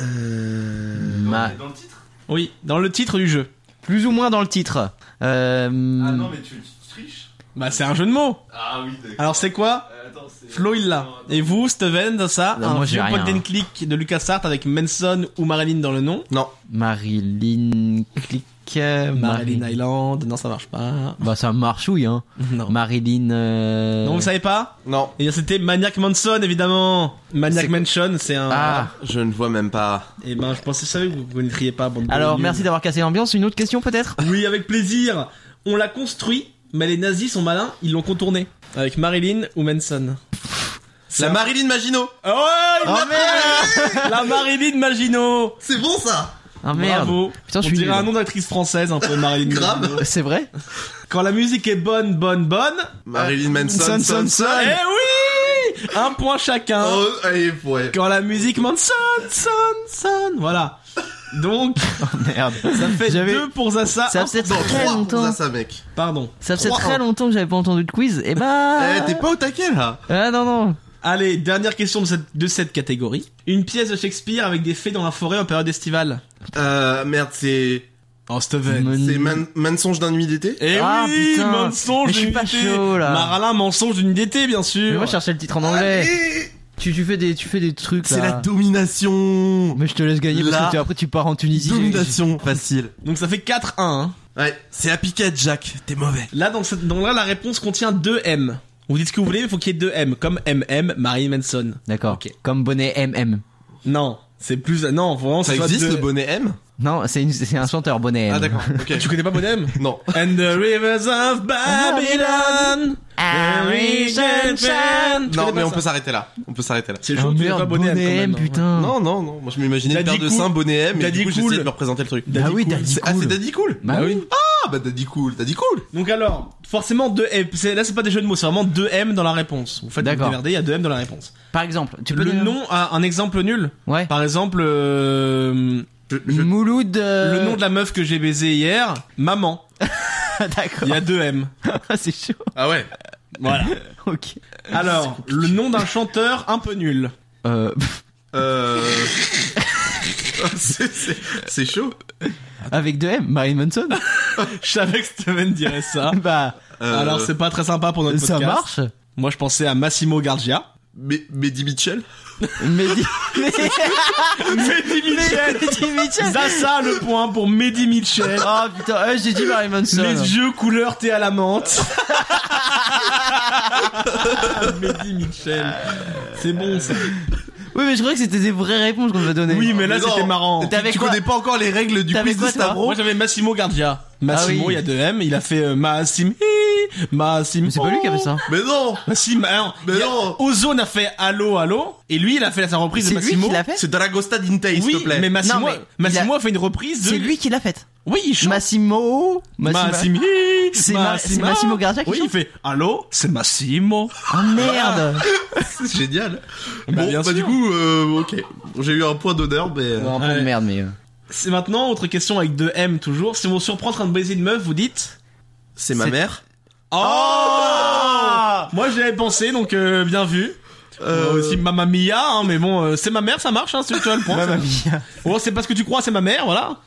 Speaker 5: Ma-
Speaker 2: Oui, dans le titre du jeu.
Speaker 4: Plus ou moins dans le titre. Euh,
Speaker 2: Bah c'est un jeu de mots. Ah oui. Alors c'est quoi Flo il l'a. Et vous, Steven, Zassa,
Speaker 4: Non,
Speaker 2: un
Speaker 4: moi, j'ai
Speaker 2: vieux
Speaker 4: rien,
Speaker 2: point and
Speaker 4: hein.
Speaker 2: click de LucasArts avec Manson ou Marilyn dans le nom.
Speaker 3: Non.
Speaker 4: Marilyn Click. euh,
Speaker 2: Marilyn
Speaker 4: Marilyn-
Speaker 2: Island, non ça marche pas.
Speaker 4: Bah ça marchouille hein.
Speaker 2: Non.
Speaker 4: Marilyn. euh,
Speaker 2: Non, vous savez pas
Speaker 3: Non.
Speaker 2: Eh bien c'était Maniac Manson évidemment. Maniac
Speaker 3: C'est-
Speaker 2: Mansion, c'est un.
Speaker 4: Ah.
Speaker 3: Je ne vois même pas.
Speaker 2: Et ben je pensais, je savais que vous vous ne triez pas. bande de
Speaker 4: Alors
Speaker 2: nuls.
Speaker 4: merci d'avoir cassé l'ambiance. Une autre question peut-être
Speaker 2: Oui, avec plaisir. On l'a construit, mais les nazis sont malins, ils l'ont contourné avec Marilyn ou Manson.
Speaker 3: La
Speaker 2: Ça-
Speaker 3: Marilyn Maginot.
Speaker 2: Oh, il l'a fait La Marilyn Maginot.
Speaker 3: C'est bon ça.
Speaker 4: Ah merde.
Speaker 2: Bravo.
Speaker 4: Putain, je
Speaker 2: On
Speaker 4: suis
Speaker 2: dirait
Speaker 4: nul.
Speaker 2: un nom d'actrice française un peu Marilyn.
Speaker 3: Grave.
Speaker 2: Maginot.
Speaker 4: C'est vrai
Speaker 2: Quand la musique est bonne, bonne, bonne.
Speaker 3: Marilyn Manson.
Speaker 2: Manson,
Speaker 3: Son,
Speaker 2: Eh oui Un point chacun.
Speaker 3: Oh, allez, ouais.
Speaker 2: Quand la musique monte, son, son, son. Voilà. Donc,
Speaker 4: Merde.
Speaker 2: ça fait
Speaker 4: J'avais-
Speaker 2: deux pour Zassa.
Speaker 4: Ça
Speaker 2: un-
Speaker 4: faisait
Speaker 3: Dans
Speaker 4: très
Speaker 3: trois pour
Speaker 4: longtemps.
Speaker 3: ça, mec.
Speaker 2: Pardon.
Speaker 4: Ça faisait
Speaker 3: Trois.
Speaker 4: très longtemps que j'avais pas entendu de quiz. Et
Speaker 2: Ah.
Speaker 4: bah.
Speaker 3: Eh, t'es pas au taquet là.
Speaker 4: Ah non non.
Speaker 2: Allez, dernière question de cette, de cette catégorie. Une pièce de Shakespeare avec des fées dans la forêt en période estivale.
Speaker 3: Euh, merde, c'est
Speaker 2: Oh, Steven.
Speaker 4: Me-
Speaker 3: c'est man, mensonge d'un nuit d'été.
Speaker 2: Eh
Speaker 4: Ah,
Speaker 2: oui,
Speaker 4: putain.
Speaker 2: mensonge
Speaker 4: Mais je suis
Speaker 2: d'une
Speaker 4: pas
Speaker 2: idée.
Speaker 4: chaud, là.
Speaker 2: Maralin, mensonge d'une idée, bien
Speaker 4: Mais
Speaker 2: sûr.
Speaker 4: moi je cherchais le titre en anglais.
Speaker 3: Allez,
Speaker 4: Tu, tu fais des tu fais des trucs
Speaker 3: Eh, C'est la
Speaker 4: là.
Speaker 3: domination.
Speaker 4: Mais je te laisse gagner parce
Speaker 3: La
Speaker 4: que tu- après tu pars en Tunisie.
Speaker 3: Domination facile.
Speaker 2: Donc ça fait 4-1. hein.
Speaker 3: Ouais, c'est à piquette, Jack. T'es mauvais.
Speaker 2: Là, dans, cette, dans là, la réponse contient 2 M. Vous dites ce que vous voulez, mais il faut qu'il y ait 2 M. Comme MM, Marie Manson.
Speaker 4: D'accord.
Speaker 2: Ok.
Speaker 4: Comme bonnet MM.
Speaker 2: Non, c'est plus... Non, vraiment,
Speaker 3: Ça
Speaker 2: c'est soit
Speaker 3: existe
Speaker 2: deux-
Speaker 3: le bonnet M
Speaker 4: Non, c'est une- c'est un chanteur, Bonnet. M.
Speaker 2: Ah d'accord.
Speaker 3: Ok.
Speaker 2: Tu connais pas Bonem
Speaker 3: Non.
Speaker 2: And the rivers of
Speaker 4: Ah,
Speaker 2: Babylon.
Speaker 3: Non, mais on peut s'arrêter là. On peut s'arrêter là.
Speaker 2: C'est
Speaker 4: Ah
Speaker 2: chaud, tu connais
Speaker 4: merde,
Speaker 2: pas
Speaker 4: Bonnet,
Speaker 2: Bonem. quand même,
Speaker 4: M,
Speaker 2: hein.
Speaker 4: putain.
Speaker 3: Non, non, non. Moi, je m'imaginais
Speaker 2: Daddy
Speaker 3: Père de
Speaker 2: Cool.
Speaker 3: Saint Bonnet M. Et
Speaker 2: Daddy
Speaker 3: du coup,
Speaker 2: Cool.
Speaker 3: j'essayais de me représenter le truc.
Speaker 4: Ah oui, t'as dit
Speaker 3: C'est- Ah, c'est
Speaker 4: cool.
Speaker 3: Daddy Cool.
Speaker 4: Bah oui.
Speaker 3: Ah, bah Daddy Cool, Daddy Cool.
Speaker 2: Donc alors, forcément deux M. c'est- Là c'est pas des jeux de mots, c'est vraiment deux M dans la réponse. Vous faites vous
Speaker 4: D'accord.
Speaker 2: démerder, il y a deux M dans la réponse.
Speaker 4: Par exemple, tu peux
Speaker 2: Le
Speaker 4: donner-
Speaker 2: nom a un exemple nul.
Speaker 4: Ouais.
Speaker 2: Par exemple, euh,
Speaker 4: Mouloud. euh,
Speaker 2: le nom de la meuf que j'ai baisée hier, maman. Il y
Speaker 4: D'accord.
Speaker 2: a deux M.
Speaker 4: c'est chaud.
Speaker 3: Ah ouais.
Speaker 2: Voilà.
Speaker 4: Ok.
Speaker 2: Alors, le nom d'un chanteur un peu nul.
Speaker 4: Euh,
Speaker 3: Euh. C'est- c'est- C'est chaud.
Speaker 4: avec deux M, Marine Manson.
Speaker 2: Je savais que Steven dirait ça.
Speaker 4: bah,
Speaker 3: Euh,
Speaker 2: Alors c'est Ah. pas très sympa pour notre
Speaker 4: ça
Speaker 2: podcast.
Speaker 4: marche.
Speaker 2: Moi je pensais à Massimo Gargia.
Speaker 3: Mé- Mehdi Mitchell.
Speaker 4: Mais dis,
Speaker 2: Mehdi Mitchell Zaza le point pour Mehdi Mitchell.
Speaker 4: Oh putain, euh, j'ai dit Marilyn Manson.
Speaker 2: Les yeux couleur thé à la menthe. Mehdi Mitchell. C'est bon ça.
Speaker 4: Oui, mais je croyais que c'était des vraies réponses qu'on devait donner.
Speaker 2: Oui mais là
Speaker 3: Mais non.
Speaker 2: c'était marrant.
Speaker 4: T'avais
Speaker 3: Tu
Speaker 4: quoi
Speaker 3: connais pas encore les règles du
Speaker 4: T'avais
Speaker 3: quiz de
Speaker 4: quoi, toi
Speaker 3: Stavro
Speaker 2: Moi j'avais Massimo Gardia. Massimo,
Speaker 4: Ah oui.
Speaker 2: il y a deux M, il a fait euh, Massimi, Massimo.
Speaker 4: Mais c'est pas lui qui avait ça.
Speaker 3: Mais non.
Speaker 2: Massimo, alors,
Speaker 3: Mais
Speaker 2: il y a-
Speaker 3: non.
Speaker 2: Ozone a fait Allo Allo, et lui il a fait sa reprise de
Speaker 4: C'est lui
Speaker 2: Massimo.
Speaker 4: qui l'a fait
Speaker 3: C'est Dragosta Dinte, s'il
Speaker 2: Oui,
Speaker 3: te plaît.
Speaker 2: mais Massimo,
Speaker 4: Non, mais il
Speaker 2: Massimo a... fait une reprise de.
Speaker 4: C'est lui qui l'a faite.
Speaker 2: Oui, il chante.
Speaker 4: Massimo.
Speaker 2: Massimi,
Speaker 4: C'est Ma- c'est Massimo Garcia qui
Speaker 2: Oui, il
Speaker 4: chante
Speaker 2: fait Allô, c'est Massimo.
Speaker 4: Oh merde.
Speaker 2: Ah.
Speaker 3: C'est génial.
Speaker 2: Bah,
Speaker 3: bon,
Speaker 2: bien
Speaker 3: bah
Speaker 2: sûr.
Speaker 3: du coup, euh, ok. J'ai eu un point d'honneur, mais. euh,
Speaker 4: un peu
Speaker 2: Ouais.
Speaker 4: de merde, mais. euh,
Speaker 2: C'est maintenant autre question avec deux M toujours. Si on vous surprend en train de baiser une meuf, vous dites
Speaker 3: C'est ma
Speaker 4: C'est-
Speaker 3: mère.
Speaker 2: Oh Moi j'avais pensé donc euh, bien vu. Euh, aussi Mamma Mia, hein, mais bon, euh, c'est ma mère, ça marche, hein, c'est tu as le point.
Speaker 4: Mamma
Speaker 2: c'est-
Speaker 4: mia.
Speaker 2: Oh, c'est parce que tu crois, c'est ma mère, voilà.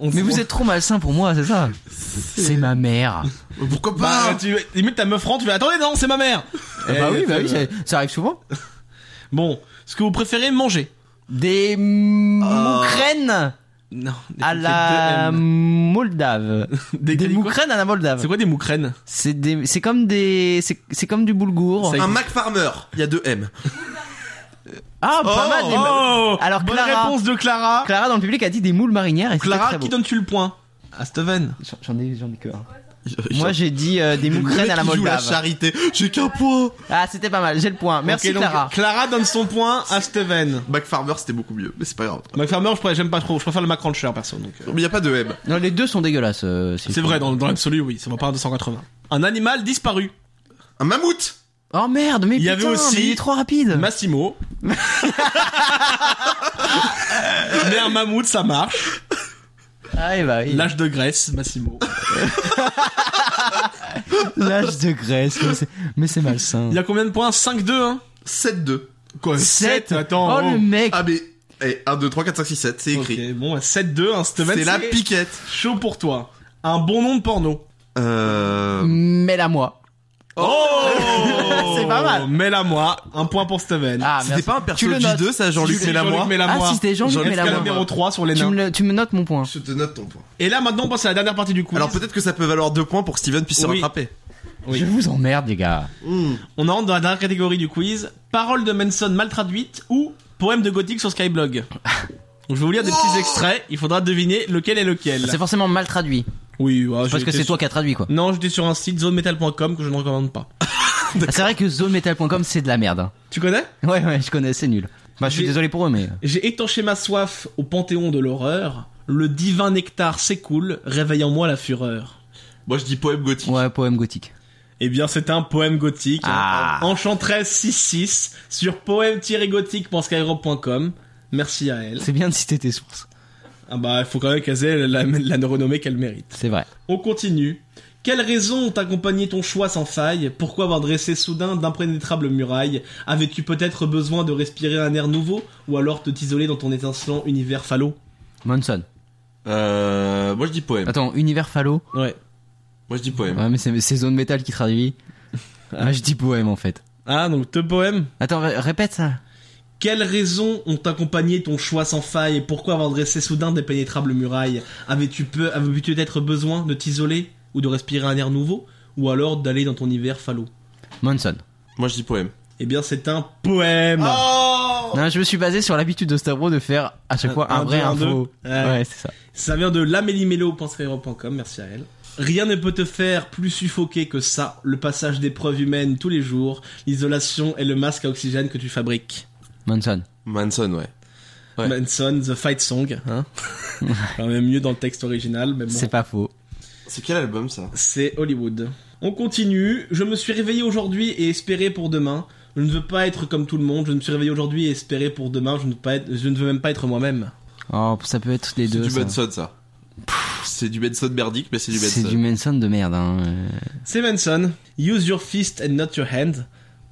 Speaker 2: On se-
Speaker 4: Mais vous êtes trop malsain pour moi, c'est ça C'est ma mère.
Speaker 3: Pourquoi
Speaker 2: Bah,
Speaker 3: pas
Speaker 2: tu, limite ta meuf rentre, tu fais attendez, non, c'est ma mère.
Speaker 4: Eh bah
Speaker 2: Eh,
Speaker 4: oui, bah
Speaker 2: t'as-
Speaker 4: oui, c'est- ça arrive souvent.
Speaker 2: Bon, ce que vous préférez manger
Speaker 4: Des moucrènes
Speaker 2: Non, Oh. des
Speaker 4: à la
Speaker 2: deux M.
Speaker 4: Moldave.
Speaker 2: Des, des
Speaker 4: Des
Speaker 2: quoi
Speaker 4: moucrènes à la Moldave.
Speaker 2: C'est quoi des moucrènes
Speaker 4: C'est des, c'est comme des, c'est c'est comme du boulgour.
Speaker 2: Ça-
Speaker 3: Un Mac Farmer. Il y a deux M.
Speaker 4: Ah, pas
Speaker 3: Oh,
Speaker 4: mal. des-
Speaker 2: Oh
Speaker 4: Alors,
Speaker 2: Bonne
Speaker 4: Clara.
Speaker 2: réponse de Clara.
Speaker 4: Clara dans le public a dit des moules marinières et c'était
Speaker 2: Clara,
Speaker 4: très
Speaker 2: qui
Speaker 4: beau.
Speaker 2: donnes-tu le point À Steven.
Speaker 4: J'en- J'en ai, j'en ai que un. Moi j'ai dit euh, des
Speaker 3: Le mec
Speaker 4: moucrènes à la
Speaker 3: qui joue la
Speaker 4: Moldave.
Speaker 3: charité. J'ai qu'un point.
Speaker 4: Ah, c'était pas mal, j'ai le point. Merci
Speaker 2: Ok, donc,
Speaker 4: Clara.
Speaker 2: Clara donne son point à Steven.
Speaker 3: Mac Farmer, c'était beaucoup mieux, mais c'est pas grave.
Speaker 2: Mac Farmer, je préfère- j'aime pas trop. Je préfère le Mac Rancher perso. Donc, euh,
Speaker 3: Mais y a pas de M.
Speaker 4: Non, les deux sont dégueulasses. euh, si
Speaker 2: c'est
Speaker 4: je
Speaker 2: vrai,
Speaker 4: peux-
Speaker 2: dans, dans l'absolu, oui. Ça va pas à 280. Un animal disparu.
Speaker 3: Un mammouth.
Speaker 4: Oh merde, mais
Speaker 2: Il y avait
Speaker 4: putain,
Speaker 2: aussi-
Speaker 4: mais il est trop rapide.
Speaker 2: Massimo. Mais un mammouth, ça marche.
Speaker 4: Ah, et bah oui.
Speaker 2: L'âge de Grèce, Massimo.
Speaker 4: L'âge de Grèce, mais c'est- mais c'est malsain.
Speaker 2: Il y a combien de points 5-2, hein
Speaker 3: 7-2.
Speaker 2: Quoi
Speaker 4: Sept.
Speaker 2: sept Attends.
Speaker 4: Oh, le mec.
Speaker 3: Ah, mais. eh, 1, 2, 3, 4, 5, 6, 7, c'est
Speaker 2: oh.
Speaker 3: écrit.
Speaker 2: Ok, bon, 7-2, hein, Steven.
Speaker 3: C'est la piquette.
Speaker 2: Chaud pour toi. Un bon nom de porno.
Speaker 3: Euh.
Speaker 4: Mais la moi.
Speaker 2: Oh
Speaker 4: C'est pas mal.
Speaker 2: Mets-la moi, Oh, un point pour Steven.
Speaker 4: Ah,
Speaker 3: C'était
Speaker 4: merci.
Speaker 3: pas un
Speaker 4: Tu le
Speaker 3: personnage
Speaker 4: notes.
Speaker 3: J2, ça, Jean-Luc
Speaker 2: C'est
Speaker 3: Mélamois.
Speaker 2: Mélamois.
Speaker 4: Ah, si, c'était Jean-Luc
Speaker 2: Jean-Luc
Speaker 4: Mélamois.
Speaker 2: numéro 3 sur les
Speaker 4: Tu
Speaker 2: nains.
Speaker 4: me, le- tu me notes mon point.
Speaker 3: Je te note ton point.
Speaker 2: Et là maintenant on passe à la dernière partie du quiz.
Speaker 3: Alors peut-être que ça peut valoir 2 points pour que Steven puisse se
Speaker 2: Oui.
Speaker 3: rattraper.
Speaker 2: Oui.
Speaker 4: Je vous emmerde, les gars.
Speaker 2: on entre dans la dernière catégorie du quiz, Paroles de Manson mal traduites ou poème de gothique sur Skyblog. Donc je vais vous lire des petits extraits, il faudra deviner lequel est lequel.
Speaker 4: C'est forcément mal traduit.
Speaker 2: Oui, ouais,
Speaker 4: Parce
Speaker 2: j'ai
Speaker 4: que
Speaker 2: été
Speaker 4: c'est
Speaker 2: sur-
Speaker 4: toi qui as traduit, quoi.
Speaker 2: Non, j'étais sur un site zonemetal.com que je ne recommande pas.
Speaker 4: Ah, C'est vrai que zonemetal.com, c'est de la merde. hein.
Speaker 2: Tu connais
Speaker 4: Ouais, ouais, je connais, c'est nul. Bah, je suis
Speaker 2: J'ai-
Speaker 4: désolé pour eux, mais.
Speaker 2: J'ai étanché ma soif au panthéon de l'horreur, le divin nectar s'écoule, réveille en moi la fureur.
Speaker 3: Moi je dis poème gothique.
Speaker 4: Ouais, poème gothique.
Speaker 2: Eh bien, c'est un poème gothique.
Speaker 4: Ah.
Speaker 2: hein. Enchantress 66 sur poème-gothique.skyrock.com. Merci à elle.
Speaker 4: C'est bien de citer tes sources.
Speaker 2: Ah bah, il faut quand même caser la, la renommée qu'elle mérite.
Speaker 4: C'est vrai.
Speaker 2: On continue. Quelles raisons ont accompagné ton choix sans faille Pourquoi avoir dressé soudain d'impénétrables murailles Avais-tu peut-être besoin de respirer un air nouveau Ou alors de t'isoler dans ton étincelant univers fallo
Speaker 4: Monson.
Speaker 3: Euh. Moi je dis poème.
Speaker 4: Attends, univers fallo.
Speaker 2: Ouais.
Speaker 3: Moi je dis poème.
Speaker 4: Ouais, mais c'est c'est zone métal qui traduit. Moi, je dis poème en fait.
Speaker 2: Ah, donc deux poèmes
Speaker 4: Attends, ré- répète ça.
Speaker 2: Quelles raisons ont accompagné ton choix sans faille et pourquoi avoir dressé soudain d'impénétrables murailles Avais-tu peu- avais-tu peut-être besoin de t'isoler ou de respirer un air nouveau ou alors d'aller dans ton hiver falot
Speaker 4: Monson.
Speaker 3: Moi je dis poème.
Speaker 2: Eh bien, c'est un poème.
Speaker 3: Oh
Speaker 4: Non, mais je me suis basé sur l'habitude de Stavro de faire à chaque
Speaker 2: Un-
Speaker 4: fois un,
Speaker 2: un
Speaker 4: vrai,
Speaker 2: deux,
Speaker 4: un,
Speaker 2: un
Speaker 4: faux.
Speaker 2: deux.
Speaker 4: Ouais,
Speaker 2: Ouais.
Speaker 4: c'est ça.
Speaker 2: Ça vient de lamellimelo.com, merci à elle. Rien ne peut te faire plus suffoquer que ça, le passage d'épreuves humaines tous les jours, l'isolation et le masque à oxygène que tu fabriques.
Speaker 5: Manson.
Speaker 3: Manson, ouais. Ouais.
Speaker 2: Manson, The Fight Song, hein. Quand même mieux dans le texte original, mais bon.
Speaker 4: C'est pas faux.
Speaker 3: C'est quel album ça
Speaker 2: C'est Hollywood. On continue. Je me suis réveillé aujourd'hui et espéré pour demain. Je ne veux pas être comme tout le monde. Je me suis réveillé aujourd'hui et espéré pour demain. Je ne veux, pas être- je ne veux même pas être moi-même.
Speaker 4: Oh, ça peut être les
Speaker 3: C'est
Speaker 4: deux.
Speaker 3: du
Speaker 4: ça.
Speaker 3: Manson, ça. C'est du Manson berdique, mais c'est du
Speaker 4: C'est
Speaker 3: Manson.
Speaker 4: du Manson de merde. Hein. euh.
Speaker 2: C'est Manson. Use your fist and not your hand.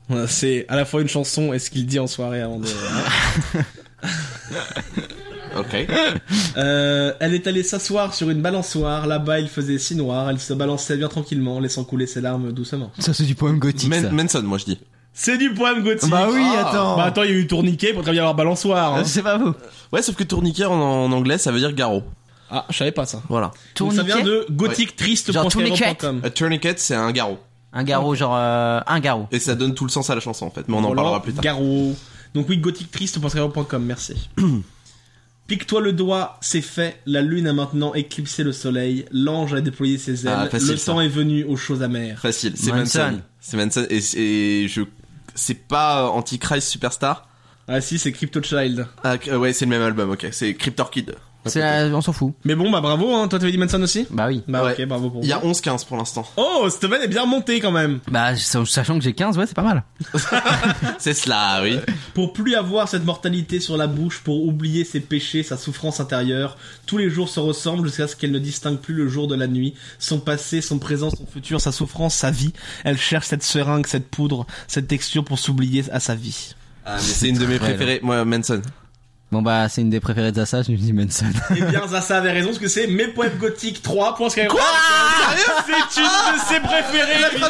Speaker 2: Voilà, C'est à la fois une chanson et ce qu'il dit en soirée avant de.
Speaker 3: Ok.
Speaker 2: Euh, elle est allée s'asseoir sur une balançoire. Là-bas, il faisait si noir. Elle se balançait bien tranquillement, laissant couler ses larmes doucement.
Speaker 4: Ça, c'est du poème gothique.
Speaker 3: Man-
Speaker 4: ça.
Speaker 3: Manson, moi je dis.
Speaker 2: C'est du poème gothique.
Speaker 4: Bah oui,
Speaker 3: Ah.
Speaker 4: attends.
Speaker 2: Bah attends, il y a eu tourniquet pour très bien avoir balançoire. hein.
Speaker 4: Euh, C'est pas faux.
Speaker 3: Ouais, sauf que tourniquet en, en anglais, ça veut dire garrot.
Speaker 2: Ah, je savais pas ça.
Speaker 3: Voilà.
Speaker 2: Donc, ça
Speaker 4: Tourniquet
Speaker 2: vient de gothiquetriste.com.
Speaker 3: A Euh, tourniquet, c'est un garrot.
Speaker 4: Un garrot, genre euh, un garrot.
Speaker 3: Et ça donne tout le sens à la chanson en fait, mais on en
Speaker 2: Roland
Speaker 3: parlera plus tard.
Speaker 2: Garot. Donc oui, gothiquetriste.com, merci. Pique-toi le doigt, c'est fait. La lune a maintenant éclipsé le soleil. L'ange a déployé ses ailes.
Speaker 3: Ah, facile,
Speaker 2: le
Speaker 3: ça.
Speaker 2: temps est venu aux choses amères.
Speaker 3: Facile, c'est
Speaker 4: Manson.
Speaker 3: Manson. C'est Manson, et, et je. C'est pas euh, Antichrist Superstar
Speaker 2: Ah si, c'est Crypto Child.
Speaker 3: Ah, euh, ouais, c'est le même album, ok. C'est Cryptor Kid.
Speaker 4: C'est la- On s'en fout.
Speaker 2: Mais bon, bah bravo, hein. toi t'avais dit Manson aussi
Speaker 4: Bah oui.
Speaker 2: Bah
Speaker 3: Ouais.
Speaker 2: ok, bravo pour
Speaker 3: Il y a
Speaker 2: vous.
Speaker 3: 11-15 pour l'instant.
Speaker 2: Oh, Steven est bien monté quand même.
Speaker 4: Bah, sa- sachant que j'ai 15, ouais, c'est pas mal.
Speaker 3: C'est cela, oui.
Speaker 2: Pour plus avoir cette mortalité sur la bouche, pour oublier ses péchés, sa souffrance intérieure, tous les jours se ressemblent jusqu'à ce qu'elle ne distingue plus le jour de la nuit. Son passé, son présent, son futur, sa souffrance, sa vie. Elle cherche cette seringue, cette poudre, cette texture pour s'oublier à sa vie.
Speaker 3: Ah, mais c'est une de mes
Speaker 4: très
Speaker 3: préférées, moi, Manson.
Speaker 4: Bon, bah, c'est une des préférées de Zaza, je me dis Manson.
Speaker 2: Eh bien, Zaza avait raison, parce que c'est mes poèmes gothiques 3. Quoi Sérieux
Speaker 3: Ah,
Speaker 2: C'est une de ses préférées,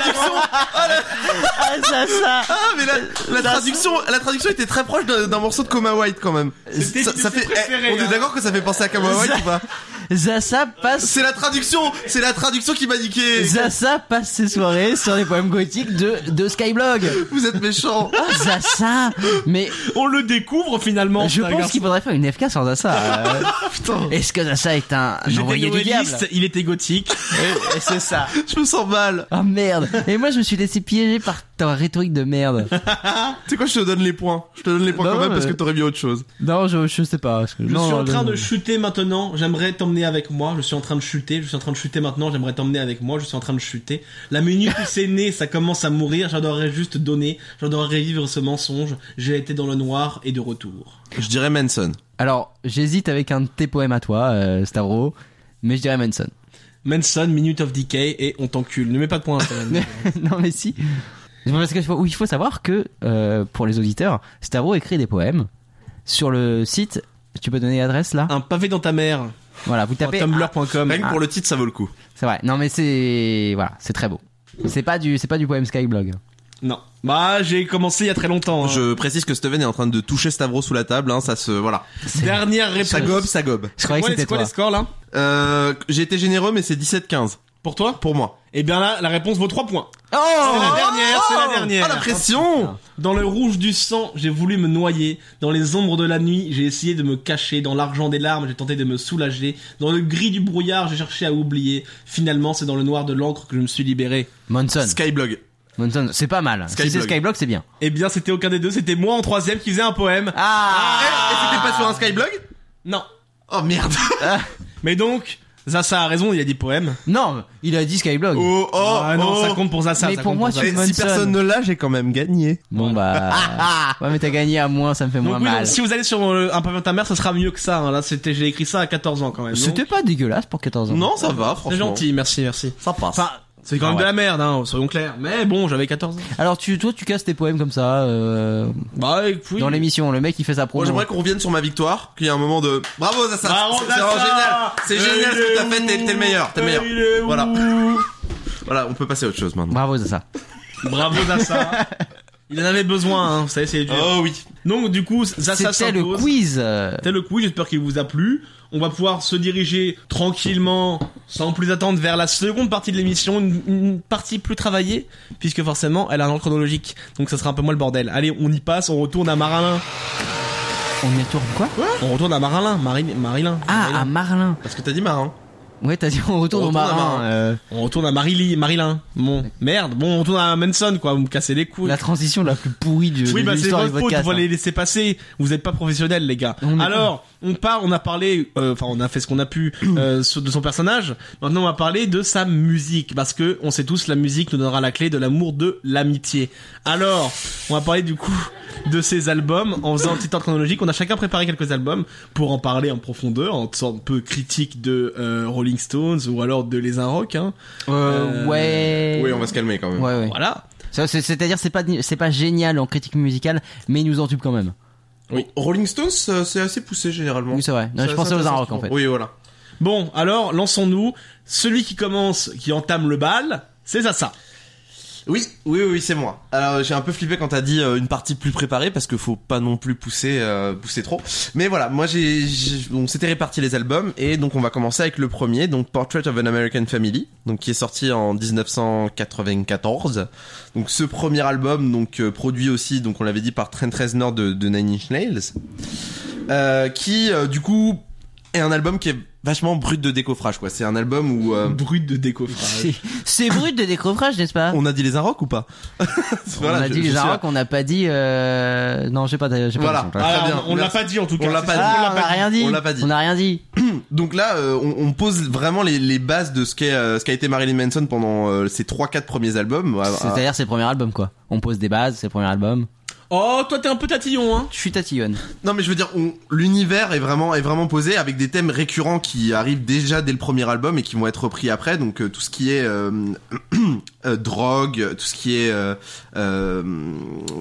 Speaker 4: ah, Zaza
Speaker 3: Ah, mais la, la traduction, la traduction était très proche d'un d'un morceau de Coma White quand même.
Speaker 2: C'était
Speaker 3: Ça,
Speaker 2: une de
Speaker 3: ça
Speaker 2: ses
Speaker 3: fait, eh,
Speaker 2: préférées,
Speaker 3: on est
Speaker 2: hein.
Speaker 3: d'accord que ça fait penser à Coma White ou pas
Speaker 4: Zaza passe.
Speaker 3: C'est la traduction, c'est la traduction qui m'a niqué.
Speaker 4: Zaza passe ses soirées sur les poèmes gothiques de, de Skyblog.
Speaker 3: Vous êtes méchant.
Speaker 4: Ah, Zaza Mais
Speaker 2: On le découvre finalement.
Speaker 4: je
Speaker 2: c'est un
Speaker 4: pense
Speaker 2: garçon.
Speaker 4: qu'il faudrait faire une FK sur Zaza. euh.
Speaker 3: Putain,
Speaker 4: Est-ce que Zaza est un un envoyé
Speaker 2: J'étais
Speaker 4: du diable
Speaker 2: noëliste, il était gothique.
Speaker 4: Et- et C'est ça.
Speaker 3: je me sens mal.
Speaker 4: Oh merde. Et moi, je me suis laissé piéger par ta rhétorique de merde.
Speaker 3: Tu sais quoi, je te donne les points. Je te donne les points
Speaker 4: Non,
Speaker 3: quand même parce
Speaker 4: mais-
Speaker 3: que t'aurais mis autre chose.
Speaker 4: Non, je, je sais pas. parce que-
Speaker 2: Je
Speaker 4: non,
Speaker 2: suis en
Speaker 4: non,
Speaker 2: train
Speaker 4: non.
Speaker 2: de chuter maintenant, j'aimerais t'emmener avec moi. Je suis en train de chuter, je suis en train de chuter maintenant, j'aimerais t'emmener avec moi, je suis en train de chuter. La minute où c'est né, ça commence à mourir, j'adorerais juste donner, j'adorerais vivre ce mensonge. J'ai été dans le noir et de retour.
Speaker 3: Je dirais Manson.
Speaker 4: Alors, j'hésite avec un de tes poèmes à toi, euh, Stavro, mais je dirais Manson.
Speaker 2: Manson, Minute of Decay et on t'encule. Ne mets pas de points. Antoine.
Speaker 4: non, mais si. Parce que faut- oui, il faut savoir que, euh, pour les auditeurs, Stavro écrit des poèmes sur le site. Tu peux donner l'adresse là
Speaker 2: Un pavé dans ta mère.
Speaker 4: Voilà, vous tapez. Ah,
Speaker 2: Tumblr.com.
Speaker 3: Rien que pour le titre, ça vaut le coup.
Speaker 4: C'est vrai. Non, mais c'est voilà, c'est très beau. C'est pas du, c'est pas du poème Skyblog.
Speaker 2: Non. Bah, j'ai commencé il y a très longtemps. hein.
Speaker 3: Je précise que Steven est en train de toucher Stavro sous la table. Hein, ça se voilà.
Speaker 2: Dernière réponse.
Speaker 3: Ça gobe, ça gobe.
Speaker 4: Je croyais que
Speaker 2: Quoi, les-
Speaker 4: c'était
Speaker 2: quoi
Speaker 4: toi.
Speaker 2: les scores là
Speaker 3: Euh, J'ai été généreux, mais c'est 17-15
Speaker 2: Pour toi
Speaker 3: pour moi.
Speaker 2: Eh bien là, la réponse vaut 3 points.
Speaker 4: Oh
Speaker 2: C'est la dernière, c'est la
Speaker 3: Oh,
Speaker 2: dernière.
Speaker 3: Ah la pression.
Speaker 2: Dans le rouge du sang, j'ai voulu me noyer. Dans les ombres de la nuit, j'ai essayé de me cacher. Dans l'argent des larmes, j'ai tenté de me soulager. Dans le gris du brouillard, j'ai cherché à oublier. Finalement, c'est dans le noir de l'encre que je me suis libéré.
Speaker 4: Monson,
Speaker 3: Skyblog.
Speaker 4: Monson, c'est pas mal. Si c'est
Speaker 3: Skyblog.
Speaker 4: Skyblog, c'est bien.
Speaker 2: Eh bien, c'était aucun des deux, c'était moi en troisième qui faisait un poème.
Speaker 4: Ah,
Speaker 3: Eh, et c'était pas sur un Skyblog
Speaker 2: Non.
Speaker 3: Oh merde.
Speaker 2: Mais donc, Zaza a raison, il a dit poème.
Speaker 4: non, il a dit Skyblog.
Speaker 3: Oh oh.
Speaker 2: ah non,
Speaker 3: oh.
Speaker 2: ça compte pour Zaza.
Speaker 4: Mais
Speaker 2: ça
Speaker 4: pour
Speaker 2: compte
Speaker 4: moi,
Speaker 2: Zaza.
Speaker 4: tu-
Speaker 3: Et si
Speaker 4: Manson.
Speaker 3: personne ne l'a, j'ai quand même gagné.
Speaker 4: Bon bah, ouais mais t'as gagné à moins, ça me fait
Speaker 2: Ah, Donc
Speaker 4: moins
Speaker 2: oui, donc,
Speaker 4: mal.
Speaker 2: si vous allez sur euh, un pavé dans ta mère, ça sera mieux que ça. hein. Là, c'était, j'ai écrit ça à 14 ans quand même.
Speaker 4: C'était
Speaker 2: Donc,
Speaker 4: pas dégueulasse pour 14 ans.
Speaker 3: Non, ça va, franchement.
Speaker 2: C'est gentil, merci, merci.
Speaker 3: Ça passe.
Speaker 2: Enfin, c'est quand même
Speaker 4: Ah ouais.
Speaker 2: de la merde, hein, soyons clairs. Mais bon, j'avais 14 ans.
Speaker 4: Alors tu, toi, tu casses tes poèmes comme ça euh,
Speaker 2: Bah, écoute.
Speaker 4: dans l'émission. Le mec, il fait sa
Speaker 3: Moi,
Speaker 4: promo.
Speaker 3: j'aimerais qu'on revienne sur ma victoire, qu'il y ait un moment de bravo, Zaza.
Speaker 2: Bravo,
Speaker 3: c'est
Speaker 2: Zaza.
Speaker 3: vraiment génial. C'est
Speaker 2: Euh,
Speaker 3: génial
Speaker 2: il
Speaker 3: ce que
Speaker 2: est
Speaker 3: t'as fait. T'es
Speaker 2: où
Speaker 3: t'es le meilleur. T'es le meilleur.
Speaker 2: Euh, il est où
Speaker 3: Voilà. Voilà, on peut passer à autre chose maintenant.
Speaker 4: Bravo Zaza.
Speaker 2: Bravo Zaza. Il en avait besoin, hein. vous savez, c'est dur.
Speaker 3: Oh oui.
Speaker 2: Donc du coup, Zaza
Speaker 4: C'était le
Speaker 2: s'impose.
Speaker 4: quiz. euh,
Speaker 2: C'était le quiz, j'espère qu'il vous a plu. On va pouvoir se diriger tranquillement, sans plus attendre, vers la seconde partie de l'émission, une, une partie plus travaillée, puisque forcément, elle a un ordre chronologique. Donc ça sera un peu moins le bordel. Allez, on y passe, on retourne à Marilyn.
Speaker 4: On est tourne quoi
Speaker 2: On retourne à Marilyn, Marilyn, Marilyn.
Speaker 4: Ah, à Marlin.
Speaker 3: Parce que t'as dit hein. marin.
Speaker 4: Ouais, t'as dit on retourne
Speaker 3: On
Speaker 4: au
Speaker 3: retourne à
Speaker 4: Marin.
Speaker 3: Marin.
Speaker 4: euh,
Speaker 2: On retourne à Marilyn, Marilyn. Bon, merde. Bon, on retourne à Manson, quoi. Vous me cassez les couilles.
Speaker 4: la transition la plus pourrie du- de,
Speaker 2: Oui, bah c'est
Speaker 4: l'histoire du
Speaker 2: votre faute,
Speaker 4: podcast.
Speaker 2: vous
Speaker 4: hein.
Speaker 2: les laisser passer. Vous n'êtes pas professionnels, les gars.
Speaker 4: On est-
Speaker 2: Alors, on part, on a parlé, euh, enfin, on a fait ce qu'on a pu euh, sur- de son personnage. Maintenant, on va parler de sa musique, parce que on sait tous, la musique nous donnera la clé de l'amour, de l'amitié. Alors, on va parler du coup de ses albums en faisant un petit ordre chronologique. On a chacun préparé quelques albums pour en parler en profondeur, en sorte un peu critique de euh, Rolling Stones ou alors de Les Un Rock. Hein.
Speaker 4: Euh,
Speaker 2: Euh,
Speaker 4: ouais.
Speaker 3: Oui, on va se calmer quand même.
Speaker 4: Ouais, ouais.
Speaker 2: Voilà.
Speaker 4: Ça, c'est- C'est-à-dire, c'est pas, c'est pas génial en critique musicale, mais il nous entube quand même.
Speaker 3: Oui. Rolling Stones, euh, c'est assez poussé généralement.
Speaker 4: Oui, c'est vrai. Non,
Speaker 3: C'est
Speaker 4: je pensais aux
Speaker 3: assez
Speaker 4: Arocs en fait.
Speaker 3: Oui, voilà.
Speaker 2: Bon, alors lançons-nous. Celui qui commence, qui entame le bal, c'est ça
Speaker 3: Ah,
Speaker 2: ça.
Speaker 3: Oui, oui, oui, c'est moi. Alors j'ai un peu flippé quand t'as dit euh, une partie plus préparée parce que faut pas non plus pousser, euh, pousser trop. Mais voilà, moi j'ai, j'ai- on s'était réparti les albums et donc on va commencer avec le premier, donc Portrait of an American Family, donc qui est sorti en 1994. Donc ce premier album, donc euh, produit aussi, donc on l'avait dit par Trent Reznor de, de Nine Inch Nails, euh, qui euh, du coup est un album qui est vachement brut de décoffrage quoi. C'est un album où euh,
Speaker 2: Brut de décoffrage.
Speaker 4: C'est- C'est brut de décroffrage, n'est-ce pas
Speaker 3: on a dit les Arocs ou pas Voilà,
Speaker 4: Ah. On a
Speaker 3: je-
Speaker 4: dit
Speaker 3: je
Speaker 4: les
Speaker 3: suis là.
Speaker 4: Arocs, on n'a pas dit. euh, Non, j'ai pas. j'ai pas
Speaker 3: Voilà.
Speaker 4: dit ça.
Speaker 3: Ah,
Speaker 2: Alors,
Speaker 3: très bien,
Speaker 2: on l'a
Speaker 3: merci.
Speaker 2: pas dit en tout cas.
Speaker 3: On l'a
Speaker 2: c'est
Speaker 3: pas
Speaker 2: ça.
Speaker 3: dit.
Speaker 4: Ah, on n'a rien dit.
Speaker 3: On l'a pas dit. Ah,
Speaker 4: On n'a rien dit.
Speaker 3: Donc là, euh, on, on pose vraiment les, les bases de ce qu'est euh, ce qu'a été Marilyn Manson pendant euh, ses trois quatre premiers albums. Ah, ah,
Speaker 4: C'est-à-dire, c'est le premier album quoi. On pose des bases, c'est le premier album.
Speaker 2: Oh, toi t'es un peu tatillon, hein.
Speaker 4: Je suis tatillonne.
Speaker 3: Non, mais je veux dire, on- l'univers est vraiment est vraiment posé avec des thèmes récurrents qui arrivent déjà dès le premier album et qui vont être repris après. Donc euh, tout ce qui est euh, euh, drogue, tout ce qui est euh, euh,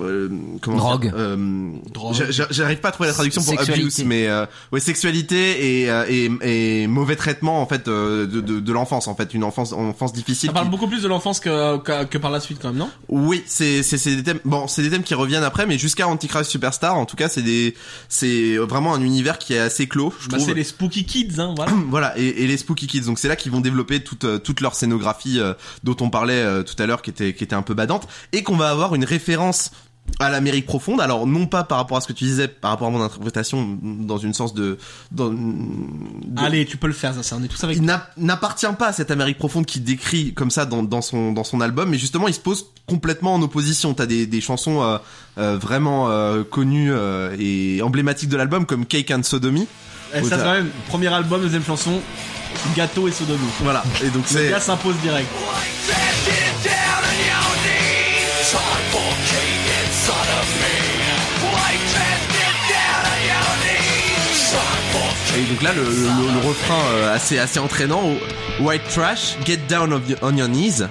Speaker 3: euh, comment
Speaker 4: Drogue.
Speaker 3: dire, euh, j'a- j'a- J'arrive pas à trouver la traduction pour
Speaker 4: Sexualité.
Speaker 3: abuse, mais euh, ouais, sexualité et, euh, et et mauvais traitement en fait euh, de de, de l'enfance en fait une enfance enfance
Speaker 2: Ça
Speaker 3: difficile. qui-
Speaker 2: parle beaucoup plus de l'enfance que, que, que par la suite quand même, non
Speaker 3: Oui, c'est c'est c'est des thèmes. Bon, c'est des thèmes qui reviennent après, mais jusqu'à Antichrist Superstar, en tout cas, c'est des c'est vraiment un univers qui est assez clos, je
Speaker 2: Bah
Speaker 3: trouve.
Speaker 2: c'est les Spooky Kids, hein. Voilà.
Speaker 3: Voilà, et, et les Spooky Kids. Donc c'est là qu'ils vont développer toute euh, toute leur scénographie euh, dont on parlait euh, tout à l'heure, qui était qui était un peu badante, et qu'on va avoir une référence à l'Amérique profonde. Alors non pas par rapport à ce que tu disais, par rapport à mon interprétation dans une sens de dans de-
Speaker 2: Allez, tu peux le faire, ça, ça, on est tous avec.
Speaker 3: il n'a- n'appartient pas à cette Amérique profonde qui décrit comme ça dans, dans son dans son album, mais justement il se pose complètement en opposition. T'as des, des chansons euh, euh, vraiment euh, connues euh, et emblématiques de l'album comme Cake and Sodomy.
Speaker 2: Eh, ça
Speaker 3: Autant.
Speaker 2: c'est quand même premier album, deuxième chanson, gâteau et sodomie.
Speaker 3: Voilà. Et donc
Speaker 2: Le
Speaker 3: c'est
Speaker 2: gars s'impose direct.
Speaker 3: et donc là le, le- le- le refrain euh, assez assez entraînant au- White Trash, Get Down of your- on Your Knees,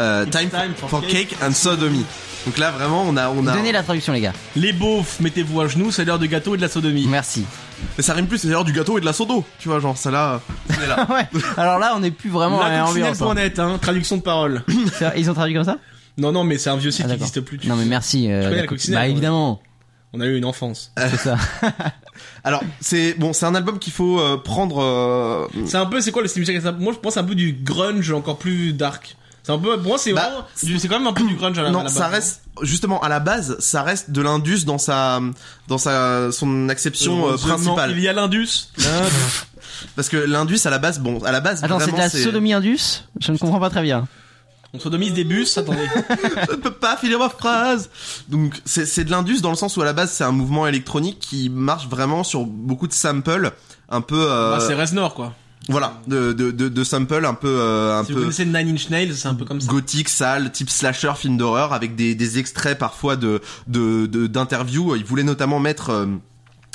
Speaker 3: euh, time,
Speaker 2: time
Speaker 3: for,
Speaker 2: for
Speaker 3: Cake and Sodomy. Donc là vraiment on a on a
Speaker 4: Donnez la traduction, les gars.
Speaker 2: Les beaufs, mettez-vous à genoux, c'est l'heure du gâteau et de la sodomie.
Speaker 4: Merci.
Speaker 3: Mais ça rime plus c'est l'heure du gâteau et de la sodo. Tu vois genre ça là. euh. on est là.
Speaker 4: Ouais. Alors là, on n'est plus vraiment à l'ambiance. hein.
Speaker 2: Lacoccinelle.net, hein, traduction de parole.
Speaker 4: C'est vrai, Ils ont traduit comme ça
Speaker 2: non, non, mais c'est un vieux
Speaker 4: Ah,
Speaker 2: site qui
Speaker 4: d'accord.
Speaker 2: n'existe plus. tu
Speaker 4: Non, mais
Speaker 2: sais.
Speaker 4: merci. euh,
Speaker 2: connais la
Speaker 4: la co-
Speaker 2: coccinelle,
Speaker 4: Bah
Speaker 2: ouais.
Speaker 4: évidemment.
Speaker 2: On a eu une enfance.
Speaker 4: C'est ça.
Speaker 3: Alors c'est bon c'est un album qu'il faut euh, prendre. euh,
Speaker 2: C'est un peu, c'est quoi le style musical Moi, je pense c'est un peu du grunge encore plus dark. C'est un peu, pour moi, c'est
Speaker 3: Bah,
Speaker 2: vraiment du- c'est quand même un peu du grunge à la à
Speaker 3: Non,
Speaker 2: la
Speaker 3: ça
Speaker 2: base.
Speaker 3: reste justement à la base, ça reste de l'indus dans sa dans sa son acception euh,
Speaker 2: Heureusement, Il
Speaker 3: principale.
Speaker 2: y a l'Indus.
Speaker 3: Parce que l'indus à la base, bon, à la base
Speaker 4: Attends, c'est de
Speaker 3: vraiment euh,
Speaker 4: la sodomie indus Je ne comprends pas très bien.
Speaker 2: On sodomise des bus, attendez.
Speaker 3: Je ne peux pas finir ma phrase. Donc c'est c'est de l'indus dans le sens où à la base c'est un mouvement électronique qui marche vraiment sur beaucoup de samples un peu euh,
Speaker 2: Ah, c'est Reznor, quoi.
Speaker 3: voilà de de de, de samples un peu euh, un
Speaker 2: si vous
Speaker 3: peu
Speaker 2: connaissez Nine Inch Nails, c'est un peu comme ça.
Speaker 3: gothique, sale, type slasher, film d'horreur, avec des, des extraits parfois de de de- d'interviews. Il voulait notamment mettre euh,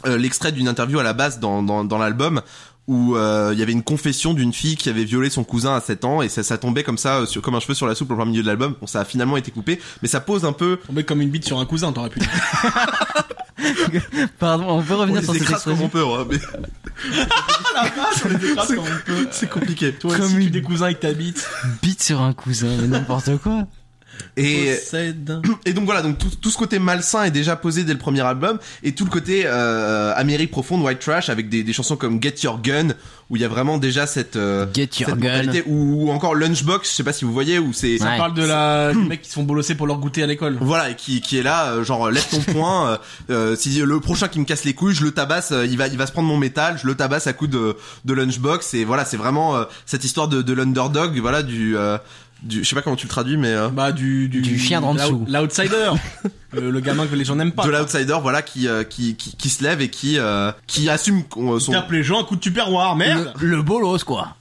Speaker 3: euh, l'extrait d'une interview à la base dans dans, dans l'album où euh, il y avait une confession d'une fille qui avait violé son cousin à 7 ans et ça, ça tombait comme ça euh, sur, comme un cheveu sur la soupe en plein milieu de l'album. Bon, ça a finalement été coupé, mais ça pose un peu.
Speaker 2: On met comme une bite sur un cousin, t'aurais pu. dire.
Speaker 4: Pardon, on peut
Speaker 3: On
Speaker 4: revenir sur
Speaker 3: les
Speaker 4: cette
Speaker 3: écrase comme
Speaker 4: expression.
Speaker 3: on peut, ouais, mais
Speaker 2: Ah, C'est-
Speaker 3: c'est compliqué.
Speaker 2: Toi,
Speaker 4: Comme
Speaker 2: si tu
Speaker 4: une-
Speaker 2: des cousins avec ta bite.
Speaker 4: Bite sur un cousin, mais n'importe quoi.
Speaker 3: Et,
Speaker 2: Possède.
Speaker 3: et donc voilà, donc tout, tout ce côté malsain est déjà posé dès le premier album, et tout le côté euh, Amérique profonde, White Trash, avec des, des chansons comme Get Your Gun, où il y a vraiment déjà cette, euh,
Speaker 5: Get Your
Speaker 3: cette
Speaker 5: Gun.
Speaker 3: mentalité, ou, ou encore Lunchbox, je sais pas si vous voyez, où c'est...
Speaker 5: Ouais.
Speaker 2: On parle de la des mecs qui se font bolosser pour leur goûter à l'école.
Speaker 3: Voilà, et qui, qui est là, euh, genre lève ton poing. euh, euh, si le prochain qui me casse les couilles, je le tabasse. euh, il va, il va se prendre mon métal. Je le tabasse à coup de, de lunchbox. Et voilà, c'est vraiment euh, cette histoire de, de l'underdog. Voilà, du, euh, du, je sais pas comment tu le traduis, mais euh,
Speaker 2: Bah du du,
Speaker 4: Du chien d'en
Speaker 2: l'out-
Speaker 4: dessous.
Speaker 2: L'outsider, le, le gamin que les gens n'aiment pas.
Speaker 3: de l'outsider. Voilà, qui, euh, qui, qui, qui se lève et qui, euh, qui assume qu'on- euh,
Speaker 2: Il
Speaker 3: son.
Speaker 2: Tape les gens à coup de tupperware, merde.
Speaker 5: Le bolos, quoi.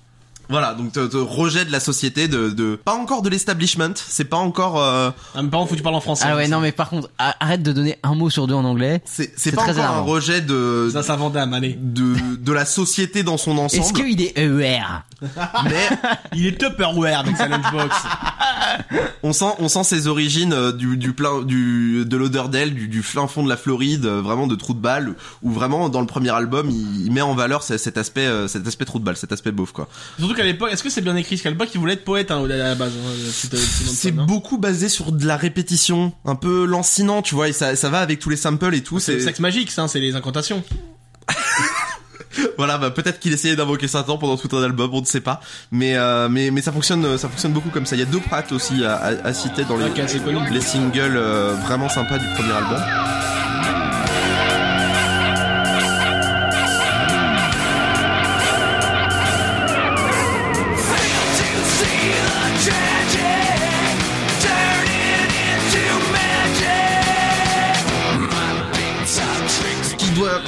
Speaker 3: Voilà, donc te, te rejet de la société, de, de pas encore de l'establishment. C'est pas encore, euh,
Speaker 2: Ah, mais par contre, faut que tu parles en français.
Speaker 4: Ah ouais, non, mais par contre, a- arrête de donner un mot sur deux en anglais.
Speaker 3: c'est,
Speaker 4: C'est
Speaker 3: c'est pas
Speaker 4: très
Speaker 3: encore un
Speaker 4: alarmant.
Speaker 3: rejet de,
Speaker 2: Ça, ça vandame, allez.
Speaker 3: de, de la société dans son
Speaker 4: Est-ce
Speaker 3: ensemble.
Speaker 4: qu'il est ER
Speaker 3: Mais
Speaker 2: Il est tupperware avec sa lunchbox.
Speaker 3: On sent, on sent ses origines euh, du, du plein, du, de l'odeur d'elle, du, du fin fond de la Floride, euh, vraiment de trou de balle, où vraiment dans le premier album, il, il met en valeur ce- cet aspect, euh, cet aspect trou de balle, cet aspect beauf quoi.
Speaker 2: Surtout qu'à l'époque, est-ce que c'est bien écrit ce qu'à l'époque, il voulait être poète hein, à la base. hein, le petit, euh, petit Manson,
Speaker 3: C'est
Speaker 2: hein.
Speaker 3: beaucoup basé sur de la répétition, un peu lancinant, tu vois, et ça, ça va avec tous les samples et tout.
Speaker 2: C'est le
Speaker 3: C'est
Speaker 2: sexe magique, ça, hein, c'est les incantations.
Speaker 3: voilà, bah, peut-être qu'il essayait d'invoquer Satan pendant tout un album, on ne sait pas, mais euh, mais mais ça fonctionne, euh, ça fonctionne beaucoup comme ça. Il y a deux prates aussi à, à- à citer dans les,
Speaker 2: Ok, c'est connu.
Speaker 3: les singles euh, vraiment sympas du premier album. qui doit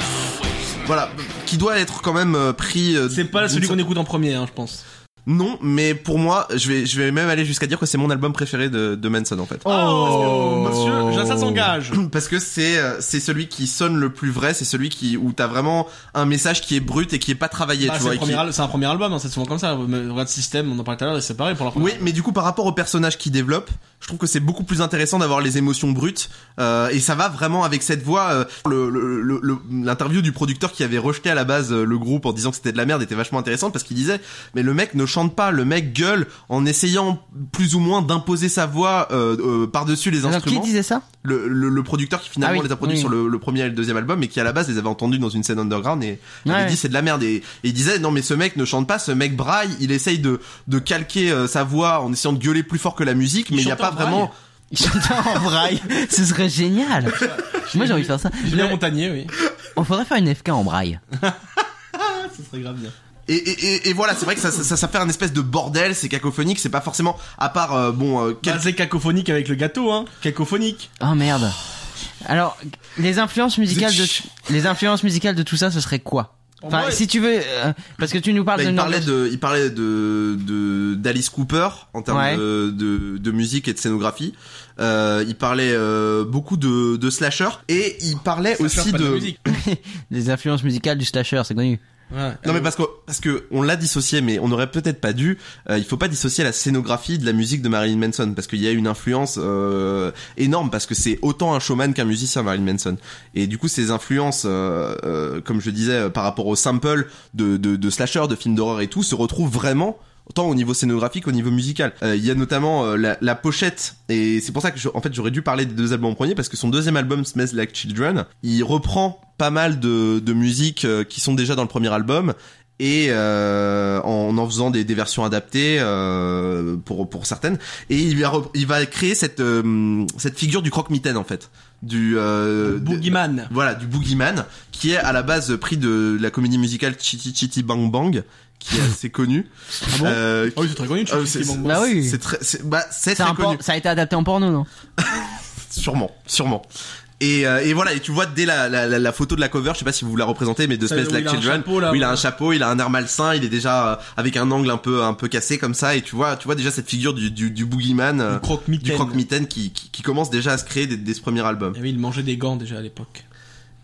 Speaker 3: voilà qui doit être quand même euh, pris euh,
Speaker 2: C'est pas
Speaker 3: d'une
Speaker 2: celui qu'on
Speaker 3: certaine-
Speaker 2: écoute en premier, hein, je pense.
Speaker 3: non mais pour moi je vais je vais même aller jusqu'à dire que c'est mon album préféré de, de Manson en fait
Speaker 2: Oh, monsieur, ça s'engage.
Speaker 3: parce que c'est euh, c'est celui qui sonne le plus vrai c'est celui qui où t'as vraiment un message qui est brut et qui est pas travaillé
Speaker 2: Bah,
Speaker 3: tu
Speaker 2: c'est
Speaker 3: vois
Speaker 2: le
Speaker 3: et qui-
Speaker 2: premier al- c'est un premier album, hein, c'est souvent comme ça. Mais Regarde System, on en parlait tout à l'heure, c'est pareil pour la première.
Speaker 3: oui mais du coup par rapport au personnage qu'il développe je trouve que c'est beaucoup plus intéressant d'avoir les émotions brutes euh, et ça va vraiment avec cette voix euh, le- le- le- le- l'interview du producteur qui avait rejeté à la base euh, le groupe en disant que c'était de la merde était vachement intéressante parce qu'il disait mais le mec ne chante pas le mec gueule en essayant plus ou moins d'imposer sa voix euh, euh, par-dessus les
Speaker 4: Alors, Qui
Speaker 3: instruments
Speaker 4: disait ça
Speaker 3: le, le, le producteur qui finalement
Speaker 4: Ah oui,
Speaker 3: les a produits
Speaker 4: oui.
Speaker 3: sur le, le premier et le deuxième album mais qui à la base les avait entendus dans une scène underground et il
Speaker 4: Ouais.
Speaker 3: avait dit c'est de la merde et, et il disait non mais ce mec ne chante pas ce mec braille il essaye de, de calquer euh, sa voix en essayant de gueuler plus fort que la musique mais il n'y a
Speaker 2: chante en
Speaker 3: pas vraiment
Speaker 4: Il chantait en braille. Ce serait génial. Moi, j'ai envie de faire ça.
Speaker 2: Julien Montagnier, oui.
Speaker 4: On faudrait faire une FK en braille.
Speaker 2: Ça Ah, serait grave bien.
Speaker 3: et, et, et, et voilà c'est vrai que ça, ça, ça- ça fait un espèce de bordel c'est cacophonique c'est pas forcément à part euh, bon euh, quel-
Speaker 2: Bah, c'est cacophonique avec le gâteau, hein. Cacophonique.
Speaker 4: Oh merde. Alors, les influences musicales de les influences musicales de tout ça, ce serait quoi Enfin,
Speaker 2: vrai-
Speaker 4: si tu veux, euh, parce que tu nous parles
Speaker 3: Bah,
Speaker 4: de
Speaker 3: il parlait de,
Speaker 4: Norvège.
Speaker 3: il parlait de, de d'Alice Cooper en termes
Speaker 4: Ouais.
Speaker 3: de, de, de musique et de scénographie. Euh, il parlait euh, beaucoup de, de slasher et il parlait
Speaker 2: Ça
Speaker 3: aussi
Speaker 2: sert pas
Speaker 3: de.
Speaker 2: la musique.
Speaker 4: les influences musicales du slasher, c'est connu.
Speaker 2: Ouais.
Speaker 3: Non mais parce que parce que on l'a dissocié, mais on aurait peut-être pas dû. Euh, il faut pas dissocier la scénographie de la musique de Marilyn Manson parce qu'il y a une influence euh, énorme parce que c'est autant un showman qu'un musicien Marilyn Manson. Et du coup, ces influences, euh, euh, comme je disais, euh, par rapport aux samples de de, de slasher, de films d'horreur et tout, se retrouvent vraiment tant au niveau scénographique qu'au niveau musical. Euh, Il y a notamment euh, la, la pochette et c'est pour ça que je- en fait j'aurais dû parler des deux albums en premier parce que son deuxième album Smells Like Children, il reprend pas mal de, de musiques euh, qui sont déjà dans le premier album et euh, en en faisant des, des versions adaptées euh, pour pour certaines et il va rep- il va créer cette euh, cette figure du croque-mitaine en fait du euh, de-
Speaker 2: Boogeyman.
Speaker 3: voilà, du Boogeyman, qui est à la base pris de la comédie musicale Chitty Chitty Bang Bang, qui est assez connue.
Speaker 2: Ah bon
Speaker 3: Euh,
Speaker 2: Ah oui, c'est très connu,
Speaker 3: euh,
Speaker 2: Chitty
Speaker 3: c'est-
Speaker 2: Chitty Bang Bang.
Speaker 4: Bah oui.
Speaker 3: C'est très, c'est- bah, c'est
Speaker 4: Ça a,
Speaker 3: très
Speaker 4: un por-
Speaker 3: connu.
Speaker 4: ça a été adapté en porno, non
Speaker 3: Sûrement, sûrement. Et, euh, et voilà, et tu vois dès la, la, la, la photo de la cover, je sais pas si vous la représentez, mais de
Speaker 2: Ça,
Speaker 3: Space
Speaker 2: où
Speaker 3: Like
Speaker 2: il a un
Speaker 3: Children,
Speaker 2: chapeau, là,
Speaker 3: où il a
Speaker 2: ouais.
Speaker 3: un chapeau, il a un air malsain, il est déjà euh, avec un angle un peu un peu cassé comme ça, et tu vois, tu vois déjà cette figure du du, du boogeyman, euh,
Speaker 2: Du croque-mitaine.
Speaker 3: du croque-mitaine qui, qui qui commence déjà à se créer dès, dès ce premier album.
Speaker 2: Eh oui, il mangeait des gants déjà à l'époque.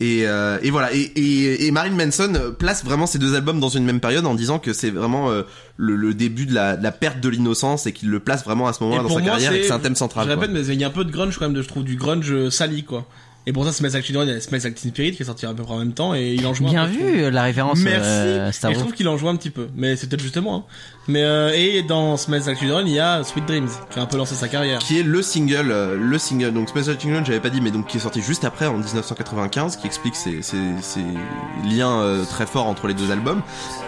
Speaker 3: Et, euh, et voilà. Et, et, et Marilyn Manson euh, place vraiment ces deux albums dans une même période en disant que c'est vraiment euh, le, le début de la, de la perte de l'innocence et qu'il le place vraiment à ce moment-là
Speaker 2: Et
Speaker 3: dans
Speaker 2: pour
Speaker 3: sa
Speaker 2: moi,
Speaker 3: carrière et que
Speaker 2: c'est-
Speaker 3: c'est un thème central.
Speaker 2: Je
Speaker 3: quoi.
Speaker 2: répète, mais il y a un peu de grunge quand même, de- je trouve du grunge euh, sali quoi. Et pour ça, Smells Like Teen Spirit, il y a Smells Like Teen Spirit qui est sorti à peu près en même temps et il en joue un
Speaker 4: Bien
Speaker 2: peu, je trouve.
Speaker 4: vu la référence
Speaker 2: Merci.
Speaker 4: euh, Star
Speaker 2: et je
Speaker 4: Wars.
Speaker 2: trouve qu'il en joue un petit peu, mais c'est peut-être justement. hein. Mais euh, et dans Smells Like Teen Spirit, il y a Sweet Dreams qui a un peu lancé sa carrière.
Speaker 3: qui est le single, euh, le single, donc Special Children, j'avais pas dit, mais donc qui est sorti juste après en 1995, qui explique ces, ces, ces liens euh, très forts entre les deux albums.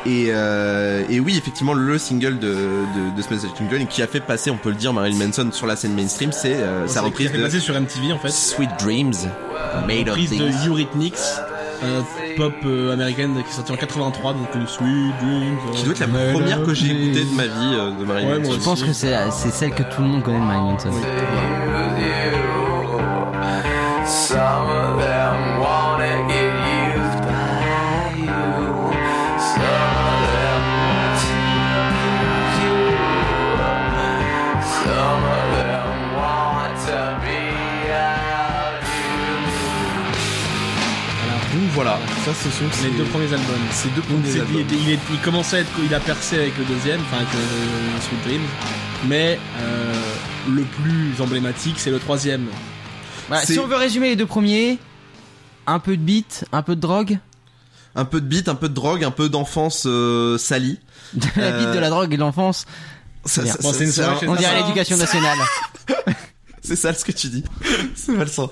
Speaker 3: Et, euh, et oui, effectivement, le single de, de, de Special Children, qui a fait passer, on peut le dire, Marilyn Manson sur la scène mainstream, c'est euh, sa
Speaker 2: C'est-
Speaker 3: reprise
Speaker 2: qui est
Speaker 3: de
Speaker 2: basé sur MTV en fait.
Speaker 3: Sweet Dreams, Made of
Speaker 2: Reprise de
Speaker 3: Things.
Speaker 2: Eurythmics, euh, pop euh, américaine qui est sortie en 83, donc euh, Sweet Dreams. euh,
Speaker 3: Qui doit être la
Speaker 2: Made
Speaker 3: première
Speaker 2: of
Speaker 3: que j'ai
Speaker 2: Things.
Speaker 3: écoutée de ma vie euh, de Marilyn
Speaker 2: Ouais,
Speaker 3: Manson.
Speaker 2: moi
Speaker 4: Je pense
Speaker 2: aussi.
Speaker 4: que c'est c'est celle que tout le monde connaît de Marilyn Manson.
Speaker 9: Some of them wanna get used by you. Some of them want to use you. Some of them want to be out
Speaker 3: Donc voilà, ça ce sont ces-
Speaker 2: Les deux premiers albums.
Speaker 3: ces deux
Speaker 2: Donc,
Speaker 3: premiers
Speaker 2: c'est-
Speaker 3: albums.
Speaker 2: il, il est- il commençait à être, il a percé avec le deuxième, enfin avec euh, Sweet Dreams, mais euh, le plus emblématique c'est le troisième.
Speaker 4: Voilà,
Speaker 3: C'est-
Speaker 4: si on veut résumer les deux premiers, un peu de beat, un peu de drogue.
Speaker 3: Un peu de beat, un peu de drogue, un peu d'enfance euh, salie.
Speaker 4: De la
Speaker 3: Euh,
Speaker 4: beat, de la drogue et de l'enfance.
Speaker 3: Ça,
Speaker 4: Bien.
Speaker 3: ça-
Speaker 2: Bon,
Speaker 3: ça-
Speaker 2: c'est une
Speaker 3: ça-
Speaker 2: soirée chez
Speaker 4: On dirait
Speaker 2: ça.
Speaker 4: l'éducation nationale.
Speaker 3: C'est ça ce que tu dis. C'est malsain.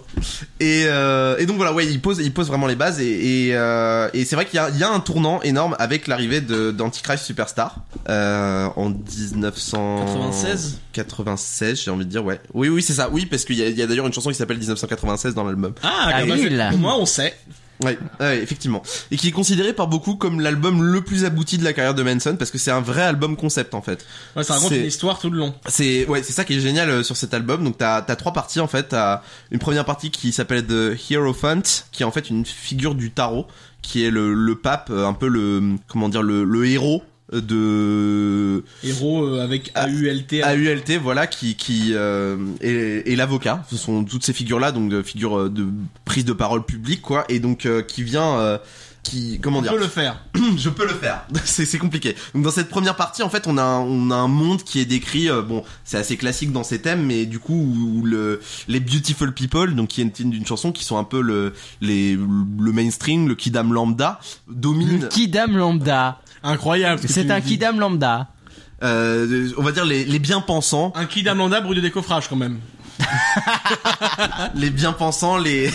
Speaker 3: Et, euh, et donc voilà, ouais, il pose, il pose vraiment les bases. Et, et, euh, et c'est vrai qu'il y a, il y a un tournant énorme avec l'arrivée de, d'Antichrist Superstar euh, en 1996.
Speaker 2: 96.
Speaker 3: 96, j'ai envie de dire, ouais. Oui, oui, c'est ça. Oui, parce qu'il y a, il y a d'ailleurs une chanson qui s'appelle 1996 dans l'album.
Speaker 2: Ah,
Speaker 4: Ah,
Speaker 2: comme
Speaker 4: nul.
Speaker 2: ça, c'est- au moins on sait.
Speaker 3: Ouais, Ah ouais, effectivement. Et qui est considéré par beaucoup comme l'album le plus abouti de la carrière de Manson parce que c'est un vrai album concept en fait.
Speaker 2: Ouais, ça raconte
Speaker 3: C'est-
Speaker 2: une histoire tout le long.
Speaker 3: C'est ouais, c'est ça qui est génial euh, sur cet album. Donc t'as t'as trois parties en fait. T'as une première partie qui s'appelle The Hierophant, qui est en fait une figure du tarot, qui est le, le pape, euh, un peu le comment dire le, le héros euh, de
Speaker 2: Héros euh, avec
Speaker 3: Ah,
Speaker 2: AULT.
Speaker 3: AULT, voilà, qui, qui euh, est, est l'avocat. Ce sont toutes ces figures-là, donc de figures euh, de prise de parole publique, quoi, et donc euh, qui vient, euh, qui comment
Speaker 2: on
Speaker 3: dire
Speaker 2: peut le faire.
Speaker 3: je peux le faire. c'est c'est compliqué. Donc dans cette première partie, en fait, on a un, on a un monde qui est décrit. euh, bon, c'est assez classique dans ces thèmes, mais du coup, où, où le, les beautiful people, donc qui est une, une- une chanson qui sont un peu le, les, le mainstream, le kidam lambda, domine.
Speaker 4: Kidam lambda.
Speaker 2: Incroyable. ce que
Speaker 4: C'est
Speaker 2: tu
Speaker 4: un
Speaker 2: dis.
Speaker 4: kidam lambda.
Speaker 3: euh, on va dire les, les bien pensants,
Speaker 2: Un kidam lambda bruit de décoffrage quand même.
Speaker 3: les bien pensants, les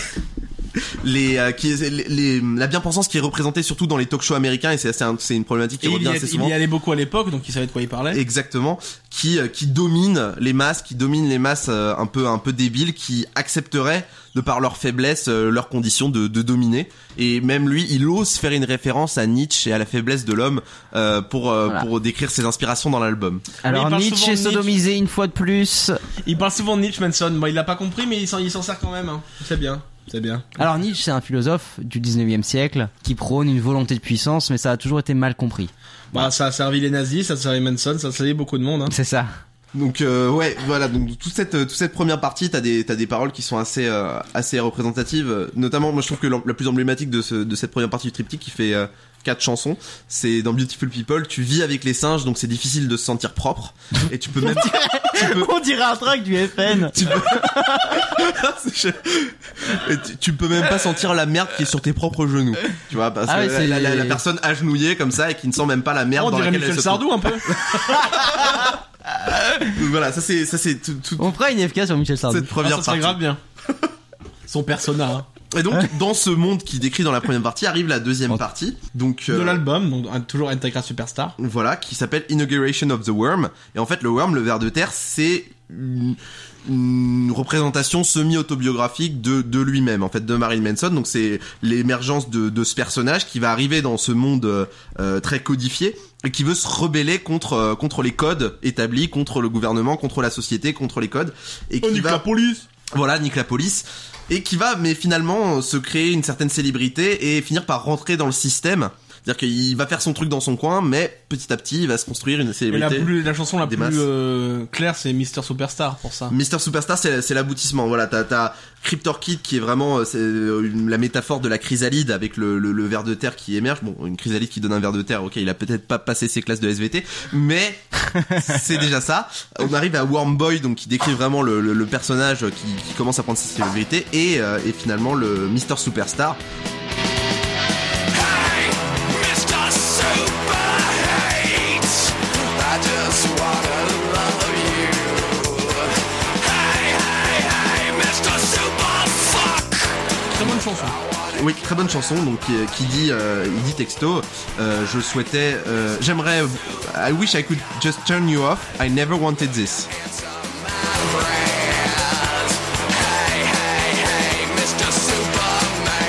Speaker 3: les, euh, qui, les, les- la bien pensance qui est représentée surtout dans les talk shows américains et c'est assez un- c'est une problématique qui
Speaker 2: Et il y,
Speaker 3: revient
Speaker 2: a-
Speaker 3: assez
Speaker 2: il
Speaker 3: souvent.
Speaker 2: y allait beaucoup à l'époque, donc il savait de quoi il parlait.
Speaker 3: Exactement, qui euh, qui domine les masses, qui domine les masses euh, un peu un peu débiles, qui accepteraient de par leur faiblesse euh, leur condition de, de dominer. Et même lui, il ose faire une référence à Nietzsche et à la faiblesse de l'homme euh, pour euh,
Speaker 4: Voilà.
Speaker 3: pour décrire ses inspirations dans l'album.
Speaker 2: Mais
Speaker 4: Alors
Speaker 2: il parle souvent
Speaker 4: Nietzsche est
Speaker 2: de Nietzsche.
Speaker 4: sodomisé une fois de plus.
Speaker 2: Il parle souvent de Nietzsche Manson. Bon, il l'a pas compris, mais il s'en il s'en sert quand même. hein. C'est bien. C'est bien.
Speaker 4: Alors Nietzsche, c'est un philosophe du 19e siècle qui prône une volonté de puissance, mais ça a toujours été mal compris.
Speaker 2: Bah, ça a servi les nazis, ça a servi Manson, ça a servi beaucoup de monde. hein.
Speaker 4: C'est ça.
Speaker 3: Donc euh, ouais, voilà. Donc toute cette toute cette première partie, t'as des t'as des paroles qui sont assez euh, assez représentatives. Euh, Notamment, moi je trouve que l'em- la plus emblématique de ce, de cette première partie du triptyque qui fait euh, quatre chansons, c'est dans Beautiful People, tu vis avec les singes, donc c'est difficile de se sentir propre. Et tu peux même
Speaker 4: On dirait un track du FN.
Speaker 3: tu peux... Et tu, tu peux même pas sentir la merde qui est sur tes propres genoux. Tu vois, parce
Speaker 4: Ah
Speaker 3: que
Speaker 4: ouais, c'est-
Speaker 3: la, la- la personne agenouillée comme ça et qui ne sent même pas la merde
Speaker 2: on
Speaker 3: dans
Speaker 2: dirait
Speaker 3: laquelle elle
Speaker 2: Michel
Speaker 3: se
Speaker 2: Sardou un peu.
Speaker 3: trouve. Donc Voilà, ça c'est ça c'est tout, tout-
Speaker 4: On fera une FK sur Michel Sardou.
Speaker 3: cette première
Speaker 2: Ah, ça serait grave
Speaker 3: partie.
Speaker 2: bien. Son persona hein.
Speaker 3: Et donc dans ce monde qui décrit dans la première partie arrive la deuxième partie. Donc
Speaker 2: de
Speaker 3: euh,
Speaker 2: l'album, donc un- toujours Integra Superstar.
Speaker 3: voilà, qui s'appelle Inauguration of the Worm. Et en fait, le worm, le ver de terre, c'est une, une représentation semi-autobiographique de, de lui-même, en fait, de Marilyn Manson. Donc c'est l'émergence de, de ce personnage qui va arriver dans ce monde euh, euh, très codifié et qui veut se rebeller contre euh, contre les codes établis, contre le gouvernement, contre la société, contre les codes, et qui va
Speaker 2: police
Speaker 3: voilà, nique la police. Et qui va, mais finalement, euh, se créer une certaine célébrité et finir par rentrer dans le système. C'est-à-dire qu'il va faire son truc dans son coin, mais petit à petit, il va se construire une
Speaker 2: Et la,
Speaker 3: célébrité.
Speaker 2: plus- la chanson la
Speaker 3: Des
Speaker 2: plus
Speaker 3: masses.
Speaker 2: euh, claire, c'est Mister Superstar pour ça.
Speaker 3: Mister Superstar, c'est c'est l'aboutissement. Voilà, t'as t'as Cryptor Kid qui est vraiment euh, c'est, euh, une- la métaphore de la chrysalide avec le, le, le verre de terre qui émerge. Bon, une chrysalide qui donne un verre de terre. Ok, il a peut-être pas passé ses classes de SVT, mais c'est déjà ça. On arrive à Worm Boy, donc qui décrit vraiment le, le- le personnage qui, qui commence à prendre ses SVT et, euh, et finalement le Mister Superstar.
Speaker 2: Très bonne chanson.
Speaker 3: Oui, très bonne chanson. Donc qui, qui dit, euh, il dit texto. euh, je souhaitais, euh, j'aimerais. I wish I could just turn you off. I never wanted this.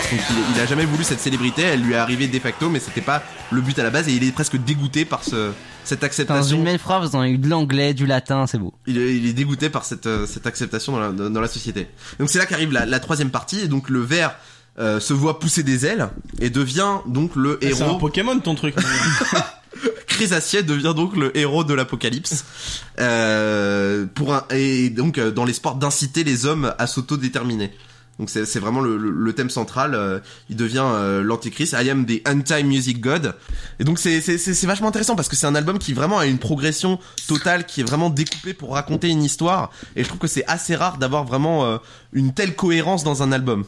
Speaker 3: Donc il, il a jamais voulu cette célébrité, elle lui est arrivée de facto, mais c'était pas le but à la base et il est presque dégoûté par ce, cette
Speaker 4: Dans
Speaker 3: acceptation.
Speaker 4: une même phrase, dans de l'anglais, du latin, c'est beau.
Speaker 3: Il est, il est dégoûté par cette, euh, cette acceptation dans la, dans dans la société. Donc c'est là qu'arrive la, la troisième partie et donc le ver euh, se voit pousser des ailes et devient donc le
Speaker 2: C'est un
Speaker 3: héros.
Speaker 2: Pokémon ton truc.
Speaker 3: Chrysacier devient donc le héros de l'apocalypse euh, pour un et donc euh, dans l'espoir d'inciter les hommes à s'autodéterminer. Donc c'est c'est vraiment le, le- le thème central. euh, il devient euh, l'antichrist. I am the anti-music god. Et donc c'est c'est c'est c'est vachement intéressant parce que c'est un album qui vraiment a une progression totale, qui est vraiment découpée pour raconter une histoire. Et je trouve que c'est assez rare d'avoir vraiment euh, une telle cohérence dans un album.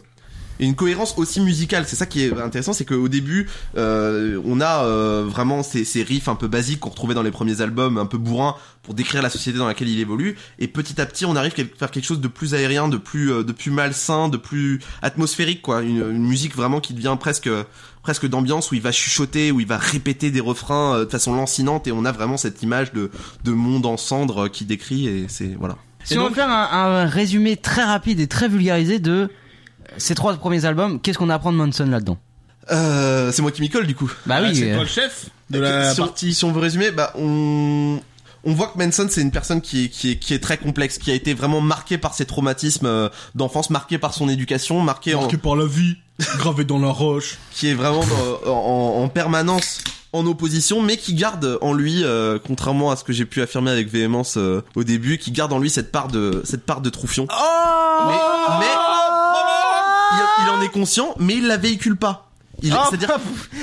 Speaker 3: Et une cohérence aussi musicale, c'est ça qui est intéressant, c'est qu'au début, euh, on a euh, vraiment ces, ces riffs un peu basiques qu'on retrouvait dans les premiers albums, un peu bourrins, pour décrire la société dans laquelle il évolue. Et petit à petit, on arrive à faire quelque chose de plus aérien, de plus, euh, de plus malsain, de plus atmosphérique, quoi. Une, une musique vraiment qui devient presque, presque d'ambiance où il va chuchoter, où il va répéter des refrains euh, de façon lancinante, et on a vraiment cette image de, de monde en cendres euh, qui décrit, et c'est voilà.
Speaker 4: Si on veut faire un, un résumé très rapide et très vulgarisé de ces trois premiers albums, qu'est-ce qu'on apprend de Manson là-dedans
Speaker 3: Euh, c'est moi qui m'y colle du coup.
Speaker 4: Bah oui,
Speaker 2: Ah, c'est
Speaker 4: euh,
Speaker 2: toi le chef de la
Speaker 3: si on,
Speaker 2: partie.
Speaker 3: si on veut résumer, bah on on voit que Manson c'est une personne qui est, qui est qui est très complexe, qui a été vraiment marquée par ses traumatismes euh, d'enfance, marquée par son éducation, marquée en,
Speaker 2: par la vie, gravé dans la roche.
Speaker 3: qui est vraiment dans- euh, en, en permanence en opposition, mais qui garde en lui, euh, contrairement à ce que j'ai pu affirmer avec véhémence euh, au début, qui garde en lui cette part de cette part de troufion. mais, mais- il, il en est conscient, mais il la véhicule pas. Il,
Speaker 4: Oh,
Speaker 3: c'est-à-dire,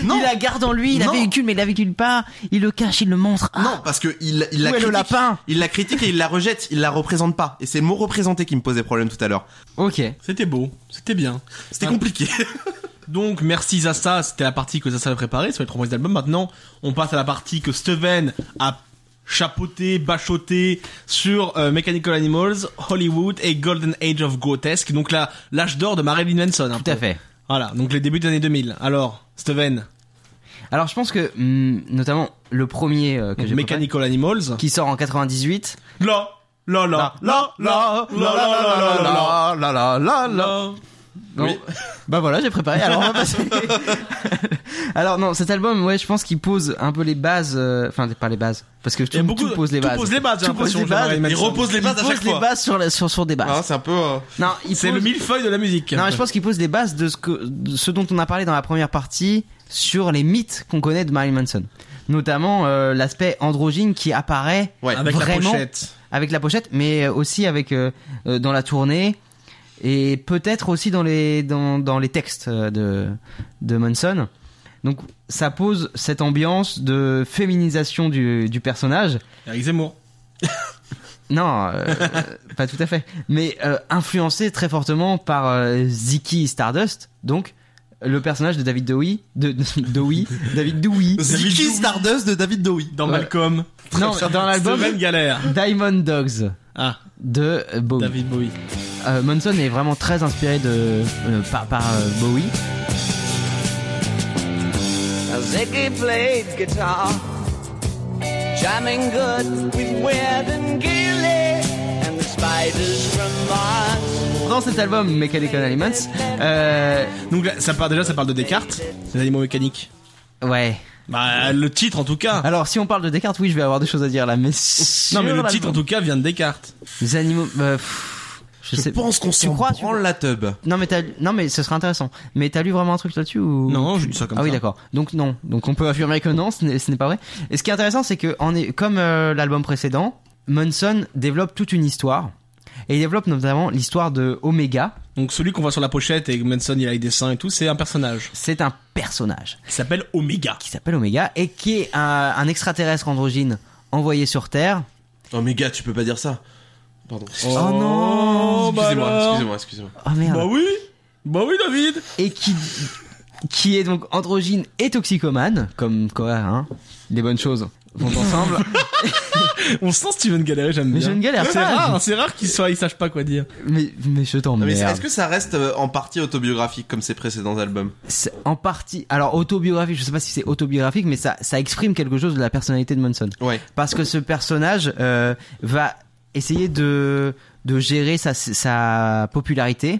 Speaker 3: non,
Speaker 4: il la garde en lui, il la
Speaker 3: Non.
Speaker 4: véhicule, mais il la véhicule pas, il le cache, il le montre. Ah,
Speaker 3: non, parce que il, il la
Speaker 4: où est le
Speaker 3: critique.
Speaker 4: lapin
Speaker 3: Il la critique et il la rejette, il la représente pas. Et c'est le mot représenter qui me posait problème tout à l'heure.
Speaker 4: Ok.
Speaker 2: C'était beau, c'était bien.
Speaker 3: C'était
Speaker 2: Ah.
Speaker 3: compliqué.
Speaker 2: Donc merci Zaza, c'était la partie que Zaza a préparée sur les trois premiers albums. Maintenant, on passe à la partie que Steven a chapeauté, bachoté sur euh, Mechanical Animals, Hollywood et Golden Age of Grotesque. Donc là, l'âge d'or de Marilyn Manson. un
Speaker 4: Tout à
Speaker 2: peu.
Speaker 4: fait.
Speaker 2: Voilà, donc les débuts des années 2000. Alors, Steven,
Speaker 4: Alors je pense que hum, notamment le premier euh, que j'ai préparé,
Speaker 2: Mechanical Animals.
Speaker 4: qui sort en 98.
Speaker 2: Là, là, là, là, là, là, là, là, là,
Speaker 4: la la la la.
Speaker 2: là.
Speaker 4: Non. Bah voilà, j'ai préparé. Alors on va passer. alors non, cet album, ouais, je pense qu'il pose un peu les bases. euh, Enfin, pas les bases, parce que tout,
Speaker 2: Il y a beaucoup-
Speaker 4: tout pose les
Speaker 2: tout
Speaker 4: bases.
Speaker 2: pose les bases, j'ai
Speaker 4: Tout pose
Speaker 2: l'impression,
Speaker 4: les bases.
Speaker 2: Jean-Marie Manson.
Speaker 4: Il repose les bases.
Speaker 3: à chaque fois.
Speaker 4: sur, la- sur sur des bases.
Speaker 3: c'est un peu. euh,
Speaker 4: non, il
Speaker 2: Ah, C'est le
Speaker 4: pose-
Speaker 2: millefeuille de la musique.
Speaker 4: Non, mais je pense qu'il pose les bases de ce, que, de ce dont on a parlé dans la première partie sur les mythes qu'on connaît de Marilyn Manson. Notamment euh, l'aspect androgyne qui apparaît
Speaker 3: Ouais.
Speaker 2: Avec la
Speaker 4: vraiment
Speaker 2: pochette.
Speaker 4: avec la pochette, mais aussi avec euh, euh, dans la tournée et peut-être aussi dans les dans, dans les textes euh, de de Manson. Donc ça pose cette ambiance de féminisation du, du personnage.
Speaker 2: Eric Zemmour.
Speaker 4: Non, euh, pas tout à fait, mais euh, influencé très fortement par euh, Ziki Stardust, donc le personnage de David Dowie, de Dowie, David Dowie,
Speaker 3: Ziggy Stardust de David Dowie.
Speaker 2: Dans
Speaker 4: Ouais.
Speaker 2: Malcolm.
Speaker 4: Non, dans l'album-
Speaker 2: Steven Galère.
Speaker 4: Diamond Dogs
Speaker 2: Ah,
Speaker 4: de Bowie.
Speaker 2: David Bowie.
Speaker 4: Euh, Manson est vraiment très inspiré de euh, par, par, euh, Bowie.
Speaker 9: Ziggy played guitar, jamming good with Weird and Gilly and the spiders from Mars.
Speaker 4: Dans cet album Mechanical Elements, euh,
Speaker 2: Donc là, ça parle déjà, ça parle de Descartes, les animaux mécaniques.
Speaker 4: ouais.
Speaker 2: Bah le titre en tout cas.
Speaker 4: Alors si on parle de Descartes,
Speaker 2: Ah,
Speaker 4: oui, je vais avoir des choses à dire là, mais
Speaker 2: non mais le
Speaker 4: sur
Speaker 2: titre en
Speaker 4: l'album-
Speaker 2: tout cas vient de Descartes.
Speaker 4: Les animaux. bah, pff, Je
Speaker 3: Je,
Speaker 4: sais.
Speaker 3: pense qu'on
Speaker 4: Tu
Speaker 3: s'en
Speaker 4: crois, tu
Speaker 3: branle la tub.
Speaker 4: Non mais t'as non mais ce serait intéressant. Mais t'as lu vraiment un truc là-dessus ou
Speaker 2: Non, j'ai lu ça comme
Speaker 4: Ah oui
Speaker 2: ça.
Speaker 4: d'accord. Donc non, donc on peut affirmer que non, ce n'est ce n'est pas vrai. Et ce qui est intéressant c'est que en est comme euh, l'album précédent, Munson développe toute une histoire et il développe notamment l'histoire de Omega.
Speaker 2: Donc celui qu'on voit sur la pochette et Manson il a les dessins et tout, c'est un personnage.
Speaker 4: C'est un personnage
Speaker 2: Il s'appelle Omega.
Speaker 4: qui s'appelle Omega et qui est un, un extraterrestre androgyne envoyé sur Terre.
Speaker 3: Oh mais gars, tu peux pas dire ça. Pardon.
Speaker 4: Oh, bah
Speaker 2: Ah Bah
Speaker 3: excusez-moi,
Speaker 4: non
Speaker 2: alors.
Speaker 3: excusez-moi, excusez-moi.
Speaker 4: Oh merde.
Speaker 2: Bah oui Bah oui David
Speaker 4: et qui qui est donc androgyne et toxicomane comme quoi hein. Les bonnes choses vont ensemble.
Speaker 2: On sent Steven galérer, j'aime
Speaker 4: Mais
Speaker 2: bien.
Speaker 4: je ne galère
Speaker 2: C'est
Speaker 4: pas.
Speaker 2: rare, hein, c'est rare qu'il soit, il sache pas quoi dire.
Speaker 4: Mais, mais je
Speaker 3: Non, mais c'est-
Speaker 4: t'emmerde.
Speaker 3: est-ce que ça reste euh, en partie autobiographique comme ses précédents albums
Speaker 4: C'est en partie. Alors, autobiographique, je sais pas si c'est autobiographique, mais ça, ça exprime quelque chose de la personnalité de Manson.
Speaker 3: Ouais.
Speaker 4: Parce que ce personnage euh, va essayer de, de gérer sa, sa popularité.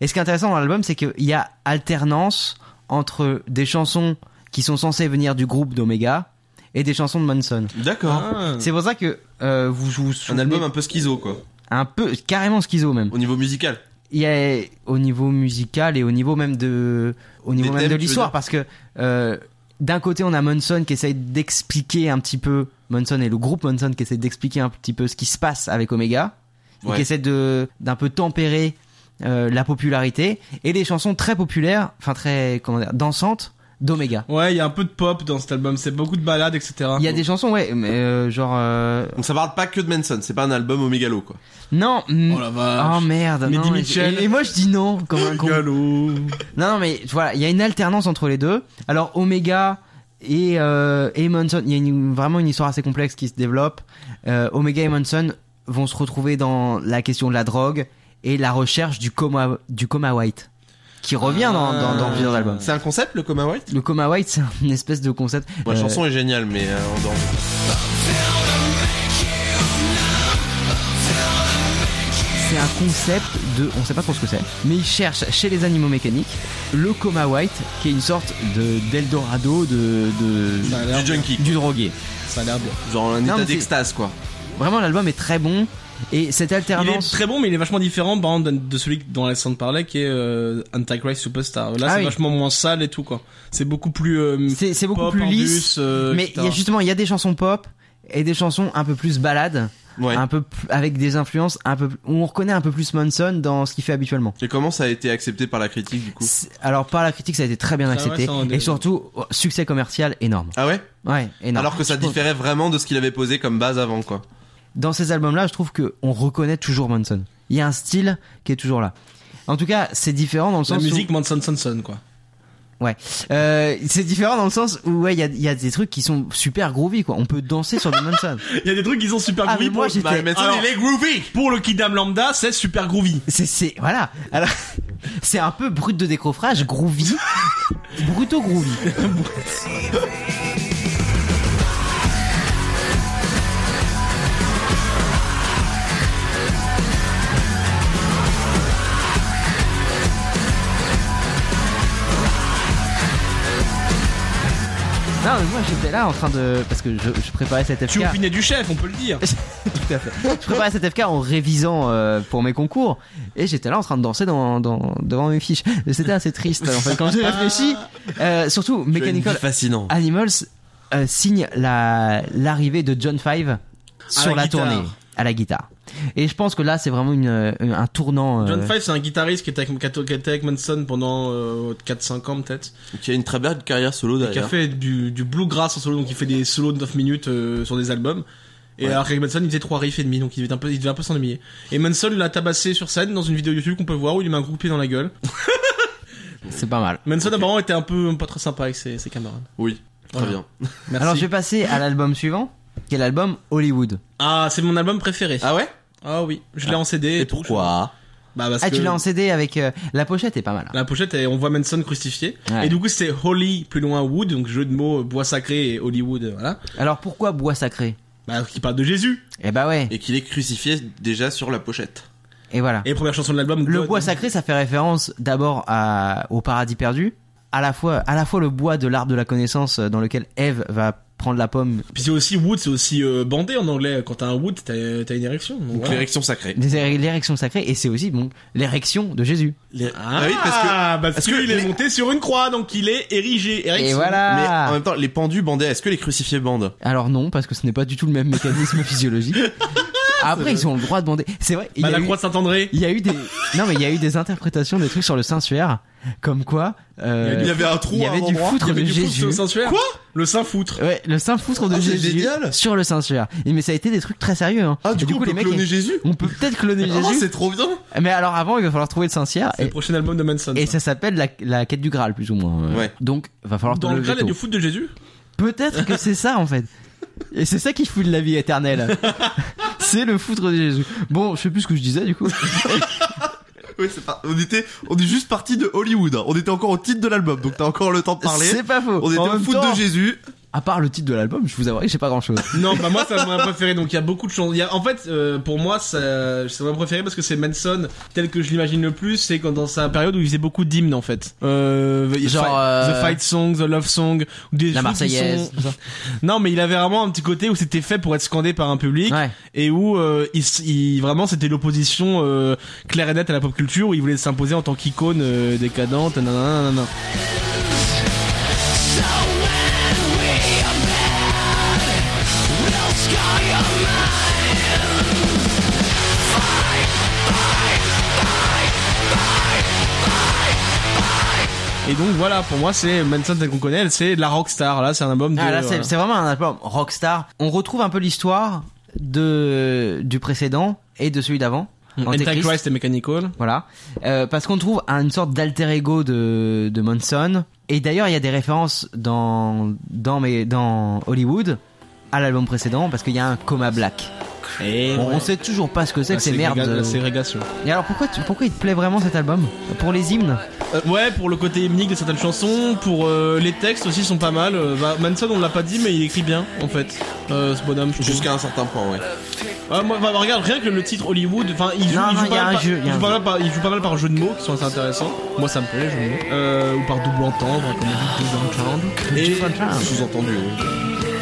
Speaker 4: Et ce qui est intéressant dans l'album, c'est qu'il y a alternance entre des chansons qui sont censées venir du groupe d'Omega et des chansons de Manson.
Speaker 3: D'accord.
Speaker 4: C'est pour ça que euh, vous, vous vous
Speaker 3: Ah. un
Speaker 4: souvenez-
Speaker 3: album un peu schizo quoi,
Speaker 4: un peu carrément schizo même.
Speaker 3: au niveau musical.
Speaker 4: il y a au niveau musical et au niveau même de au niveau
Speaker 3: Des
Speaker 4: même
Speaker 3: thèmes, tu
Speaker 4: de
Speaker 3: veux
Speaker 4: l'histoire
Speaker 3: dire
Speaker 4: parce que euh, d'un côté on a Monson qui essaye d'expliquer un petit peu Monson et le groupe Monson qui essaye d'expliquer un petit peu ce qui se passe avec Omega et
Speaker 3: Ouais.
Speaker 4: qui essaie de d'un peu tempérer euh, la popularité et les chansons très populaires enfin très comment dire dansantes d'Omega
Speaker 2: Ouais, il y a un peu de pop dans cet album, c'est beaucoup de balades, etc.
Speaker 3: Ah,
Speaker 4: il y a des chansons ouais mais euh, genre euh,
Speaker 3: Donc ça parle pas que de Manson, c'est pas un album au mégalo quoi.
Speaker 4: non mm,
Speaker 2: Oh la
Speaker 4: Oh
Speaker 2: vache.
Speaker 4: merde,
Speaker 2: Mehdi
Speaker 4: non, mais-
Speaker 2: Mitchell.
Speaker 4: Et, et moi je dis non, comme un con.
Speaker 2: Galop.
Speaker 4: Non, non, mais voilà, il y a une alternance entre les deux. Alors, Omega et, euh, et Manson, il y a une- vraiment une histoire assez complexe qui se développe. Euh, Omega et Manson vont se retrouver dans la question de la drogue et la recherche du coma, du coma white, qui revient dans, dans,
Speaker 2: Ah.
Speaker 4: dans plusieurs albums.
Speaker 3: C'est un concept le coma white
Speaker 4: Le coma white, c'est une espèce de concept.
Speaker 3: Bon, La
Speaker 4: euh,
Speaker 3: chanson est géniale mais euh, on dort.
Speaker 4: C'est un concept de, on sait pas trop ce que c'est, mais ils cherchent chez les animaux mécaniques le coma white, qui est une sorte de d'eldorado de, de
Speaker 2: Ça a l'air
Speaker 3: Du junkie.
Speaker 4: du drogué.
Speaker 2: Ça a l'air bien.
Speaker 3: Genre un
Speaker 4: Non, mais
Speaker 3: état
Speaker 4: c'est-
Speaker 3: d'extase quoi.
Speaker 4: Vraiment, l'album est très bon et cette
Speaker 2: Il est
Speaker 4: alternance.
Speaker 2: très bon, mais il est vachement différent par exemple, de- de celui dont Alexandre parlait, qui est euh, Antichrist Superstar. Là,
Speaker 4: Ah
Speaker 2: c'est
Speaker 4: oui.
Speaker 2: vachement moins sale et tout, quoi. C'est beaucoup plus. euh,
Speaker 4: C'est c'est beaucoup
Speaker 2: pop,
Speaker 4: plus
Speaker 2: en
Speaker 4: lisse.
Speaker 2: bus, euh,
Speaker 4: mais il
Speaker 2: etc.
Speaker 4: y a justement, il y a des chansons pop et des chansons un peu plus balades,
Speaker 3: Ouais.
Speaker 4: un peu plus- avec des influences un peu. où On reconnaît un peu plus Manson dans ce qu'il fait habituellement.
Speaker 3: Et comment ça a été accepté par la critique du coup
Speaker 4: C'est- Alors par la critique, ça a été très bien
Speaker 2: Ça, Ah ouais,
Speaker 4: accepté
Speaker 2: ça, on est-
Speaker 4: et surtout oh, succès commercial énorme.
Speaker 3: Ah ouais
Speaker 4: Ouais, énorme.
Speaker 3: Alors que ça
Speaker 4: Je pense-
Speaker 3: différait vraiment de ce qu'il avait posé comme base avant quoi.
Speaker 4: dans ces albums-là, je trouve que on reconnaît toujours Manson. Il y a un style qui est toujours là. En tout cas, c'est différent dans le
Speaker 2: La
Speaker 4: sens où
Speaker 2: musique Manson Sanson, quoi.
Speaker 4: Ouais, Euh, c'est différent dans le sens où ouais, il y a, il y a des trucs qui sont super groovy quoi. On peut danser sur du Manson.
Speaker 2: Il y a des trucs qui sont super
Speaker 4: Ah,
Speaker 2: groovy
Speaker 4: mais moi,
Speaker 2: pour-
Speaker 4: j'étais-
Speaker 2: Bah, mais ça,
Speaker 3: Alors-
Speaker 2: il est groovy Pour le Kidam Lambda, c'est super groovy.
Speaker 4: C'est c'est voilà. Alors c'est un peu brut de décoffrage, groovy, bruto groovy. Non mais moi j'étais là en train de parce que je, je préparais cette FK.
Speaker 2: Tu opinais du chef, on peut le dire.
Speaker 4: Tout à fait. Je préparais cette FK en révisant euh, pour mes concours et j'étais là en train de danser dans, dans- devant mes fiches. C'était assez triste en fait quand j'ai réfléchi. Euh, surtout, Mechanical
Speaker 3: fascinant.
Speaker 4: Animals euh, signe la- l'arrivée de John Five sur
Speaker 2: la
Speaker 4: la,
Speaker 2: guitare.
Speaker 4: tournée à la guitare. Et je pense que là, c'est vraiment une, euh, un tournant. euh,
Speaker 2: John Five, c'est un guitariste qui était avec, qui était avec Manson pendant euh, 4-5 ans, peut-être.
Speaker 3: Qui a une très belle carrière solo
Speaker 2: qui a
Speaker 3: d'ailleurs.
Speaker 2: fait du, du bluegrass en solo, donc il fait des solos de 9 minutes euh, sur des albums. Et alors qu'avec Manson, il faisait 3 riffs et demi, donc il devait un peu, il devait un peu s'ennuyer. Et Manson l'a tabassé sur scène dans une vidéo YouTube qu'on peut voir où il lui met un groupé dans la gueule.
Speaker 4: C'est pas mal.
Speaker 2: Manson, apparemment, était un peu pas très sympa avec ses, ses camarades.
Speaker 3: Oui, très
Speaker 2: Voilà.
Speaker 3: bien.
Speaker 2: Merci.
Speaker 4: Alors je vais passer à l'album suivant, qui est l'album Hollywood.
Speaker 2: Ah, c'est mon album préféré. Ah,
Speaker 3: Ah ouais
Speaker 2: oui, je l'ai en CD.
Speaker 3: Et
Speaker 2: tout,
Speaker 3: pourquoi
Speaker 2: je- Bah parce
Speaker 4: Ah,
Speaker 2: que
Speaker 4: tu l'as en CD avec euh, la pochette est pas mal.
Speaker 2: la pochette, elle- on voit Manson crucifié.
Speaker 4: Ouais.
Speaker 2: Et du coup, c'est Holy plus loin Wood, donc jeu de mots euh, bois sacré et Hollywood, euh, voilà.
Speaker 4: Alors pourquoi Bois Sacré
Speaker 2: Bah, qui parle de Jésus.
Speaker 4: Eh bah ouais.
Speaker 3: Et qu'il est crucifié déjà sur la pochette.
Speaker 4: Et voilà.
Speaker 2: Et première chanson de l'album.
Speaker 4: Le
Speaker 2: God.
Speaker 4: bois sacré, ça fait référence d'abord à- au paradis perdu, à la fois, à la fois le bois de l'arbre de la connaissance euh, dans lequel Ève va prendre la pomme.
Speaker 2: Puis c'est aussi wood, c'est aussi euh, bandé en anglais. Quand t'as un wood, t'as t'as une érection. Donc
Speaker 3: Donc
Speaker 2: voilà.
Speaker 3: l'érection sacrée.
Speaker 4: Des éré- L'érection sacrée, et c'est aussi bon, l'érection de Jésus.
Speaker 2: Ah,
Speaker 3: Ah oui, parce que-
Speaker 2: parce
Speaker 3: parce
Speaker 2: qu'il
Speaker 3: que
Speaker 2: est
Speaker 3: les-
Speaker 2: monté sur une croix, donc il est érigé. bah,
Speaker 4: Et
Speaker 2: érection.
Speaker 3: Mais en
Speaker 4: voilà
Speaker 3: même temps, les pendus bandés, est-ce que les crucifiés bandent
Speaker 4: Alors non, parce que ce n'est pas du tout le même mécanisme physiologique. Après, ils ont le droit de demander. C'est vrai, il y
Speaker 2: Bah,
Speaker 4: a
Speaker 2: la
Speaker 4: eu-
Speaker 2: croix de Saint-André.
Speaker 4: Il y a eu des non mais il y a eu des interprétations des trucs sur le sensuaire comme quoi euh,
Speaker 3: Il y avait un trou
Speaker 4: il y
Speaker 3: à un
Speaker 4: avait du
Speaker 3: endroit,
Speaker 4: foutre
Speaker 2: Il y avait
Speaker 4: de
Speaker 2: du foutre sur
Speaker 4: Jésus
Speaker 2: le sanctuaire. Quoi Le saint foutre.
Speaker 4: euh, ouais le saint foutre de
Speaker 3: Ah, c'est
Speaker 4: Jésus
Speaker 3: génial.
Speaker 4: sur le sensuaire et mais ça a été des trucs très sérieux hein.
Speaker 3: Ah,
Speaker 4: Et
Speaker 3: du coup, on peut
Speaker 4: les mecs
Speaker 3: cloner
Speaker 4: ils-
Speaker 3: Jésus
Speaker 4: on peut peut-être cloner
Speaker 3: Oh,
Speaker 4: Jésus
Speaker 3: c'est trop bien
Speaker 4: mais alors avant il va falloir trouver le sanctuaire
Speaker 2: C'est
Speaker 4: et,
Speaker 2: le prochain album de Manson.
Speaker 4: et
Speaker 2: ça.
Speaker 4: ça s'appelle la, la quête du Graal plus ou moins Euh,
Speaker 3: Ouais.
Speaker 4: donc va falloir te
Speaker 2: Dans le
Speaker 4: lever
Speaker 2: crâne, il y a
Speaker 4: tôt.
Speaker 2: du foot de Jésus.
Speaker 4: peut-être que c'est ça en fait et c'est ça qui fout de la vie éternelle c'est le foutre de Jésus bon je sais plus ce que je disais du coup
Speaker 3: Oui, c'est pas... On était... On est juste parti de Hollywood. hein. On était encore au titre de l'album, donc t'as encore le temps de parler.
Speaker 4: c'est pas faux
Speaker 3: On était
Speaker 4: En
Speaker 3: au
Speaker 4: même
Speaker 3: foot
Speaker 4: temps,
Speaker 3: de Jésus.
Speaker 4: À part le titre de l'album, je vous avouerai que j'ai pas grand chose.
Speaker 2: Non, bah moi, c'est ma préféré. Donc il y a beaucoup de choses. Il y a- En fait, euh, pour moi, ça- c'est ma préféré parce que c'est Manson tel que je l'imagine le plus. C'est quand dans sa période où il faisait beaucoup d'hymnes en fait. Euh, il y a
Speaker 4: Genre,
Speaker 2: fi-
Speaker 4: euh,
Speaker 2: the fight song, the love song, ou des choses
Speaker 4: La
Speaker 2: qui
Speaker 4: Marseillaise,
Speaker 2: sont- Non, mais il avait vraiment un petit côté où c'était fait pour être scandé par un public.
Speaker 4: Ouais.
Speaker 2: et où euh, il, s- il- vraiment c'était l'opposition euh, claire et nette à la pop culture où il voulait s'imposer en tant qu'icône euh, décadente nanana, nanana. Et donc voilà, pour moi c'est Manson tel qu'on connaît, c'est de la rockstar. Là, c'est un album de.
Speaker 4: Ah, là, c'est
Speaker 2: voilà.
Speaker 4: c'est vraiment un album rockstar. On retrouve un peu l'histoire de du précédent et de celui d'avant. Antéchrist.
Speaker 2: Mmh. Antichrist et Mechanical.
Speaker 4: Voilà, Euh, parce qu'on trouve un- une sorte d'alter ego de, de Manson. Et d'ailleurs, il y a des références dans dans mais dans Hollywood à l'album précédent parce qu'il y a un coma black.
Speaker 2: Et Ah,
Speaker 4: Bon, On sait toujours pas ce que c'est euh. que ces merdes.
Speaker 2: La ségrégation.
Speaker 4: Et alors pourquoi tu- pourquoi il te plaît vraiment cet album pour les hymnes
Speaker 2: Euh, ouais, pour le côté hymnique de certaines chansons, pour euh, les textes aussi sont pas mal. Euh, bah, Manson, on l'a pas dit, mais il écrit bien en fait, euh, ce bonhomme. je trouve.
Speaker 3: Jusqu'à un certain point, ouais.
Speaker 2: Ah, moi, bah, regarde, rien que le titre Hollywood, enfin, il joue
Speaker 4: Non,
Speaker 2: il
Speaker 4: non,
Speaker 2: joue
Speaker 4: y a
Speaker 2: pas mal
Speaker 4: un
Speaker 2: par-
Speaker 4: jeu, y a
Speaker 2: il joue
Speaker 4: un
Speaker 2: pas
Speaker 4: jeu.
Speaker 2: mal par- il joue pas mal par jeu de mots qui sont assez intéressants. Moi, ça me plaît les jeux de mots. Euh, ou par double entendre, comme on dit, double entendre. Et-
Speaker 3: Sous-entendu. oui.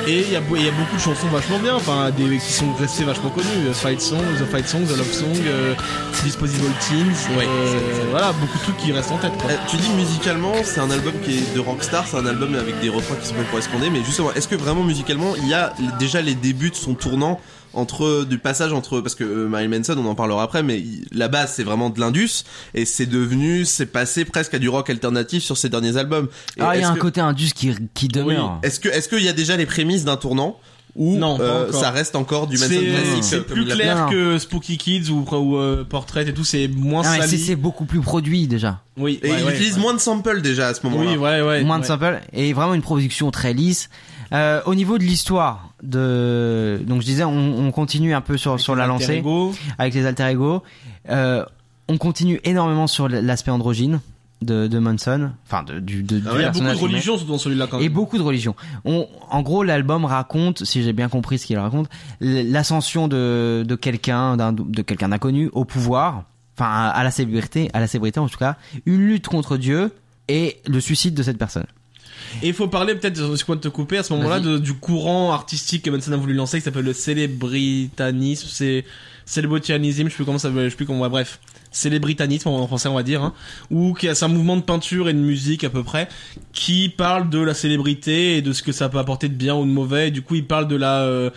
Speaker 2: Et il y, a beau- il y a beaucoup de chansons vachement bien, enfin, des qui sont restées vachement connues. Euh, Fight Song, The Fight Song, The Love Song, euh, Disposable Teens.
Speaker 3: Ouais.
Speaker 2: euh, voilà, beaucoup de trucs qui restent en tête. Quoi.
Speaker 3: Euh, tu dis musicalement, c'est un album qui est de rockstar, c'est un album avec des refrains qui se peuvent correspondre, mais justement, est-ce que vraiment musicalement, il y a déjà les débuts de son tournant entre du passage entre parce que euh, Marilyn Manson on en parlera après mais il- la base c'est vraiment de l'indus et c'est devenu c'est passé presque à du rock alternatif sur ses derniers albums Et
Speaker 4: Ah, il y
Speaker 3: est-ce
Speaker 4: a un
Speaker 3: que-
Speaker 4: côté indus qui qui demeure.
Speaker 3: Est-ce que est-ce qu'il y a déjà les prémices d'un tournant ou
Speaker 2: Non, pas
Speaker 3: euh,
Speaker 2: encore.
Speaker 3: ça reste encore du Manson
Speaker 2: C'est-
Speaker 3: classique euh,
Speaker 2: C'est
Speaker 3: comme
Speaker 2: plus
Speaker 3: il l'a-
Speaker 2: clair
Speaker 4: Non.
Speaker 2: que Spooky Kids ou, ou, euh, Portrait et tout, c'est moins
Speaker 4: Ah ouais, c'est-
Speaker 2: sali.
Speaker 4: c'est beaucoup plus produit déjà.
Speaker 2: Oui,
Speaker 3: Et
Speaker 2: ouais,
Speaker 3: il
Speaker 2: ouais,
Speaker 3: utilise
Speaker 2: ouais.
Speaker 3: moins de samples déjà à ce moment-là.
Speaker 2: Oui, ouais, ouais.
Speaker 4: moins
Speaker 2: ouais.
Speaker 4: de simple et vraiment une production très lisse. Euh, au niveau de l'histoire de donc je disais on, on continue un peu sur sur la
Speaker 2: Alter
Speaker 4: lancée
Speaker 2: ego. Ah
Speaker 4: avec les alter ego. Euh, on continue énormément sur l'aspect androgyne de, de Manson, enfin de, du de,
Speaker 2: Il
Speaker 4: du
Speaker 2: y a Ah beaucoup
Speaker 4: personnage
Speaker 2: de
Speaker 4: humain.
Speaker 2: religions dans celui-là quand même.
Speaker 4: Et beaucoup de religions. On, en gros, l'album raconte, si j'ai bien compris ce qu'il raconte, l- l'ascension de, de quelqu'un, d'un- de quelqu'un d'inconnu au pouvoir, enfin à, à la célébrité, à la célébrité en tout cas, une lutte contre Dieu et le suicide de cette personne.
Speaker 2: Et il faut parler peut-être, excuse-moi de te couper, à ce moment-là,
Speaker 4: Vas-y.
Speaker 2: de- du courant artistique que Manson a voulu lancer, qui s'appelle le célébritanisme, c'est célébritanisme, je sais plus comment ça, veut- je sais plus comment, ouais, bref, célébritanisme en français on va dire, hein, ou qui a- c'est un mouvement de peinture et de musique à peu près, qui parle de la célébrité et de ce que ça peut apporter de bien ou de mauvais. Et du coup, il parle de la euh,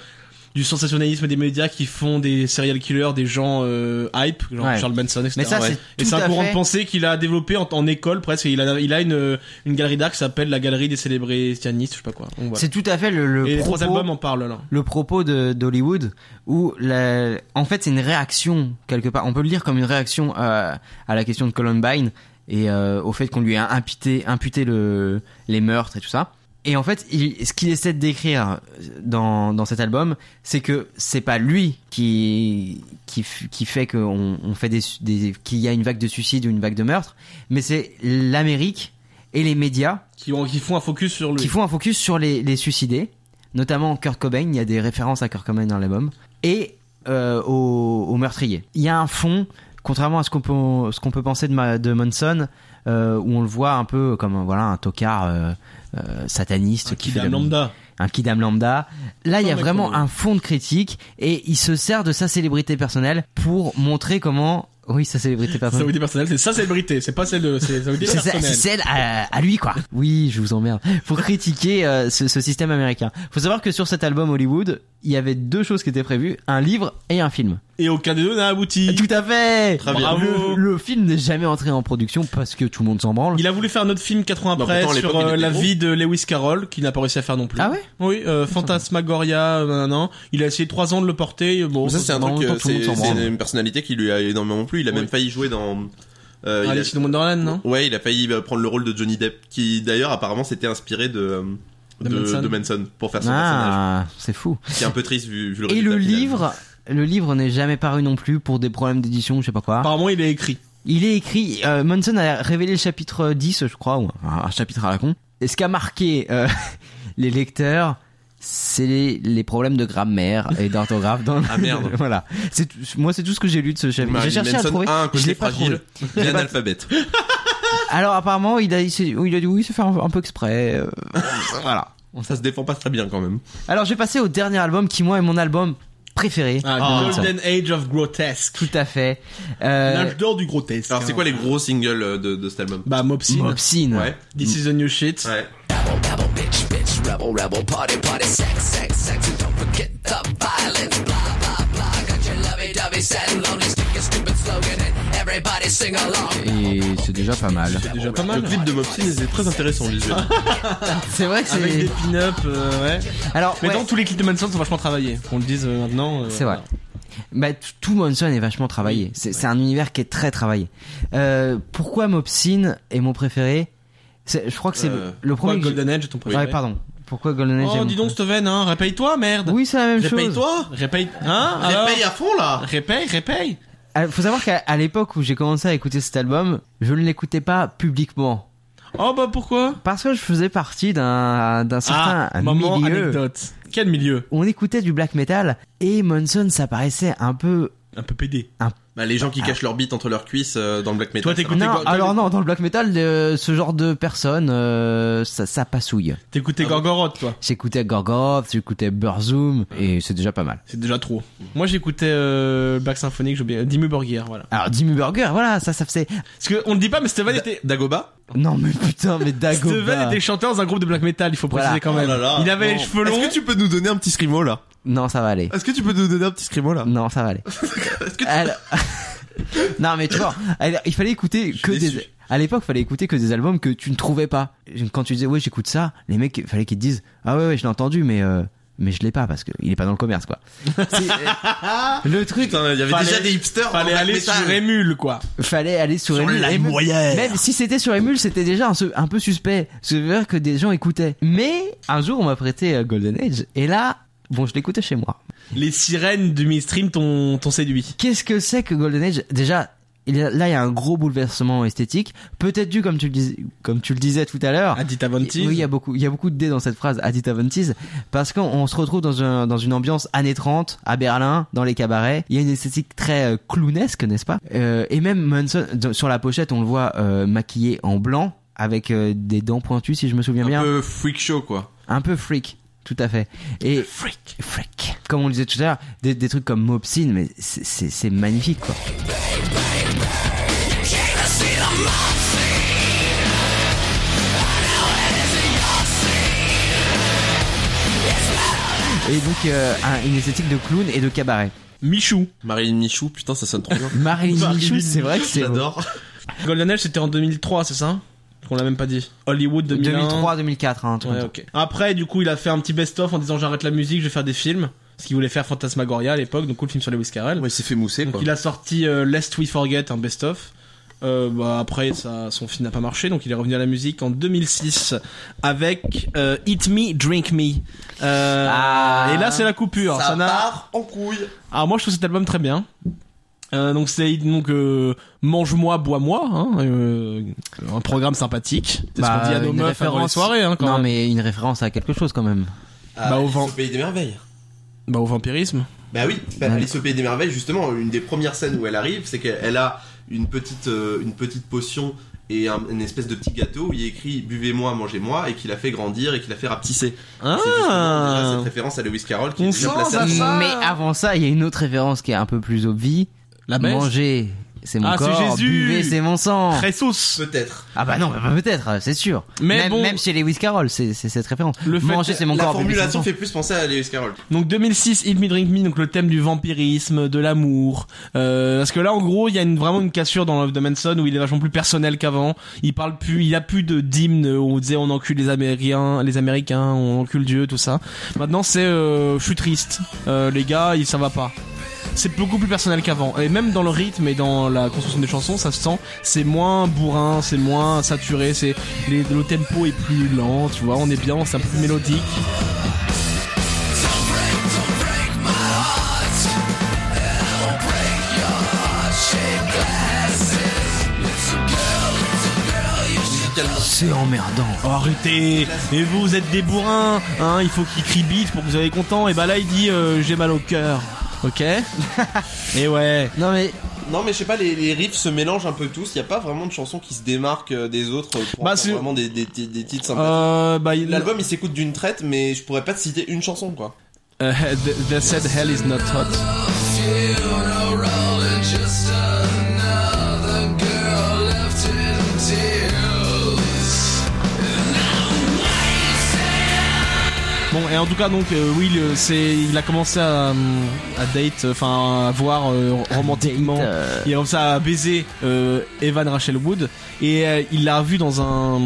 Speaker 2: du sensationnalisme des médias qui font des serial killers, des gens euh, hype, genre
Speaker 4: Ouais.
Speaker 2: Charles Manson, etc.
Speaker 4: Mais ça,
Speaker 3: Ouais.
Speaker 4: c'est
Speaker 2: Et
Speaker 4: tout
Speaker 2: c'est un
Speaker 4: à
Speaker 2: courant
Speaker 4: fait-
Speaker 2: de pensée qu'il a développé en, en école presque. Il a, il a une, une galerie d'art qui s'appelle la galerie des célébritanistes, je sais pas quoi. Donc, voilà.
Speaker 4: C'est tout à fait le, le
Speaker 2: Et les trois albums
Speaker 4: propos,
Speaker 2: en parlent là.
Speaker 4: le propos de d'Hollywood où la- en fait c'est une réaction quelque part. On peut le dire comme une réaction à, à la question de Columbine et euh, au fait qu'on lui a imputé, imputé le, les meurtres et tout ça. Et en fait, il- ce qu'il essaie de décrire dans, dans cet album, c'est que c'est pas lui qui qui, f- qui fait qu'on on fait des, su- des qu'il y a une vague de suicides ou une vague de meurtres, mais c'est l'Amérique et les médias
Speaker 2: Qui, ont, qui font un focus sur lui.
Speaker 4: qui font un focus sur les, les suicidés, notamment Kurt Cobain. Il y a des références à Kurt Cobain dans l'album et euh, aux, aux meurtriers. Il y a un fond, contrairement à ce qu'on peut, ce qu'on peut penser de, ma- de Manson, euh, où on le voit un peu comme un- voilà un tocard euh, euh, sataniste
Speaker 2: qui
Speaker 4: fait
Speaker 2: d'un
Speaker 4: la-
Speaker 2: lambda.
Speaker 4: un kidam lambda. Là, il y a
Speaker 2: D'accord,
Speaker 4: vraiment
Speaker 2: oui.
Speaker 4: un fond de critique et il se sert de sa célébrité personnelle pour montrer comment, oui, sa célébrité personnelle.
Speaker 2: Célébrité personnelle, c'est sa célébrité, c'est pas celle de. C'est sa célébrité
Speaker 4: C'est ça- c'est
Speaker 2: personnelle.
Speaker 4: celle à, à lui quoi. Oui, je vous emmerde. Pour critiquer euh, ce, ce système américain. Faut savoir que sur cet album Hollywood, il y avait deux choses qui étaient prévues, un livre et un film.
Speaker 2: Et aucun des deux n'a abouti.
Speaker 4: Tout à fait.
Speaker 3: Très bien.
Speaker 4: Le,
Speaker 2: Bravo.
Speaker 4: le film n'est jamais entré en production parce que tout le monde s'en branle.
Speaker 2: Il a voulu faire un autre film 80
Speaker 3: Bah,
Speaker 2: après
Speaker 3: pourtant, à l'époque,
Speaker 2: sur euh,
Speaker 3: il était
Speaker 2: la
Speaker 3: gros.
Speaker 2: vie de Lewis Carroll, qu'il n'a pas réussi à faire non plus.
Speaker 4: Ah ouais
Speaker 2: Oui, euh, Fantasmagoria, euh, non. Il a essayé trois ans de le porter. Bon,
Speaker 3: ça c'est un truc,
Speaker 4: temps,
Speaker 3: euh,
Speaker 4: tout le monde
Speaker 3: c'est
Speaker 4: s'en
Speaker 3: c'est
Speaker 4: branle.
Speaker 3: une personnalité qui lui a énormément plu. Il a
Speaker 2: Oui.
Speaker 3: même failli jouer dans.
Speaker 4: Ah,
Speaker 3: euh, il a-
Speaker 2: Alice in Wonderland, non
Speaker 3: Ouais, il a failli euh, prendre le rôle de Johnny Depp, qui d'ailleurs apparemment s'était inspiré de, euh,
Speaker 2: De
Speaker 3: de,
Speaker 2: Manson.
Speaker 3: de Manson pour faire son personnage.
Speaker 4: ah, c'est fou.
Speaker 3: Qui est un peu triste vu, vu le
Speaker 4: Et
Speaker 3: résultat
Speaker 4: le
Speaker 3: final.
Speaker 4: livre, le livre n'est jamais paru non plus pour des problèmes d'édition, je sais pas quoi.
Speaker 2: Apparemment, il est écrit.
Speaker 4: Il est écrit, euh, Manson a révélé le chapitre 10, je crois, ou un, un chapitre à la con. Et ce qu'a marqué euh, les lecteurs, c'est les, les problèmes de grammaire et d'orthographe dans le-
Speaker 3: Ah, merde.
Speaker 4: voilà. C'est tout- moi, c'est tout ce que j'ai lu de ce chapitre.
Speaker 3: Marilyn
Speaker 4: J'ai cherché à le
Speaker 3: Manson
Speaker 4: trouver.
Speaker 3: a un côté
Speaker 4: je l'ai pas trouvé.
Speaker 3: fragile, il est analphabète.
Speaker 4: Alors, apparemment, il a, il, s'est- il a dit oui, c'est faire un, un peu exprès. euh, voilà.
Speaker 3: Ça se défend pas très bien quand même.
Speaker 4: Alors, je vais passer au dernier album qui, moi, est mon album préféré.
Speaker 2: Ah,
Speaker 4: de Manson.
Speaker 2: Golden Age of Grotesque.
Speaker 4: Tout à fait. Euh,
Speaker 2: L'âge d'or du grotesque. hein.
Speaker 3: Alors c'est quoi les gros singles euh, de, de cet album
Speaker 2: Bah, Mopsine.
Speaker 4: Mopsine.
Speaker 3: Ouais.
Speaker 2: This is the new shit.
Speaker 3: Ouais.
Speaker 5: Et c'est déjà pas mal.
Speaker 2: C'est déjà pas
Speaker 3: Le
Speaker 2: mal.
Speaker 3: clip de Mopsine était très intéressant visuellement.
Speaker 4: C'est vrai que
Speaker 2: Avec des
Speaker 4: c'est.
Speaker 2: pin-up, euh, ouais.
Speaker 4: Alors,
Speaker 2: Mais
Speaker 4: ouais.
Speaker 2: dans tous les clips de Manson sont vachement travaillés. Qu'on le dise euh, maintenant. euh,
Speaker 4: C'est vrai.
Speaker 2: voilà.
Speaker 4: Bah, t- tout Monson est vachement travaillé. C'est c'est un univers qui est très travaillé. Euh, pourquoi Mopsine est mon préféré C'est- Je crois que c'est
Speaker 3: Euh,
Speaker 4: le
Speaker 2: Pourquoi
Speaker 4: premier. que j'ai-
Speaker 2: Golden Age est ton
Speaker 4: Ouais,
Speaker 2: préféré
Speaker 4: pardon. Pourquoi Golden Age est
Speaker 2: Oh,
Speaker 4: mon
Speaker 2: dis donc, Steven, hein, répaye-toi, merde.
Speaker 4: préféré Oui, c'est la même chose.
Speaker 2: Répaye-toi. Répaye. Hein alors
Speaker 3: paye à fond là
Speaker 2: Répaye, répaye.
Speaker 4: Ah, Faut savoir qu'à à l'époque où j'ai commencé à écouter cet album, je ne l'écoutais pas publiquement.
Speaker 2: Oh, bah, pourquoi
Speaker 4: Parce que je faisais partie d'un d'un certain
Speaker 2: Ah, moment
Speaker 4: milieu.
Speaker 2: anecdote. Quel milieu
Speaker 4: On écoutait du black metal et Monson, ça paraissait un peu.
Speaker 2: Un peu pédé.
Speaker 3: Bah, les gens qui cachent leur bite entre leurs cuisses euh, dans le black metal.
Speaker 2: Toi,
Speaker 3: ça
Speaker 2: t'écoutes- Écoutez,
Speaker 4: non,
Speaker 2: Gor-
Speaker 4: alors non, dans le black metal, euh, ce genre de personne, euh, ça, ça passouille.
Speaker 2: T'écoutais Gorgoroth, toi.
Speaker 4: J'écoutais Gorgoroth, j'écoutais Burzoom, et c'est déjà pas mal.
Speaker 2: C'est déjà trop. Moi, j'écoutais euh, Black Symphonic, j'ai oublié. Dimmu Borgir, voilà.
Speaker 4: Alors, Jimmy Burger, voilà, ça, ça faisait.
Speaker 2: Parce que on le dit pas, mais Steven
Speaker 3: va.
Speaker 2: était.
Speaker 3: Dagoba
Speaker 4: Non, mais putain, mais
Speaker 2: Steven
Speaker 4: Dagoba.
Speaker 2: était chanteur dans un groupe de black metal, il faut préciser
Speaker 4: Voilà.
Speaker 2: quand même.
Speaker 3: Oh là là.
Speaker 2: il avait les
Speaker 3: Bon.
Speaker 2: cheveux longs.
Speaker 3: Est-ce que tu peux nous donner un petit scrimo là
Speaker 4: Non, ça va aller.
Speaker 3: Est-ce que tu peux nous donner un petit scrimo là
Speaker 4: Non, ça va aller. Alors- non, mais tu vois, alors, il fallait écouter que
Speaker 3: déçu.
Speaker 4: des. À l'époque, fallait écouter que des albums que tu ne trouvais pas. Quand tu disais ouais, j'écoute ça, les mecs, il fallait qu'ils te disent ah ouais, ouais, je l'ai entendu, mais euh, mais je l'ai pas parce que il est pas dans le commerce quoi. euh, C'est- le truc,
Speaker 3: Putain, il y avait
Speaker 2: Fallait-
Speaker 3: déjà des hipsters
Speaker 2: Fallait
Speaker 3: en black
Speaker 2: aller
Speaker 3: metal.
Speaker 2: sur Emule, quoi.
Speaker 4: fallait aller sur, Emule. Emule- Même si c'était sur Emule, c'était déjà un, se- un peu suspect. C'est-à-dire que des gens écoutaient. Mais un jour, on m'a prêté euh, Golden Age. Et là, bon, je l'écoutais chez moi.
Speaker 2: Les sirènes du mainstream t'ont t'ont séduit.
Speaker 4: Qu'est-ce que c'est que Golden Age Déjà, il y a- là, il y a un gros bouleversement esthétique. Peut-être dû, comme tu le, dis- comme tu le disais tout à l'heure.
Speaker 2: Adit Avanti.
Speaker 4: Oui, il y a beaucoup, il y a beaucoup de dés dans cette phrase, Adit Aventis, parce qu'on on se retrouve dans, un- dans une ambiance années 30 à Berlin, dans les cabarets. Il y a une esthétique très euh, clownesque, n'est-ce pas Euh, Et même Manson, dans- sur la pochette, on le voit euh, maquillé en blanc, avec euh, des dents pointues, si je me souviens
Speaker 3: Un
Speaker 4: bien.
Speaker 3: peu freak show quoi.
Speaker 4: Un peu freak, tout à fait. Et freak, freak. Comme on le disait tout à l'heure, des, des trucs comme Mopsine, mais c'est- c'est c'est magnifique, quoi. Et donc euh, un- une esthétique de clown et de cabaret.
Speaker 2: Michou.
Speaker 3: Marilyn Michou, putain, ça sonne trop bien.
Speaker 4: Marilyn Michou, c'est vrai que c'est
Speaker 3: J'adore.
Speaker 2: Golden Age, c'était en 2003, c'est ça Qu'on l'a même pas dit. Hollywood 2001.
Speaker 4: 2003-2004. Hein, un truc
Speaker 2: Ouais,
Speaker 4: comme ça.
Speaker 2: ok. Après, du coup, il a fait un petit best-of en disant j'arrête la musique, je vais faire des films. Ce qu'il voulait faire Fantasmagoria à l'époque, donc cool le film sur Lewis Carroll.
Speaker 3: Ouais, il s'est fait mousser
Speaker 2: donc
Speaker 3: quoi.
Speaker 2: il a sorti euh, Lest We Forget, un best-of. Euh, bah, après, ça, son film n'a pas marché, donc il est revenu à la musique en 2006 avec euh, Eat Me, Drink Me. Euh,
Speaker 4: Ah.
Speaker 2: et là, c'est la coupure. Ça n'a-
Speaker 3: en couille.
Speaker 2: alors moi je trouve cet album très bien. Euh, donc c'est donc euh, mange-moi, bois-moi, hein, euh, un programme sympathique. C'est ce
Speaker 4: Bah,
Speaker 2: qu'on dit à nos
Speaker 4: une
Speaker 2: meufs avant les
Speaker 4: référence-
Speaker 2: soirées, hein, quand
Speaker 4: non
Speaker 2: même.
Speaker 4: mais une référence à quelque chose quand même.
Speaker 3: Ah,
Speaker 2: Bah, au vent.
Speaker 3: Alice au pays des merveilles.
Speaker 2: Bah au vampirisme.
Speaker 3: Bah oui, bah,
Speaker 4: Ouais.
Speaker 3: Alice au pays des merveilles, justement, une des premières scènes où elle arrive, c'est qu'elle a une petite, euh, une petite potion et un- une espèce de petit gâteau où il y a écrit buvez-moi, mangez-moi et qu'il a fait grandir et qu'il a fait rapetisser. Et c'est justement déjà cette référence à Lewis Carroll qui
Speaker 2: Ah. On
Speaker 3: est déjà
Speaker 2: sent
Speaker 3: placée
Speaker 2: ça,
Speaker 3: à-
Speaker 2: ça.
Speaker 4: Mais avant ça, il y a une autre référence qui est un peu plus obvie.
Speaker 2: La baisse.
Speaker 4: Manger, c'est mon
Speaker 2: Ah, c'est
Speaker 4: corps.
Speaker 2: Jésus.
Speaker 4: Buvez, c'est mon sang.
Speaker 2: Ressource.
Speaker 3: Peut-être.
Speaker 4: Ah bah non, bah, bah, peut-être, c'est sûr.
Speaker 2: Mais
Speaker 4: même,
Speaker 2: bon.
Speaker 4: même chez Lewis Carroll, c'est c'est cette référence.
Speaker 2: Le fait-
Speaker 4: Manger, c'est mon
Speaker 3: La
Speaker 4: corps. buvez, c'est
Speaker 3: formulation
Speaker 4: mon sang.
Speaker 3: fait plus penser à Lewis Carroll.
Speaker 2: Donc 2006, Eat Me Drink Me, donc le thème du vampirisme, de l'amour. Euh, parce que là, en gros, il y a une, vraiment une cassure dans Love de Manson où il est vachement plus personnel qu'avant. Il parle plus, il a plus de d'hymne où on disait on encule les Américains, les Américains, on encule Dieu, tout ça. Maintenant, c'est euh, je suis triste, Euh, les gars, il- ça va pas. C'est beaucoup plus personnel qu'avant. Et même dans le rythme et dans la construction des chansons, ça se sent. C'est moins bourrin, c'est moins saturé, c'est les- le tempo est plus lent, tu vois. On est bien, c'est un peu plus mélodique.
Speaker 4: C'est emmerdant.
Speaker 2: Oh, arrêtez Mais vous, vous êtes des bourrins hein, Il faut qu'il crie bite pour que vous soyez content. Et bah là, il dit euh, j'ai mal au cœur. Ok Et ouais.
Speaker 4: Non mais
Speaker 3: Non mais je sais pas, les, les riffs se mélangent un peu tous. Il y a pas vraiment de chansons qui se démarquent euh, des autres euh, pour
Speaker 2: Bah,
Speaker 3: en
Speaker 2: c'est-
Speaker 3: faire vraiment des, des, des, des titres sympas.
Speaker 2: Euh, bah, il-
Speaker 3: L'album il s'écoute d'une traite, mais je pourrais pas te citer une chanson quoi.
Speaker 2: Euh, th- they said hell is not hot. Bon et en tout cas donc euh, Will euh, c'est il a commencé à, euh, à date euh, enfin à voir euh, romantiquement
Speaker 4: date, euh.
Speaker 2: il a commencé à baiser euh, Evan Rachel Wood et euh, il l'a vu dans un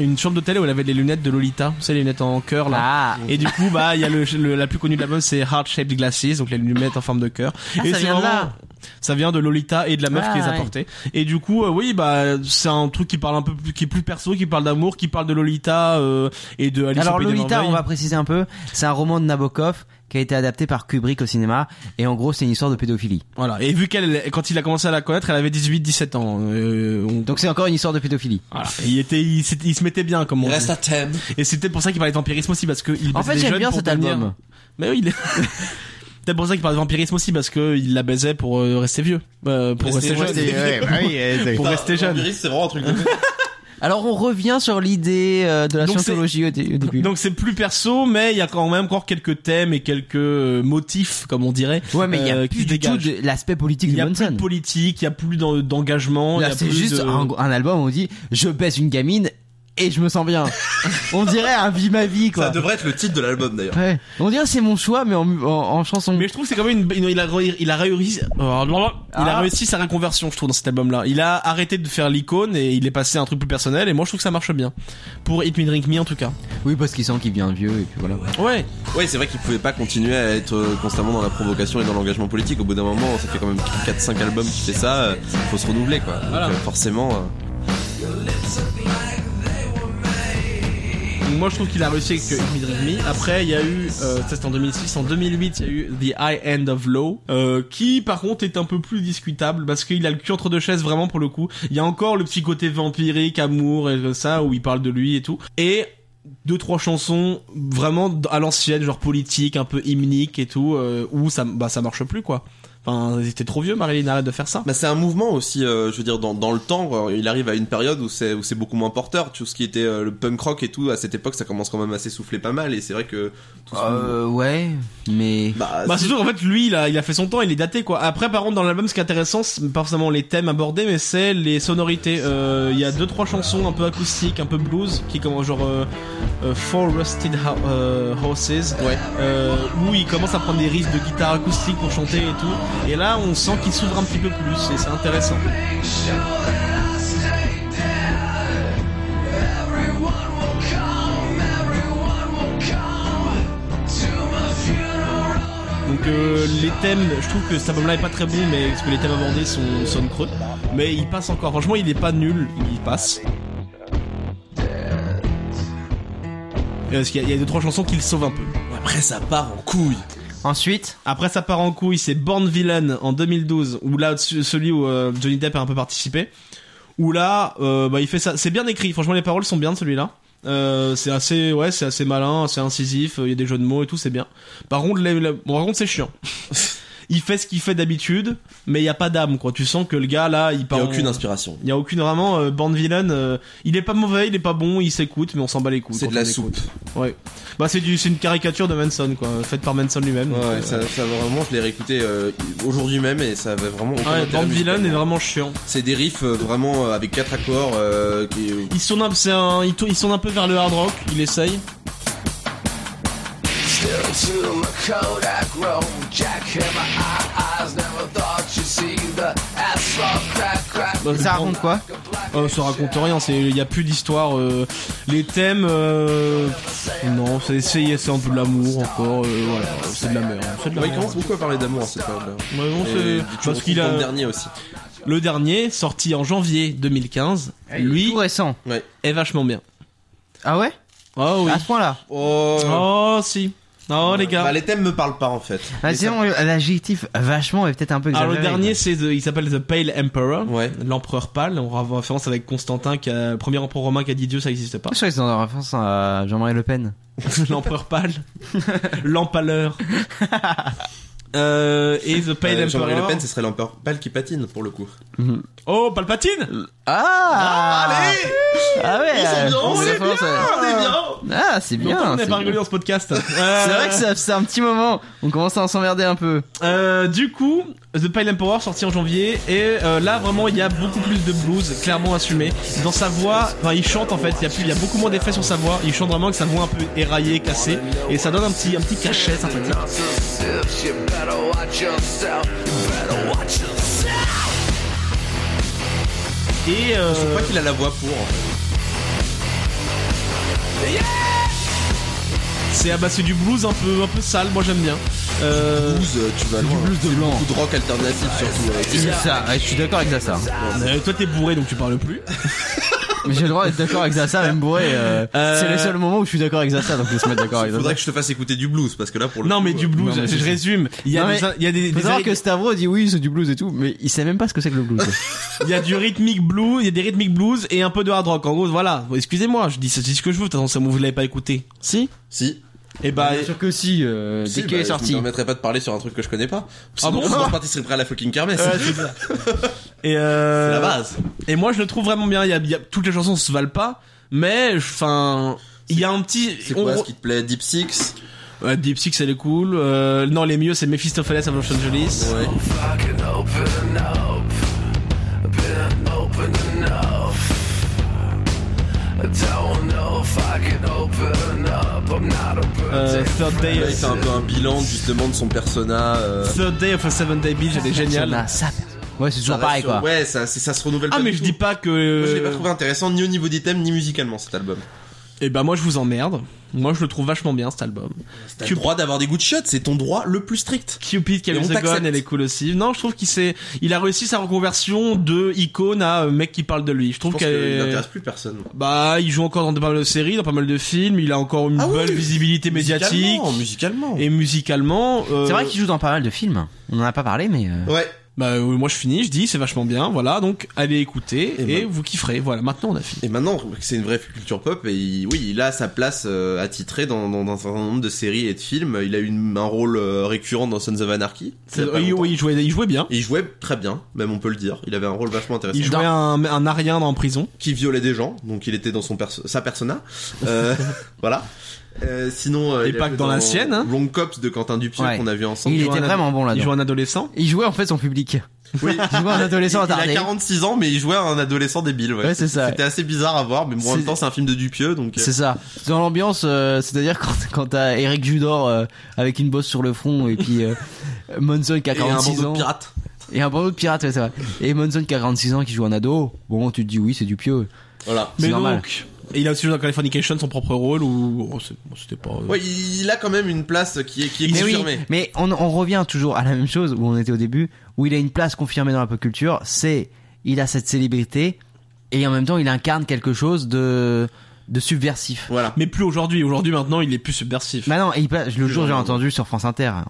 Speaker 2: une chambre d'hôtel où elle avait les lunettes de Lolita c'est les lunettes en cœur là
Speaker 4: ah,
Speaker 2: et du coup, bah, il y a le, le- la plus connue de l'album, c'est Heart Shaped Glasses, donc les lunettes en forme de cœur.
Speaker 4: Ah,
Speaker 2: et
Speaker 4: ça
Speaker 2: c'est
Speaker 4: vient de
Speaker 2: vraiment-
Speaker 4: là.
Speaker 2: Ça vient de Lolita et de la meuf
Speaker 4: Ah,
Speaker 2: qui les a
Speaker 4: ouais.
Speaker 2: portées. Et du coup, euh, oui, bah, c'est un truc qui parle un peu plus, qui est plus perso, qui parle d'amour, qui parle de Lolita euh, et de Alice au
Speaker 4: Alors
Speaker 2: Pays des
Speaker 4: Lolita,
Speaker 2: Merveilles.
Speaker 4: on va préciser un peu, c'est un roman de Nabokov qui a été adapté par Kubrick au cinéma et en gros c'est une histoire de pédophilie.
Speaker 2: Voilà. Et vu qu'elle, quand il a commencé à la connaître, elle avait 18-17 ans. euh, on-
Speaker 4: Donc c'est encore une histoire de pédophilie.
Speaker 2: voilà. Et il était, il, s'était- il se mettait bien, comme on
Speaker 3: Il
Speaker 2: dit.
Speaker 3: reste à thème.
Speaker 2: Et c'est peut-être pour ça qu'il parlait de vampirisme aussi, parce que il
Speaker 4: En
Speaker 2: baisait
Speaker 4: fait
Speaker 2: des
Speaker 4: j'aime
Speaker 2: jeunes
Speaker 4: bien
Speaker 2: pour
Speaker 4: cet
Speaker 2: devenir-
Speaker 4: album.
Speaker 2: Mais oui, il est... Peut-être pour ça qu'il parle de vampirisme aussi, parce que il la baisait pour euh, rester vieux. Euh, pour
Speaker 3: Rester-
Speaker 2: rester, jeune.
Speaker 3: rester- ouais,
Speaker 2: pour
Speaker 3: Enfin,
Speaker 2: rester jeune.
Speaker 3: Vampirisme, Bah, c'est vraiment un truc de
Speaker 4: Alors on revient sur l'idée euh, de la
Speaker 2: Donc, c'est-
Speaker 4: scientologie au, dé- au début.
Speaker 2: Donc c'est plus perso, mais il y a quand même encore quelques thèmes et quelques euh, motifs, comme on dirait.
Speaker 4: ouais mais il y
Speaker 2: euh,
Speaker 4: a
Speaker 2: qui
Speaker 4: plus du tout
Speaker 2: dégagent.
Speaker 4: de l'aspect politique
Speaker 2: Il y
Speaker 4: de
Speaker 2: a plus
Speaker 4: Monson.
Speaker 2: de politique, il y a plus d'en- d'engagement. il y
Speaker 4: Là
Speaker 2: a
Speaker 4: c'est
Speaker 2: plus
Speaker 4: juste
Speaker 2: de-
Speaker 4: un, un album où on dit je baisse une gamine et je me sens bien. on dirait un vie ma vie
Speaker 3: Ça
Speaker 4: quoi.
Speaker 3: devrait être le titre de l'album d'ailleurs.
Speaker 4: Ouais. On dirait c'est mon choix mais en, en- en chanson.
Speaker 2: Mais je trouve que c'est quand même une, une- il a re- il a réussi oh, non, non. il a
Speaker 4: Ah.
Speaker 2: réussi sa reconversion je trouve dans cet album là. Il a arrêté de faire l'icône et il est passé à un truc plus personnel et moi je trouve que ça marche bien pour Hit Me Drink Me en tout cas.
Speaker 4: Oui parce qu'il sent qu'il devient vieux et puis voilà.
Speaker 2: Ouais.
Speaker 3: Ouais, c'est vrai qu'il pouvait pas continuer à être euh, constamment dans la provocation et dans l'engagement politique. Au bout d'un moment, ça fait quand même 4-5 albums qui fait ça. euh, Faut se renouveler quoi. Donc,
Speaker 2: Voilà.
Speaker 3: euh, forcément. euh,
Speaker 2: Moi, je trouve qu'il a réussi avec euh, Hit Me Drink Me. Après, il y a eu, euh, ça c'était en 2006, en 2008, il y a eu The High End of Low, euh, qui par contre est un peu plus discutable parce qu'il a le cul entre deux chaises vraiment pour le coup. Il y a encore le petit côté vampirique, amour et euh, ça où il parle de lui et tout. Et deux trois chansons vraiment d- à l'ancienne, genre politique, un peu hymnique et tout, euh, où ça, bah ça marche plus quoi. Enfin, c'était trop vieux, Marilyn, arrête de faire ça.
Speaker 3: Bah, c'est un mouvement aussi, euh, je veux dire, dans, dans le temps. quoi. Il arrive à une période où c'est où c'est beaucoup moins porteur. Tout ce qui était euh, le punk rock et tout, à cette époque, ça commence quand même à s'essouffler pas mal. Et c'est vrai que. Tout ce-
Speaker 4: Euh, ouais mais
Speaker 3: Bah,
Speaker 2: Bah
Speaker 3: c'est-
Speaker 2: surtout en fait lui il a, il a fait son temps il est daté quoi après par contre dans l'album ce qui est intéressant c'est pas forcément les thèmes abordés mais c'est les sonorités Euh, il y a deux trois chansons un peu acoustiques un peu blues qui comme genre euh, euh, Four Rusted Ho- euh, Horses
Speaker 3: Ouais.
Speaker 2: euh, où il commence à prendre des riffs de guitare acoustique pour chanter et tout et là on sent qu'il s'ouvre un petit peu plus et c'est intéressant Donc euh, les thèmes, je trouve que cet album-là est pas très bon, mais parce que les thèmes abordés sont sonnent creux. Mais il passe encore. Franchement, il est pas nul, il passe. Et Parce qu'il y a- il y a deux trois chansons qui le sauvent un peu.
Speaker 3: Après, ça part en couille.
Speaker 4: ensuite
Speaker 2: Après ça part en couille, c'est Born Villain en 2012, où là ce- celui où euh, Johnny Depp a un peu participé. Où là, euh, bah, il fait ça. C'est bien écrit. Franchement, les paroles sont bien de celui-là. Euh, c'est assez, ouais, c'est assez malin, assez incisif. euh, Il y a des jeux de mots et tout, c'est bien. Par contre, les- les- bon, par contre, c'est chiant. il fait ce qu'il fait d'habitude, mais il y a pas d'âme, quoi. Tu sens que le gars là, il
Speaker 3: Il
Speaker 2: part.
Speaker 3: n'y a
Speaker 2: en-
Speaker 3: aucune inspiration.
Speaker 2: Il y a aucune vraiment euh, bande vilaine. euh, il est pas mauvais, il est pas bon, il s'écoute, mais on s'en bat les couilles.
Speaker 3: C'est
Speaker 2: quand
Speaker 3: de la
Speaker 2: on l'écoute.
Speaker 3: soupe.
Speaker 2: Ouais. Bah c'est du, c'est une caricature de Manson, quoi, faite par Manson lui-même.
Speaker 3: Ouais,
Speaker 2: Donc, euh,
Speaker 3: ouais, ça, ça va vraiment, je l'ai réécouté euh, aujourd'hui même et ça va vraiment. aucun
Speaker 2: Ah ouais,
Speaker 3: intérêt
Speaker 2: bande
Speaker 3: musical.
Speaker 2: vilaine est vraiment chiant.
Speaker 3: C'est des riffs euh, vraiment euh, avec quatre accords. euh, qui-
Speaker 2: Ils sont un, c'est un, ils, tou- ils sont un peu vers le hard rock, il essaye.
Speaker 9: Still to my Kodak roll, Jack in my eye- eyes. Never thought you'd see the asphalt crack, crack.
Speaker 2: Bah,
Speaker 4: Ça
Speaker 2: je prends-
Speaker 4: raconte quoi
Speaker 2: Euh, ça raconte rien, c'est il y a plus d'histoire. euh, les thèmes, euh, non, c'est c'est c'est un peu de l'amour encore. euh, voilà, c'est de la merde. C'est de la
Speaker 3: Ouais, il
Speaker 2: merde.
Speaker 3: commence beaucoup à parler d'amour cette période-là.
Speaker 2: Ouais, bon, c'est-
Speaker 3: Et tu
Speaker 2: parce qu'il a
Speaker 3: le dernier aussi.
Speaker 2: le dernier sorti en janvier 2015. Lui
Speaker 4: Tout récent.
Speaker 3: Ouais.
Speaker 2: est vachement bien.
Speaker 4: Ah ouais
Speaker 2: Oh oui.
Speaker 4: À ce point-là
Speaker 3: Oh.
Speaker 2: Oh si. Oh les gars.
Speaker 3: Bah, les thèmes me parlent pas en fait.
Speaker 4: Bah,
Speaker 3: Les
Speaker 4: sinon, l'adjectif vachement est peut-être un peu
Speaker 2: Alors Ah,
Speaker 4: exagéré.
Speaker 2: le dernier, c'est The- il s'appelle The Pale Emperor,
Speaker 3: Ouais.
Speaker 2: l'empereur pâle. On aura référence avec Constantin, qui a- le premier empereur romain qui a dit Dieu, ça n'existe pas.
Speaker 4: Je crois que c'est en référence à Jean-Marie Le Pen.
Speaker 2: l'empereur pâle, l'empaleur. Euh, et The Pale
Speaker 3: Euh, Jean-Marie
Speaker 2: Emperor.
Speaker 3: Le Pen, ce serait l'empereur pâle qui patine pour le coup.
Speaker 2: Oh Palpatine.
Speaker 4: Ah Ah ouais
Speaker 2: on est
Speaker 4: c'est
Speaker 2: bien, on est bien.
Speaker 4: Ah, c'est bien
Speaker 2: Longtemps qu'on
Speaker 4: c'est
Speaker 2: n'est pas
Speaker 4: bien.
Speaker 2: rigolé dans ce podcast. Euh,
Speaker 4: C'est vrai que ça c'est un petit moment, on commence à s'emmerder un peu.
Speaker 2: Euh, du coup, The Pale Emperor sorti en janvier et euh, là vraiment il y a beaucoup plus de blues clairement assumé dans sa voix. Enfin, il chante en fait, il y a plus, il y a beaucoup moins d'effets sur sa voix. Il chante vraiment avec sa voix un peu éraillée, cassée et ça donne un petit, un petit cachet sympathique.
Speaker 9: Nonsense, if you better watch yourself. You better watch yourself.
Speaker 2: Et euh,
Speaker 3: Je crois qu'il a la voix pour. en fait.
Speaker 2: c'est ah bah, c'est du blues un peu, un peu sale. Moi j'aime bien. Euh,
Speaker 3: Blues, euh, tu vas
Speaker 4: du
Speaker 3: loin.
Speaker 4: blues de
Speaker 3: C'est
Speaker 4: blanc.
Speaker 3: Beaucoup de rock alternatif surtout. euh, avec
Speaker 4: C'est ça, ouais, je suis d'accord avec ça.
Speaker 2: euh, toi t'es bourré donc tu parles plus.
Speaker 4: Mais j'ai le droit d'être d'accord avec Zaza, même bourré. euh,
Speaker 2: Euh,
Speaker 4: C'est le seul moment où je suis d'accord avec Zaza, donc je se mettre d'accord avec Zaza.
Speaker 3: Faudrait que je te fasse écouter du blues parce que là pour le
Speaker 2: Non
Speaker 3: coup,
Speaker 2: mais du
Speaker 3: euh,
Speaker 2: blues.
Speaker 4: non, mais
Speaker 2: je
Speaker 4: c'est-
Speaker 2: résume. Il y a
Speaker 4: Non,
Speaker 2: des,
Speaker 4: mais-
Speaker 2: il y a des,
Speaker 4: Faut
Speaker 2: des
Speaker 4: savoir que Stavro dit oui, c'est du blues et tout, mais il sait même pas ce que c'est que le blues.
Speaker 2: Il y a du rythmique blues, il y a des rythmiques blues et un peu de hard rock. En gros, voilà. Excusez-moi, je dis, je dis ce que je veux. De toute façon, ça, vous l'avez pas écouté. Si
Speaker 3: Si.
Speaker 2: Et bah,
Speaker 4: Bien sûr que si, euh,
Speaker 3: Si,
Speaker 4: dès
Speaker 3: bah,
Speaker 4: qu'il est
Speaker 3: Je
Speaker 4: sorti.
Speaker 3: me permettrais pas de parler sur un truc que je connais pas. Sinon,
Speaker 2: bon
Speaker 3: je participerai à la fucking kermesse.
Speaker 2: et euh,
Speaker 3: C'est la base.
Speaker 2: Et moi, je le trouve vraiment bien. Il y a, il y a- toutes les chansons se valent pas, mais enfin, il y a un petit.
Speaker 3: C'est
Speaker 2: on-
Speaker 3: quoi ce qui te plaît Deep Six
Speaker 2: Ouais, Deep Six, elle est cool. Euh, non, les mieux, c'est Mephistopheles à Los Angeles.
Speaker 3: Ouais.
Speaker 9: Fucking open up. Been open enough. I don't know if I can open up. I'm not a bird.
Speaker 2: Euh, Third Day.
Speaker 3: Là, Bah, il fait un peu un bilan justement de son persona. euh,
Speaker 2: Third Day of a Seven Day Beach, elle est géniale.
Speaker 4: Ça, Ouais, c'est
Speaker 3: ça
Speaker 4: toujours
Speaker 3: reste
Speaker 4: pareil
Speaker 3: sur-
Speaker 4: quoi.
Speaker 3: Ouais, ça, c'est- ça se renouvelle
Speaker 2: Ah
Speaker 3: pas
Speaker 2: mais
Speaker 3: du
Speaker 2: je
Speaker 3: tout.
Speaker 2: dis pas que.
Speaker 3: Moi, je l'ai pas trouvé intéressant ni au niveau des thèmes ni musicalement cet album.
Speaker 2: Et bah moi je vous emmerde. Moi je le trouve vachement bien cet album.
Speaker 3: T'as
Speaker 2: Tu-
Speaker 3: le droit d'avoir des goûts de shot, c'est ton droit le plus strict.
Speaker 2: Cupid qui a
Speaker 3: Et
Speaker 2: eu
Speaker 3: on
Speaker 2: The
Speaker 3: t'accepte.
Speaker 2: Gun, elle est cool aussi. Non, je trouve qu'il s'est, il a réussi sa reconversion de icône à euh, mec qui parle de lui. Je
Speaker 3: Je
Speaker 2: trouve
Speaker 3: pense
Speaker 2: qu'elle
Speaker 3: qu'il
Speaker 2: est...
Speaker 3: n'intéresse plus personne.
Speaker 2: bah, il joue encore dans de- pas mal de séries, dans pas mal de films. Il a encore une
Speaker 3: Ah oui,
Speaker 2: bonne visibilité médiatique
Speaker 3: Musicalement, musicalement.
Speaker 2: et musicalement. euh,
Speaker 4: C'est vrai qu'il joue dans pas mal de films. On en a pas parlé, mais. euh,
Speaker 3: Ouais.
Speaker 2: Bah euh, moi je finis, je dis c'est vachement bien. Voilà, donc allez écouter
Speaker 3: Et
Speaker 2: et,
Speaker 3: ben-
Speaker 2: vous kifferez. Voilà, maintenant on a fini.
Speaker 3: Et maintenant, c'est une vraie culture pop et il- oui, il a sa place euh, attitrée dans, dans, dans un certain nombre de séries et de films. Il a eu une- un rôle euh, récurrent dans Sons of Anarchy. il y a pas
Speaker 2: Oui,
Speaker 3: longtemps.
Speaker 2: oui, Euh, il jouait, il jouait bien.
Speaker 3: Et il jouait très bien, même on peut le dire. Il avait un rôle vachement intéressant.
Speaker 2: Il jouait un, un Arien en prison.
Speaker 3: qui violait des gens, donc il était dans son perso- sa persona. Euh, voilà. Euh, sinon, euh,
Speaker 2: Et
Speaker 3: il a
Speaker 2: pas
Speaker 3: joué
Speaker 2: que dans la sienne, hein.
Speaker 3: Long Cops de Quentin Dupieux
Speaker 4: Ouais.
Speaker 3: qu'on a vu ensemble.
Speaker 4: Il
Speaker 2: joue
Speaker 4: était
Speaker 2: un-
Speaker 4: vraiment bon
Speaker 2: Il
Speaker 4: là-dedans.
Speaker 2: jouait un adolescent.
Speaker 4: Il jouait en fait son public.
Speaker 3: Oui.
Speaker 4: Il jouait un adolescent
Speaker 3: il, il
Speaker 4: attardé.
Speaker 3: a 46 ans, mais il jouait un adolescent débile. Ouais,
Speaker 4: Ouais, c'est ça.
Speaker 3: C'était assez bizarre à voir, mais bon, en
Speaker 4: C'est-
Speaker 3: même temps, c'est un film de Dupieux, donc. euh,
Speaker 4: C'est ça. Dans l'ambiance, euh, c'est-à-dire quand, quand t'as Eric Judor euh, avec une bosse sur le front et puis euh, Monson qui a
Speaker 3: et un
Speaker 4: 46
Speaker 3: bandeau
Speaker 4: ans.
Speaker 3: de pirates.
Speaker 4: Et un bandeau de pirate, ouais, c'est vrai. Et Monson qui a 46 ans qui joue un ado. Bon, tu te dis oui, c'est du pieux.
Speaker 3: Voilà.
Speaker 4: C'est
Speaker 2: Mais
Speaker 4: normal.
Speaker 2: donc, et il a aussi joué dans Californication son propre rôle ou oh, c'est- bon, c'était pas. euh,
Speaker 3: Ouais, il il a quand même une place qui est, qui est
Speaker 4: mais oui,
Speaker 3: confirmée.
Speaker 4: mais on, on revient toujours à la même chose où on était au début, où il a une place confirmée dans la pop culture. C'est, il a cette célébrité et en même temps, il incarne quelque chose de de subversif.
Speaker 3: Voilà.
Speaker 2: Mais plus aujourd'hui. Aujourd'hui, maintenant, il est plus subversif.
Speaker 4: Bah non, et il passe- le jour j'ai
Speaker 3: euh,
Speaker 4: entendu sur France Inter. hein.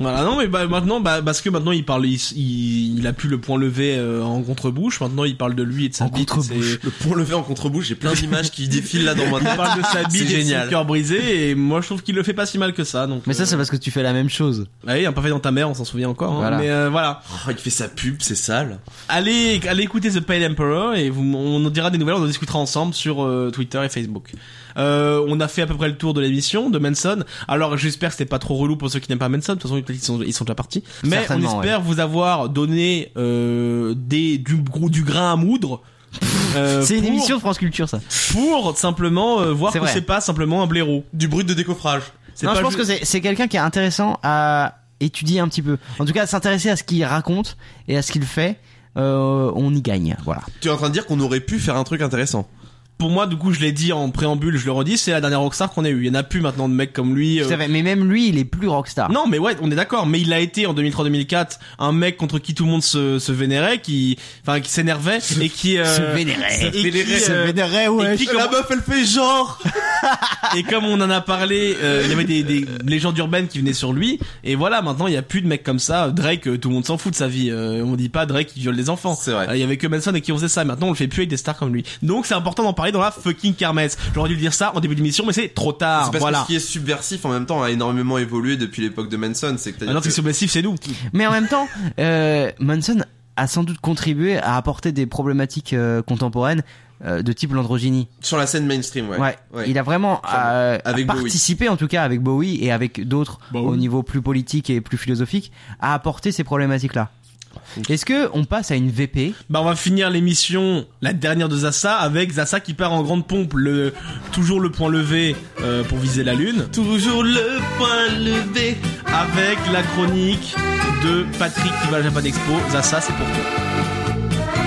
Speaker 2: Voilà, non, mais bah, maintenant, bah, parce que maintenant, il parle, il, il- il a plus le point levé euh, en contre-bouche. Maintenant, il parle de lui et de sa
Speaker 4: En
Speaker 2: bite. et de ses-
Speaker 4: contre-bouche.
Speaker 3: Le point levé en contre-bouche, j'ai plein d'images qui défilent là dans ma
Speaker 2: Il
Speaker 3: tête.
Speaker 2: parle de sa
Speaker 3: C'est
Speaker 2: bite et de son
Speaker 3: génial.
Speaker 2: cœur brisé. Et moi, je trouve qu'il le fait pas si mal que ça. Donc,
Speaker 4: Mais ça,
Speaker 2: euh,
Speaker 4: c'est parce que tu fais la même chose.
Speaker 2: ouais, Ah un parfait dans ta mère, on s'en souvient encore. hein.
Speaker 4: Voilà.
Speaker 2: Mais euh, voilà.
Speaker 3: Oh, il fait sa pub, c'est sale.
Speaker 2: Allez, allez écouter The Pale Emperor et vous, on en dira des nouvelles, on en discutera ensemble sur euh, Twitter et Facebook. Euh, on a fait à peu près le tour de l'émission de Manson. Alors j'espère que c'était pas trop relou pour ceux qui n'aiment pas Manson. De toute façon, ils sont, ils sont déjà partis. Mais on
Speaker 4: Certainement,
Speaker 2: espère vous avoir donné euh, des du gros du grain à moudre. euh,
Speaker 4: c'est une
Speaker 2: pour-
Speaker 4: émission de France Culture, ça.
Speaker 2: pour simplement euh, voir
Speaker 4: C'est
Speaker 2: que
Speaker 4: vrai.
Speaker 2: c'est pas simplement un blaireau.
Speaker 3: Du brut de décoffrage.
Speaker 2: C'est
Speaker 4: Non,
Speaker 2: pas
Speaker 4: je pense
Speaker 2: ju-
Speaker 4: que c'est- c'est quelqu'un qui est intéressant à étudier un petit peu. En tout cas, à s'intéresser à ce qu'il raconte et à ce qu'il fait. euh, on y gagne, voilà.
Speaker 3: Tu es en train de dire qu'on aurait pu faire un truc intéressant.
Speaker 2: pour moi du coup je l'ai dit en préambule, je le redis, c'est la dernière rockstar qu'on ait eu. Il y en a plus maintenant de mecs comme lui.
Speaker 4: Je
Speaker 2: euh,
Speaker 4: savais, mais même lui, il est plus rockstar.
Speaker 2: Non, mais ouais, on est d'accord. Mais il a été en 2003-2004 un mec contre qui tout le monde se, se vénérait, qui, enfin, qui s'énervait et qui euh,
Speaker 4: Se vénérait.
Speaker 2: et qui,
Speaker 4: Se
Speaker 2: euh,
Speaker 4: vénérait, ouais. Ah
Speaker 2: et qui, comme,
Speaker 3: meuf, elle fait genre.
Speaker 2: et comme on en a parlé, euh, il y avait des, des légendes urbaines qui venaient sur lui. Et voilà, maintenant il y a plus de mecs comme ça. Drake, euh, tout le monde s'en fout de sa vie. Euh, on dit pas Drake il viole des enfants.
Speaker 3: C'est vrai.
Speaker 2: Euh, Il y avait que Manson et qui faisait ça. Maintenant on le fait plus avec des stars comme lui. Donc c'est important d'en parler dans la fucking kermesse. J'aurais dû le dire ça en début d'émission, mais c'est trop
Speaker 3: C'est
Speaker 2: tard.
Speaker 3: parce que
Speaker 2: Voilà.
Speaker 3: ce qui est subversif en même temps a énormément évolué depuis l'époque de Manson. C'est que t'as
Speaker 2: Maintenant
Speaker 3: dit
Speaker 2: Ah c'est
Speaker 3: que-
Speaker 2: subversif, c'est nous.
Speaker 4: Mais en même temps, euh, Manson a sans doute contribué à apporter des problématiques euh, contemporaines euh, de type l'androgynie.
Speaker 3: sur la scène mainstream, ouais.
Speaker 4: Ouais.
Speaker 3: Ouais.
Speaker 4: Il a vraiment euh,
Speaker 3: Avec Bowie.
Speaker 4: participé, en tout cas avec Bowie et avec d'autres au niveau plus politique et plus philosophique, à apporter ces problématiques-là. Est-ce que on passe à une VP
Speaker 2: Bah on va finir l'émission, la dernière de Zassa, avec Zassa qui part en grande pompe, le toujours le point levé euh, pour viser la lune. Toujours le point levé avec la chronique de Patrick qui va à la Japan Expo. Zassa c'est pour toi.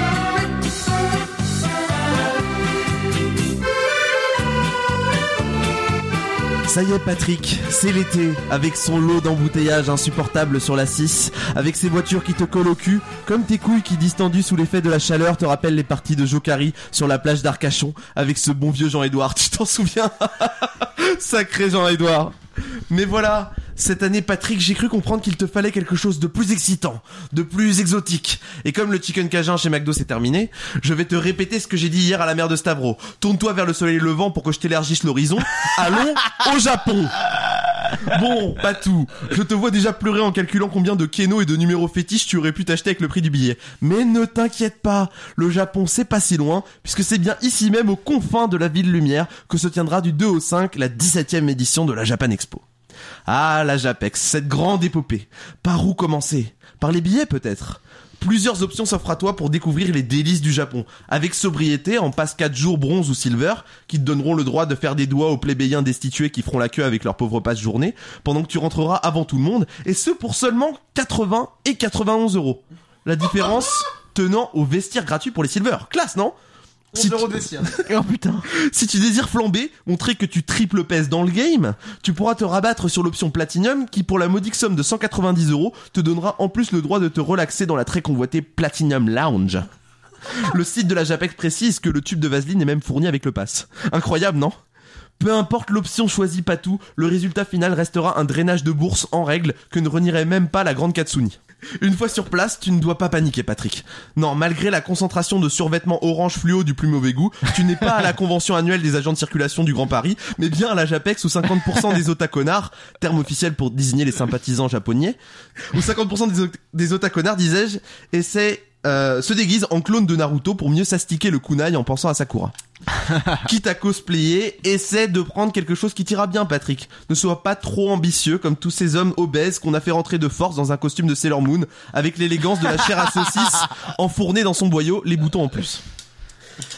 Speaker 3: Ça y est Patrick, c'est l'été, avec son lot d'embouteillages insupportables sur la 6, avec ses voitures qui te collent au cul, comme tes couilles qui distendues sous l'effet de la chaleur te rappellent les parties de Jocari sur la plage d'Arcachon, avec ce bon vieux Jean-Édouard, tu t'en souviens Sacré Jean-Édouard Mais voilà, cette année Patrick, j'ai cru comprendre qu'il te fallait quelque chose de plus excitant, de plus exotique. Et comme le chicken cajun chez McDo c'est terminé, je vais te répéter ce que j'ai dit hier à la mer de Stavro. Tourne-toi vers le soleil levant pour que je t'élargisse l'horizon. Allons au Japon Bon, pas tout. Je te vois déjà pleurer en calculant combien de kénos et de numéros fétiches tu aurais pu t'acheter avec le prix du billet. Mais ne t'inquiète pas, le Japon c'est pas si loin, puisque c'est bien ici même aux confins de la ville lumière que se tiendra du 2 au 5 la 17ème édition de la Japan Expo. Ah, la Japex, cette grande épopée. Par où commencer Par les billets peut-être Plusieurs options s'offrent à toi pour découvrir les délices du Japon, avec sobriété en passe 4 jours bronze ou silver, qui te donneront le droit de faire des doigts aux plébéiens destitués qui feront la queue avec leur pauvre passe journée, pendant que tu rentreras avant tout le monde, et ce pour seulement 80 et 91 euros. La différence tenant au vestiaire gratuit pour les silver. Classe, non Si tu-
Speaker 4: Oh putain
Speaker 3: si tu désires flamber, montrer que tu triples pèse dans le game, tu pourras te rabattre sur l'option Platinum qui, pour la modique somme de 190 euros, te donnera en plus le droit de te relaxer dans la très convoitée Platinum Lounge. Le site de la JAPEC précise que le tube de vaseline est même fourni avec le pass. Incroyable, non peu importe l'option choisie pas tout, le résultat final restera un drainage de bourse en règle que ne renierait même pas la grande Katsuni. Une fois sur place, tu ne dois pas paniquer, Patrick. Non, malgré la concentration de survêtements orange fluo du plus mauvais goût, tu n'es pas à la convention annuelle des agents de circulation du Grand Paris, mais bien à la JAPEX où 50% des otakonards, terme officiel pour désigner les sympathisants japonais, où 50% des, ot- des otakonards, disais-je, essaient, euh, se déguisent en clone de Naruto pour mieux s'astiquer le kunai en pensant à Sakura quitte à cosplayer, essaie de prendre quelque chose qui t'ira bien, Patrick. Ne sois pas trop ambitieux comme tous ces hommes obèses qu'on a fait rentrer de force dans un costume de Sailor Moon avec l'élégance de la chair à saucisse enfournée dans son boyau, les boutons en plus.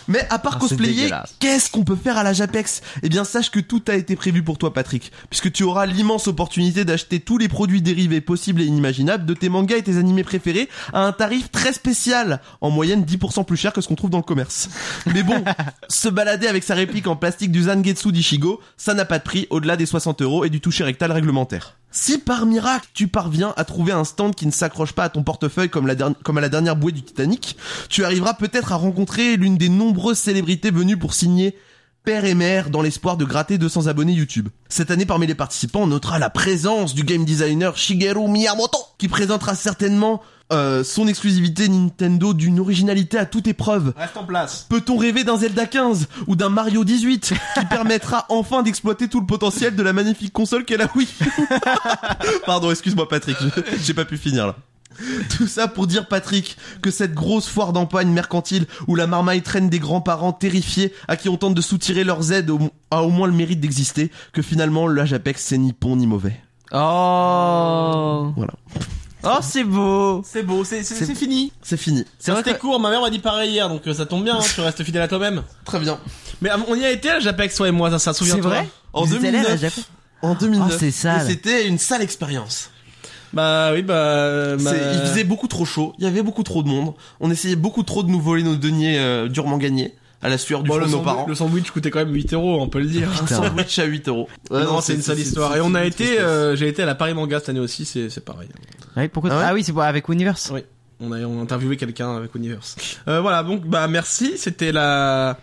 Speaker 3: Mais à part
Speaker 4: Ah, c'est
Speaker 3: cosplayer,
Speaker 4: dégueulasse.
Speaker 3: qu'est-ce qu'on peut faire à la Japex Eh bien, sache que tout a été prévu pour toi, Patrick, puisque tu auras l'immense opportunité d'acheter tous les produits dérivés possibles et inimaginables de tes mangas et tes animés préférés à un tarif très spécial, en moyenne 10% plus cher que ce qu'on trouve dans le commerce. Mais bon, se balader avec sa réplique en plastique du Zangetsu d'Ishigo, ça n'a pas de prix au-delà des 60 euros et du toucher rectal réglementaire. Si par miracle tu parviens à trouver un stand qui ne s'accroche pas à ton portefeuille comme, la derni- comme à la dernière bouée du Titanic, tu arriveras peut-être à rencontrer l'une des nombreuses célébrités venues pour signer père et mère dans l'espoir de gratter 200 abonnés YouTube. Cette année, parmi les participants, on notera la présence du game designer Shigeru Miyamoto, qui présentera certainement euh, son exclusivité Nintendo d'une originalité à toute épreuve.
Speaker 2: Reste en place.
Speaker 3: Peut-on rêver d'un Zelda 15 ou d'un Mario 18 qui permettra enfin d'exploiter tout le potentiel de la magnifique console qu'est la Wii U Pardon, excuse-moi Patrick, je- j'ai pas pu finir là. Tout ça pour dire Patrick que cette grosse foire d'empagne mercantile où la marmaille traîne des grands-parents terrifiés à qui on tente de soutirer leurs aides au- a au moins le mérite d'exister, que finalement l'âge Apex c'est ni bon ni mauvais.
Speaker 4: Oh
Speaker 3: Voilà.
Speaker 4: Oh, c'est beau
Speaker 2: C'est beau, c'est c'est-
Speaker 4: C'est-
Speaker 2: c'est fini.
Speaker 3: C'est fini.
Speaker 4: C'est vrai
Speaker 2: C'était
Speaker 4: que.
Speaker 2: court, ma mère m'a dit pareil hier, donc euh, ça tombe bien, hein, tu restes fidèle à toi-même.
Speaker 3: Très bien.
Speaker 2: Mais avant- on y a été à l'Apex, toi et moi, ça, ça
Speaker 4: C'est
Speaker 2: souviens-toi.
Speaker 4: vrai
Speaker 3: En
Speaker 4: Vous êtes allés à la
Speaker 3: 2009.
Speaker 4: Jap-
Speaker 3: En 2009.
Speaker 4: Oh, c'est sale.
Speaker 3: Et c'était une sale expérience.
Speaker 2: Bah oui, bah. bah-
Speaker 3: C'est- Il faisait beaucoup trop chaud, il y avait beaucoup trop de monde, on essayait beaucoup trop de nous voler nos deniers euh, durement gagnés à la sueur du
Speaker 2: Bon,
Speaker 3: front
Speaker 2: le,
Speaker 3: de nos
Speaker 2: sandwich-
Speaker 3: parents.
Speaker 2: le sandwich coûtait quand même 8 euros, on peut le dire.
Speaker 3: Un sandwich à 8 euros. Ouais,
Speaker 2: non, c'est une sale histoire. Et on a
Speaker 3: c'est-
Speaker 2: été,
Speaker 3: c'est-
Speaker 2: euh, j'ai été à la Paris Manga cette année aussi, c'est c'est pareil.
Speaker 4: Ouais, pourquoi
Speaker 3: Ah ouais
Speaker 4: Ah oui, c'est pour- avec Universe.
Speaker 2: Oui. On a, on a interviewé quelqu'un avec Universe. Euh, voilà, donc, bah, merci. C'était la,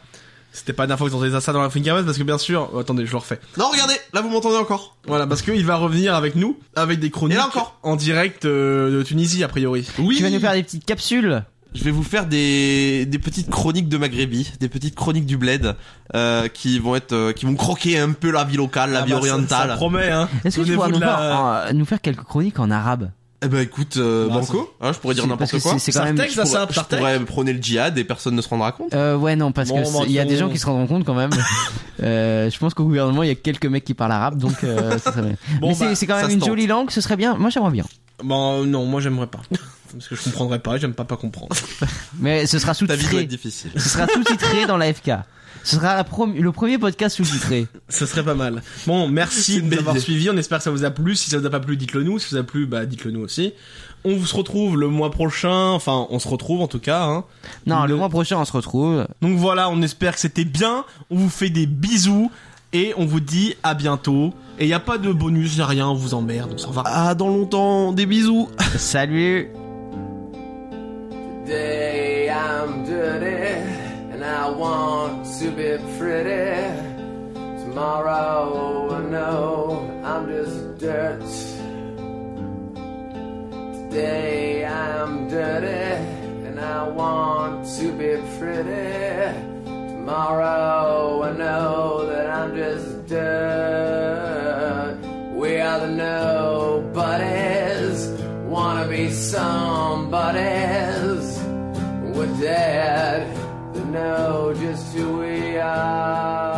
Speaker 2: c'était pas la dernière fois que vous entendez ça dans la Fingermas, parce que bien sûr, oh, attendez, je le refais.
Speaker 3: Non, regardez, là vous m'entendez encore.
Speaker 2: Voilà, parce qu'il va revenir avec nous, avec des chroniques.
Speaker 3: Et là encore.
Speaker 2: En direct euh, de Tunisie, a priori.
Speaker 3: Oui.
Speaker 4: Tu vas nous faire des petites capsules
Speaker 3: Je vais vous faire des, des petites chroniques de Maghrébi, des petites chroniques du bled, euh, qui vont être, euh, qui vont croquer un peu la vie locale, la
Speaker 2: Ah
Speaker 3: vie
Speaker 2: bah, Ça,
Speaker 3: orientale.
Speaker 2: ça promet, hein.
Speaker 4: Est-ce que tu
Speaker 2: Souvenez-vous
Speaker 4: pourras
Speaker 2: de
Speaker 4: nous,
Speaker 2: la-
Speaker 4: faire, en- nous faire quelques chroniques en arabe
Speaker 3: Eh ben écoute, euh,
Speaker 2: Bah,
Speaker 3: banco, hein, je pourrais dire
Speaker 4: C'est- parce
Speaker 3: n'importe
Speaker 4: que
Speaker 3: quoi.
Speaker 4: c'est- C'est quand même.
Speaker 2: Sartek, ça, ça,
Speaker 3: Je
Speaker 2: Sartek.
Speaker 3: pourrais prôner le djihad et personne ne se rendra compte.
Speaker 4: Euh, ouais, non, parce
Speaker 2: Bon,
Speaker 4: que c'est- il y a
Speaker 2: mention-
Speaker 4: des gens qui se rendront compte quand même. Euh, je pense qu'au gouvernement, il y a quelques mecs qui parlent arabe, donc euh, ça serait bien.
Speaker 2: Bon,
Speaker 4: Mais
Speaker 2: bah,
Speaker 4: c'est- c'est quand
Speaker 3: ça
Speaker 4: même
Speaker 3: se
Speaker 4: une
Speaker 3: tente.
Speaker 4: jolie langue, ce serait bien. Moi, j'aimerais bien.
Speaker 2: Bon, Bah, euh, non, moi j'aimerais pas. Parce que je comprendrais pas, j'aime pas pas comprendre.
Speaker 4: Mais ce sera
Speaker 3: Ta vie doit être
Speaker 4: sous-titré.
Speaker 3: difficile.
Speaker 4: Ce sera sous-titré dans l'AFK. Ce sera la prom- le premier podcast sous-titré.
Speaker 2: Ce serait pas mal. Bon, merci de nous avoir suivis. On espère que ça vous a plu. Si ça vous a pas plu, dites-le nous. Si ça vous a plu, bah dites-le nous aussi. On vous se retrouve le mois prochain. Enfin, on se retrouve en tout cas. Hein.
Speaker 4: Non, le
Speaker 2: Le-
Speaker 4: mois prochain, on se retrouve.
Speaker 2: Donc voilà, on espère que c'était bien. On vous fait des bisous et on vous dit à bientôt. Et y a pas de bonus, y a rien. On vous emmerde, on s'en va.
Speaker 3: Ah, dans longtemps, des bisous.
Speaker 4: Salut
Speaker 9: Today I'm dirty and I want to be pretty. Tomorrow I know I'm just dirt. Today I'm dirty and I want to be pretty. Tomorrow I know that I'm just dirt. We are the nobodies, wanna be somebodies. We're dead, they know just who we are.